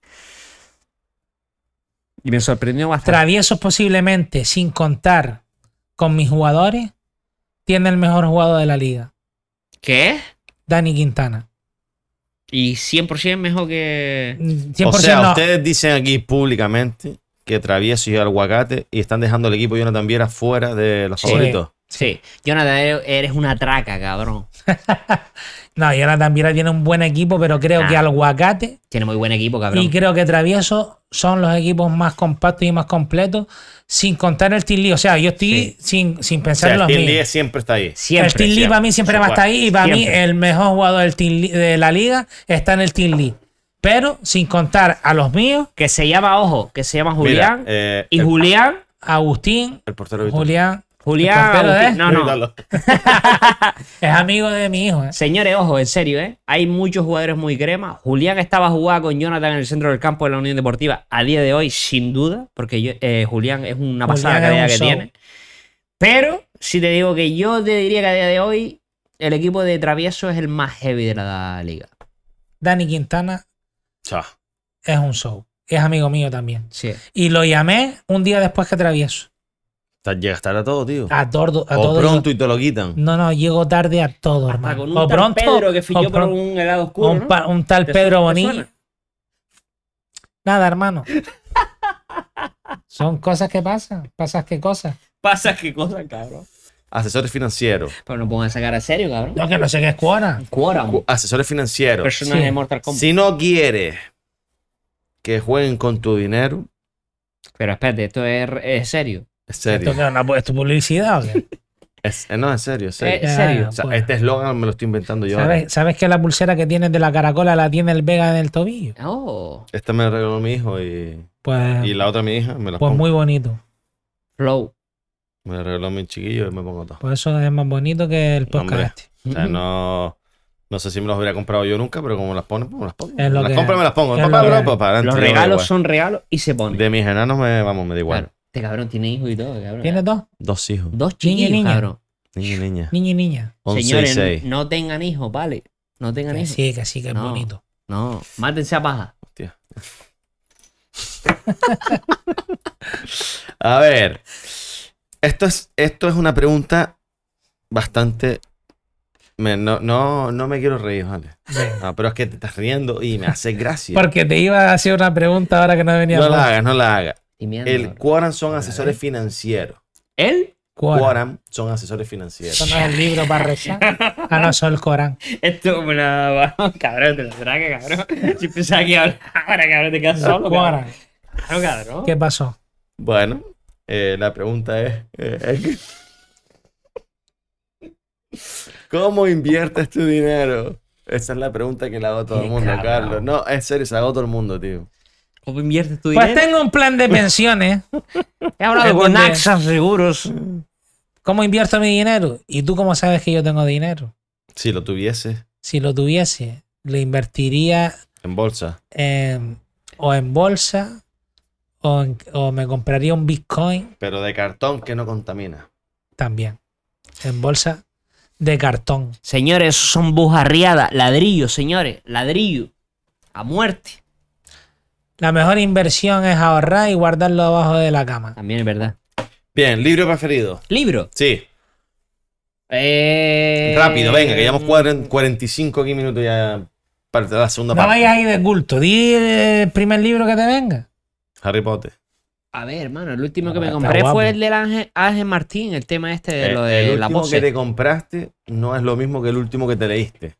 Speaker 4: Y me sorprendió bastante.
Speaker 1: Traviesos posiblemente, sin contar con mis jugadores, tiene el mejor jugador de la liga,
Speaker 4: ¿Qué?
Speaker 1: Dani Quintana.
Speaker 4: Y 100% mejor que.
Speaker 1: Mm, 100%
Speaker 3: o sea,
Speaker 1: no.
Speaker 3: ustedes dicen aquí públicamente que Travieso y Alguacate y están dejando el equipo Jonathan Viera fuera de los
Speaker 1: Sí.
Speaker 3: favoritos.
Speaker 4: Sí. Jonathan, eres- eres una traca, cabrón.
Speaker 1: No, Jonathan Viera tiene un buen equipo, pero creo
Speaker 4: Ah.
Speaker 1: que alguacate
Speaker 4: Tiene muy buen equipo, cabrón.
Speaker 1: y creo que travieso son los equipos más compactos y más completos, sin contar el Tilly. O sea, yo estoy sin, sin
Speaker 3: O sea,
Speaker 1: pensar
Speaker 3: el
Speaker 1: en los
Speaker 3: Team
Speaker 1: míos.
Speaker 3: 10 siempre está ahí.
Speaker 1: el Team
Speaker 4: Siempre.
Speaker 1: Lee
Speaker 3: siempre,
Speaker 1: para mí siempre va a estar ahí y para mí
Speaker 4: siempre.
Speaker 1: el mejor jugador del Team Lee- de la liga está en el Team Lee. Pero sin contar a los míos,
Speaker 4: Que se llama, ojo, que se llama
Speaker 3: Mira,
Speaker 4: Julián.
Speaker 3: eh,
Speaker 4: y
Speaker 3: el,
Speaker 4: Julián.
Speaker 1: Agustín,
Speaker 3: el portero Vitor.
Speaker 1: Julián,
Speaker 4: Julián.
Speaker 1: portero
Speaker 4: Agustín-
Speaker 1: es-
Speaker 4: No, no.
Speaker 3: Míralo.
Speaker 1: es amigo de mi hijo. ¿eh?
Speaker 4: Señores, ojo, en serio, ¿eh? Hay muchos jugadores muy crema. Julián estaba jugando con Jonathan en el centro del campo de la Unión Deportiva a día de hoy, sin duda, porque yo- eh, Julián es una pasada
Speaker 1: Julián es
Speaker 4: calidad
Speaker 1: un
Speaker 4: que
Speaker 1: show.
Speaker 4: tiene. Pero, si te digo que yo te diría que a día de hoy, el equipo de Travieso es el más heavy de la liga.
Speaker 1: Dani Quintana
Speaker 3: Chao.
Speaker 1: es un show. Es amigo mío también.
Speaker 4: Sí.
Speaker 1: Y lo llamé un día después que travieso.
Speaker 3: Está- Llega a estar a todo, tío.
Speaker 1: A todo. A
Speaker 3: o
Speaker 1: todo
Speaker 3: pronto y te lo quitan.
Speaker 1: No, no, llego tarde a todo,
Speaker 4: Hasta
Speaker 1: hermano.
Speaker 4: con un
Speaker 1: o
Speaker 4: tal
Speaker 1: pronto.
Speaker 4: Pedro que
Speaker 1: o
Speaker 4: fichó por
Speaker 1: pronto-
Speaker 4: un helado
Speaker 1: o
Speaker 4: oscuro,
Speaker 1: un,
Speaker 4: ¿no?
Speaker 1: pa- un tal
Speaker 4: ¿Te
Speaker 1: Pedro
Speaker 4: suena- te
Speaker 1: Bonilla.
Speaker 4: suena?
Speaker 1: Nada, hermano. Son cosas que pasan. Pasas qué cosas.
Speaker 4: Pasa qué cosa, cabrón.
Speaker 3: Asesores financieros.
Speaker 4: Pero no pongas sacar a serio, cabrón.
Speaker 1: No, que no sé qué es cuora.
Speaker 4: Quora, un
Speaker 3: Cu- Asesores financieros.
Speaker 4: personaje
Speaker 1: Sí.
Speaker 4: de Mortal Kombat.
Speaker 3: Si no quieres que jueguen con tu dinero,
Speaker 4: Pero espérate, esto es, es serio.
Speaker 3: es
Speaker 1: ¿Esto
Speaker 3: serio.
Speaker 1: qué es una- ¿Es tu publicidad o qué?
Speaker 3: Es- eh, no, es serio, es
Speaker 4: Eh,
Speaker 3: serio.
Speaker 1: Ya,
Speaker 4: serio.
Speaker 3: O sea,
Speaker 1: pues.
Speaker 3: este eslogan me lo estoy inventando yo. ahora.
Speaker 1: ¿Sabes, sabes que la pulsera que tienes de la caracola la tiene el Vega en el tobillo?
Speaker 4: Oh,
Speaker 3: Esta Este me la regaló mi hijo y,
Speaker 1: Pues,
Speaker 3: y la otra mi hija me la
Speaker 1: pues
Speaker 3: pongo.
Speaker 1: muy bonito.
Speaker 4: flow.
Speaker 3: Me la regaló mi chiquillo y me pongo todo.
Speaker 1: Por Pues eso es más bonito que el
Speaker 3: Hombre.
Speaker 1: podcast. este.
Speaker 3: O sea, no, no sé si me los hubiera comprado yo nunca, pero como las pones, pues me las pongo.
Speaker 1: Es lo
Speaker 3: las
Speaker 1: que-
Speaker 3: compro, me las pongo.
Speaker 1: es
Speaker 3: Papá,
Speaker 1: lo
Speaker 3: pues,
Speaker 1: que-
Speaker 3: papá, papá, adelante,
Speaker 4: Los
Speaker 3: yo me da
Speaker 4: regalos
Speaker 3: igual.
Speaker 4: son regalos y se ponen.
Speaker 3: De mis enanos, me, vamos, me da igual.
Speaker 4: Claro. Este cabrón tiene hijos y todo, cabrón.
Speaker 1: ¿Tienes dos?
Speaker 3: Dos hijos.
Speaker 4: dos
Speaker 1: Niño y
Speaker 4: chiquillos,
Speaker 1: niña.
Speaker 4: cabrón.
Speaker 3: Niño y niña.
Speaker 1: Niño y niña.
Speaker 3: 11 y
Speaker 4: Señores,
Speaker 3: 6.
Speaker 4: no tengan hijos, ¿vale? No tengan
Speaker 1: Que
Speaker 4: hijos.
Speaker 1: sí, que sí, que es
Speaker 4: No.
Speaker 1: bonito.
Speaker 4: No, mátense a paja.
Speaker 3: Hostia. A ver. Esto es, esto es una pregunta bastante. me- no, no, no me quiero reír, vale. No, pero es que te estás riendo y me hace gracia.
Speaker 1: Porque te iba a hacer una pregunta ahora que no venía.
Speaker 3: No eh,
Speaker 1: al
Speaker 3: la
Speaker 1: caso.
Speaker 3: hagas, no la hagas.
Speaker 4: Y mierda,
Speaker 3: El
Speaker 4: bro.
Speaker 3: Quoran son asesores financieros.
Speaker 4: ¿Él?
Speaker 1: Corán.
Speaker 3: Quoran son asesores financieros.
Speaker 1: Eso no es el libro para rezar. Ah, no, eso es el Corán.
Speaker 4: Esto me la... Cabrón, te lo traga, cabrón. Si pensaba que ahora, ahora, cabrón, te quedas solo,
Speaker 1: Corán.
Speaker 4: cabrón. Claro, cabrón.
Speaker 1: ¿Qué pasó?
Speaker 3: Bueno, eh, la pregunta es, eh, ¿cómo inviertes tu dinero? Esa es la pregunta que le hago a todo el
Speaker 4: Qué
Speaker 3: mundo,
Speaker 4: cabrón.
Speaker 3: Carlos. No, es serio, se la hago a todo el mundo, tío.
Speaker 4: ¿Cómo inviertes
Speaker 1: Pues
Speaker 4: tu dinero?
Speaker 3: este
Speaker 1: tengo un plan de pensiones.
Speaker 4: He hablado
Speaker 1: ¿En
Speaker 4: con
Speaker 1: dónde?
Speaker 4: AXA Seguros.
Speaker 1: ¿Cómo invierto mi dinero? ¿Y tú cómo sabes que yo tengo dinero?
Speaker 3: Si lo tuvieses
Speaker 1: Si lo tuviese, lo invertiría
Speaker 3: en bolsa.
Speaker 1: en- o en bolsa o, en- o me compraría un Bitcoin
Speaker 3: Pero de cartón que no contamina.
Speaker 1: también. En bolsa de cartón.
Speaker 4: Señores, esos son bujarriadas. Ladrillo, señores. Ladrillo. A muerte.
Speaker 1: La mejor inversión es ahorrar y guardarlo abajo de la cama.
Speaker 4: También es verdad.
Speaker 3: Bien, libro preferido.
Speaker 4: Libro.
Speaker 3: Sí,
Speaker 4: Eh,
Speaker 3: rápido, venga, que llevamos cuaren- 45 aquí minutos ya para la segunda
Speaker 1: No
Speaker 3: parte.
Speaker 1: vayas ahí de culto. Di el primer libro que te venga.
Speaker 3: Harry Potter.
Speaker 4: A ver, hermano, el último que
Speaker 1: Ah,
Speaker 4: me
Speaker 1: está
Speaker 4: compré
Speaker 1: guapo.
Speaker 4: fue el del Ángel, Ángel Martín, el tema este de
Speaker 3: Eh,
Speaker 4: lo de
Speaker 3: el
Speaker 4: la
Speaker 3: último
Speaker 4: pose.
Speaker 3: que te compraste no es lo mismo que el último que te leíste.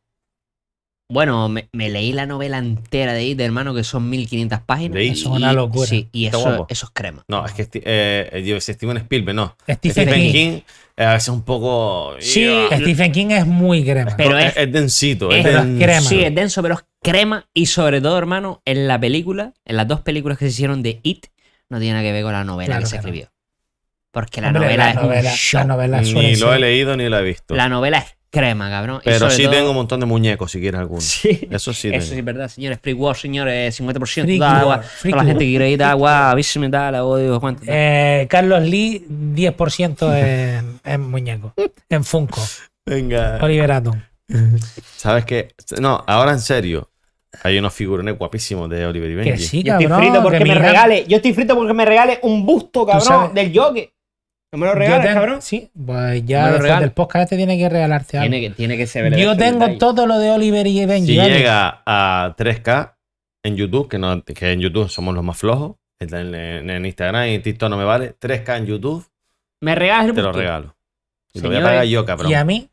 Speaker 4: Bueno, me, me leí la novela entera de Ida, hermano, que son 1500 páginas.
Speaker 3: Leí.
Speaker 1: Eso es una
Speaker 4: Y-
Speaker 1: locura.
Speaker 4: Sí, y
Speaker 3: Está
Speaker 4: eso,
Speaker 3: guapo.
Speaker 4: eso es crema.
Speaker 3: No, es que Sti- eh, yo decía Steven Spielberg, no.
Speaker 1: Stephen,
Speaker 3: Stephen
Speaker 1: King.
Speaker 3: King eh, a veces un poco.
Speaker 4: Sí,
Speaker 3: Iba.
Speaker 1: Stephen King es muy crema.
Speaker 4: Pero
Speaker 3: es,
Speaker 4: es-
Speaker 3: es densito. Es,
Speaker 1: es
Speaker 3: denso.
Speaker 1: eh, crema.
Speaker 4: Sí, es denso, pero es crema. Y sobre todo, hermano, en la película, en las dos películas que se hicieron de It, no tiene nada que ver con la novela
Speaker 1: Claro
Speaker 4: que
Speaker 1: que
Speaker 4: se
Speaker 1: no.
Speaker 4: escribió. Porque la
Speaker 1: Hombre,
Speaker 4: novela
Speaker 1: la
Speaker 4: es
Speaker 1: novela-
Speaker 4: un
Speaker 1: la
Speaker 4: show.
Speaker 1: novela suele
Speaker 3: Ni lo he
Speaker 1: ser-
Speaker 3: leído ni lo he visto.
Speaker 4: La novela es crema, cabrón. Y
Speaker 3: pero
Speaker 4: sobre
Speaker 3: sí
Speaker 4: todo-
Speaker 3: tengo un montón de muñecos, si quieres alguno.
Speaker 4: Sí.
Speaker 3: Eso sí.
Speaker 4: Eso
Speaker 3: tengo.
Speaker 4: sí es verdad, señores. Free War, señores, 50%
Speaker 1: Freak
Speaker 4: de agua.
Speaker 1: War, Freak
Speaker 4: Toda la
Speaker 1: War.
Speaker 4: gente que quiere ir de agua, avíseme, da la odio, cuánto.
Speaker 1: Eh, Carlos Lee, 10% en, en muñeco, en Funko.
Speaker 3: Venga.
Speaker 1: Oliver Atom.
Speaker 3: ¿Sabes qué? No, ahora en serio. Hay unos figurones guapísimos de Oliver y
Speaker 1: Que
Speaker 3: Benji.
Speaker 1: sí,
Speaker 2: Yo estoy
Speaker 1: cabrón.
Speaker 2: frito porque
Speaker 1: que
Speaker 2: me
Speaker 1: mira-
Speaker 2: regale. Yo estoy frito porque me regale un busto, cabrón,
Speaker 1: sabes-
Speaker 2: del Joker. No me lo
Speaker 1: Yo
Speaker 2: regales,
Speaker 1: tengo-
Speaker 2: cabrón.
Speaker 1: Sí, pues
Speaker 4: Me
Speaker 1: ya
Speaker 4: lo
Speaker 1: después
Speaker 4: regala.
Speaker 1: del podcast este tiene que regalarte algo.
Speaker 4: Tiene que, tiene que ser
Speaker 1: Yo
Speaker 4: verdad.
Speaker 1: tengo todo lo de Oliver y Benji.
Speaker 3: Si
Speaker 1: ¿vale?
Speaker 3: llega a 3K en YouTube, que, no, que en YouTube somos los más flojos, en, en- en Instagram y en TikTok no me vale, 3K en YouTube,
Speaker 4: Me regalas el
Speaker 3: te lo
Speaker 4: busto?
Speaker 3: regalo. Y lo voy a
Speaker 4: Señores,
Speaker 3: pagar yo, cabrón.
Speaker 1: y a mí,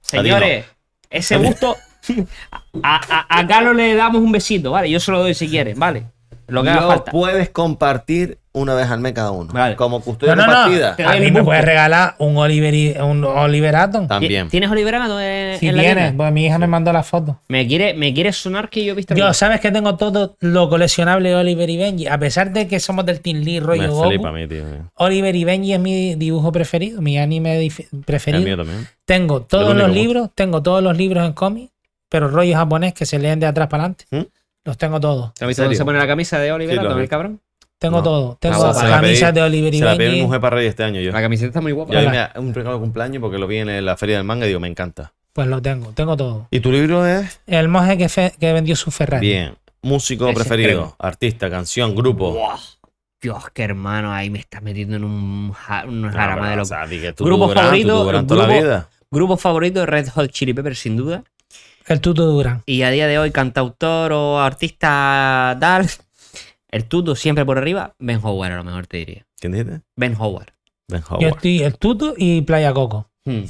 Speaker 4: Señores, ese gusto. A, a, a Carlos le damos un besito, ¿vale? Yo se lo doy si quieren, ¿vale? Lo que haga
Speaker 3: Lo
Speaker 4: falta.
Speaker 3: puedes compartir una vez al mes cada uno.
Speaker 4: Vale.
Speaker 3: Como
Speaker 1: no,
Speaker 3: custodia
Speaker 1: no, no.
Speaker 3: compartida.
Speaker 1: A mí me puedes regalar un Oliver, y- un Oliver Atom.
Speaker 4: Ti-
Speaker 3: También.
Speaker 4: ¿Tienes Oliverato en,
Speaker 1: Si
Speaker 4: en la
Speaker 1: tienes,
Speaker 4: tienda?
Speaker 1: pues mi hija me mandó la foto.
Speaker 4: Me quiere, me quiere sonar que yo he visto.
Speaker 1: Yo,
Speaker 4: alguna.
Speaker 1: sabes que tengo todo lo coleccionable de Oliver y Benji. A pesar de que somos del Team Lee, rollo
Speaker 3: Me
Speaker 1: Goku,
Speaker 3: flipa a mí, tío. eh.
Speaker 1: Oliver y Benji es mi dibujo preferido, mi anime dif-
Speaker 3: El
Speaker 1: preferido.
Speaker 3: mío también.
Speaker 1: Tengo
Speaker 3: Lo
Speaker 1: todos
Speaker 3: único
Speaker 1: los
Speaker 3: que-
Speaker 1: libros, tengo todos los libros en cómic, pero rollo japonés que se leen de atrás para adelante.
Speaker 3: ¿Mm?
Speaker 1: Los tengo todos.
Speaker 4: ¿Has visto dónde
Speaker 3: serio?
Speaker 4: se pone la camisa de Oliverato,
Speaker 3: Sí, lo vi.
Speaker 4: el cabrón?
Speaker 1: Tengo
Speaker 3: No. Ah,
Speaker 1: todo. Tengo
Speaker 4: guapa. Se la
Speaker 1: camisas
Speaker 3: pedí-
Speaker 1: de Oliver y
Speaker 3: Se la pedí a mi
Speaker 1: Benji.
Speaker 3: mujer para Reyes este año yo.
Speaker 4: La camiseta está muy guapa.
Speaker 3: Yo
Speaker 1: Hola.
Speaker 3: me un regalo de cumpleaños porque lo vi en la feria del manga y digo, me encanta.
Speaker 1: Pues lo tengo, tengo todo.
Speaker 3: ¿Y tu libro es?
Speaker 1: El monje que, fe- que vendió su Ferrari.
Speaker 3: Bien. Músico
Speaker 4: Ese es
Speaker 3: preferido,
Speaker 4: crema.
Speaker 3: artista, canción, grupo.
Speaker 4: Buah, Dios, qué hermano, ahí me estás metiendo en un, ja- un
Speaker 3: No,
Speaker 4: jarama
Speaker 3: pero,
Speaker 4: de
Speaker 3: o
Speaker 4: locos.
Speaker 3: sea, di que tú
Speaker 4: Grupo
Speaker 3: Durán, tú
Speaker 4: favorito,
Speaker 3: Durán toda la
Speaker 4: grupo-
Speaker 3: vida.
Speaker 4: Grupo favorito, Red Hot Chili Peppers, sin duda.
Speaker 1: El Tuto Durán.
Speaker 4: Y a día de hoy, cantautor o artista tal, el tuto siempre por arriba, Ben Howard a lo mejor te diría.
Speaker 3: ¿Quién dijiste?
Speaker 4: Ben Howard.
Speaker 3: Ben
Speaker 1: Yo
Speaker 3: Howard.
Speaker 1: estoy el Tuto y Playa Coco.
Speaker 4: Hmm.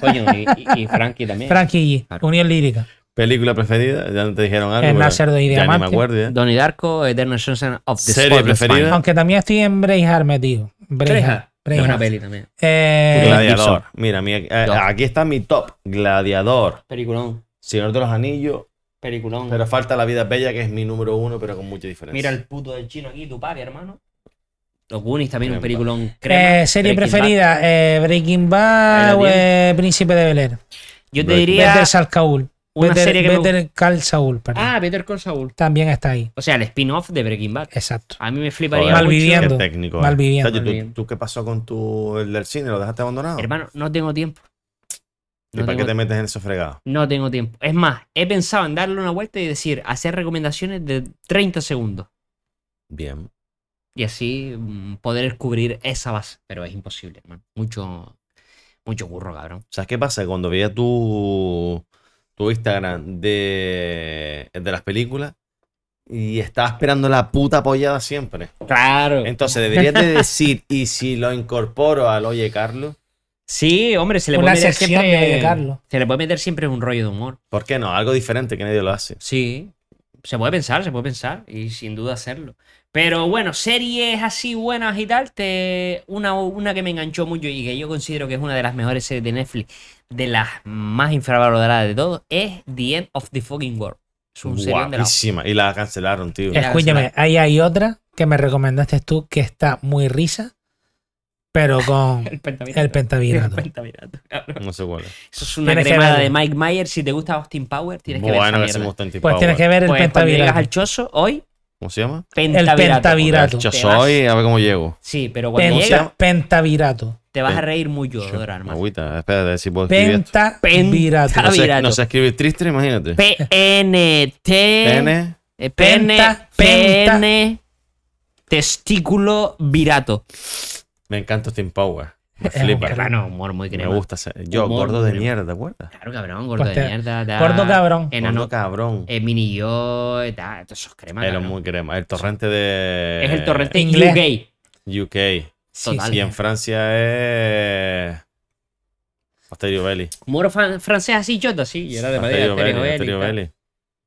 Speaker 4: Coño, y, y- y Frankie también.
Speaker 1: Frankie G,
Speaker 4: Claro.
Speaker 1: Unión Lírica.
Speaker 3: ¿Película preferida? Ya te dijeron algo.
Speaker 1: El
Speaker 3: pero
Speaker 1: Láser de
Speaker 3: Ah, Ya ni me
Speaker 1: Diamante.
Speaker 3: acuerdo. ya.
Speaker 4: Donnie Darko, Eternal Sunshine of the
Speaker 3: ¿Serie
Speaker 4: Spotless
Speaker 3: preferida?
Speaker 4: Mind.
Speaker 1: Aunque también estoy en Braveheart metido. Braveheart.
Speaker 4: Es una
Speaker 1: Braveheart.
Speaker 4: peli también.
Speaker 1: Eh,
Speaker 3: Gladiador. Mira, mi- eh, aquí está mi top. Gladiador.
Speaker 4: Peliculón,
Speaker 3: Señor de los Anillos.
Speaker 4: peliculón.
Speaker 3: Pero falta La Vida es Bella, que es mi número uno, pero con mucha diferencia.
Speaker 4: Mira el puto del chino aquí, Tupac, hermano. Los Goonies también, un
Speaker 3: Crema.
Speaker 4: peliculón crema.
Speaker 1: eh, serie
Speaker 4: Breaking
Speaker 1: preferida, eh, Breaking
Speaker 4: Ahí la
Speaker 1: Bad,
Speaker 4: tienes.
Speaker 1: eh, Príncipe de Bel Air.
Speaker 4: Yo te
Speaker 3: Breaking
Speaker 4: diría
Speaker 1: Verde Salcaúl.
Speaker 4: una
Speaker 1: Better,
Speaker 4: serie que me
Speaker 1: Better
Speaker 4: gusta.
Speaker 1: Call Saul, perdón.
Speaker 4: Ah, Better Call Saul.
Speaker 1: También está ahí.
Speaker 4: O sea, el spin-off de Breaking Bad.
Speaker 1: Exacto.
Speaker 4: A mí me fliparía
Speaker 3: Joder,
Speaker 4: mucho.
Speaker 1: Malviviendo.
Speaker 3: Qué técnico. eh.
Speaker 1: Malviviendo,
Speaker 3: Chacho, ¿tú-
Speaker 4: malviviendo.
Speaker 3: ¿tú, qué pasó con tu, el del cine? ¿Lo dejaste abandonado?
Speaker 4: Hermano, no tengo tiempo.
Speaker 3: ¿Y
Speaker 4: No
Speaker 3: para qué
Speaker 4: tengo
Speaker 3: te metes en esos fregados?
Speaker 4: No tengo tiempo. Es más, he pensado en darle una vuelta y decir, hacer recomendaciones de 30 segundos.
Speaker 3: Bien.
Speaker 4: Y así mm, poder cubrir esa base. Pero es imposible, hermano. Mucho, mucho curro, cabrón.
Speaker 3: ¿Sabes qué pasa? Cuando veía tu, tu Instagram de, de las películas y estaba esperando la puta apoyada siempre.
Speaker 4: Claro.
Speaker 3: Entonces deberías de decir, y si lo incorporo al Oye Carlos,
Speaker 4: Sí, hombre, se le
Speaker 1: Una
Speaker 4: puede meter
Speaker 1: sección de
Speaker 4: Pues siempre.
Speaker 1: Carlos.
Speaker 4: Se le puede meter siempre un rollo de humor.
Speaker 3: ¿por qué no? Algo diferente que nadie lo hace.
Speaker 4: Sí, se puede pensar, se puede pensar y sin duda hacerlo. Pero bueno, series así buenas y tal, te- una, una que me enganchó mucho y que yo considero que es una de las mejores series de Netflix, de las más infravaloradas de todo, es The End of the Fucking World. Es un serión de la...
Speaker 3: Guapísima. Y la cancelaron, tío.
Speaker 4: Ya,
Speaker 1: Escúchame,
Speaker 4: será.
Speaker 1: ahí hay otra que me recomendaste tú que está muy risa, pero con
Speaker 4: El pentavirata.
Speaker 1: el pentavirato.
Speaker 4: El pentavirato, cabrón.
Speaker 3: No sé cuál es.
Speaker 4: Eso es una
Speaker 1: Tienes que
Speaker 4: cremada de
Speaker 1: verlo.
Speaker 4: Mike Myers. Si te gusta Austin Power, tienes que ver esa
Speaker 3: Bueno, que
Speaker 4: mierda.
Speaker 3: hacemos tanto
Speaker 1: Pues tienes que ver el
Speaker 4: Pues cuando llegas
Speaker 1: pentavirato.
Speaker 4: al chozo, hoy,
Speaker 3: ¿Cómo se llama?
Speaker 4: pentavirato.
Speaker 1: pentavirato.
Speaker 4: Te
Speaker 3: Yo
Speaker 4: vas-
Speaker 3: soy, a ver cómo llego.
Speaker 4: Sí, pero cuando
Speaker 3: Pen-
Speaker 4: llegas,
Speaker 1: Penta- pentavirato.
Speaker 4: te vas a
Speaker 3: Pen-
Speaker 4: reír mucho,
Speaker 3: Yo-
Speaker 4: Dora, hermano.
Speaker 3: Agüita, espérate, a ver si puedo escribir esto.
Speaker 1: Pentavirato.
Speaker 3: No sé,
Speaker 4: Virato.
Speaker 3: no sé escribir triste, imagínate.
Speaker 4: PNT.
Speaker 3: Pene.
Speaker 4: eh, Pene.
Speaker 1: Penta, penta.
Speaker 4: Pene. Testículo virato.
Speaker 3: Me encanta Steam Power. Me
Speaker 1: Es un
Speaker 3: flipa.
Speaker 4: Hermano, humor muy
Speaker 3: Me
Speaker 4: crema.
Speaker 3: gusta ser. Yo,
Speaker 4: Humor,
Speaker 3: gordo de
Speaker 4: crema.
Speaker 3: mierda, ¿te acuerdas?
Speaker 4: Claro, cabrón, gordo
Speaker 1: Pues
Speaker 4: de
Speaker 1: te-
Speaker 4: mierda. da,
Speaker 1: Gordo cabrón.
Speaker 4: Enano,
Speaker 3: Gordo cabrón.
Speaker 4: eh, mini yo, eh, da, todos esos cremas.
Speaker 3: Era
Speaker 4: cabrón.
Speaker 3: muy crema. El torrente de.
Speaker 4: es el torrente
Speaker 1: Inglés.
Speaker 4: UK.
Speaker 3: UK.
Speaker 1: Sí,
Speaker 4: Total.
Speaker 1: sí.
Speaker 3: Y en Francia es. Asterio Belli.
Speaker 4: Humor fran- francés así, chota, sí. Y era de Madrid,
Speaker 3: Asterio
Speaker 4: Asterio
Speaker 3: Belli,
Speaker 4: Belli Ah, y
Speaker 3: Asterio
Speaker 4: tal.
Speaker 3: Belli.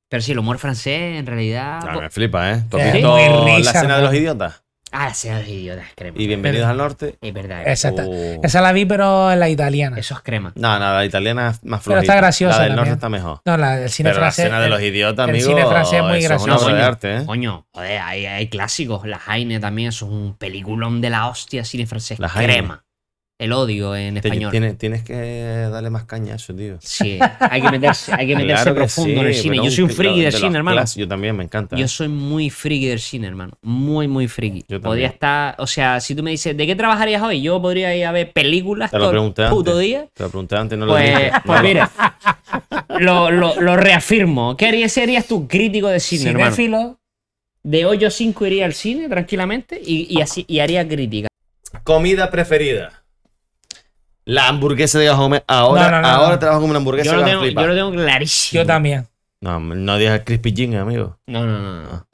Speaker 4: Pero sí, el humor francés, en realidad.
Speaker 3: Ah,
Speaker 4: po-
Speaker 3: me flipa, ¿eh? ¿Tú has
Speaker 1: Es
Speaker 3: visto
Speaker 1: muy
Speaker 3: la
Speaker 1: risa,
Speaker 3: cena de
Speaker 1: ¿no?
Speaker 3: los idiotas?
Speaker 4: Ah, sea los idiotas, crema.
Speaker 3: Y bienvenidos al norte.
Speaker 4: Es verdad. es
Speaker 1: Esa, está-
Speaker 3: Uh,
Speaker 1: esa la vi, pero en la italiana.
Speaker 4: Eso es crema.
Speaker 3: No, no, la italiana es más
Speaker 1: Pero
Speaker 3: flojita.
Speaker 1: está graciosa
Speaker 3: La del norte
Speaker 1: también.
Speaker 3: está mejor.
Speaker 1: No, la del cine
Speaker 3: Pero la
Speaker 1: francés.
Speaker 3: cena de los
Speaker 1: el-
Speaker 3: idiotas,
Speaker 1: el
Speaker 3: amigo.
Speaker 1: cine francés es muy
Speaker 3: eso una
Speaker 1: gracioso.
Speaker 3: obra de
Speaker 4: Coño,
Speaker 3: arte, ¿eh?
Speaker 4: Coño, joder, hay, hay clásicos. La Jaime también es un peliculón de la hostia cine francés.
Speaker 3: La Este Heine.
Speaker 4: crema. El odio en
Speaker 3: Te-
Speaker 4: español.
Speaker 3: tienes, tienes que darle más caña a eso, tío.
Speaker 4: Sí, hay que meterse, hay que meterse
Speaker 3: Claro que
Speaker 4: profundo en el
Speaker 3: sí,
Speaker 4: cine.
Speaker 3: pero
Speaker 4: Yo soy un
Speaker 3: de
Speaker 4: friki
Speaker 3: los-
Speaker 4: del
Speaker 3: de
Speaker 4: cine,
Speaker 3: los
Speaker 4: hermano.
Speaker 3: clásicos, yo también, me encanta.
Speaker 4: Yo soy muy friki del cine, hermano. Muy, muy friki.
Speaker 3: Yo también.
Speaker 4: podría estar. O sea, si tú me dices, ¿de qué trabajarías hoy? Yo podría ir a ver películas
Speaker 3: Te lo
Speaker 4: todo el
Speaker 3: pregunté
Speaker 4: puto
Speaker 3: antes.
Speaker 4: día.
Speaker 3: Te lo pregunté antes, no lo
Speaker 4: Pues,
Speaker 3: dijiste.
Speaker 4: pues
Speaker 3: No,
Speaker 4: mira, lo, lo- lo reafirmo. ¿Qué harías, serías tú crítico de cine, hermano?
Speaker 1: Cinéfilo.
Speaker 4: De 8 a 5 iría al cine tranquilamente y, y así, y haría crítica.
Speaker 3: Comida preferida. La hamburguesa de Homer. Ahora,
Speaker 1: No, no, no,
Speaker 3: ahora
Speaker 1: no.
Speaker 3: trabajo con una hamburguesa.
Speaker 4: Yo lo,
Speaker 3: que
Speaker 4: tengo,
Speaker 3: flipa.
Speaker 4: yo lo tengo clarísimo.
Speaker 1: Yo también.
Speaker 3: No, no digas el crispy Jing, amigo.
Speaker 4: No, no, no, no.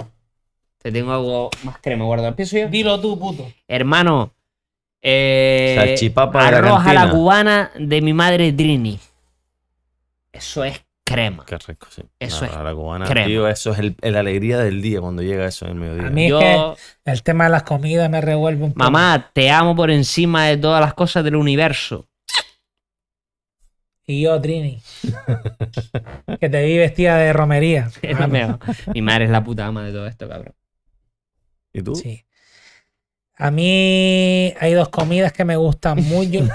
Speaker 4: Te tengo algo más crema, guarda. Empiezo yo.
Speaker 1: Dilo tú, puto.
Speaker 4: Hermano, eh,
Speaker 3: Salchipapa de la
Speaker 4: arroz a la
Speaker 3: cantina.
Speaker 4: cubana de mi madre Drini. Eso es crema.
Speaker 3: Qué rico, sí.
Speaker 4: Eso
Speaker 3: No,
Speaker 4: es
Speaker 3: a la cubana,
Speaker 4: crema.
Speaker 3: tío, eso es el, el alegría del día cuando llega eso en el mediodía.
Speaker 1: A mí- Es
Speaker 4: Yo,
Speaker 1: El tema de las comidas me revuelve un poco.
Speaker 4: mamá, te amo por encima de todas las cosas del universo.
Speaker 1: Y yo, Trini. que te vi vestida de romería.
Speaker 4: Es lo mejor. mi madre es la puta ama de todo esto, cabrón.
Speaker 3: ¿Y tú?
Speaker 1: Sí. A mí hay dos comidas que me gustan mucho.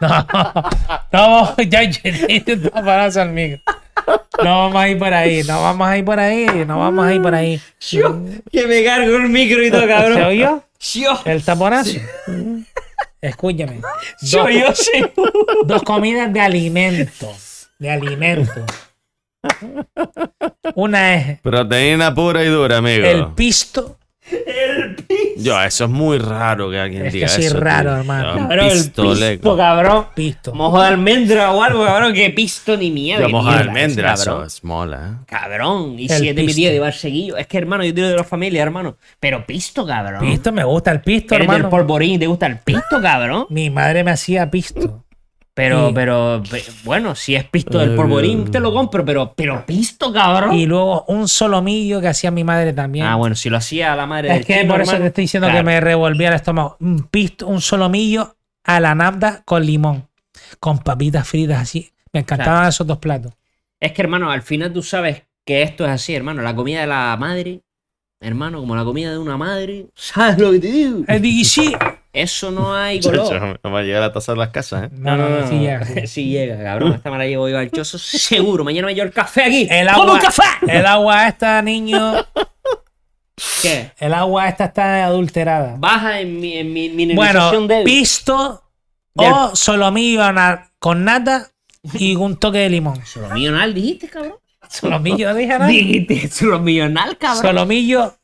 Speaker 1: No, no, ya está para Salmigo. No vamos a ir por ahí, no vamos a ir por ahí, no vamos a ir por ahí.
Speaker 4: Que me cargo el micro y todo,
Speaker 1: ¿Se oyó?
Speaker 4: Yo,
Speaker 1: El taponazo. Escúchame.
Speaker 4: yo, yo, sí.
Speaker 1: Dos comidas de alimentos. De alimentos. Una es
Speaker 3: Proteína pura y dura, amigo.
Speaker 1: el pisto.
Speaker 3: Yo, eso es muy raro que alguien
Speaker 1: Es que
Speaker 3: diga
Speaker 1: soy
Speaker 3: eso. tío.
Speaker 1: raro, hermano.
Speaker 3: Yo, un
Speaker 4: Cabrón, el
Speaker 3: pistoleco.
Speaker 4: pisto, cabrón.
Speaker 1: Pisto.
Speaker 4: Mojo de almendra o algo, cabrón. Que pisto ni mierda.
Speaker 3: Yo
Speaker 4: qué
Speaker 3: mojo de
Speaker 4: mierda es,
Speaker 3: almendra, eso
Speaker 4: cabrón.
Speaker 3: es mola, ¿eh?
Speaker 4: Cabrón, y
Speaker 1: El
Speaker 4: siete mi
Speaker 1: pisto.
Speaker 4: tía de Barseguillo. Es que, hermano, yo tiro de la familia, hermano. Pero pisto, cabrón.
Speaker 1: Pisto, me gusta el pisto,
Speaker 4: Eres del
Speaker 1: hermano.
Speaker 4: polvorín y te gusta el pisto, cabrón.
Speaker 1: Mi madre me hacía pisto.
Speaker 4: Pero,
Speaker 1: Y-
Speaker 4: pero, pe- bueno, si es pisto del polvorín, te lo compro, pero, pero pisto, cabrón.
Speaker 1: Y luego un solomillo que hacía mi madre también.
Speaker 4: Ah, bueno, si lo hacía la madre del
Speaker 1: es que
Speaker 4: chino,
Speaker 1: por eso
Speaker 4: hermano,
Speaker 1: te estoy diciendo que
Speaker 4: claro.
Speaker 1: me revolvía el estómago. Un pisto, un solomillo a la nafta con limón. Con papitas fritas así. Me encantaban esos dos platos.
Speaker 4: Es que, hermano, al final tú sabes que esto es así, hermano. La comida de la madre, hermano, como la comida de una madre. ¿Sabes lo que te digo?
Speaker 1: Eh, di- y sí,
Speaker 4: Eso no hay color.
Speaker 3: Chacho, no va a llegar a tasar las casas, ¿eh?
Speaker 1: No, no, no, sí ya.
Speaker 4: Sí llega, cabrón. Esta me la llevo yo al chozo seguro. Mañana me llevo el café aquí.
Speaker 1: El
Speaker 4: ¡Toma
Speaker 1: agua,
Speaker 4: un café!
Speaker 1: el agua esta, niño,
Speaker 4: ¿Qué?
Speaker 1: el agua esta está adulterada.
Speaker 4: Baja en mi, en mi
Speaker 1: Bueno,
Speaker 4: mineralización débil.
Speaker 1: pisto o solomillo na- con nata y un toque de limón.
Speaker 4: Solomillonal, dijiste, cabrón.
Speaker 1: Solomillo, dije nada.
Speaker 4: Dijiste, solomillonal, cabrón.
Speaker 1: Solomillo,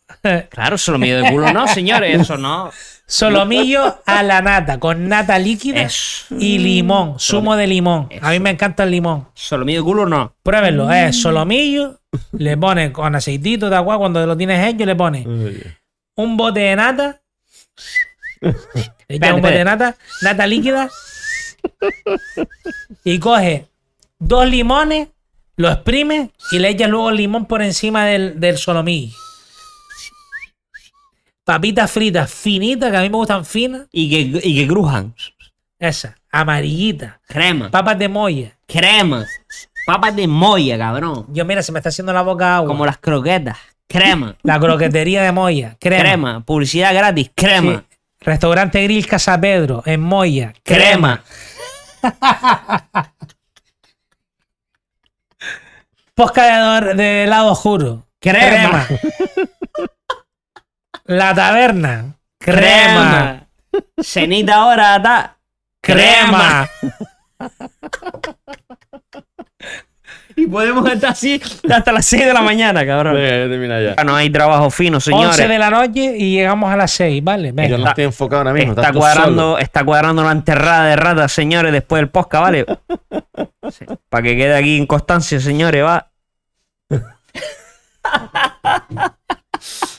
Speaker 4: Claro, solomillo de culo no, señores, eso no.
Speaker 1: solomillo a la nata, con nata líquida
Speaker 4: Eso.
Speaker 1: y limón, zumo de limón. A mí me encanta el limón.
Speaker 4: Solomillo de culo no.
Speaker 1: Pruébenlo, es solomillo, le pones con aceitito de agua, cuando lo tienes hecho le pones un bote de nata, le echas
Speaker 4: Espérate,
Speaker 1: un bote de
Speaker 4: espérate.
Speaker 1: nata, nata líquida, y coge dos limones, lo exprimes y le echas luego el limón por encima del, del solomillo. Papitas fritas finitas, que a mí me gustan finas,
Speaker 4: Y que, y que grujan.
Speaker 1: esas, amarillitas,
Speaker 4: Crema.
Speaker 1: papas de molla.
Speaker 4: crema. Papas de molla, cabrón.
Speaker 1: Yo mira, se me está haciendo la boca agua.
Speaker 4: Como las croquetas. Crema.
Speaker 1: La croquetería de Moya, crema.
Speaker 4: Crema. Publicidad gratis. Crema.
Speaker 1: Sí. Restaurante Grill Casa Pedro, en Moya.
Speaker 4: Crema.
Speaker 1: Posca de, de helado oscuro.
Speaker 4: Crema.
Speaker 1: La taberna. Crema.
Speaker 4: Crema. Cenita ahora, ta.
Speaker 1: Crema.
Speaker 4: Y podemos estar así hasta las 6 de la mañana, cabrón.
Speaker 3: Venga, ya termina ya.
Speaker 4: No hay trabajo fino,
Speaker 1: 11
Speaker 4: señores.
Speaker 1: de la noche y llegamos a las 6, ¿vale? Venga.
Speaker 3: Yo no estoy enfocado ahora mismo.
Speaker 4: Está
Speaker 3: estás tú solo.
Speaker 4: cuadrando, está cuadrando una enterrada de ratas, señores, después del posca, ¿vale? Para que quede aquí en constancia, señores, va.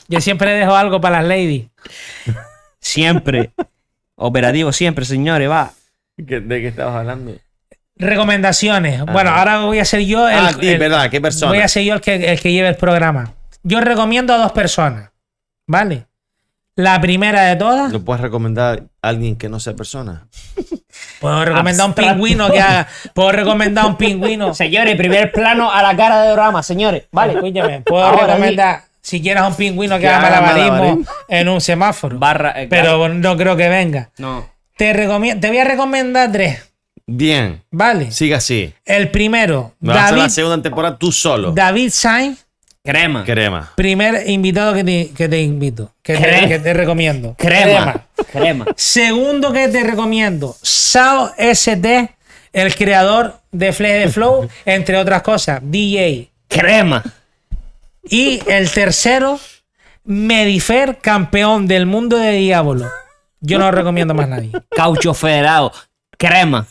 Speaker 1: Yo siempre dejo algo para las ladies.
Speaker 4: Siempre. Operativo siempre, señores, va.
Speaker 3: ¿Qué- ¿De qué estabas hablando?
Speaker 1: Recomendaciones. Bueno, ahora voy a ser yo el,
Speaker 3: ah, di,
Speaker 1: el-
Speaker 3: ¿verdad? ¿Qué persona?
Speaker 1: voy a ser yo el que, el que lleve el programa. Yo recomiendo a dos personas, ¿vale? La primera de todas,
Speaker 3: ¿Lo puedes recomendar a alguien que no sea persona?
Speaker 1: puedo recomendar un
Speaker 4: Abstracto.
Speaker 1: pingüino que haga, puedo recomendar un pingüino
Speaker 4: Señores, primer plano a la cara de Dorama, señores.
Speaker 1: Vale, escúchame, puedo
Speaker 4: Ahora
Speaker 1: recomendar si quieres a un pingüino que
Speaker 3: Que
Speaker 1: haga
Speaker 3: haga
Speaker 1: malabarismo
Speaker 3: malabarismo.
Speaker 1: en un semáforo.
Speaker 4: Barra. eh,
Speaker 1: pero no creo que venga.
Speaker 4: No.
Speaker 1: Te, recomie- te voy a recomendar tres,
Speaker 3: Bien,
Speaker 1: ¿vale?
Speaker 3: sigue así.
Speaker 1: El primero,
Speaker 3: Me vas a hacer la
Speaker 1: David,
Speaker 3: segunda temporada tú solo.
Speaker 1: David Sainz,
Speaker 4: Crema.
Speaker 3: Crema.
Speaker 1: primer invitado que te, que te invito, que te,
Speaker 4: Crema.
Speaker 1: que te recomiendo.
Speaker 4: Crema. Crema.
Speaker 1: Segundo que te recomiendo, Sao ST, el creador de Flex de Flow, entre otras cosas, DJ.
Speaker 4: Crema.
Speaker 1: Y el tercero, Medifer, campeón del mundo de Diablo. Yo no recomiendo más nadie.
Speaker 4: Caucho federado. Crema.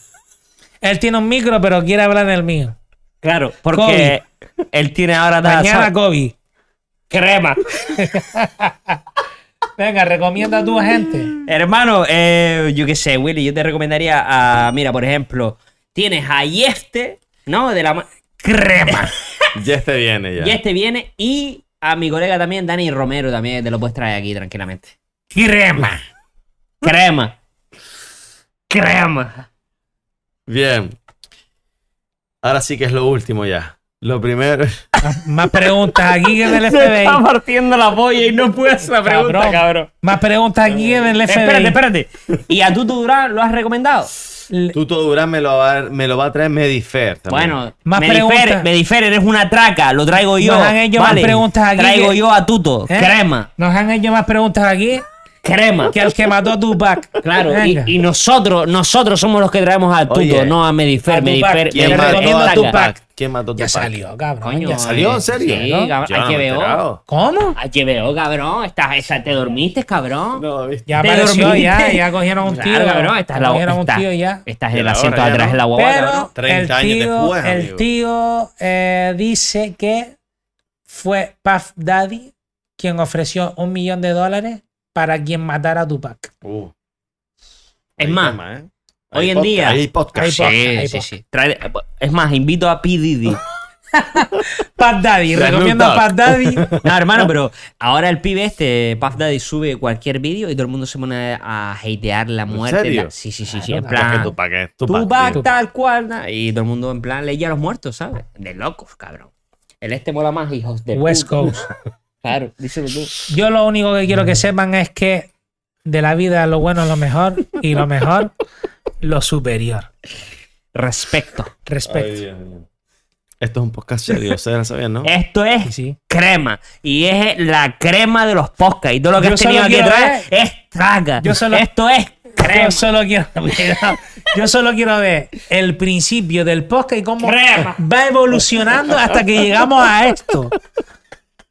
Speaker 1: Él tiene un micro, pero quiere hablar en el mío.
Speaker 4: Claro, porque él tiene ahora ta-
Speaker 1: Mañana,
Speaker 4: sa-
Speaker 1: Kobe.
Speaker 4: crema.
Speaker 1: Venga, recomienda a tu gente.
Speaker 4: Hermano, eh, yo qué sé, Willy, yo te recomendaría a. Mira, por ejemplo, tienes a Yeste, ¿no? De la ma- crema.
Speaker 3: Ya este viene ya.
Speaker 4: Yeste viene y a mi colega también, Dani Romero, también te lo puedes traer aquí tranquilamente. Crema. Crema. Crema.
Speaker 3: Bien. Ahora sí que es lo último ya. Lo primero.
Speaker 1: Más preguntas aquí que en el
Speaker 4: Está
Speaker 1: FBI.
Speaker 4: partiendo la polla y no puede hacer la pregunta,
Speaker 1: Cabrón.
Speaker 4: cabrón.
Speaker 1: Más preguntas aquí que en el FBI.
Speaker 4: Espérate,
Speaker 1: ¿Eh?
Speaker 4: espérate. ¿Y a Tutu Durán lo has recomendado?
Speaker 3: Tuto Durán me lo va a, me lo va a traer Medifer. también.
Speaker 4: Bueno,
Speaker 1: Más
Speaker 4: me difiere,
Speaker 1: preguntas.
Speaker 4: me difiere, eres una traca, lo traigo yo.
Speaker 1: Nos han hecho más preguntas aquí
Speaker 4: Traigo
Speaker 1: que-
Speaker 4: yo a Tuto.
Speaker 1: ¿Eh?
Speaker 4: Crema.
Speaker 1: Nos han hecho más preguntas aquí
Speaker 4: Crema.
Speaker 1: que al que mató a Tupac.
Speaker 4: Claro, y,
Speaker 1: Venga.
Speaker 4: y nosotros, nosotros somos los que traemos a Tuto,
Speaker 3: Oye,
Speaker 4: no a
Speaker 1: a
Speaker 4: Medifer.
Speaker 1: Tupac.
Speaker 4: Medifer,
Speaker 1: ¿Quién
Speaker 4: Medifer
Speaker 1: mató
Speaker 4: es
Speaker 1: a
Speaker 4: traca.
Speaker 1: Tupac?
Speaker 3: ¿Quién mató
Speaker 1: Ya
Speaker 3: Tupac?
Speaker 1: salió, cabrón.
Speaker 4: Coño,
Speaker 1: ya salió.
Speaker 3: ¿Salió en serio?
Speaker 4: Sí,
Speaker 3: ¿No?
Speaker 4: cabrón,
Speaker 3: Yo no me he
Speaker 4: HBO.
Speaker 3: enterado.
Speaker 1: ¿Cómo?
Speaker 4: HBO, cabrón. Estás, esa, te dormiste, cabrón.
Speaker 3: No, viste.
Speaker 1: Ya
Speaker 4: Te
Speaker 1: apareció,
Speaker 4: dormiste.
Speaker 1: ya, ya cogieron un
Speaker 4: Claro,
Speaker 1: tío.
Speaker 4: cabrón, estás la
Speaker 1: cogieron un
Speaker 4: estás-
Speaker 1: tío ya.
Speaker 4: Estás
Speaker 3: Y
Speaker 4: en el
Speaker 3: ahora
Speaker 4: asiento
Speaker 3: ya
Speaker 4: de atrás
Speaker 3: no.
Speaker 4: de la guagua,
Speaker 1: Pero
Speaker 3: 30
Speaker 1: el
Speaker 3: años
Speaker 1: tío,
Speaker 3: después,
Speaker 1: el
Speaker 3: amigo.
Speaker 1: tío eh, dice que fue Puff Daddy quien ofreció un millón de dólares para quien matara a Tupac.
Speaker 3: Uh,
Speaker 4: Es
Speaker 3: hay
Speaker 4: más,
Speaker 3: tema, ¿eh?
Speaker 4: hoy
Speaker 3: Hay
Speaker 4: en
Speaker 3: podcast,
Speaker 4: día-
Speaker 3: Hay podcast.
Speaker 1: Hay
Speaker 4: Sí,
Speaker 1: podcast, hay
Speaker 4: sí,
Speaker 1: podcast.
Speaker 4: sí. Trae- es más, invito a P. Diddy.
Speaker 1: Puff Daddy,
Speaker 3: Snoop
Speaker 1: recomiendo a
Speaker 3: Dogg.
Speaker 1: Puff Daddy.
Speaker 4: No, hermano, pero ahora el pibe este, Puff Daddy, sube cualquier vídeo y todo el mundo se pone a hatear la muerte.
Speaker 3: serio?
Speaker 4: tal. Sí, sí, sí, sí. En
Speaker 3: Porque
Speaker 4: plan,
Speaker 3: Tupac es Tupac,
Speaker 4: Tupac,
Speaker 3: tío.
Speaker 4: tal cual. na- Y todo el mundo en plan leía a los muertos, ¿sabes? De locos, cabrón. El este mola más, hijos de
Speaker 1: West
Speaker 4: puta.
Speaker 1: Coast.
Speaker 4: Claro, díselo tú.
Speaker 1: Yo lo único que quiero que sepan es que de la vida lo bueno es lo mejor y lo mejor lo superior.
Speaker 4: Respecto.
Speaker 3: Ay,
Speaker 1: Respecto.
Speaker 3: Dios mío. Esto es un podcast serio, ustedes lo sabían, ¿no?
Speaker 4: Esto
Speaker 1: Sí,
Speaker 4: es
Speaker 1: sí.
Speaker 4: crema. Y es la crema de los podcasts. Y todo lo que
Speaker 1: Yo
Speaker 4: has
Speaker 1: solo
Speaker 4: tenido aquí
Speaker 1: quiero
Speaker 4: atrás
Speaker 1: ver-
Speaker 4: es traga.
Speaker 1: Yo solo-
Speaker 4: Esto es crema.
Speaker 1: Yo solo quiero ver, yo solo quiero ver el principio del podcast y cómo
Speaker 4: Crema.
Speaker 1: va evolucionando hasta que llegamos a esto.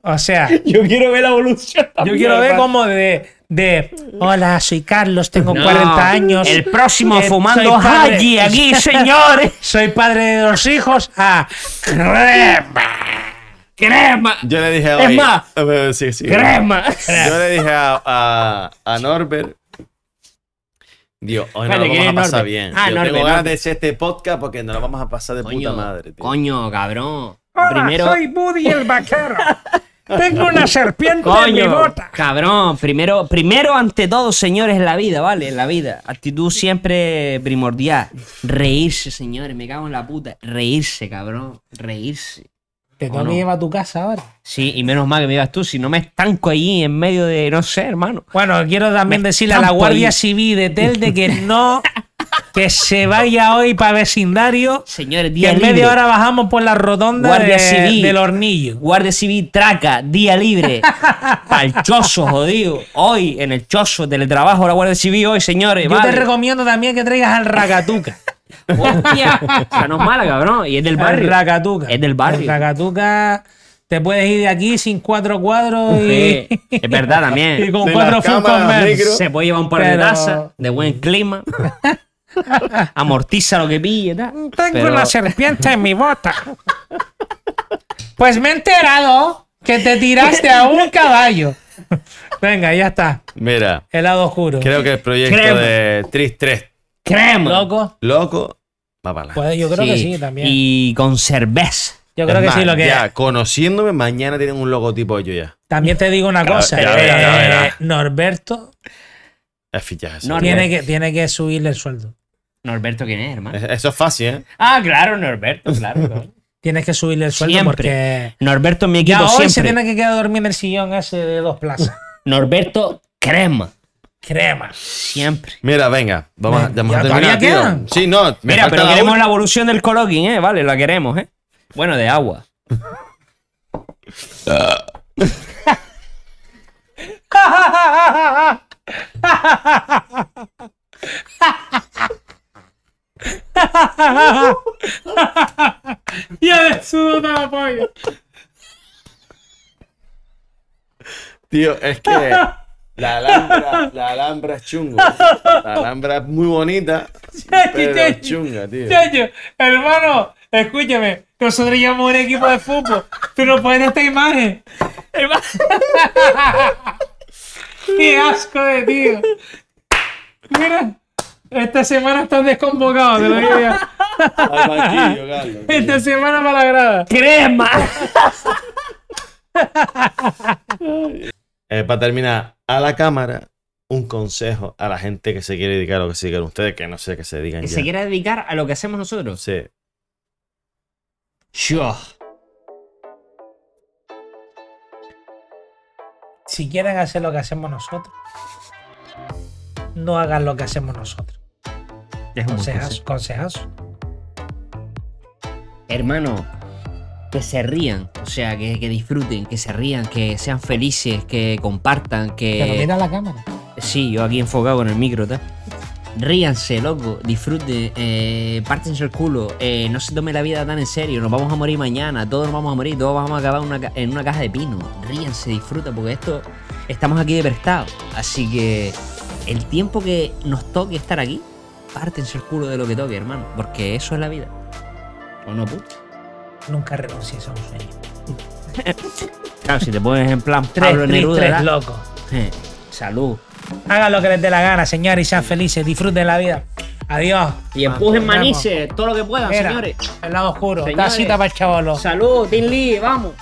Speaker 1: O sea,
Speaker 2: Yo quiero ver la evolución.
Speaker 1: yo quiero ver cómo de, de hola, soy Carlos, tengo
Speaker 4: No,
Speaker 1: 40 años.
Speaker 4: El próximo
Speaker 1: eh,
Speaker 4: fumando
Speaker 1: soy padre.
Speaker 4: Haji aquí, señores.
Speaker 1: Soy padre de dos hijos. Ah,
Speaker 4: Crema.
Speaker 3: Yo le dije a
Speaker 4: Es más,
Speaker 3: Eh, sí, sí.
Speaker 4: Crema.
Speaker 3: Yo le dije a, a, a Norbert. Dios, hoy no
Speaker 4: Espérate,
Speaker 3: lo
Speaker 4: ¿quién
Speaker 3: vamos a
Speaker 4: es
Speaker 3: pasar
Speaker 4: Norbert?
Speaker 3: bien.
Speaker 4: Ah,
Speaker 3: Yo
Speaker 4: Norbert,
Speaker 3: tengo ganas
Speaker 4: Norbert.
Speaker 3: de hacer este podcast porque nos lo vamos a pasar de puta madre. tío.
Speaker 4: Coño, cabrón. Primero.
Speaker 1: Buddy el vaquero. Tengo una serpiente
Speaker 4: Coño, cabrón, primero, primero ante todo, señores, la vida, ¿vale? La vida. Actitud siempre primordial. Reírse, señores, me cago en la puta. Reírse, cabrón. Reírse.
Speaker 1: Te
Speaker 4: ¿O
Speaker 1: tengo
Speaker 4: no?
Speaker 1: que llevar a tu casa ahora.
Speaker 4: Sí, y menos mal que me ibas tú, si no me estanco ahí en medio de, no sé, hermano.
Speaker 1: Bueno, quiero también
Speaker 4: Me
Speaker 1: decirle a la
Speaker 4: estampo
Speaker 1: Guardia
Speaker 4: ahí.
Speaker 1: Civil de Telde que no, que se vaya hoy para vecindario.
Speaker 4: Señores,
Speaker 1: Y
Speaker 4: día
Speaker 1: en
Speaker 4: libre.
Speaker 1: media hora bajamos por la rotonda
Speaker 4: Guardia
Speaker 1: de-
Speaker 4: Civil.
Speaker 1: del hornillo.
Speaker 4: Guardia Civil traca, día libre. Pa'l choso, jodido. Hoy, en el choso, teletrabajo, la Guardia Civil, hoy, señores.
Speaker 1: Yo
Speaker 4: vale.
Speaker 1: te recomiendo también que traigas al Racatuca.
Speaker 4: Hostia, o sea, no es mala, cabrón. Y es del barrio.
Speaker 1: Al Racatuca.
Speaker 4: Es del
Speaker 1: El
Speaker 4: barrio.
Speaker 1: Racatuca te puedes ir de aquí sin cuatro cuadros
Speaker 4: Sí,
Speaker 1: y,
Speaker 4: es verdad
Speaker 1: y
Speaker 4: también.
Speaker 1: con
Speaker 3: De
Speaker 1: cuatro
Speaker 3: las
Speaker 1: focos
Speaker 3: cámaras, negro.
Speaker 1: menos.
Speaker 4: Se puede llevar un par de
Speaker 1: Pero-
Speaker 4: tazas de buen clima. Amortiza lo que pille. tal.
Speaker 1: Mm, Tengo
Speaker 4: Pero-
Speaker 1: una serpiente en mi bota. Pues me he enterado que te tiraste a un caballo. Venga, ya está.
Speaker 3: Mira,
Speaker 1: El lado oscuro.
Speaker 3: creo que el proyecto
Speaker 4: Crema.
Speaker 3: de Tris 3
Speaker 4: Crema.
Speaker 1: Loco.
Speaker 3: Loco va para
Speaker 1: Pues yo creo que sí también.
Speaker 4: Y con cerveza.
Speaker 1: yo creo que sí, lo que
Speaker 3: Ya, conociéndome, mañana tienen un logotipo yo ya.
Speaker 1: también te digo una
Speaker 3: Ya,
Speaker 1: cosa. eh,
Speaker 3: ya verás, ya verás.
Speaker 1: Norberto
Speaker 3: Es fichaje. eso.
Speaker 4: No, Norbert.
Speaker 1: tiene que, tiene que subirle el sueldo.
Speaker 4: Norberto, ¿quién es, hermano?
Speaker 3: Es- Eso es fácil, ¿eh?
Speaker 4: Ah, claro, Norberto, claro. claro.
Speaker 1: Tienes que subirle el sueldo
Speaker 4: Siempre.
Speaker 1: porque
Speaker 4: Norberto, mi equipo
Speaker 1: ya hoy
Speaker 4: siempre.
Speaker 1: se tiene que quedar a dormir en el sillón ese de dos plazas.
Speaker 4: Norberto, crema.
Speaker 1: Crema.
Speaker 4: Siempre.
Speaker 3: Mira, venga, vamos a,
Speaker 1: Ya,
Speaker 3: vamos a
Speaker 1: todavía
Speaker 3: terminar. tío.
Speaker 1: quedan.
Speaker 3: Sí, no, me
Speaker 4: Mira,
Speaker 3: falta
Speaker 4: pero
Speaker 3: la
Speaker 4: queremos
Speaker 3: última.
Speaker 4: la evolución del coloquín, ¿eh? Vale, la queremos, ¿eh? Bueno, de agua.
Speaker 1: Ya de su la polla.
Speaker 3: Tío, es que la Alhambra, la Alhambra es chungo. La Alhambra es muy bonita, pero es chunga, tío.
Speaker 1: Chacho, hermano, escúchame. Nosotros llevamos un equipo de fútbol. Tú no puedes esta imagen. Hermano. Qué asco de tío. Mira, esta semana estás desconvocado, te lo digo ya.
Speaker 3: Al banquillo, Carlos.
Speaker 1: Esta semana para la grada.
Speaker 4: ¡Crema!
Speaker 3: Eh, para terminar, a la cámara, un consejo a la gente que se quiere dedicar a lo que se dedican ustedes, que no sé qué se dedican
Speaker 4: Que
Speaker 3: ya.
Speaker 4: se quiera dedicar a lo que hacemos nosotros.
Speaker 3: Sí.
Speaker 4: Yo.
Speaker 1: Si quieren hacer lo que hacemos nosotros, no hagan lo que hacemos nosotros.
Speaker 4: Es un buen
Speaker 1: Consejazo, consejazo.
Speaker 4: hermano, que se rían, o sea, que, que disfruten, que se rían, que sean felices, que compartan,
Speaker 1: Pero
Speaker 4: que...
Speaker 1: mira la cámara.
Speaker 4: Sí, yo aquí enfocado con el micro, tal. Ríanse, loco, disfruten, eh, pártense el culo, eh, no se tome la vida tan en serio, nos vamos a morir mañana, todos nos vamos a morir, todos vamos a acabar en una ca- en una caja de pino. Ríanse, disfruta, porque esto, estamos aquí de prestado. Así que el tiempo que nos toque estar aquí, pártense el culo de lo que toque, hermano, porque eso es la vida. ¿O no, puto?
Speaker 1: Nunca renuncies a un sueño.
Speaker 4: Claro, si te pones en plan
Speaker 1: Tres,
Speaker 4: Pablo
Speaker 1: tres,
Speaker 4: Neruda.
Speaker 1: tres,
Speaker 4: ¿verdad?
Speaker 1: loco.
Speaker 4: Eh, salud.
Speaker 1: Hagan lo que les dé la gana, señores, y sean felices. Disfruten la vida. Adiós.
Speaker 4: Y empujen
Speaker 1: Nos vemos.
Speaker 4: manices, todo lo que puedan,
Speaker 1: Mira,
Speaker 4: señores.
Speaker 1: El lado oscuro.
Speaker 4: Señores.
Speaker 1: Casita para el chavalo.
Speaker 4: Salud, Tin Lee, vamos.